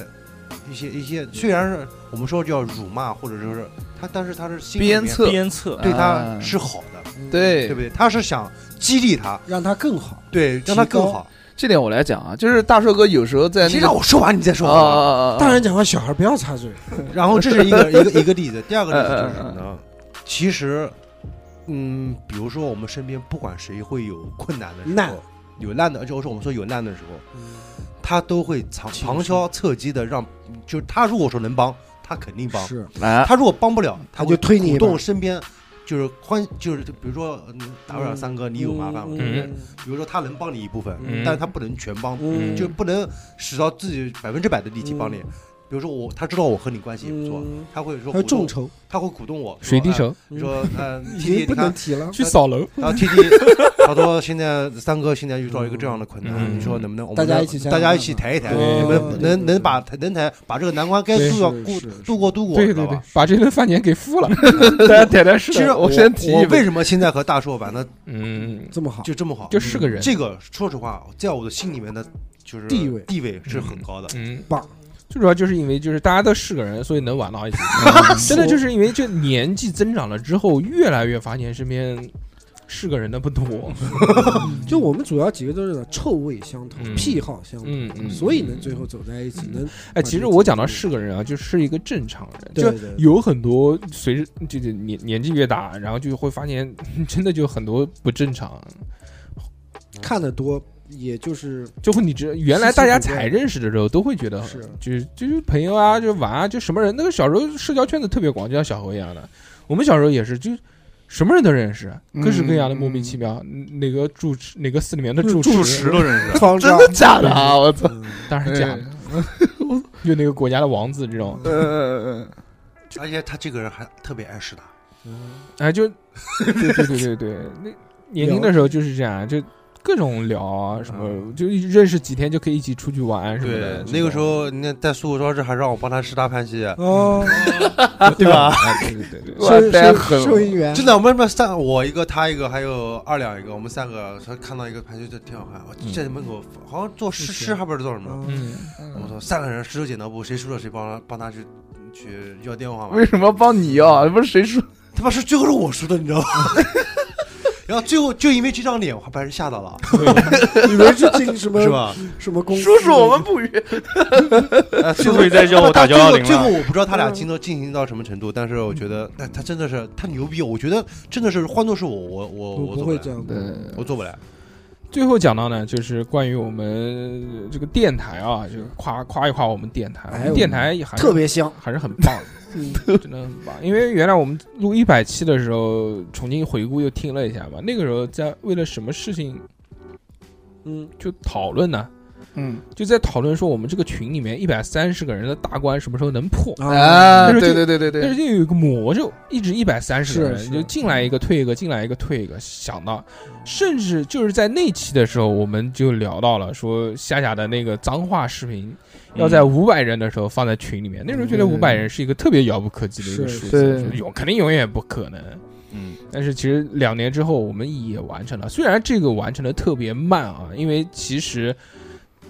[SPEAKER 4] 一些、一
[SPEAKER 5] 嗯
[SPEAKER 4] 些，虽然是我们说叫辱骂，或者说是他，但是他是心里面
[SPEAKER 5] 鞭策，
[SPEAKER 6] 鞭策，
[SPEAKER 4] 对他
[SPEAKER 5] 啊
[SPEAKER 4] 是好的，
[SPEAKER 5] 对
[SPEAKER 4] 对不对？他是想激励他，
[SPEAKER 3] 让他更好。
[SPEAKER 4] 对，让他更好。
[SPEAKER 5] 这点我来讲啊，就是大帅哥有时候在
[SPEAKER 4] 先
[SPEAKER 5] 那
[SPEAKER 4] 让
[SPEAKER 5] 个
[SPEAKER 4] 我说完，你再说
[SPEAKER 5] 啊
[SPEAKER 4] 好吧。
[SPEAKER 5] 啊啊，
[SPEAKER 3] 大人讲话，小孩不要插嘴。
[SPEAKER 4] 然后这 是一个一个一个例子，第二个例子就是什么
[SPEAKER 5] 嗯
[SPEAKER 4] 呢？其实，嗯，比如说我们身边不管谁会有困难的时
[SPEAKER 3] 难
[SPEAKER 4] 候，有难的，而且我说我们说有难的时候，他都会旁
[SPEAKER 3] 情绪
[SPEAKER 4] 旁敲侧击的让，就是他如果说能帮，他肯定帮；
[SPEAKER 3] 是，
[SPEAKER 5] 来
[SPEAKER 4] 他如果帮不了，
[SPEAKER 3] 他
[SPEAKER 4] 会
[SPEAKER 3] 就推你一把
[SPEAKER 4] 鼓动身边。就是欢，就是比如说，嗯，打不了三哥，你有麻烦吗？
[SPEAKER 2] 嗯
[SPEAKER 4] 比如说他能帮你一部分，
[SPEAKER 2] 嗯
[SPEAKER 4] 但是他不能全帮，
[SPEAKER 2] 嗯
[SPEAKER 4] 就不能使到自己百分之百的力气帮你。
[SPEAKER 3] 嗯
[SPEAKER 4] 比如说我，他知道我和你关系也不错，
[SPEAKER 3] 嗯
[SPEAKER 4] 他会说
[SPEAKER 3] 还有
[SPEAKER 4] 鼓动
[SPEAKER 3] 众 筹
[SPEAKER 4] 他会鼓动我
[SPEAKER 2] 水滴，筹
[SPEAKER 4] 说哎说 嗯，
[SPEAKER 3] 已
[SPEAKER 4] T
[SPEAKER 3] 经
[SPEAKER 4] T
[SPEAKER 3] 不能
[SPEAKER 4] 你看，
[SPEAKER 3] 提了，
[SPEAKER 2] 去扫楼，
[SPEAKER 4] 然后 T T 好多现在三哥现在遇到一个这样的困难，
[SPEAKER 2] 嗯
[SPEAKER 4] 你说能不能我们
[SPEAKER 3] 大家
[SPEAKER 4] 能
[SPEAKER 3] 一起想
[SPEAKER 4] 大
[SPEAKER 3] 想
[SPEAKER 4] 家
[SPEAKER 3] 办
[SPEAKER 4] 一起
[SPEAKER 3] 法
[SPEAKER 4] 抬一抬，
[SPEAKER 2] 对
[SPEAKER 4] 能不
[SPEAKER 2] 对
[SPEAKER 4] 能
[SPEAKER 3] 对
[SPEAKER 4] 能
[SPEAKER 3] 对
[SPEAKER 4] 能把能抬把这个难关该
[SPEAKER 2] 对
[SPEAKER 4] 渡要
[SPEAKER 3] 是
[SPEAKER 4] 过
[SPEAKER 3] 是是
[SPEAKER 4] 渡过渡过，
[SPEAKER 2] 对
[SPEAKER 4] 知道
[SPEAKER 2] 对
[SPEAKER 4] 吧
[SPEAKER 2] 对，把这顿饭钱给付了。大
[SPEAKER 5] 啊
[SPEAKER 2] 家点的是啊
[SPEAKER 4] 其实
[SPEAKER 5] 我先提
[SPEAKER 4] 我
[SPEAKER 5] 一
[SPEAKER 4] 为
[SPEAKER 5] 杯
[SPEAKER 4] 什么现在和大硕玩的
[SPEAKER 2] 嗯，
[SPEAKER 3] 这么好，
[SPEAKER 4] 就这么好？
[SPEAKER 2] 就是个人。
[SPEAKER 4] 这个，说实话，在我的心里面的，就是
[SPEAKER 3] 地位
[SPEAKER 4] 地位是很高的。
[SPEAKER 2] 嗯，
[SPEAKER 3] 棒。
[SPEAKER 2] 最主要就是因为就是大家都是个人，所以能玩到一起。嗯真的就是因为这年纪增长了之后，越来越发现身边是个人的不多。
[SPEAKER 3] 就我们主要几个都是臭味相同
[SPEAKER 2] 嗯，
[SPEAKER 3] 癖好相同，
[SPEAKER 2] 嗯嗯，
[SPEAKER 3] 所以能最后走在一起，能
[SPEAKER 2] 哎，其实我讲到是个人啊，就是一个正常人，
[SPEAKER 3] 对
[SPEAKER 2] 就
[SPEAKER 3] 对对
[SPEAKER 2] 有很多随着这个年年纪越大，然后就会发现 真的就很多不正常，
[SPEAKER 3] 看得多，也就是
[SPEAKER 2] 就会你知原来大家才认识的时候都会觉得
[SPEAKER 3] 是
[SPEAKER 2] 就是就是朋友啊，就玩啊，就什么人，那个小时候社交圈子特别广，就像小侯一样的，我们小时候也是就。什么人都认识，
[SPEAKER 5] 嗯
[SPEAKER 2] 各式各样的莫名其妙，哪个住持哪个寺里面的 住
[SPEAKER 6] 住持都认识，
[SPEAKER 3] 方丈
[SPEAKER 5] 真的假的啊？我操！
[SPEAKER 4] 嗯
[SPEAKER 2] 当然假的， 就那个国家的王子这种，
[SPEAKER 5] 嗯嗯嗯
[SPEAKER 4] 而且他这个人还特别爱试打，
[SPEAKER 2] 哎，就对对对对对，那年轻的时候就是这样，就各种聊啊，什么就认识几天就可以一起出去玩什么的。
[SPEAKER 4] 那个时候那在苏州市还让我帮他试打潘西，
[SPEAKER 3] 哦，
[SPEAKER 2] 对吧？哎 对对对
[SPEAKER 5] 嗯，
[SPEAKER 2] 对，
[SPEAKER 5] 哇
[SPEAKER 3] 收
[SPEAKER 5] 太
[SPEAKER 3] 收
[SPEAKER 5] 狠
[SPEAKER 3] 收银
[SPEAKER 5] 了！
[SPEAKER 3] 员
[SPEAKER 4] 真的，我们那三我一个，他一个，还有二两一个，我们三个，他看到一个排球就挺好看，我
[SPEAKER 2] 嗯
[SPEAKER 4] 站在门口，好像做诗诗还不知道做什么，
[SPEAKER 3] 嗯
[SPEAKER 2] 嗯，
[SPEAKER 4] 我说三个人石头剪刀布，谁输了谁帮他帮他去去要电话嘛
[SPEAKER 5] 为，什么帮你要？不是谁说
[SPEAKER 4] 他妈是最后是我输的，你知道吗？然后最后就因为这张脸，我还把人吓到了，
[SPEAKER 3] 以为是进什么
[SPEAKER 4] 是吧？
[SPEAKER 3] 什么公司，
[SPEAKER 5] 叔叔我们不约？
[SPEAKER 4] 哎
[SPEAKER 6] 是不是在叫我打
[SPEAKER 4] 最
[SPEAKER 6] 幺
[SPEAKER 4] 后
[SPEAKER 6] 幺零
[SPEAKER 4] 最后
[SPEAKER 6] 了？
[SPEAKER 4] 我不知道他俩进到进行到什么程度，但是我觉得，但他真的是太牛逼，我觉得真的是换做是我，我
[SPEAKER 3] 我
[SPEAKER 4] 我我
[SPEAKER 3] 不
[SPEAKER 4] 做不
[SPEAKER 3] 会
[SPEAKER 4] 来
[SPEAKER 3] 这，样的，
[SPEAKER 5] 嗯
[SPEAKER 4] 我做不来。
[SPEAKER 2] 最后讲到呢，就是关于我们这个电台啊，就是夸夸一夸我们电台，我
[SPEAKER 3] 哎
[SPEAKER 2] 们电台也还是
[SPEAKER 3] 特别香，
[SPEAKER 2] 还是很棒的。
[SPEAKER 3] 嗯
[SPEAKER 2] 真的很棒。因为原来我们录一百期的时候，重新回顾又听了一下嘛，那个时候在为了什么事情
[SPEAKER 3] 嗯
[SPEAKER 2] 就讨论呢？
[SPEAKER 5] 嗯
[SPEAKER 2] 就在讨论说我们这个群里面一百三十个人的大关什么时候能破。
[SPEAKER 3] 嗯
[SPEAKER 5] 啊，
[SPEAKER 2] 但是
[SPEAKER 5] 对
[SPEAKER 2] 这
[SPEAKER 5] 对对对
[SPEAKER 2] 但是
[SPEAKER 5] 对，
[SPEAKER 2] 就有一个魔咒，一直一百三十个
[SPEAKER 3] 是
[SPEAKER 2] 人，
[SPEAKER 3] 是
[SPEAKER 2] 就进来一个退一个，进来一个退一个。想到，
[SPEAKER 5] 嗯
[SPEAKER 2] 甚至就是在那期的时候，我们就聊到了说夏夏的那个脏话视频，要
[SPEAKER 6] 嗯
[SPEAKER 2] 在五百人的时候放在群里面。那时候觉得
[SPEAKER 5] 嗯
[SPEAKER 2] 五百人是一个特别遥不可及的一个
[SPEAKER 3] 是
[SPEAKER 2] 数
[SPEAKER 5] 是
[SPEAKER 2] 字，永肯定永远不可能。
[SPEAKER 6] 嗯
[SPEAKER 2] 但是其实两年之后，我们也完成了。虽然这个完成的特别慢啊，因为其实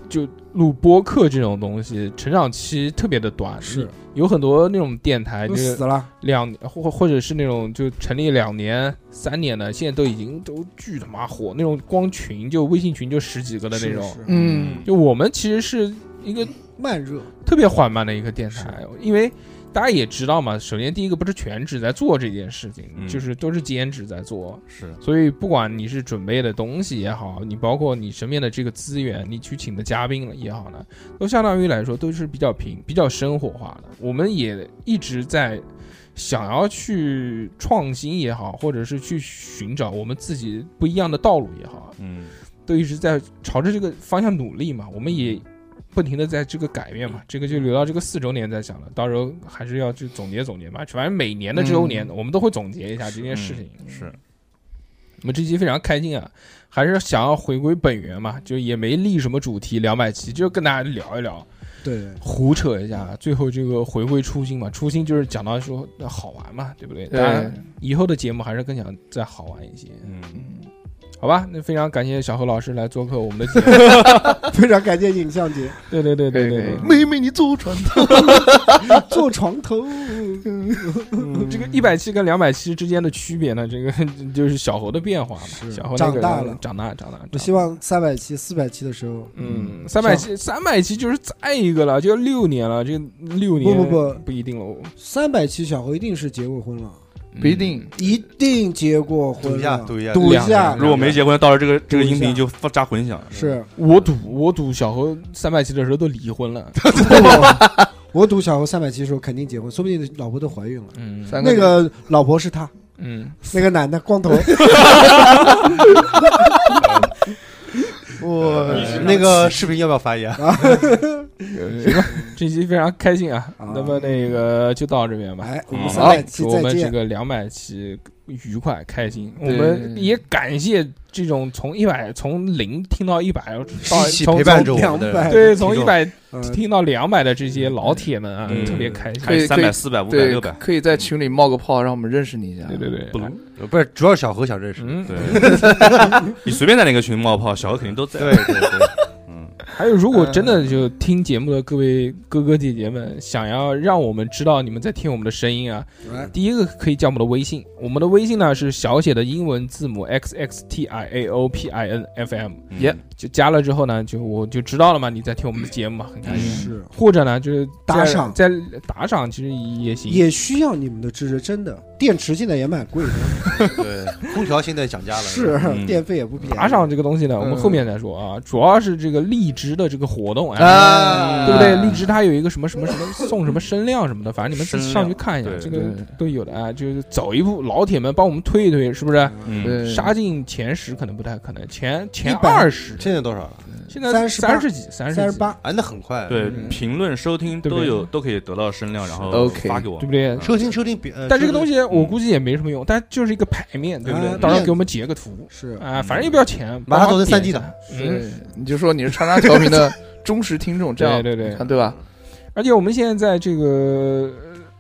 [SPEAKER 2] 就录播客这种东西，成长期特别的
[SPEAKER 5] 啊
[SPEAKER 2] 短，
[SPEAKER 3] 是
[SPEAKER 2] 有很多那种电台
[SPEAKER 4] 哎
[SPEAKER 3] 都
[SPEAKER 2] 就是
[SPEAKER 3] 死了，
[SPEAKER 2] 两或或者是那种就成立两年、三年的，现在都已经都巨他妈火，那种光群就微信群就十几个的那种。
[SPEAKER 3] 是是
[SPEAKER 5] 嗯
[SPEAKER 2] 就我们其实是一个
[SPEAKER 3] 慢热，
[SPEAKER 2] 特别缓慢的一个电台，因为大家也知道嘛，首先第一个不是全职在做这件事情，
[SPEAKER 6] 嗯
[SPEAKER 2] 就是都是兼职在做，
[SPEAKER 6] 是
[SPEAKER 2] 所以不管你是准备的东西也好，你包括你身边的这个资源，你去请的嘉宾也好呢，都相当于来说都是比较平、比较生活化的。我们也一直在想要去创新也好，或者是去寻找我们自己不一样的道路也好，
[SPEAKER 6] 嗯
[SPEAKER 2] 都一直在朝着这个方向努力嘛。我们也不停的在这个改变
[SPEAKER 6] 嗯
[SPEAKER 2] 嘛，这个就留到这个四周年再讲了。到时候还是要去总结总结嘛，反正每年的周年我们都会总结一下这件事情。
[SPEAKER 6] 嗯是
[SPEAKER 2] 我们这期非常开心啊，还是想要回归本源嘛，就也没立什么主题，两百期就跟大家聊一聊，
[SPEAKER 3] 对，对
[SPEAKER 2] 胡扯一下，啊最后这个回归初心嘛，初心就是讲到说那好玩嘛，对不对？当
[SPEAKER 5] 对
[SPEAKER 2] 然，以后的节目还是更想再好玩一些，
[SPEAKER 6] 嗯
[SPEAKER 5] 嗯
[SPEAKER 2] 好吧？那非常感谢小何老师来做客我们的节目，
[SPEAKER 3] 非常感谢尹相杰
[SPEAKER 2] 对对对对对
[SPEAKER 5] 可以
[SPEAKER 2] 对
[SPEAKER 5] 可以
[SPEAKER 2] 对，
[SPEAKER 5] 妹妹你坐船头，
[SPEAKER 3] 坐 床头，
[SPEAKER 2] 嗯这个一百期跟两百期之间的区别呢，这个 就是小何的变化嘛，
[SPEAKER 3] 是
[SPEAKER 2] 小何那
[SPEAKER 3] 长
[SPEAKER 2] 个
[SPEAKER 3] 大
[SPEAKER 2] 人
[SPEAKER 3] 了
[SPEAKER 2] 长大长大，长
[SPEAKER 3] 我
[SPEAKER 2] 大
[SPEAKER 3] 希望三百期、四百期的时候，
[SPEAKER 2] 嗯，三百期，三百期就是再一个了，就六年了，这六年
[SPEAKER 3] 不不不
[SPEAKER 2] 不一定了，我
[SPEAKER 3] 三百期小侯一定是结过婚了，
[SPEAKER 5] 不一定。
[SPEAKER 3] 一定结过
[SPEAKER 4] 赌
[SPEAKER 3] 婚
[SPEAKER 4] 一下，
[SPEAKER 3] 了，
[SPEAKER 4] 赌一下，
[SPEAKER 3] 赌一
[SPEAKER 2] 两
[SPEAKER 3] 下
[SPEAKER 2] 年
[SPEAKER 6] 如果没结婚，到时候这个这个
[SPEAKER 3] 一
[SPEAKER 6] 音
[SPEAKER 3] 下
[SPEAKER 6] 频就发扎混响。
[SPEAKER 3] 是
[SPEAKER 2] 我赌我赌小何三百期的时候都离婚 了，
[SPEAKER 3] 我赌小侯三百期的时候肯定结婚，说不定老婆都怀孕了。
[SPEAKER 2] 嗯
[SPEAKER 5] 三
[SPEAKER 3] 那个老婆是他，
[SPEAKER 2] 嗯，
[SPEAKER 3] 那个男的光 头，
[SPEAKER 5] 我
[SPEAKER 4] 呃那个视频要不要发
[SPEAKER 2] 啊
[SPEAKER 4] 言？
[SPEAKER 2] 这期非常开心啊，
[SPEAKER 3] 啊
[SPEAKER 2] 那么那个就到这边吧，
[SPEAKER 3] 哎，我们
[SPEAKER 6] 好
[SPEAKER 3] 三百期
[SPEAKER 2] 祝我
[SPEAKER 3] 再
[SPEAKER 2] 们这
[SPEAKER 3] 见，
[SPEAKER 2] 个两百期愉快开心，我
[SPEAKER 5] 对
[SPEAKER 2] 们也感谢这种从一百从零听到一百到
[SPEAKER 4] 一起
[SPEAKER 2] 从
[SPEAKER 4] 陪伴着我们
[SPEAKER 3] 从
[SPEAKER 4] 的，
[SPEAKER 3] 200
[SPEAKER 2] 对从
[SPEAKER 4] 听
[SPEAKER 2] 一
[SPEAKER 4] 众
[SPEAKER 2] 百
[SPEAKER 3] 呃
[SPEAKER 2] 听到两百的这些老铁们啊，
[SPEAKER 6] 嗯
[SPEAKER 2] 特别开心，
[SPEAKER 5] 可以
[SPEAKER 6] 三百、四百、五百、
[SPEAKER 5] 对
[SPEAKER 6] 六百，，
[SPEAKER 5] 可以在群里冒个泡，让我们认识你一下。
[SPEAKER 2] 对对对，
[SPEAKER 6] 不
[SPEAKER 2] 能，
[SPEAKER 4] 啊呃不是，主要是小何想认识。
[SPEAKER 2] 嗯，
[SPEAKER 6] 对， 你随便在哪个群冒泡，小何肯定都在。
[SPEAKER 4] 对对对，
[SPEAKER 6] 嗯，
[SPEAKER 2] 还有，如果真的就听节目的各位哥哥姐姐们，想要让我们知道你们在听我们的声音啊，
[SPEAKER 3] 哎
[SPEAKER 2] 第一个可以加我们的微信，我们的微信呢是小写的英文字母 x x t i a o p i n f m，
[SPEAKER 6] 嗯
[SPEAKER 5] 耶
[SPEAKER 2] 就加了之后呢，就我就知道了嘛，你在听我们的节目嘛，很开心。
[SPEAKER 3] 是
[SPEAKER 2] 或者呢，就是在
[SPEAKER 3] 打赏
[SPEAKER 2] 在打赏其实也行，
[SPEAKER 3] 也需要你们的支持，真的，电池现在也蛮贵的，
[SPEAKER 4] 对， 空调现在涨价了，
[SPEAKER 3] 是
[SPEAKER 6] 嗯
[SPEAKER 3] 电费也不便宜，
[SPEAKER 2] 打赏这个东西呢，我们
[SPEAKER 5] 嗯
[SPEAKER 2] 后面再说啊，主要是这个荔枝的这个活动啊。
[SPEAKER 4] 哎
[SPEAKER 5] 啊，
[SPEAKER 2] 对不
[SPEAKER 4] 嗯
[SPEAKER 2] 对？荔枝它有一个什么什么什么送什么声量什么的，反正你们自己上去看一下，这
[SPEAKER 6] 声量对
[SPEAKER 2] 个都有的啊。就是走一步，老铁们帮我们推一推，是不是？
[SPEAKER 6] 嗯，
[SPEAKER 5] 对，
[SPEAKER 2] 杀进前十可能不太可能，前前
[SPEAKER 3] 100
[SPEAKER 2] 二十，
[SPEAKER 4] 现在多少了？
[SPEAKER 2] 现在
[SPEAKER 3] 38
[SPEAKER 2] 三十几，三十
[SPEAKER 3] 三十，
[SPEAKER 2] 几
[SPEAKER 3] 八，
[SPEAKER 4] 啊，那很快。
[SPEAKER 6] 对
[SPEAKER 2] 嗯，
[SPEAKER 6] 评论、收听
[SPEAKER 2] 对不
[SPEAKER 6] 都
[SPEAKER 2] 对
[SPEAKER 6] 有，都可以得到声量，然后
[SPEAKER 5] OK
[SPEAKER 6] 发给我
[SPEAKER 2] 对不
[SPEAKER 6] 们。
[SPEAKER 2] 对？
[SPEAKER 4] 收听收听别，呃
[SPEAKER 2] 但这个东西我
[SPEAKER 6] 嗯
[SPEAKER 2] 估计也没什么用，但就是一个牌面，对不对
[SPEAKER 3] 啊？
[SPEAKER 2] 到时候
[SPEAKER 3] 面
[SPEAKER 2] 给我们截个图
[SPEAKER 3] 是
[SPEAKER 2] 啊，反正也不要钱，
[SPEAKER 4] 马上
[SPEAKER 2] 帮忙
[SPEAKER 4] 都是
[SPEAKER 2] 点
[SPEAKER 4] 3D
[SPEAKER 2] 一下
[SPEAKER 4] 的，
[SPEAKER 2] 嗯，
[SPEAKER 5] 对，你就说你是长沙调频的忠实听众，这样
[SPEAKER 2] 对对对
[SPEAKER 5] 啊，对吧？
[SPEAKER 2] 而且我们现在在这个呃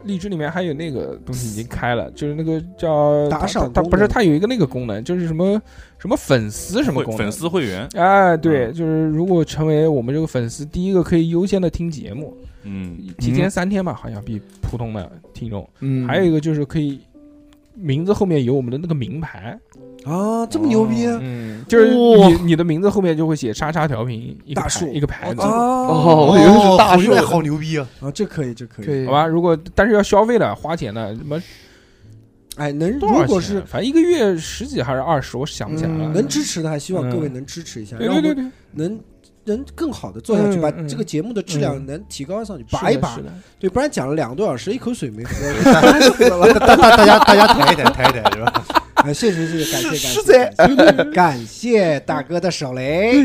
[SPEAKER 2] 荔枝里面还有那个东西已经开了，就是那个叫
[SPEAKER 3] 打赏
[SPEAKER 2] 它它它
[SPEAKER 3] 功能
[SPEAKER 2] 不是它有一个那个功能，就是什么什么粉丝什么
[SPEAKER 6] 会
[SPEAKER 2] 功能，
[SPEAKER 6] 粉丝嗯会员，
[SPEAKER 2] 哎，对，就是如果成为我们这个粉丝，第一个可以优先的听节目，
[SPEAKER 6] 嗯，
[SPEAKER 2] 提前三天吧，好像比普通的听众，
[SPEAKER 5] 嗯
[SPEAKER 2] 还有一个就是可以。名字后面有我们的那个名牌，
[SPEAKER 3] 啊，这么牛逼
[SPEAKER 2] 嗯，就是
[SPEAKER 5] 哇
[SPEAKER 2] 你你的名字后面就会写“叉叉调频”一个
[SPEAKER 3] 大
[SPEAKER 2] 牌
[SPEAKER 3] 树
[SPEAKER 2] 一个牌子，
[SPEAKER 3] 哦
[SPEAKER 5] 哦，我以为是大
[SPEAKER 4] 回
[SPEAKER 5] 树
[SPEAKER 4] 来，好牛逼啊！
[SPEAKER 3] 啊，这可以，这可
[SPEAKER 5] 可
[SPEAKER 3] 以，
[SPEAKER 5] 以
[SPEAKER 2] 好？吧？如果但是要消费的花钱的，什么
[SPEAKER 3] 哎，能
[SPEAKER 2] 多少
[SPEAKER 3] 如果
[SPEAKER 2] 钱啊
[SPEAKER 3] 是
[SPEAKER 2] 反正一个月十几还是二十，我想不起来了。
[SPEAKER 5] 嗯
[SPEAKER 3] 能支持的，还希望
[SPEAKER 2] 嗯
[SPEAKER 3] 各位能支持一下，
[SPEAKER 2] 对
[SPEAKER 3] 让我
[SPEAKER 2] 对对
[SPEAKER 3] 们
[SPEAKER 2] 对，
[SPEAKER 3] 能能更好的做下去，
[SPEAKER 2] 嗯
[SPEAKER 3] 把
[SPEAKER 2] 嗯
[SPEAKER 3] 这个节目的质量能提高上去，拔
[SPEAKER 2] 是
[SPEAKER 3] 一
[SPEAKER 2] 的
[SPEAKER 3] 拔
[SPEAKER 2] 是，的
[SPEAKER 3] 对，不然讲了两个多小时，一口水没 喝， 死了。
[SPEAKER 4] 大大大家大家抬一抬，抬一抬是吧？
[SPEAKER 3] 啊，谢谢谢谢，感谢感谢，感谢大哥的手雷，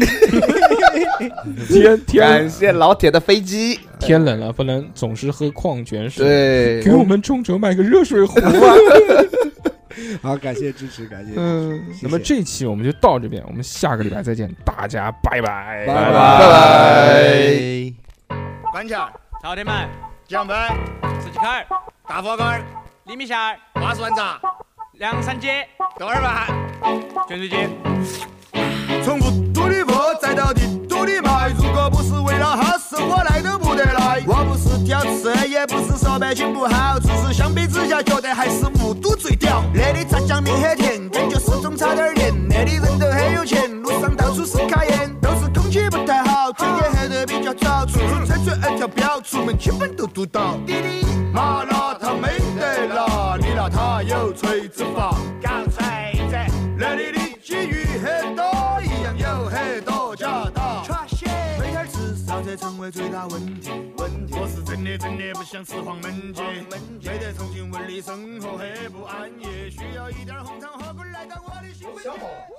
[SPEAKER 2] 天
[SPEAKER 5] 感
[SPEAKER 2] 天
[SPEAKER 5] 谢老铁的飞机，
[SPEAKER 2] 天冷了，不能总是喝矿泉水，
[SPEAKER 5] 对，
[SPEAKER 2] 给我们中轴买个热水壶啊！
[SPEAKER 3] 好，感谢支持，感谢。
[SPEAKER 5] 嗯，
[SPEAKER 3] 谢谢
[SPEAKER 2] 那么这期我们就到这边，我们下个礼拜再见，大家拜拜，
[SPEAKER 3] 拜拜
[SPEAKER 4] 哎
[SPEAKER 5] 拜
[SPEAKER 7] 关桥、
[SPEAKER 8] 朝天门、
[SPEAKER 7] 江门、
[SPEAKER 8] 十几口、
[SPEAKER 7] 大佛根、
[SPEAKER 8] 李米线、
[SPEAKER 7] 八十万张、
[SPEAKER 8] 梁山街、
[SPEAKER 7] 豆儿饭。
[SPEAKER 8] 泉水街。
[SPEAKER 7] 从雾都的窝再到帝都的麦，如果不是为了好事，我来都不得来。我不是屌丝，也不是说百姓不好，只是相比之下觉得还是雾都最屌。那里炸酱面很甜，讲究始终差点盐。那里人都很有钱，路上到处是卡宴，都是空气不太好，天天黑得比较早，处处追追二条标，出门基本都堵到。滴滴，麻辣烫没得辣，你拿它有锤子法，搞锤子。那里的机遇很多，一样有很多家当。每天吃烧菜成为最大问题。问题我是真的真的不想吃黄焖鸡，没得重庆味儿的生活很不安逸，需要一点红糖火锅来当我的幸福。